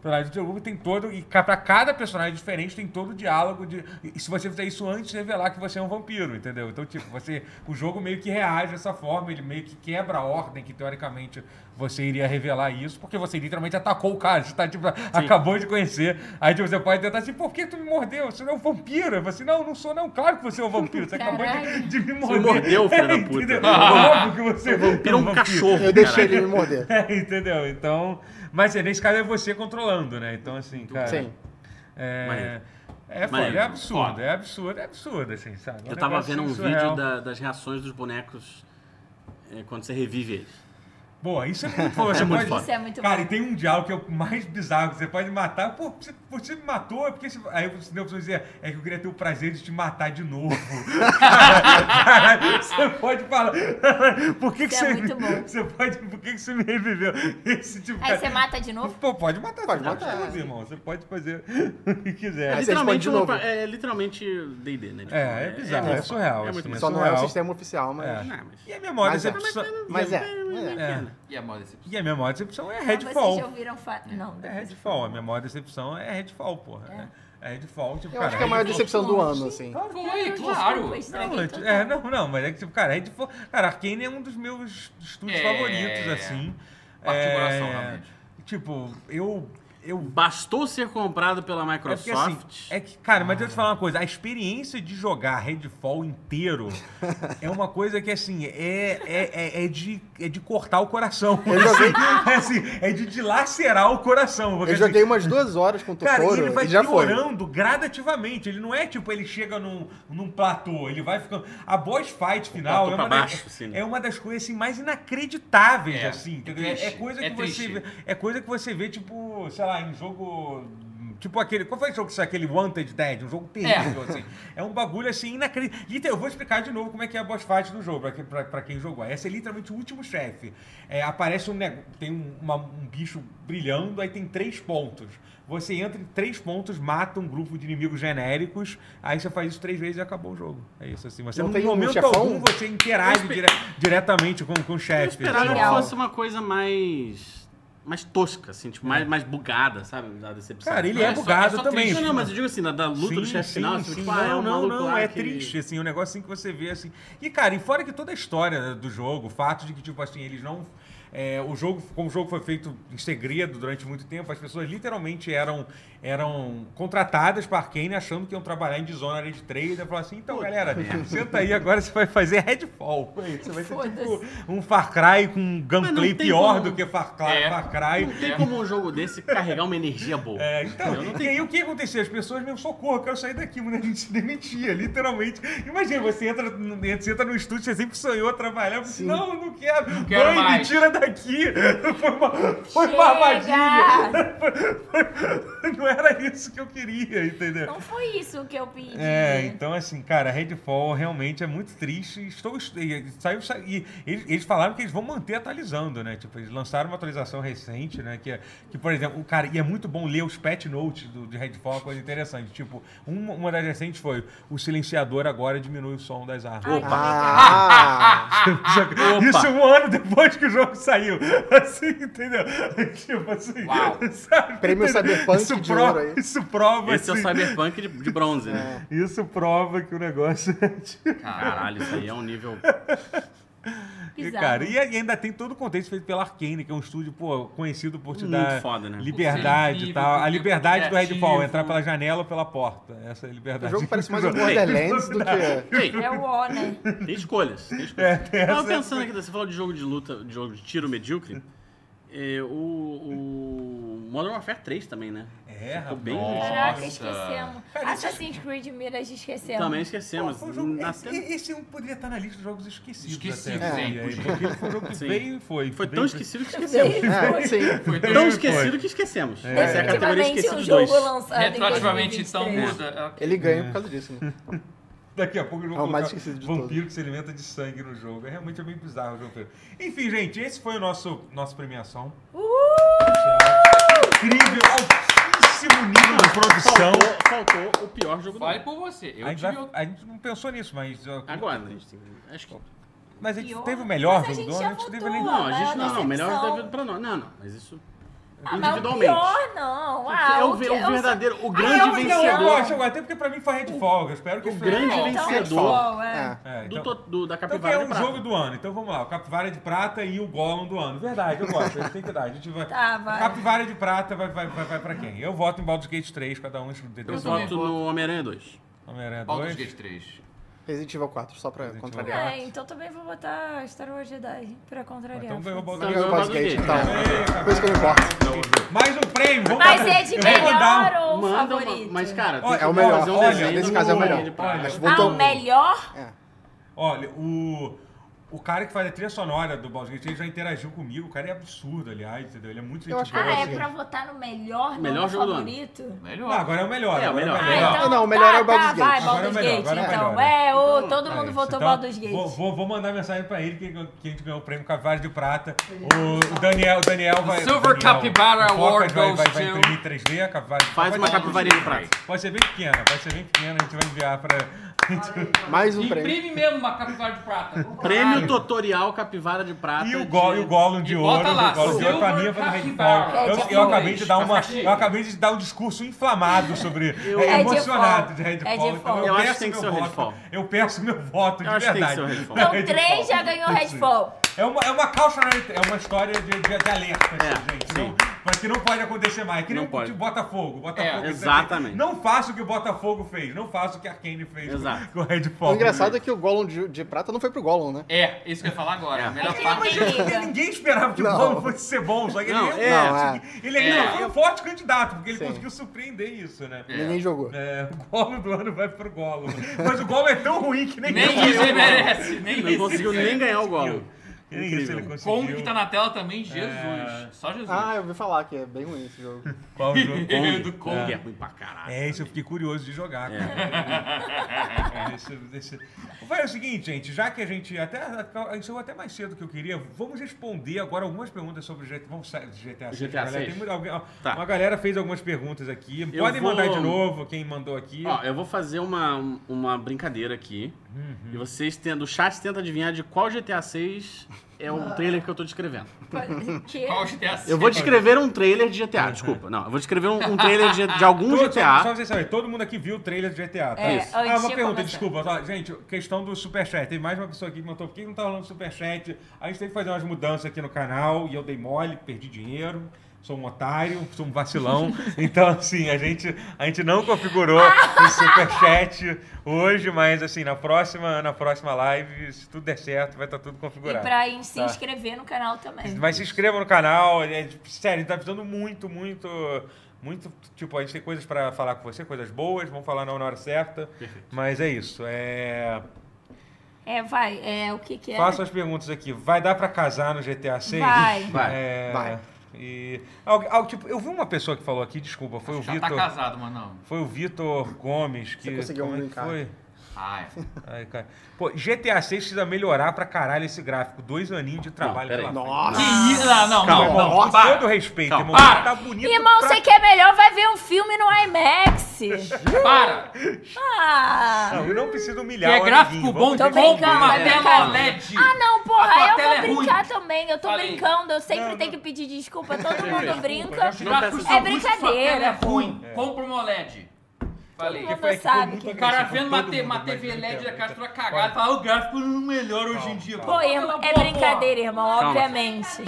Speaker 1: personagem do teu grupo, tem todo. E ca- pra cada personagem diferente tem todo o diálogo de. E se você fizer isso antes, revelar que você é um vampiro, entendeu? Então, tipo, você. O jogo meio que reage dessa forma, ele meio que quebra a ordem que teoricamente você iria revelar isso, porque você literalmente atacou o cara. Você tá, tipo, acabou de conhecer. Aí tipo, você pode tentar assim, por que tu me mordeu? Você não é um vampiro? Você, não, não sou, não. Claro que você é um vampiro. Você acabou de,
Speaker 2: Caralho.
Speaker 1: de me morder.
Speaker 5: mordeu, filho da
Speaker 1: *laughs*
Speaker 5: puta.
Speaker 1: Entendeu? Óbvio que você é um
Speaker 5: Pira um
Speaker 4: *laughs*
Speaker 5: cachorro.
Speaker 4: Eu deixei ele me
Speaker 1: *laughs*
Speaker 4: morder.
Speaker 1: é, entendeu? Então. Mas é, nesse caso é você controlando, né? Então, assim, cara.
Speaker 4: Sim.
Speaker 1: É,
Speaker 5: Maneiro.
Speaker 1: é, foda,
Speaker 5: Maneiro.
Speaker 1: é absurdo, é absurdo, é absurdo, assim, sabe? É um
Speaker 5: Eu tava
Speaker 1: negócio
Speaker 5: vendo um
Speaker 1: surreal.
Speaker 5: vídeo da- das reações dos bonecos é, quando você revive eles.
Speaker 1: Boa, isso é muito
Speaker 5: *laughs*
Speaker 1: foda. Você
Speaker 5: É muito
Speaker 1: pode-
Speaker 5: foda.
Speaker 2: Isso é muito
Speaker 1: Cara,
Speaker 2: bom.
Speaker 1: e tem um diálogo que é o mais bizarro, que você pode matar. Pô, você, você me matou, é porque você... Aí você deu pra dizer, é que eu queria ter o prazer de te matar de novo. *laughs* Cara, você pode falar. *laughs* Por que, que
Speaker 2: Isso
Speaker 1: você.
Speaker 2: é muito
Speaker 1: *laughs*
Speaker 2: bom.
Speaker 1: Você pode. Por que, que você me reviveu? Esse tipo.
Speaker 2: Aí
Speaker 1: cara,
Speaker 2: você mata de novo?
Speaker 1: Pô, pode matar,
Speaker 4: Pode
Speaker 1: você
Speaker 4: matar.
Speaker 1: tudo, irmão. Você pode fazer *laughs* o que quiser.
Speaker 4: Aí É, você
Speaker 5: literalmente
Speaker 4: responde de
Speaker 5: uma
Speaker 4: novo.
Speaker 5: pra- é literalmente D&D, né? Tipo,
Speaker 1: É, é bizarro, é,
Speaker 5: muito foda,
Speaker 1: surreal.
Speaker 5: É
Speaker 1: assim, é
Speaker 5: muito foda.
Speaker 4: Só não é o
Speaker 1: surreal.
Speaker 4: sistema oficial, mas.
Speaker 5: Ah, mas-
Speaker 1: E a memória
Speaker 4: Mas é.
Speaker 1: decepção.
Speaker 4: Mas é. mas é.
Speaker 1: É.
Speaker 3: E a moda decepção.
Speaker 1: E a memória decepção
Speaker 3: Ah,
Speaker 1: é
Speaker 2: Vocês já
Speaker 1: Redfall.
Speaker 2: ouviram falar. Não,
Speaker 1: É
Speaker 2: depois eu falo.
Speaker 1: Redfall. A memória decepção é Redfall, porra. É, é Redfall, tipo,
Speaker 4: Eu
Speaker 1: cara.
Speaker 4: acho que é a maior decepção do ano, assim.
Speaker 3: Foi,
Speaker 2: Desculpa,
Speaker 3: claro.
Speaker 2: estraguei
Speaker 1: Não, é,
Speaker 2: tudo.
Speaker 1: é, não, não, mas é que, tipo, cara, Redfall. Cara, Arkane é um dos meus estúdios
Speaker 3: É.
Speaker 1: favoritos, assim.
Speaker 3: Parte do
Speaker 1: É,
Speaker 3: coração, realmente.
Speaker 1: Tipo, eu. Eu
Speaker 5: Bastou ser comprado pela
Speaker 1: É
Speaker 5: Microsoft.
Speaker 1: porque assim, é que, cara, mas
Speaker 4: Ah.
Speaker 1: deixa eu te falar uma coisa. A experiência de jogar Redfall
Speaker 4: *laughs*
Speaker 1: inteiro é uma coisa que, assim, é, é, é, é de, é de cortar o coração.
Speaker 4: Eu joguei-
Speaker 1: Assim, *laughs* é, assim, é de dilacerar o coração. porque,
Speaker 4: Eu
Speaker 1: assim,
Speaker 4: joguei umas duas horas com o
Speaker 1: Cara, e
Speaker 4: Totoro
Speaker 1: ele vai
Speaker 4: e já foi.
Speaker 1: piorando gradativamente. Ele não é tipo, ele chega num, num platô, ele vai ficando. A boss fight final
Speaker 5: platô
Speaker 1: é
Speaker 5: pra
Speaker 1: uma,
Speaker 5: baixo,
Speaker 1: das,
Speaker 5: assim, né?
Speaker 1: é uma das coisas assim, mais inacreditáveis,
Speaker 3: É,
Speaker 1: assim.
Speaker 3: é
Speaker 1: entendeu? É,
Speaker 3: triste,
Speaker 1: coisa
Speaker 3: é
Speaker 1: que você
Speaker 3: triste.
Speaker 1: vê, é coisa que você vê, tipo, sei lá, em jogo. Tipo aquele. Qual foi o jogo que saiu? Aquele Wanted Dead? Um jogo terrível, assim. É um bagulho assim inacreditável. Eu vou explicar de novo como é que é a boss fight do jogo, pra, que- pra- pra quem jogou. Essa é literalmente o último chefe. É, aparece um negócio. Tem um, uma- um bicho brilhando, aí tem três pontos. Você entra em três pontos, mata um grupo de inimigos genéricos, aí você faz isso três vezes e acabou o jogo. É isso assim. Você
Speaker 4: Não
Speaker 1: não em
Speaker 4: tem um
Speaker 1: momento
Speaker 4: chefão?
Speaker 1: algum você interage dire- diretamente com, com o
Speaker 5: Eu
Speaker 1: chefe.
Speaker 5: esperava que
Speaker 2: Legal.
Speaker 5: fosse uma coisa mais. mais tosca, assim, tipo, mais, mais bugada, sabe? Da decepção.
Speaker 1: É. Cara, ele
Speaker 3: Não,
Speaker 1: é
Speaker 3: é só-
Speaker 1: bugado
Speaker 3: é só
Speaker 1: também. tipo,
Speaker 3: triste,
Speaker 5: Não, não, mas eu digo assim, da, da luta do
Speaker 1: Sim,
Speaker 5: chefe
Speaker 1: sim,
Speaker 5: final,
Speaker 1: sim.
Speaker 5: tipo, ah, é
Speaker 1: não,
Speaker 5: um
Speaker 1: não,
Speaker 5: maluco
Speaker 1: não,
Speaker 5: lá
Speaker 1: é
Speaker 5: que-
Speaker 1: triste, assim, um negócio assim que você vê, assim... E, cara, e fora que toda a história do jogo, o fato de que, tipo assim, eles não... é, o jogo, como o jogo foi feito em segredo durante muito tempo, as pessoas literalmente eram, eram contratadas para Arkane achando que iam trabalhar em Dishonored 3. E falaram assim, então galera, *laughs* senta aí, agora você vai fazer Redfall. Você vai ser tipo um Far Cry com um
Speaker 5: Mas
Speaker 1: gameplay
Speaker 5: não tem
Speaker 1: pior
Speaker 5: como.
Speaker 1: do que Far Cry.
Speaker 3: É.
Speaker 1: Far Cry.
Speaker 5: Não tem como um jogo desse carregar uma energia boa.
Speaker 1: É, então,
Speaker 5: Eu não
Speaker 1: e aí o que acontecia? As pessoas, meu, socorro, eu quero sair daqui, mas a gente se demitia, literalmente. Imagina, você entra, no- você entra no estúdio, você sempre sonhou trabalhar, você, não, não quero, não
Speaker 3: quero
Speaker 1: mãe, me
Speaker 3: mais."
Speaker 1: tira daqui. *laughs* Foi uma, foi uma armadilha. *laughs* Não era isso que eu queria, entendeu?
Speaker 2: Não foi isso que eu pedi.
Speaker 1: É, então assim, cara, Redfall realmente é muito triste. Estou e saiu, saiu- e eles, eles falaram que eles vão manter atualizando, né? Tipo, eles lançaram uma atualização recente, né? Que, é- que por exemplo, o cara, e é muito bom ler os patch notes do, de Redfall, é uma coisa interessante. Tipo, uma, uma das recentes foi o silenciador agora diminui o som das árvores.
Speaker 4: Ah!
Speaker 1: Isso um ano depois que o jogo saiu. *laughs* Assim, entendeu? *laughs* Tipo assim.
Speaker 3: Uau.
Speaker 1: *laughs* Sabe?
Speaker 4: Prêmio Cyberpunk
Speaker 1: isso
Speaker 4: de
Speaker 1: prova,
Speaker 4: ouro aí.
Speaker 1: Isso prova.
Speaker 5: Esse é o
Speaker 1: assim,
Speaker 5: Cyberpunk de, de bronze, né?
Speaker 1: isso prova que o negócio *laughs* é tipo,
Speaker 5: Caralho, isso aí é um nível.
Speaker 1: E,
Speaker 2: Bizarro.
Speaker 1: cara, e, e ainda tem todo o contexto feito pela Arkane, que é um estúdio, pô, conhecido por *laughs* te
Speaker 5: Muito
Speaker 1: dar
Speaker 5: foda, né?
Speaker 1: liberdade
Speaker 3: Incrível,
Speaker 1: e tal. A
Speaker 3: porque é
Speaker 1: liberdade do Redfall,
Speaker 3: criativo.
Speaker 1: entrar pela janela ou pela porta. Essa é a
Speaker 4: O
Speaker 1: liberdade.
Speaker 4: jogo
Speaker 1: *laughs* que
Speaker 4: parece
Speaker 1: o
Speaker 4: mais um
Speaker 1: jogo-
Speaker 4: Borderlands do que...
Speaker 5: Ei,
Speaker 2: É o O, né?
Speaker 5: tem escolhas.
Speaker 1: *laughs* É,
Speaker 5: Tem escolhas. Tava pensando aqui, você falou de jogo de luta, de jogo de tiro medíocre. É, o, o Modern Warfare 3 também, né?
Speaker 1: É,
Speaker 5: Ficou
Speaker 1: rapaz.
Speaker 5: bem.
Speaker 2: Caraca,
Speaker 3: Nossa.
Speaker 2: esquecemos. Assassin's Creed Mirage esquecemos.
Speaker 5: Também esquecemos.
Speaker 1: Foi um jogo-
Speaker 5: Na
Speaker 1: esse,
Speaker 5: cena-
Speaker 1: esse um poderia estar na lista de jogos esquecidos.
Speaker 3: Esquecidos,
Speaker 4: né?
Speaker 1: até,
Speaker 3: hein?
Speaker 1: eu diria, Porque ele foi um jogo que
Speaker 5: Sim.
Speaker 1: veio e foi.
Speaker 5: Foi
Speaker 1: Veio
Speaker 5: tão
Speaker 1: e-
Speaker 5: esquecido que esquecemos.
Speaker 2: Sim.
Speaker 4: É, sim.
Speaker 3: Foi
Speaker 5: Tão
Speaker 1: Foi.
Speaker 5: esquecido que esquecemos. Essa é a categoria
Speaker 2: Definitivamente um
Speaker 5: esquecidos
Speaker 2: jogo
Speaker 5: 2.
Speaker 2: lançado em
Speaker 3: Retroativamente, então
Speaker 2: 2023.
Speaker 3: muda. É, ok.
Speaker 4: Ele ganha por causa disso, né?
Speaker 1: Daqui a pouco eu
Speaker 4: É o
Speaker 1: vou
Speaker 4: mais
Speaker 1: colocar
Speaker 4: esquecido de
Speaker 1: vampiro
Speaker 4: todos.
Speaker 1: que se alimenta de sangue no jogo. É realmente bem bizarro o jogo. inteiro. Enfim, gente, esse foi o nosso nossa premiação. Incrível, altíssimo nível de produção.
Speaker 5: Faltou, faltou o pior jogo do
Speaker 3: É, Fale
Speaker 5: mundo.
Speaker 3: por você. Eu
Speaker 1: A gente,
Speaker 3: tive
Speaker 1: vai-
Speaker 3: outro.
Speaker 1: a gente não pensou nisso, mas. ó,
Speaker 5: Agora, né, a gente tem. Acho que.
Speaker 1: Mas a gente
Speaker 2: Pior.
Speaker 1: teve o melhor
Speaker 2: Mas a
Speaker 1: jogo do
Speaker 2: gente
Speaker 1: ano,
Speaker 2: já
Speaker 1: a gente teve um
Speaker 2: votou.
Speaker 1: nem.
Speaker 5: Não, a gente
Speaker 2: Agora
Speaker 5: não,
Speaker 2: é
Speaker 5: não. Melhor
Speaker 2: decepção.
Speaker 5: devido pra nós. Não, não. Mas isso.
Speaker 2: Ah, mas o
Speaker 5: individualmente.
Speaker 2: pior não. Ah,
Speaker 5: é o,
Speaker 2: que-
Speaker 5: ve- o
Speaker 2: eu-
Speaker 5: verdadeiro, o
Speaker 1: Ah,
Speaker 5: grande
Speaker 1: não, não, eu
Speaker 5: vencedor
Speaker 1: gosto, eu gosto, até porque pra mim foi Redfall. Eu espero que
Speaker 5: O
Speaker 1: as
Speaker 5: grande
Speaker 1: pessoas-
Speaker 2: É, então,
Speaker 5: vencedor.
Speaker 2: Redfall, é.
Speaker 4: É.
Speaker 1: É,
Speaker 5: do,
Speaker 1: então-
Speaker 5: to- do- da
Speaker 1: Então
Speaker 5: capivara
Speaker 1: é
Speaker 5: de
Speaker 1: um
Speaker 5: prata.
Speaker 1: jogo do ano. Então vamos lá, o Capivara de Prata e o Gollum do ano. Verdade, eu gosto. A gente tem que dar. A gente vai...
Speaker 2: *laughs* Tá, vai.
Speaker 1: O Capivara de Prata vai, vai, vai, vai pra quem? Eu voto em Baldur's Gate 3, cada um escolhe.
Speaker 5: Eu
Speaker 3: Eu
Speaker 5: voto
Speaker 3: também
Speaker 5: no Homem-Aranha 2.
Speaker 1: Homem-Aranha
Speaker 3: Baldur's
Speaker 1: 2.
Speaker 3: Gate 3.
Speaker 4: Resident Evil 4, só pra
Speaker 1: Evil
Speaker 5: É.
Speaker 4: contrariar.
Speaker 2: Ah, então também vou botar Star Wars Jedi pra contrariar.
Speaker 1: Então ganhou o Baldur's
Speaker 4: Eu
Speaker 1: Gate.
Speaker 4: ganho o Baldur's Gate,
Speaker 5: Ei,
Speaker 4: então. Por isso que eu me importo.
Speaker 1: Mais um prêmio. Vamos
Speaker 2: Mas
Speaker 1: dar-
Speaker 2: é de
Speaker 1: eu vou mandar
Speaker 2: melhor
Speaker 1: um-
Speaker 2: ou
Speaker 5: Manda uma-
Speaker 2: favorito?
Speaker 5: Mas, cara,
Speaker 1: Olha,
Speaker 5: tem que
Speaker 1: é o
Speaker 4: melhor.
Speaker 5: fazer um
Speaker 1: Olha,
Speaker 5: desenho
Speaker 1: nesse
Speaker 5: do-
Speaker 1: caso é o melhor.
Speaker 5: de prata.
Speaker 1: Olha,
Speaker 2: Ah,
Speaker 4: Voltou-
Speaker 2: o melhor?
Speaker 4: É.
Speaker 1: Olha, o, o cara que faz a trilha sonora do Baldur's Gate, ele já interagiu comigo. O cara é absurdo, aliás, entendeu? Ele é muito
Speaker 4: Eu acho
Speaker 1: boa,
Speaker 2: Ah, é
Speaker 1: assim.
Speaker 2: pra votar no melhor, não
Speaker 5: Melhor
Speaker 2: no
Speaker 5: jogo do ano.
Speaker 2: favorito?
Speaker 1: Não,
Speaker 3: Melhor.
Speaker 1: agora é o melhor.
Speaker 5: É, o
Speaker 1: agora
Speaker 5: melhor.
Speaker 2: Ah, então,
Speaker 4: Não, não, o melhor
Speaker 2: tá,
Speaker 4: é o Baldur's
Speaker 2: tá,
Speaker 4: Gate.
Speaker 1: Agora
Speaker 2: Vai,
Speaker 1: é o
Speaker 2: Baldur's
Speaker 1: melhor,
Speaker 2: Gate,
Speaker 1: agora é o
Speaker 2: então.
Speaker 1: melhor.
Speaker 2: É, ô, todo mundo
Speaker 1: É isso.
Speaker 2: votou
Speaker 1: Então,
Speaker 2: Baldur's Gate.
Speaker 1: Vou, vou- vou mandar mensagem pra ele que, que a gente ganhou o prêmio Capivara de Prata. O Daniel, o Daniel vai.
Speaker 3: Silver
Speaker 1: Daniel,
Speaker 3: Capybara
Speaker 1: o Focas
Speaker 3: Award
Speaker 1: vai, vai,
Speaker 3: goes
Speaker 1: vai
Speaker 3: to-
Speaker 1: imprimir 3D, a capivara de
Speaker 5: Faz
Speaker 1: Prata.
Speaker 5: uma
Speaker 1: Pode-
Speaker 5: é capivaria de prata.
Speaker 1: Pode ser bem pequena, pode ser bem pequena, a gente vai enviar pra. *laughs*
Speaker 4: Mais um prêmio.
Speaker 3: Imprime mesmo uma capivara de prata.
Speaker 5: Prêmio Tutorial Capivara de Prata.
Speaker 1: E o,
Speaker 5: de-
Speaker 1: go, e o Gollum de
Speaker 3: E
Speaker 1: ouro,
Speaker 3: bota lá,
Speaker 1: o Gollum de ouro pra
Speaker 3: Silver
Speaker 1: mim foi no
Speaker 3: Capybara.
Speaker 1: Redfall. Eu,
Speaker 2: É de
Speaker 1: eu acabei
Speaker 2: Foz,
Speaker 1: de dar uma,
Speaker 3: abacaxi.
Speaker 1: eu acabei de dar um discurso inflamado sobre, é,
Speaker 5: *laughs*
Speaker 2: É de
Speaker 1: emocionado
Speaker 2: Foz,
Speaker 1: de
Speaker 2: é de
Speaker 1: Redfall. então
Speaker 2: Foz.
Speaker 5: Eu acho que
Speaker 1: peço
Speaker 5: tem
Speaker 1: meu
Speaker 5: que ser o
Speaker 1: voto,
Speaker 5: Redfall.
Speaker 1: Eu peço meu voto,
Speaker 5: Eu
Speaker 1: de
Speaker 5: acho que tem que
Speaker 1: verdade.
Speaker 5: ser o Redfall.
Speaker 1: Não,
Speaker 2: Então,
Speaker 1: *laughs*
Speaker 2: três já ganhou Redfall.
Speaker 1: É uma, é uma cautionary, é uma história de, de, de alerta,
Speaker 5: É,
Speaker 1: assim, gente.
Speaker 5: sim.
Speaker 1: Não, mas que não pode acontecer mais. Que nem
Speaker 5: Não
Speaker 1: o
Speaker 5: pode.
Speaker 1: de Botafogo. Botafogo
Speaker 3: É,
Speaker 5: exatamente.
Speaker 1: Não faça o que o Botafogo fez. Não faça o que a Kane fez
Speaker 5: Exato.
Speaker 1: com o Redfall.
Speaker 4: O engraçado é que o Gollum de, de prata não foi pro Gollum, né?
Speaker 3: É, isso que eu ia falar agora.
Speaker 5: É.
Speaker 3: A melhor
Speaker 2: Mas
Speaker 3: parte.
Speaker 2: ele-
Speaker 1: Porque ninguém esperava que o
Speaker 4: Não.
Speaker 1: Paulo fosse ser bom, só que
Speaker 5: Não,
Speaker 1: ele,
Speaker 5: é.
Speaker 1: realmente- ele ainda
Speaker 3: É.
Speaker 1: foi um forte candidato, porque ele
Speaker 4: Sim.
Speaker 1: conseguiu surpreender isso, né?
Speaker 3: É.
Speaker 4: Ninguém jogou.
Speaker 1: É, o golo do ano vai pro golo. Mas o golo é tão ruim que nem,
Speaker 3: Nem isso ele merece. Nem
Speaker 5: Não
Speaker 3: isso
Speaker 5: conseguiu
Speaker 3: ele
Speaker 5: nem
Speaker 3: merece.
Speaker 5: ganhar o gol.
Speaker 1: Nem isso ele conseguiu. É.
Speaker 3: Kong que tá na tela também, Jesus. Só Jesus.
Speaker 4: Ah, eu ouvi falar que é bem ruim esse jogo.
Speaker 1: Qual o jogo?
Speaker 3: Kong. *laughs* do
Speaker 5: Kong
Speaker 3: Kong.
Speaker 5: é ruim pra caralho.
Speaker 1: É, isso eu fiquei curioso de jogar.
Speaker 5: É. *laughs*
Speaker 1: cara. Esse- esse- Vai, é o seguinte, gente, já que a gente até a gente chegou até mais cedo do que eu queria, vamos responder agora algumas perguntas sobre o GTA, vamos sair do GTA 6.
Speaker 5: GTA
Speaker 1: né, galera. Tem
Speaker 5: VI.
Speaker 1: muita- alguém- ó,
Speaker 5: Tá.
Speaker 1: Uma galera fez algumas perguntas aqui.
Speaker 5: Eu
Speaker 1: Podem
Speaker 5: vou-
Speaker 1: mandar de novo quem mandou aqui.
Speaker 5: Ó, eu vou fazer uma,
Speaker 1: Uhum.
Speaker 5: uma brincadeira aqui. E vocês tendo, o chat tenta adivinhar de qual GTA 6 é
Speaker 1: Ah.
Speaker 5: o trailer que eu tô descrevendo.
Speaker 2: *laughs* Que...
Speaker 3: Qual é essa?
Speaker 5: Eu vou descrever um trailer de GTA, desculpa. Não, eu vou descrever um, um trailer de, de algum
Speaker 1: Todo- Só pra
Speaker 5: GTA.
Speaker 1: vocês saberem, todo mundo aqui viu o trailer do GTA, tá?
Speaker 2: É, antes
Speaker 1: ah, uma
Speaker 2: de
Speaker 1: pergunta,
Speaker 2: começar.
Speaker 1: desculpa. tá? Gente, questão do superchat. Tem mais uma pessoa aqui que mandou, por que não tá rolando superchat? A gente teve que fazer umas mudanças aqui no canal e eu dei mole, perdi dinheiro. Sou um otário, sou um
Speaker 2: *laughs*
Speaker 1: vacilão. Então, assim, a gente, a gente não configurou o superchat hoje, mas, assim, na próxima, na próxima live, se tudo der certo, vai estar tudo
Speaker 2: E
Speaker 1: configurado.
Speaker 2: pra in- se
Speaker 1: Tá.
Speaker 2: inscrever no canal também.
Speaker 1: Mas se inscreva no canal. é, sério, a gente tá precisando muito, muito. Muito, tipo, a gente tem coisas pra falar com você, coisas boas, vamos falar não na hora certa. Mas é isso. É...
Speaker 2: É, vai. É, o que que é?
Speaker 1: Faço as perguntas aqui. Vai dar pra casar no GTA 6? *laughs*
Speaker 2: Vai.
Speaker 5: Vai.
Speaker 1: É...
Speaker 4: Vai.
Speaker 1: E... algu- algu- tipo, eu vi uma pessoa que falou aqui, desculpa, foi o
Speaker 3: Já tá
Speaker 1: Vitor.
Speaker 3: casado, mas não.
Speaker 1: foi o Vitor Gomes que.
Speaker 4: conseguiu
Speaker 1: como é
Speaker 4: um
Speaker 1: que
Speaker 4: link, cara.
Speaker 1: foi?
Speaker 3: Ah, é.
Speaker 1: Ai, cara. Pô, GTA 6 precisa melhorar pra caralho esse gráfico. Dois aninhos de trabalho
Speaker 5: pera aí.
Speaker 1: pela frente.
Speaker 3: Que isso? Não, não,
Speaker 5: Calma,
Speaker 3: não.
Speaker 1: Irmão,
Speaker 3: não.
Speaker 1: com
Speaker 3: Para.
Speaker 1: todo respeito,
Speaker 5: Calma,
Speaker 1: irmão.
Speaker 3: para.
Speaker 1: Tá bonito
Speaker 2: Irmão,
Speaker 1: pra
Speaker 2: você quer melhor, vai ver um filme no IMAX.
Speaker 3: Para!
Speaker 2: Ah,
Speaker 1: Não, eu não preciso humilhar
Speaker 3: Que é
Speaker 1: o
Speaker 3: gráfico
Speaker 1: amiguinho,
Speaker 3: bom
Speaker 1: vamos-
Speaker 3: de
Speaker 2: Tô
Speaker 3: compra
Speaker 2: brincando,
Speaker 3: uma
Speaker 2: é
Speaker 3: tela
Speaker 2: brincando.
Speaker 3: LED.
Speaker 2: ah não,
Speaker 3: A tua
Speaker 2: porra, eu
Speaker 3: tela é
Speaker 2: vou brincar também. Eu tô
Speaker 3: Falei.
Speaker 2: brincando, eu sempre
Speaker 1: Não,
Speaker 2: tenho
Speaker 1: não.
Speaker 2: que pedir desculpa. Todo mundo brinca.
Speaker 5: Não
Speaker 3: Já
Speaker 5: tá
Speaker 3: custa
Speaker 5: sendo-
Speaker 2: É
Speaker 3: muito, sua
Speaker 2: brincadeira,
Speaker 3: tela É
Speaker 2: pô.
Speaker 3: ruim. Compra uma OLED. Falei.
Speaker 1: Porque
Speaker 2: Todo
Speaker 1: foi
Speaker 2: mundo
Speaker 1: aqui, todo
Speaker 2: sabe
Speaker 1: mundo
Speaker 2: que-
Speaker 1: agressivo,
Speaker 3: O cara vendo uma,
Speaker 1: assim todo
Speaker 3: te-
Speaker 1: mundo,
Speaker 3: uma
Speaker 1: mas
Speaker 3: TV
Speaker 1: não
Speaker 3: LED
Speaker 1: quer,
Speaker 3: da casa
Speaker 1: não
Speaker 3: toda
Speaker 1: quer.
Speaker 3: cagada, fala, o gráfico não melhora hoje em dia.
Speaker 2: Pô, irmão, é brincadeira, irmão,
Speaker 5: Calma.
Speaker 2: obviamente.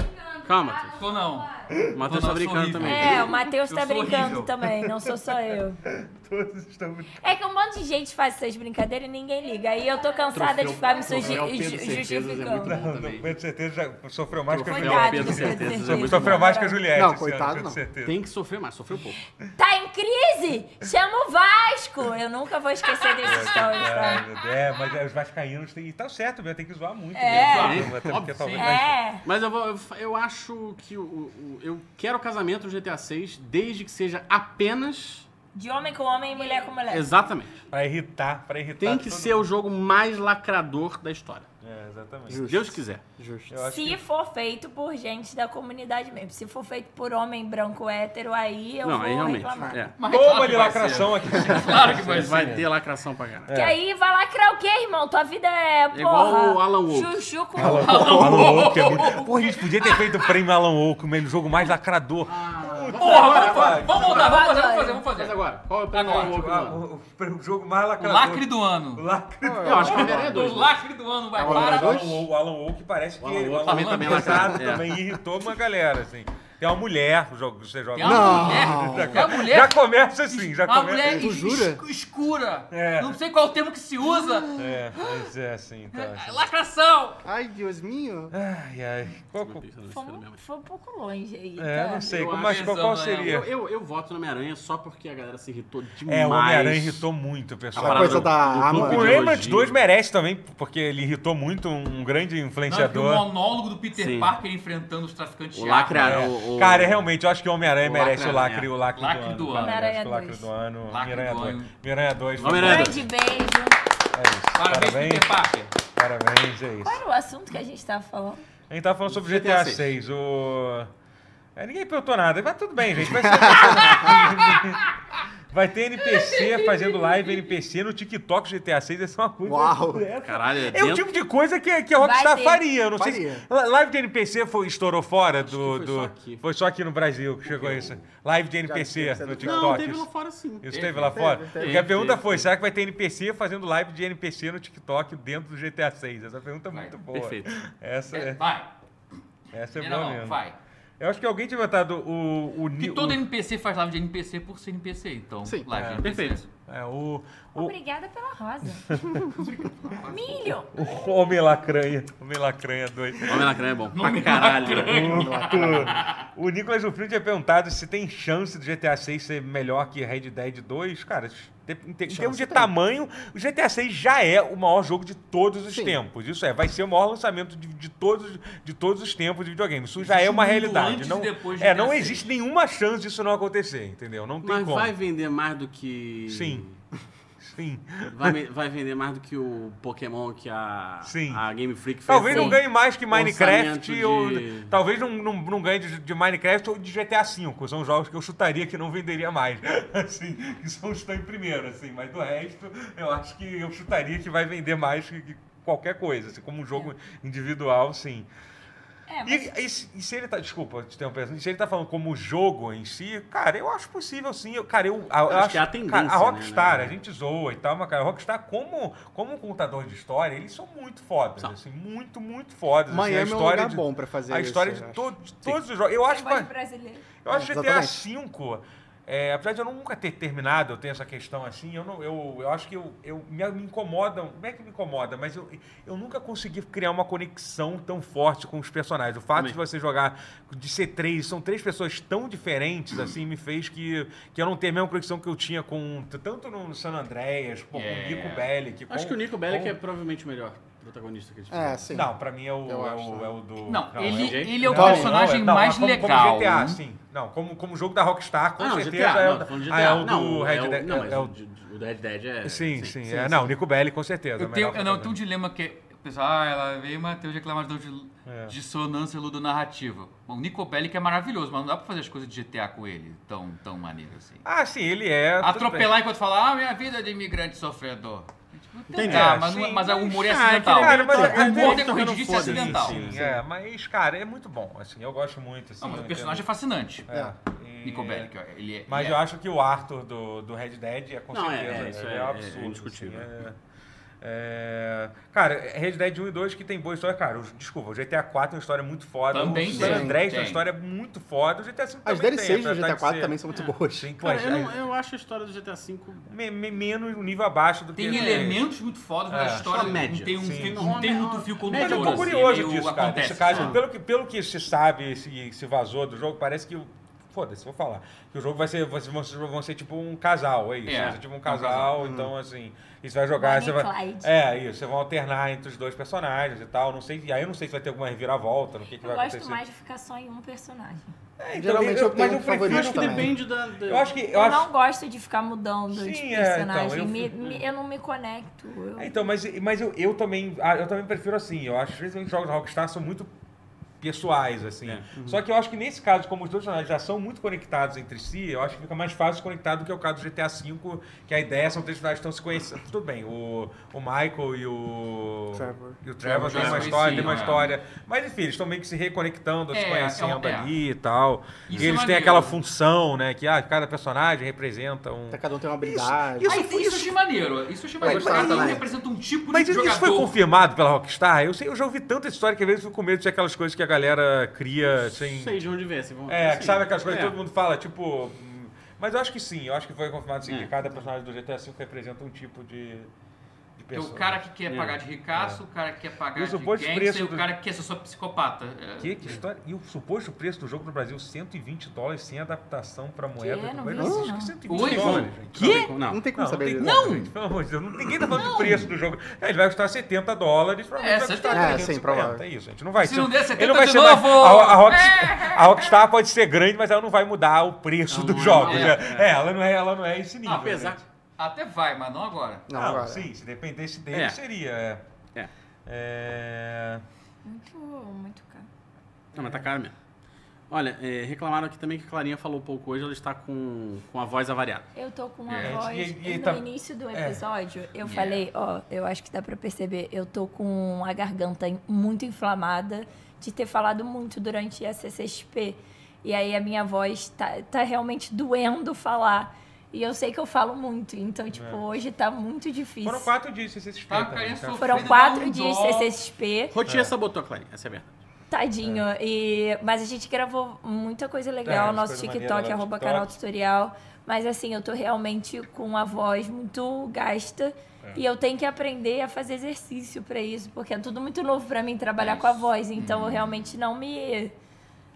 Speaker 5: Calma, Matheus.
Speaker 3: Tô não.
Speaker 5: O
Speaker 3: Tô
Speaker 5: Matheus tá
Speaker 3: não,
Speaker 5: brincando
Speaker 3: sou horrível.
Speaker 5: também.
Speaker 2: É, o Matheus
Speaker 3: Eu
Speaker 2: tá
Speaker 3: sou
Speaker 2: brincando
Speaker 3: horrível.
Speaker 2: também, não sou só eu.
Speaker 1: Todos estão brincando.
Speaker 2: É que um monte de gente faz essas brincadeiras e ninguém liga. Aí eu tô cansada de ficar me sugi-
Speaker 5: troféu Pedro
Speaker 2: ju-
Speaker 5: Certezas é
Speaker 2: justificando.
Speaker 5: muito bom.
Speaker 1: Não,
Speaker 5: também.
Speaker 1: Pedro Certeza já sofreu mais que a
Speaker 5: Troféu
Speaker 1: Juliette.
Speaker 2: Coitado
Speaker 5: Pedro
Speaker 2: do Pedro
Speaker 5: Certezas, é
Speaker 2: Certezas.
Speaker 5: muito
Speaker 1: Sofreu mais que a Juliette.
Speaker 4: Não,
Speaker 1: esse ano,
Speaker 4: coitado,
Speaker 1: Pedro
Speaker 4: não.
Speaker 1: Certezas.
Speaker 5: Tem que sofrer mais, sofreu um pouco.
Speaker 2: Tá em crise? Chama o Vasco! Eu nunca vou esquecer
Speaker 1: *laughs*
Speaker 2: desse stories,
Speaker 1: Ai,
Speaker 2: tá?
Speaker 1: meu Deus, É, mas é, os vascaínos têm... E tá certo mesmo, tem que zoar muito.
Speaker 2: É.
Speaker 1: mesmo, até porque
Speaker 5: Óbvio,
Speaker 1: talvez-
Speaker 2: É.
Speaker 5: Mas eu, vou, eu, fa- eu acho que o, o- eu quero casamento no GTA 6 desde que seja apenas.
Speaker 2: De homem com homem e mulher com mulher.
Speaker 5: Exatamente.
Speaker 1: Pra irritar, pra irritar
Speaker 5: Tem que
Speaker 1: Tá todo
Speaker 5: ser
Speaker 1: mundo.
Speaker 5: o jogo mais lacrador da história.
Speaker 1: É, exatamente.
Speaker 5: Se Deus quiser.
Speaker 4: Justo.
Speaker 1: Eu acho
Speaker 2: Se for feito por gente da comunidade mesmo. Se for feito por homem branco hétero, aí eu
Speaker 5: Não,
Speaker 2: vou
Speaker 5: aí realmente.
Speaker 2: reclamar.
Speaker 5: É.
Speaker 3: Mas
Speaker 1: Toma
Speaker 3: claro
Speaker 1: de
Speaker 3: que vai
Speaker 1: lacração aqui.
Speaker 3: ser.
Speaker 5: *laughs*
Speaker 3: Claro que vai
Speaker 5: Mas vai
Speaker 3: ser.
Speaker 5: ter lacração pra
Speaker 1: É,
Speaker 5: caralho.
Speaker 2: Que aí vai lacrar o quê, irmão? Tua vida é, porra,
Speaker 5: igual o Alan Wake.
Speaker 2: chuchu com...
Speaker 1: Alan Wake é muito... Porra, a gente podia ter feito o prêmio Alan Wake, o melhor jogo mais lacrador.
Speaker 3: Porra, vamos fazer, vamos voltar, vamos fazer, vamos fazer, vamos
Speaker 5: Mas
Speaker 3: fazer.
Speaker 5: agora, qual é o prêmio
Speaker 3: Agora,
Speaker 5: do jogo,
Speaker 1: Ah,
Speaker 5: mano?
Speaker 1: o, o- o jogo mais
Speaker 3: O
Speaker 1: lacrador.
Speaker 3: lacre do ano.
Speaker 1: O lacre
Speaker 5: Eu acho que o Homem-Aranha é
Speaker 3: O
Speaker 5: dois. né?
Speaker 3: lacre do ano vai
Speaker 1: Cara, o
Speaker 3: para.
Speaker 1: *laughs* Alan Wou- o Alan Wake parece que
Speaker 5: Alan
Speaker 1: ele
Speaker 5: Wake também tá bem lacrado, é.
Speaker 1: também irritou uma galera, assim. Tem uma mulher, o jogo você joga.
Speaker 3: Tem uma
Speaker 4: Não.
Speaker 3: mulher. Tem uma mulher.
Speaker 1: Já começa assim, já
Speaker 3: uma
Speaker 1: começa.
Speaker 3: mulher
Speaker 4: Tu
Speaker 3: es-
Speaker 4: jura? Hum.
Speaker 3: es- escura.
Speaker 1: É.
Speaker 3: Não sei qual o termo que se usa.
Speaker 1: É, mas é assim, tá. assim.
Speaker 3: Lacração!
Speaker 4: Ai, Deus minho.
Speaker 1: Ai, ai. Qual- qual-
Speaker 2: Fomos, foi um pouco longe aí,
Speaker 1: é,
Speaker 2: tá?
Speaker 1: não sei,
Speaker 3: Eu
Speaker 1: mas qual, qual
Speaker 3: avisando, né?
Speaker 5: Eu,
Speaker 1: seria?
Speaker 5: eu, eu voto no Homem-Aranha só porque a galera se irritou demais.
Speaker 1: É, o Homem-Aranha irritou muito, pessoal.
Speaker 4: A coisa
Speaker 5: do-
Speaker 4: da
Speaker 5: do
Speaker 4: arma.
Speaker 5: clube
Speaker 1: O
Speaker 5: de
Speaker 1: Raymond
Speaker 5: elogio.
Speaker 1: 2 merece também, porque ele irritou muito um grande
Speaker 3: Não, é que o
Speaker 1: influenciador.
Speaker 3: monólogo do Peter
Speaker 5: Sim.
Speaker 3: Parker enfrentando os traficantes
Speaker 5: O
Speaker 3: de arma.
Speaker 5: lacre,
Speaker 1: É.
Speaker 5: o, o-
Speaker 1: Cara, é realmente, eu acho que o Homem-Aranha
Speaker 5: o
Speaker 1: merece o
Speaker 5: Lacre,
Speaker 1: lacre, o lacre,
Speaker 3: Lacre do
Speaker 1: do
Speaker 3: ano.
Speaker 1: ano. cara. Acho que o
Speaker 2: Homem-Aranha
Speaker 1: lacre do ano.
Speaker 3: dois.
Speaker 1: Homem-Aranha
Speaker 3: Lacre do
Speaker 1: 2.
Speaker 3: ano.
Speaker 1: Homem-Aranha 2.
Speaker 5: Homem-Aranha
Speaker 2: Grande beijo.
Speaker 1: É isso.
Speaker 3: Parabéns,
Speaker 1: Parabéns,
Speaker 3: Peter Parker.
Speaker 1: parabéns, é
Speaker 2: Qual
Speaker 1: isso.
Speaker 2: era o assunto que a gente tava falando?
Speaker 1: A gente tava falando sobre
Speaker 5: GTA
Speaker 1: GTA
Speaker 5: VI.
Speaker 1: 6. O... É, ninguém perguntou nada, mas tudo bem, gente. Vai, ser- Vai ter NPC fazendo live NPC no TikTok GTA 6. Essa é uma coisa.
Speaker 4: Uau.
Speaker 5: Caralho, é
Speaker 1: É o
Speaker 5: dentro...
Speaker 1: tipo de coisa que, que a Rockstar
Speaker 2: Vai ter.
Speaker 1: faria. Eu não sei se...
Speaker 4: Faria.
Speaker 1: Live de NPC foi, estourou fora do.
Speaker 5: foi
Speaker 1: do-
Speaker 5: só aqui.
Speaker 1: foi só aqui no Brasil que chegou isso. Live de NPC
Speaker 4: tinha que ser
Speaker 1: no
Speaker 4: do
Speaker 1: TikTok.
Speaker 5: Não, teve
Speaker 1: isso.
Speaker 5: lá fora sim.
Speaker 1: Isso
Speaker 3: Teve,
Speaker 1: teve lá fora?
Speaker 4: teve,
Speaker 1: Porque a pergunta
Speaker 5: teve,
Speaker 1: foi,
Speaker 5: teve.
Speaker 1: será que vai ter NPC fazendo live de NPC no TikTok dentro do GTA 6? Essa pergunta é muito boa.
Speaker 5: Perfeito.
Speaker 1: Essa é,
Speaker 3: Vai.
Speaker 1: essa é
Speaker 3: não,
Speaker 1: boa
Speaker 3: não,
Speaker 1: mesmo.
Speaker 3: vai.
Speaker 1: Eu acho que alguém tinha botado o... o,
Speaker 3: Que
Speaker 1: Ni-
Speaker 3: todo
Speaker 1: o,
Speaker 3: NPC faz live de NPC por ser NPC, então.
Speaker 4: Sim.
Speaker 3: live de NPC.
Speaker 5: Perfeito.
Speaker 1: é, o, o,
Speaker 2: Obrigada pela rosa. Milho!
Speaker 1: o *laughs* Homem Lacranha. Homem Lacranha 2.
Speaker 5: Homem-Lacranha é bom. Pra caralho.
Speaker 1: Hum. O Nicolas Jufrino tinha perguntado se tem chance do GTA 6 ser melhor que Red Dead 2. Cara, te- em, te- em termos de tamanho, o GTA 6 já é o maior jogo de todos os
Speaker 4: Sim.
Speaker 1: tempos. Isso é, vai ser o maior lançamento de, de todos, de todos os tempos de videogame. Isso já é uma
Speaker 3: Muito
Speaker 1: realidade.
Speaker 3: um antes e
Speaker 1: não,
Speaker 3: depois de
Speaker 1: é,
Speaker 3: GTA
Speaker 1: não
Speaker 3: 6.
Speaker 1: existe nenhuma chance disso não acontecer, entendeu? Não tem
Speaker 5: Mas
Speaker 1: como.
Speaker 5: vai vender mais do que...
Speaker 1: Sim. Sim.
Speaker 5: Vai, me- vai vender mais do que o Pokémon que a,
Speaker 1: Sim.
Speaker 5: a Game Freak fez.
Speaker 1: Talvez
Speaker 5: com-
Speaker 1: não ganhe mais que Minecraft
Speaker 5: Orçamento de-
Speaker 1: ou. Talvez não, não, não ganhe de, de Minecraft ou de GTA V. São jogos que eu chutaria que não venderia mais. *laughs* Assim, que são, estão em primeiro, assim. Mas do resto, eu acho que eu chutaria que vai vender mais que, que qualquer coisa. assim, como um jogo individual, sim.
Speaker 2: É,
Speaker 1: E,
Speaker 2: mas
Speaker 1: e se- e se ele tá, desculpa, te interromper, e se ele tá falando como jogo em si, cara, eu acho possível sim. Eu, cara, eu, a- eu
Speaker 5: Acho que é a
Speaker 1: cara,
Speaker 5: tendência,
Speaker 1: a
Speaker 5: né,
Speaker 1: Rockstar,
Speaker 5: né?
Speaker 1: a gente zoa e tal, mas cara, a Rockstar como como um contador de história, eles são muito fodas, assim, muito, muito fodas. assim, a
Speaker 4: Miami é um
Speaker 1: história
Speaker 4: lugar
Speaker 1: de,
Speaker 4: bom pra fazer
Speaker 1: a
Speaker 4: isso,
Speaker 1: história
Speaker 4: né? eu
Speaker 1: de,
Speaker 4: acho.
Speaker 1: todo- de todos os jogos.
Speaker 5: É,
Speaker 1: Eu acho
Speaker 2: eu gosto
Speaker 1: que
Speaker 2: de brasileiro.
Speaker 1: eu acho
Speaker 4: É,
Speaker 1: GTA
Speaker 4: exatamente.
Speaker 1: V, é, apesar de eu nunca ter terminado, eu tenho essa questão assim, eu, não, eu, eu acho que eu, eu- me, me incomoda, não é que me incomoda, mas eu, eu nunca consegui criar uma conexão tão forte com os personagens. O fato
Speaker 5: Também.
Speaker 1: de você jogar, de ser três, são três pessoas tão
Speaker 4: Uhum.
Speaker 1: diferentes, assim, me fez que, que eu não tenha a mesma conexão que eu tinha com, tanto no San Andreas, pô,
Speaker 3: É.
Speaker 1: com o Nico Bellic.
Speaker 5: Acho
Speaker 1: com-
Speaker 5: que o Nico Bellic
Speaker 1: com-
Speaker 5: é provavelmente o melhor protagonista que a gente
Speaker 4: É,
Speaker 5: fez.
Speaker 4: sim.
Speaker 1: Não, pra mim é o,
Speaker 4: Eu
Speaker 1: é
Speaker 4: acho,
Speaker 1: o,
Speaker 4: né?
Speaker 1: é o do...
Speaker 3: Não, ele,
Speaker 1: é-
Speaker 5: é gente-
Speaker 3: ele é o
Speaker 1: não,
Speaker 3: personagem
Speaker 1: não, não, mas
Speaker 3: mais
Speaker 1: como,
Speaker 3: legal. Hum.
Speaker 1: Como GTA, sim. Não, como, como jogo da Rockstar, com
Speaker 5: Ah, não,
Speaker 1: certeza
Speaker 5: GTA,
Speaker 1: é
Speaker 5: não,
Speaker 1: o,
Speaker 5: tô
Speaker 1: da-
Speaker 5: falando de
Speaker 1: ah, é
Speaker 5: GTA.
Speaker 1: o do
Speaker 5: não,
Speaker 1: Red
Speaker 5: é o-
Speaker 1: Dead.
Speaker 5: Não, mas
Speaker 1: é o-
Speaker 5: o de- o do Red Dead é...
Speaker 1: sim, sim.
Speaker 4: sim,
Speaker 1: é,
Speaker 4: sim.
Speaker 1: Não, Nico Belli, com certeza. é
Speaker 3: Eu
Speaker 1: o
Speaker 3: tenho,
Speaker 1: melhor
Speaker 3: eu não, eu tenho um
Speaker 1: jogador.
Speaker 3: dilema que o pessoal, ah, ela veio Matheus reclamador de
Speaker 1: É.
Speaker 3: dissonância ludonarrativa. Bom, o Nico Bellic é maravilhoso, mas não dá pra fazer as coisas de GTA com ele tão, tão maneiro assim.
Speaker 1: Ah, sim, ele é... tudo
Speaker 3: Atropelar enquanto fala, ah, minha vida de imigrante sofredor.
Speaker 5: Entendi.
Speaker 3: Ah,
Speaker 1: É, Então,
Speaker 3: mas, não-
Speaker 1: sim,
Speaker 3: mas o humor é
Speaker 5: mas- ah,
Speaker 3: acidental.
Speaker 5: aquele-
Speaker 1: Cara, mas-
Speaker 5: Ele tá-
Speaker 3: o
Speaker 1: mas-
Speaker 3: humor
Speaker 5: ele tá
Speaker 3: decorre de
Speaker 5: jogando
Speaker 3: disse é
Speaker 5: foda-se,
Speaker 1: Sim,
Speaker 3: acidental.
Speaker 1: sim, é, mas, cara, é muito bom, assim, eu gosto muito, assim.
Speaker 3: Não, mas o
Speaker 1: eu
Speaker 3: personagem é fascinante.
Speaker 1: entendo.
Speaker 4: Ah,
Speaker 1: É, e-
Speaker 3: Nico Bellic, ó, ele é.
Speaker 1: Mas
Speaker 3: ele
Speaker 1: eu
Speaker 3: é-
Speaker 1: acho que o Arthur do, do Red Dead é com
Speaker 5: Não, é,
Speaker 1: certeza.
Speaker 5: é, isso
Speaker 1: ele
Speaker 5: é-
Speaker 1: um
Speaker 5: é
Speaker 1: absurdo.
Speaker 5: indiscutível.
Speaker 1: assim, é- é, Cara, Red Dead 1 e 2 que tem boa história. Cara, o- desculpa, o GTA 4 é uma história muito foda.
Speaker 3: Também
Speaker 1: o San
Speaker 4: tem,
Speaker 1: Andrés tem uma
Speaker 3: tem.
Speaker 1: história muito foda. O GTA 5
Speaker 4: As
Speaker 1: também
Speaker 4: DLCs
Speaker 1: tem,
Speaker 4: do GTA
Speaker 1: apesar de
Speaker 4: 4
Speaker 1: ser-
Speaker 4: também são muito boas.
Speaker 1: Sim, pô,
Speaker 5: Cara,
Speaker 1: as-
Speaker 5: eu, não- eu acho a história do GTA V...
Speaker 1: me- me- menos um nível abaixo do
Speaker 3: Tem
Speaker 1: que...
Speaker 3: elementos muito fodas
Speaker 1: É,
Speaker 3: da história.
Speaker 5: só média.
Speaker 3: Não tem, um
Speaker 1: Sim.
Speaker 3: fio- não tem muito fio condutor.
Speaker 1: Mas eu tô
Speaker 3: assim,
Speaker 1: curioso
Speaker 3: meio
Speaker 1: disso, cara.
Speaker 3: acontece.
Speaker 1: Nesse caso,
Speaker 5: Ah.
Speaker 1: pelo, que, pelo que se sabe, se, se vazou do jogo, parece que. o- Foda-se, vou falar. Que o jogo vai ser. Vocês vão, ser- vão ser tipo um casal, é isso.
Speaker 3: É,
Speaker 1: Vai ser tipo um
Speaker 3: um
Speaker 1: casal,
Speaker 3: casal.
Speaker 1: então assim. E você vai jogar.
Speaker 2: Bonnie
Speaker 1: Você
Speaker 2: e
Speaker 1: vai,
Speaker 2: Clyde.
Speaker 1: é, isso. Vocês vão alternar entre os dois personagens e tal. Não sei. E aí eu não sei se vai ter alguma reviravolta, no que, que
Speaker 2: Eu
Speaker 1: vai
Speaker 2: gosto
Speaker 1: acontecer.
Speaker 2: mais de ficar só em um personagem.
Speaker 1: É, então,
Speaker 4: Geralmente eu
Speaker 1: mas
Speaker 4: tenho um
Speaker 1: prefiro-
Speaker 5: Eu
Speaker 4: favorito
Speaker 5: acho que
Speaker 4: também.
Speaker 5: depende da... da-
Speaker 1: Eu acho que.
Speaker 2: Eu,
Speaker 1: Eu acho,
Speaker 2: não gosto de ficar mudando de
Speaker 1: Sim, é,
Speaker 2: personagem.
Speaker 1: então, eu
Speaker 2: Me-
Speaker 1: fi-
Speaker 2: me- eu não me conecto. eu-
Speaker 1: É, Então, mas, mas eu, eu também ah, eu também prefiro assim. Eu acho que principalmente os jogos da Rockstar são muito pessoais, assim.
Speaker 5: É.
Speaker 1: Só que eu acho que nesse caso, como os dois personagens já são muito conectados entre si, eu acho que fica mais fácil conectar do que é o caso do GTA V, que a ideia são três personagens que estão se conhecendo. Tudo bem, o, o Michael e o...
Speaker 4: Trevor.
Speaker 1: E o Trevor tem uma
Speaker 3: Trevor,
Speaker 1: história,
Speaker 3: sim,
Speaker 1: tem uma
Speaker 3: é.
Speaker 1: história. Mas enfim, eles estão meio que se reconectando, se
Speaker 3: É,
Speaker 1: conhecendo
Speaker 3: é, é.
Speaker 1: ali e tal.
Speaker 3: Isso
Speaker 1: e eles
Speaker 3: é
Speaker 1: têm
Speaker 3: maneiro.
Speaker 1: aquela função, né? Que ah, cada personagem representa um...
Speaker 4: Cada um tem uma habilidade.
Speaker 1: Isso
Speaker 3: Ah, isso,
Speaker 1: foi-
Speaker 3: isso eu achei maneiro. Isso eu achei
Speaker 4: Mas
Speaker 3: maneiro.
Speaker 4: gostava
Speaker 3: Cada um
Speaker 4: também.
Speaker 3: representa um tipo
Speaker 1: Mas
Speaker 3: de
Speaker 1: isso
Speaker 3: jogador.
Speaker 1: isso foi confirmado pela Rockstar? Eu, sei, eu já ouvi tanta história que às vezes eu fico com medo de ser aquelas coisas que a galera cria sem.
Speaker 5: Não sei de onde vem. assim, vamos-
Speaker 1: É,
Speaker 5: assim,
Speaker 1: que sabe aquelas coisas
Speaker 5: é.
Speaker 1: que todo mundo fala, tipo. hum, Mas eu acho que sim, eu acho que foi confirmado sim,
Speaker 5: É.
Speaker 1: que cada personagem do GTA V representa um tipo de, de
Speaker 3: Tem
Speaker 1: pessoa.
Speaker 3: o cara que quer
Speaker 5: É.
Speaker 3: pagar de ricaço, o cara que quer pagar
Speaker 1: E o
Speaker 3: de
Speaker 1: suposto preço
Speaker 3: gangster,
Speaker 1: do-
Speaker 3: o cara que quer ser só psicopata. É.
Speaker 1: Que, que história? E o suposto preço do jogo no Brasil, 120 dólares sem adaptação pra moeda. é
Speaker 2: Que? Não
Speaker 1: Mas
Speaker 2: vi isso,
Speaker 1: existe
Speaker 2: não.
Speaker 1: 120
Speaker 3: Oi,
Speaker 1: dólares, gente.
Speaker 5: Não tem como- Não.
Speaker 4: Não tem como saber.
Speaker 1: tem
Speaker 4: disso.
Speaker 1: como, gente, pelo amor de Deus. Não- Ninguém tá falando do preço do jogo. É, Ele vai custar 70 dólares, provavelmente
Speaker 3: É,
Speaker 1: vai custar
Speaker 4: 70. É,
Speaker 1: 350.
Speaker 4: sim, provável.
Speaker 1: É isso, a gente não vai
Speaker 3: Se
Speaker 1: ser-
Speaker 3: não der 70
Speaker 1: ele não vai
Speaker 3: de
Speaker 1: ser mais-
Speaker 3: novo!
Speaker 1: a, a Rockstar,
Speaker 3: *laughs*
Speaker 1: a Rockstar pode ser grande, mas ela não vai mudar o preço
Speaker 5: Ela
Speaker 1: dos
Speaker 5: não é
Speaker 1: jogos.
Speaker 5: uma-
Speaker 1: né?
Speaker 5: é,
Speaker 1: É, ela não é, ela não é esse nível.
Speaker 5: Apesar...
Speaker 1: né?
Speaker 3: Até vai, mas não agora.
Speaker 4: Não,
Speaker 1: Não,
Speaker 4: agora.
Speaker 1: sim, se dependesse dele,
Speaker 5: É.
Speaker 1: seria. é.
Speaker 5: É.
Speaker 1: É,
Speaker 2: Muito, muito caro.
Speaker 5: Não, mas tá caro mesmo. Olha, é, reclamaram aqui também que a Clarinha falou pouco hoje, ela está com, com a voz avariada.
Speaker 2: Eu tô com uma
Speaker 3: É,
Speaker 2: voz.
Speaker 1: e- e
Speaker 2: no
Speaker 1: tá-
Speaker 2: início do
Speaker 1: é.
Speaker 2: episódio, eu
Speaker 3: Yeah.
Speaker 2: falei, ó, eu acho que dá pra perceber, eu tô com a garganta in- muito inflamada de ter falado muito durante a CCXP. E aí a minha voz tá, tá realmente doendo falar. E eu sei que eu falo muito, então, tipo, hoje tá muito difícil.
Speaker 1: É. Foram quatro dias que vocês
Speaker 3: Tá,
Speaker 1: esperam.
Speaker 3: a carinha sofrida,
Speaker 2: Foram
Speaker 3: dá
Speaker 2: quatro
Speaker 3: um
Speaker 2: dias
Speaker 3: dó.
Speaker 2: CCXP,
Speaker 5: Rotier sabotou a Clarinha, essa é a verdade.
Speaker 2: tadinho. E, mas a gente gravou muita coisa legal,
Speaker 1: É,
Speaker 2: nosso
Speaker 1: coisa
Speaker 2: TikTok,
Speaker 1: maneira lá no
Speaker 2: arroba
Speaker 1: TikTok.
Speaker 2: canal tutorial. Mas assim, eu tô realmente com a voz muito gasta.
Speaker 1: É.
Speaker 2: E eu tenho que aprender a fazer exercício pra isso, porque é tudo muito novo pra mim trabalhar com a voz. Então
Speaker 1: Uhum.
Speaker 2: eu realmente não me.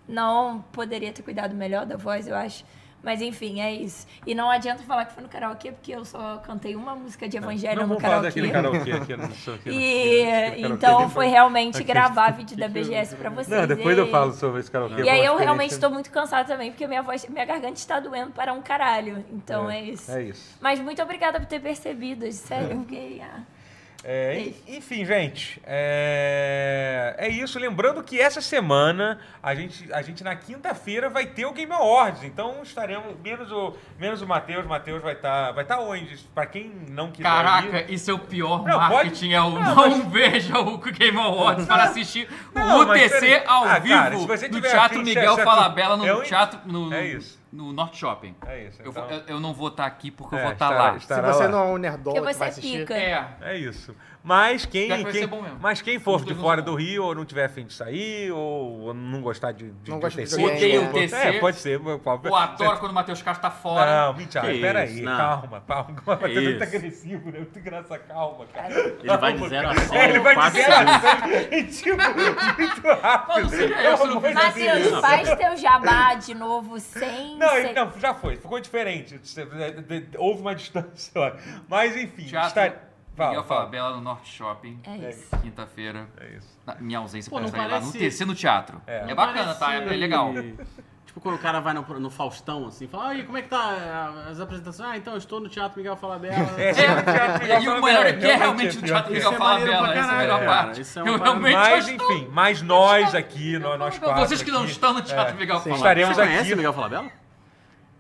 Speaker 2: Não poderia ter cuidado melhor da voz, eu acho. Mas enfim, é isso. E não adianta falar que foi no karaokê, porque eu só cantei uma música de evangelho
Speaker 1: Não
Speaker 2: no
Speaker 1: vamos falar
Speaker 2: karaokê.
Speaker 1: daquele karaokê aqui. não
Speaker 2: *laughs*
Speaker 1: sei o que,
Speaker 2: E
Speaker 1: aquele karaokê
Speaker 2: então
Speaker 1: depois.
Speaker 2: foi realmente gravar vídeo da BGS pra vocês.
Speaker 1: Não, depois eu
Speaker 2: E-
Speaker 1: falo sobre esse karaokê.
Speaker 2: E
Speaker 1: foi
Speaker 2: aí
Speaker 1: uma
Speaker 2: eu realmente
Speaker 1: experiência-
Speaker 2: estou muito cansada também, porque minha voz, minha garganta está doendo para um caralho. Então é, isso.
Speaker 1: É isso.
Speaker 2: Mas muito obrigada por ter percebido, sério, eu fiquei. ah.
Speaker 1: É, en- enfim, gente, é... é isso. Lembrando que essa semana, a gente, a gente na quinta-feira vai ter o Game Awards. Então estaremos, menos o, menos o Matheus, Matheus vai estar vai tá onde? Pra quem não quiser ir.
Speaker 3: Caraca, isso é o pior
Speaker 1: Não,
Speaker 3: marketing, é o não, veja o Game Awards para assistir
Speaker 1: Não,
Speaker 3: o
Speaker 1: mas
Speaker 3: UTC
Speaker 1: peraí.
Speaker 3: ao
Speaker 1: Ah,
Speaker 3: vivo
Speaker 1: cara, se você
Speaker 3: no
Speaker 1: tiver
Speaker 3: Teatro
Speaker 1: afim de
Speaker 3: Miguel
Speaker 1: achar
Speaker 3: Falabella,
Speaker 1: tudo,
Speaker 3: no
Speaker 1: é um-
Speaker 3: Teatro, no,
Speaker 1: é isso.
Speaker 3: no Norte Shopping.
Speaker 1: É isso,
Speaker 3: eu, vou-
Speaker 1: então-
Speaker 3: eu- eu não vou estar aqui porque eu
Speaker 1: É,
Speaker 3: vou estar
Speaker 1: estará-
Speaker 3: lá.
Speaker 1: estará-
Speaker 4: Se você
Speaker 1: lá.
Speaker 4: não é um nerdola
Speaker 2: Porque
Speaker 4: que vai
Speaker 2: você
Speaker 4: assistir...
Speaker 2: pica.
Speaker 3: É,
Speaker 1: É isso. Mas
Speaker 3: Pior
Speaker 1: quem,
Speaker 3: que vai
Speaker 1: quem,
Speaker 3: ser bom mesmo.
Speaker 1: mas quem for
Speaker 3: Os
Speaker 1: de
Speaker 3: dois
Speaker 1: fora
Speaker 3: vão ser
Speaker 1: do Rio ou não tiver afim de sair ou ou não gostar de, de,
Speaker 4: Não
Speaker 1: de
Speaker 4: gosta de
Speaker 1: UTC,
Speaker 4: videogame,
Speaker 1: ou-
Speaker 3: Odeia
Speaker 1: É,
Speaker 3: UTC.
Speaker 1: pode ser. pode-
Speaker 3: eu adoro quando o Matheus Castro tá fora.
Speaker 1: Não, mentira,
Speaker 5: Que
Speaker 1: peraí,
Speaker 5: isso, não.
Speaker 1: calma, calma. *laughs*
Speaker 3: É
Speaker 1: Tá
Speaker 5: isso.
Speaker 1: muito agressivo, né? Muito graça, calma, cara.
Speaker 5: Ele vai de 0 a 100.
Speaker 1: É, ele vai
Speaker 5: quatro
Speaker 1: dizer a
Speaker 5: segundos.
Speaker 1: *laughs* tipo, muito rápido.
Speaker 3: Mano, seja eu, você
Speaker 1: Pelo
Speaker 3: não fez
Speaker 1: amor de
Speaker 3: assim.
Speaker 1: Deus.
Speaker 2: Matheus, faz teu jabá de novo sem.
Speaker 1: Não, então.
Speaker 2: sem-
Speaker 1: não, já foi, ficou diferente. é, Houve uma *laughs* distância, olha. Mas enfim,
Speaker 3: Teatro
Speaker 1: Fala,
Speaker 3: Miguel
Speaker 1: fala.
Speaker 3: Falabella no Norte Shopping.
Speaker 2: É isso.
Speaker 3: Quinta-feira.
Speaker 1: É isso.
Speaker 3: Na minha ausência
Speaker 5: Pô,
Speaker 3: pra
Speaker 5: não
Speaker 3: sair lá no
Speaker 5: parece-
Speaker 3: TC no teatro. É, bacana, tá? É
Speaker 5: Parece-
Speaker 3: legal.
Speaker 5: Tipo, quando o cara vai no, no Faustão, assim, fala, aí, como é que tá as apresentações? Ah, então, eu estou no Teatro Miguel Falabella.
Speaker 1: É, sim, no Teatro
Speaker 3: É,
Speaker 1: Miguel
Speaker 3: e o
Speaker 1: Falabella,
Speaker 3: melhor é que é
Speaker 1: realmente
Speaker 3: realmente o Teatro
Speaker 5: Isso
Speaker 3: Miguel
Speaker 5: é maneiro
Speaker 3: Falabella,
Speaker 5: pra
Speaker 3: essa é a
Speaker 5: caralho,
Speaker 3: melhor
Speaker 5: cara.
Speaker 3: parte.
Speaker 5: Isso é
Speaker 3: Eu
Speaker 5: um parada-
Speaker 3: realmente
Speaker 1: Mas
Speaker 3: gosto-
Speaker 1: enfim, mas nós aqui, nó- nós quatro
Speaker 3: Vocês que não
Speaker 1: aqui, é.
Speaker 3: estão no Teatro Miguel
Speaker 1: Sim.
Speaker 3: Falabella.
Speaker 1: Estaremos
Speaker 5: Você conhece
Speaker 1: aqui.
Speaker 5: o Miguel Falabella?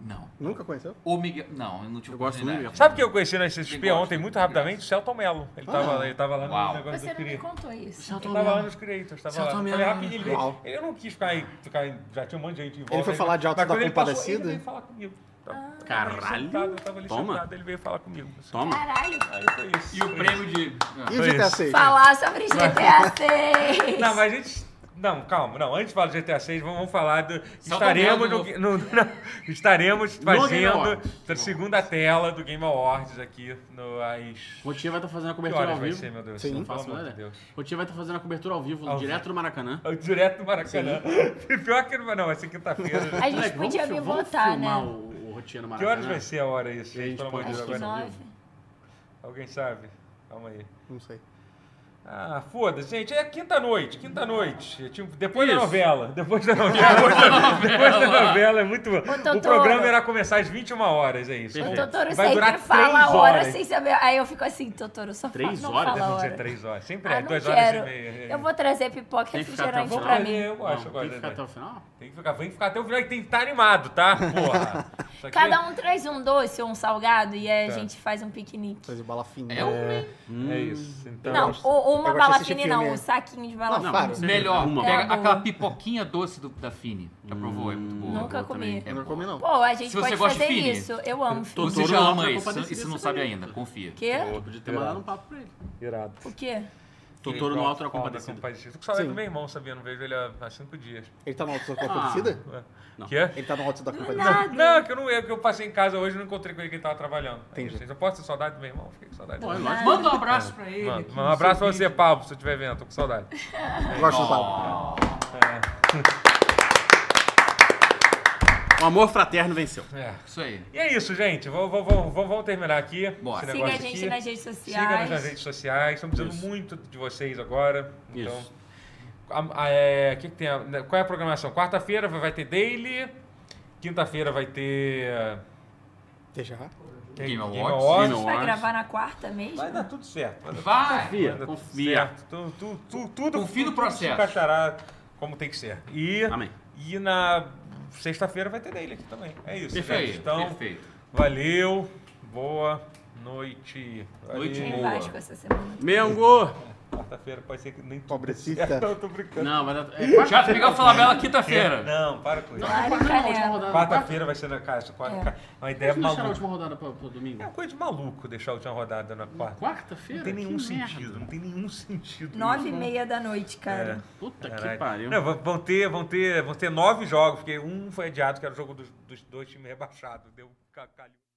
Speaker 3: Não.
Speaker 4: Nunca conheceu?
Speaker 3: O Miguel. Não, eu não tive
Speaker 5: Eu gosto muito do
Speaker 3: oportunidade.
Speaker 5: Miguel
Speaker 1: Sabe que eu conheci na CSP
Speaker 3: Quem gosta?
Speaker 1: ontem, muito rapidamente? O Celton Mello. Ele tava, ele tava lá no
Speaker 3: Ah. Uau.
Speaker 1: negócio
Speaker 2: Você
Speaker 1: do
Speaker 2: não me
Speaker 1: Cria.
Speaker 2: contou isso.
Speaker 1: Ele tava lá nos Creators, tava lá.
Speaker 5: Celton
Speaker 1: Falei
Speaker 5: Mello.
Speaker 1: rapidinho, ele veio.
Speaker 4: Uau.
Speaker 1: Ele não quis ficar aí, ficar aí, já tinha um monte de gente em volta.
Speaker 4: foi falar de Auto
Speaker 1: mas
Speaker 4: da
Speaker 1: quando ele passou,
Speaker 4: Compadecida?
Speaker 1: Ele veio falar comigo. Tá- eu tava ali
Speaker 5: Ah. Caralho.
Speaker 1: sentado, Eu tava ali
Speaker 5: Toma.
Speaker 1: sentado, ele veio falar comigo. assim.
Speaker 5: Toma.
Speaker 2: Caralho.
Speaker 1: Aí foi isso.
Speaker 3: E o prêmio de.
Speaker 4: E o
Speaker 1: Foi
Speaker 4: GTA
Speaker 1: isso.
Speaker 4: 6?
Speaker 2: Falar sobre GTA 6.
Speaker 1: Não, mas a gente... Não, calma, não. Antes de falar do GTA 6, vamos, vamos falar do.
Speaker 3: Celton
Speaker 5: tá
Speaker 1: estaremos
Speaker 3: Mello
Speaker 1: no- no- no- estaremos
Speaker 5: Game
Speaker 1: fazendo
Speaker 5: Awards.
Speaker 1: a segunda tela do Game Awards aqui no às
Speaker 5: O Rotinha vai estar fazendo a
Speaker 1: Que
Speaker 5: cobertura
Speaker 1: horas
Speaker 5: ao
Speaker 1: vai
Speaker 5: vivo.
Speaker 1: ser, meu Deus?
Speaker 4: Sim.
Speaker 5: Não
Speaker 1: Pelo
Speaker 5: faço
Speaker 1: amor de
Speaker 5: nada.
Speaker 1: Deus.
Speaker 5: O Rotinha vai estar fazendo a cobertura ao vivo,
Speaker 1: Ao
Speaker 5: direto do Maracanã.
Speaker 1: Direto do Maracanã. *laughs* Pior que não, né? não, vai ser quinta-feira.
Speaker 2: A gente
Speaker 5: Moleque,
Speaker 2: podia me
Speaker 5: vamos fi- vamos
Speaker 2: botar, né?
Speaker 5: filmar o, o Rotinha no
Speaker 1: que
Speaker 5: Maracanã.
Speaker 1: horas vai ser a hora isso, gente?
Speaker 5: Gente,
Speaker 1: Pelo amor de
Speaker 5: pode
Speaker 1: Deus,
Speaker 2: Acho que
Speaker 5: Agora não.
Speaker 1: agora.
Speaker 2: nove. um.
Speaker 1: Alguém sabe? Calma aí.
Speaker 4: Não sei.
Speaker 1: Ah, foda-se, gente. É quinta-noite, quinta-noite. É tipo, depois da
Speaker 5: Isso.
Speaker 1: novela. Depois da
Speaker 5: *laughs*
Speaker 1: novela. depois, da, depois da novela, é muito bom.
Speaker 2: Totoro.
Speaker 1: O programa irá começar às 21 horas, é isso.
Speaker 2: O
Speaker 5: Perfeito.
Speaker 2: Totoro
Speaker 1: Vai durar
Speaker 2: sempre fala a
Speaker 1: três
Speaker 2: hora
Speaker 1: horas.
Speaker 2: sem saber. Aí eu fico assim, Totoro, só
Speaker 5: Três
Speaker 2: fala,
Speaker 5: horas?
Speaker 2: não fala a
Speaker 1: Deve ser
Speaker 2: hora.
Speaker 1: três horas. Sempre
Speaker 2: Ah,
Speaker 1: é,
Speaker 2: não
Speaker 1: duas
Speaker 2: quero.
Speaker 1: horas e meia.
Speaker 2: Eu vou trazer pipoca e
Speaker 5: Tem que ficar até o
Speaker 2: refrigerante
Speaker 5: final.
Speaker 2: pra mim.
Speaker 1: Eu acho
Speaker 5: Não,
Speaker 1: agora. né?
Speaker 5: tem que ficar até o final?
Speaker 1: Tem que ficar, tem que ficar até o final, que tem que estar animado, tá? Porra.
Speaker 2: *laughs*
Speaker 1: Isso aqui-
Speaker 2: Cada um traz um doce ou um salgado e aí a
Speaker 1: Tá.
Speaker 2: gente faz um piquenique.
Speaker 4: Fazer bala fina.
Speaker 3: É um hein?
Speaker 1: É isso. Então,
Speaker 2: Não,
Speaker 4: gosto-
Speaker 2: ou, ou
Speaker 4: eu
Speaker 2: uma
Speaker 4: gosto de
Speaker 2: bala
Speaker 4: assistir
Speaker 2: fine não,
Speaker 4: filme.
Speaker 2: um saquinho de bala
Speaker 4: Não,
Speaker 2: fine.
Speaker 4: para.
Speaker 3: Melhor.
Speaker 5: Uma.
Speaker 2: É
Speaker 3: Pega
Speaker 2: boa.
Speaker 3: aquela pipoquinha doce do- da Fini. Já provou, é muito boa.
Speaker 2: Nunca
Speaker 5: Eu também.
Speaker 2: comi.
Speaker 3: É boa.
Speaker 4: Não come, não.
Speaker 2: Pô, a gente
Speaker 3: Se você
Speaker 2: pode
Speaker 3: gosta de
Speaker 2: fazer
Speaker 3: fine,
Speaker 2: isso. Eu amo.
Speaker 5: tô-
Speaker 3: Você
Speaker 5: Totoro
Speaker 3: já
Speaker 5: lá
Speaker 3: ama
Speaker 5: pra
Speaker 3: isso.
Speaker 5: comparecer,
Speaker 3: Isso não
Speaker 5: você
Speaker 3: sabe
Speaker 5: sabe.
Speaker 3: ainda, confia.
Speaker 2: Quê?
Speaker 5: Pô, podia ter mandado um papo pra ele.
Speaker 1: irado.
Speaker 2: O quê?
Speaker 5: Totoro no Alto da Compadecida.
Speaker 1: Tô com saudade
Speaker 4: Sim.
Speaker 1: do meu irmão, sabia? Não vejo ele há há cinco dias.
Speaker 4: Ele tá no alto da compadecida?
Speaker 5: Não.
Speaker 1: Que é?
Speaker 4: Ele tá no alto da compadecida?
Speaker 2: Nada.
Speaker 1: Não, é que eu não é que eu passei em casa hoje e não encontrei com ele que ele tava trabalhando.
Speaker 4: Entendi.
Speaker 1: Eu posso ter saudade do meu irmão? Fiquei com saudade
Speaker 5: Pô, é
Speaker 1: dele.
Speaker 5: lógico.
Speaker 3: Manda um abraço pra ele.
Speaker 1: Mano,
Speaker 3: aqui
Speaker 1: um
Speaker 3: no
Speaker 1: abraço
Speaker 3: seu
Speaker 1: pra você,
Speaker 3: vídeo.
Speaker 1: Pablo, se eu estiver vendo, tô com saudade.
Speaker 4: Gosto do Paulo.
Speaker 5: O amor fraterno venceu.
Speaker 1: *laughs* É.
Speaker 3: Isso aí.
Speaker 1: E é isso, gente. Vamos, vamos- vamos- vamos- vamos terminar aqui.
Speaker 3: Bora.
Speaker 1: esse
Speaker 2: Siga a
Speaker 1: negócio
Speaker 2: gente
Speaker 1: aqui.
Speaker 2: nas redes
Speaker 1: Siga-nos
Speaker 2: sociais.
Speaker 1: nas redes sociais. Estamos precisando
Speaker 5: Isso.
Speaker 1: muito de vocês agora. Então,
Speaker 5: Isso.
Speaker 1: a- a- é, que que tem a- qual é a programação? Quarta-feira vai vai ter daily. Quinta-feira vai ter eh,
Speaker 4: Deixa já.
Speaker 3: Game Awards.
Speaker 2: A
Speaker 5: Game
Speaker 2: gente vai
Speaker 5: Awards.
Speaker 2: gravar na quarta mesmo?
Speaker 1: Vai dar tudo certo. Vai dar
Speaker 3: Vai!
Speaker 1: Vai dar
Speaker 5: Confia,
Speaker 1: tudo
Speaker 5: confia.
Speaker 1: certo. Tu, tu, tu, tudo
Speaker 3: Confia no
Speaker 1: tudo
Speaker 3: processo.
Speaker 1: se encaixará como tem que ser. E,
Speaker 5: Amém.
Speaker 1: e na sexta-feira vai ter daily aqui também. É isso. gente.
Speaker 3: Perfeito,
Speaker 1: Então,
Speaker 3: perfeito.
Speaker 1: valeu. Boa noite.
Speaker 3: Noite
Speaker 1: Valeu.
Speaker 2: Tem
Speaker 3: boa.
Speaker 2: Vasco essa semana.
Speaker 5: Mengo!
Speaker 1: Quarta-feira pode ser que nem tudo
Speaker 4: Pobrecita.
Speaker 1: *laughs* dê certo. Não, tô brincando.
Speaker 5: Não, vai dar. É, quarta-
Speaker 3: Teatro Miguel Falabella, quinta-feira.
Speaker 1: Não, para com isso.
Speaker 2: Claro,
Speaker 5: não, última
Speaker 2: canela.
Speaker 5: rodada.
Speaker 1: Quarta-feira vai ser na caixa. Quarta,
Speaker 2: É.
Speaker 1: ca- Uma ideia
Speaker 5: Vamos deixar a
Speaker 1: maluca.
Speaker 5: última rodada pra, pro
Speaker 1: É uma
Speaker 5: domingo.
Speaker 1: coisa de maluco deixar a última rodada na quarta.
Speaker 5: Quarta-feira?
Speaker 1: Não tem nenhum
Speaker 5: Que merda.
Speaker 1: sentido. Não tem nenhum sentido.
Speaker 2: Nove e meia da noite,
Speaker 1: É.
Speaker 2: cara.
Speaker 5: Puta
Speaker 1: Caralho.
Speaker 5: que pariu.
Speaker 1: Não, vão- vão, ter, vão, ter, vão ter nove jogos, porque um foi adiado, que era o jogo dos, dos dois times rebaixados. Deu ca- calho.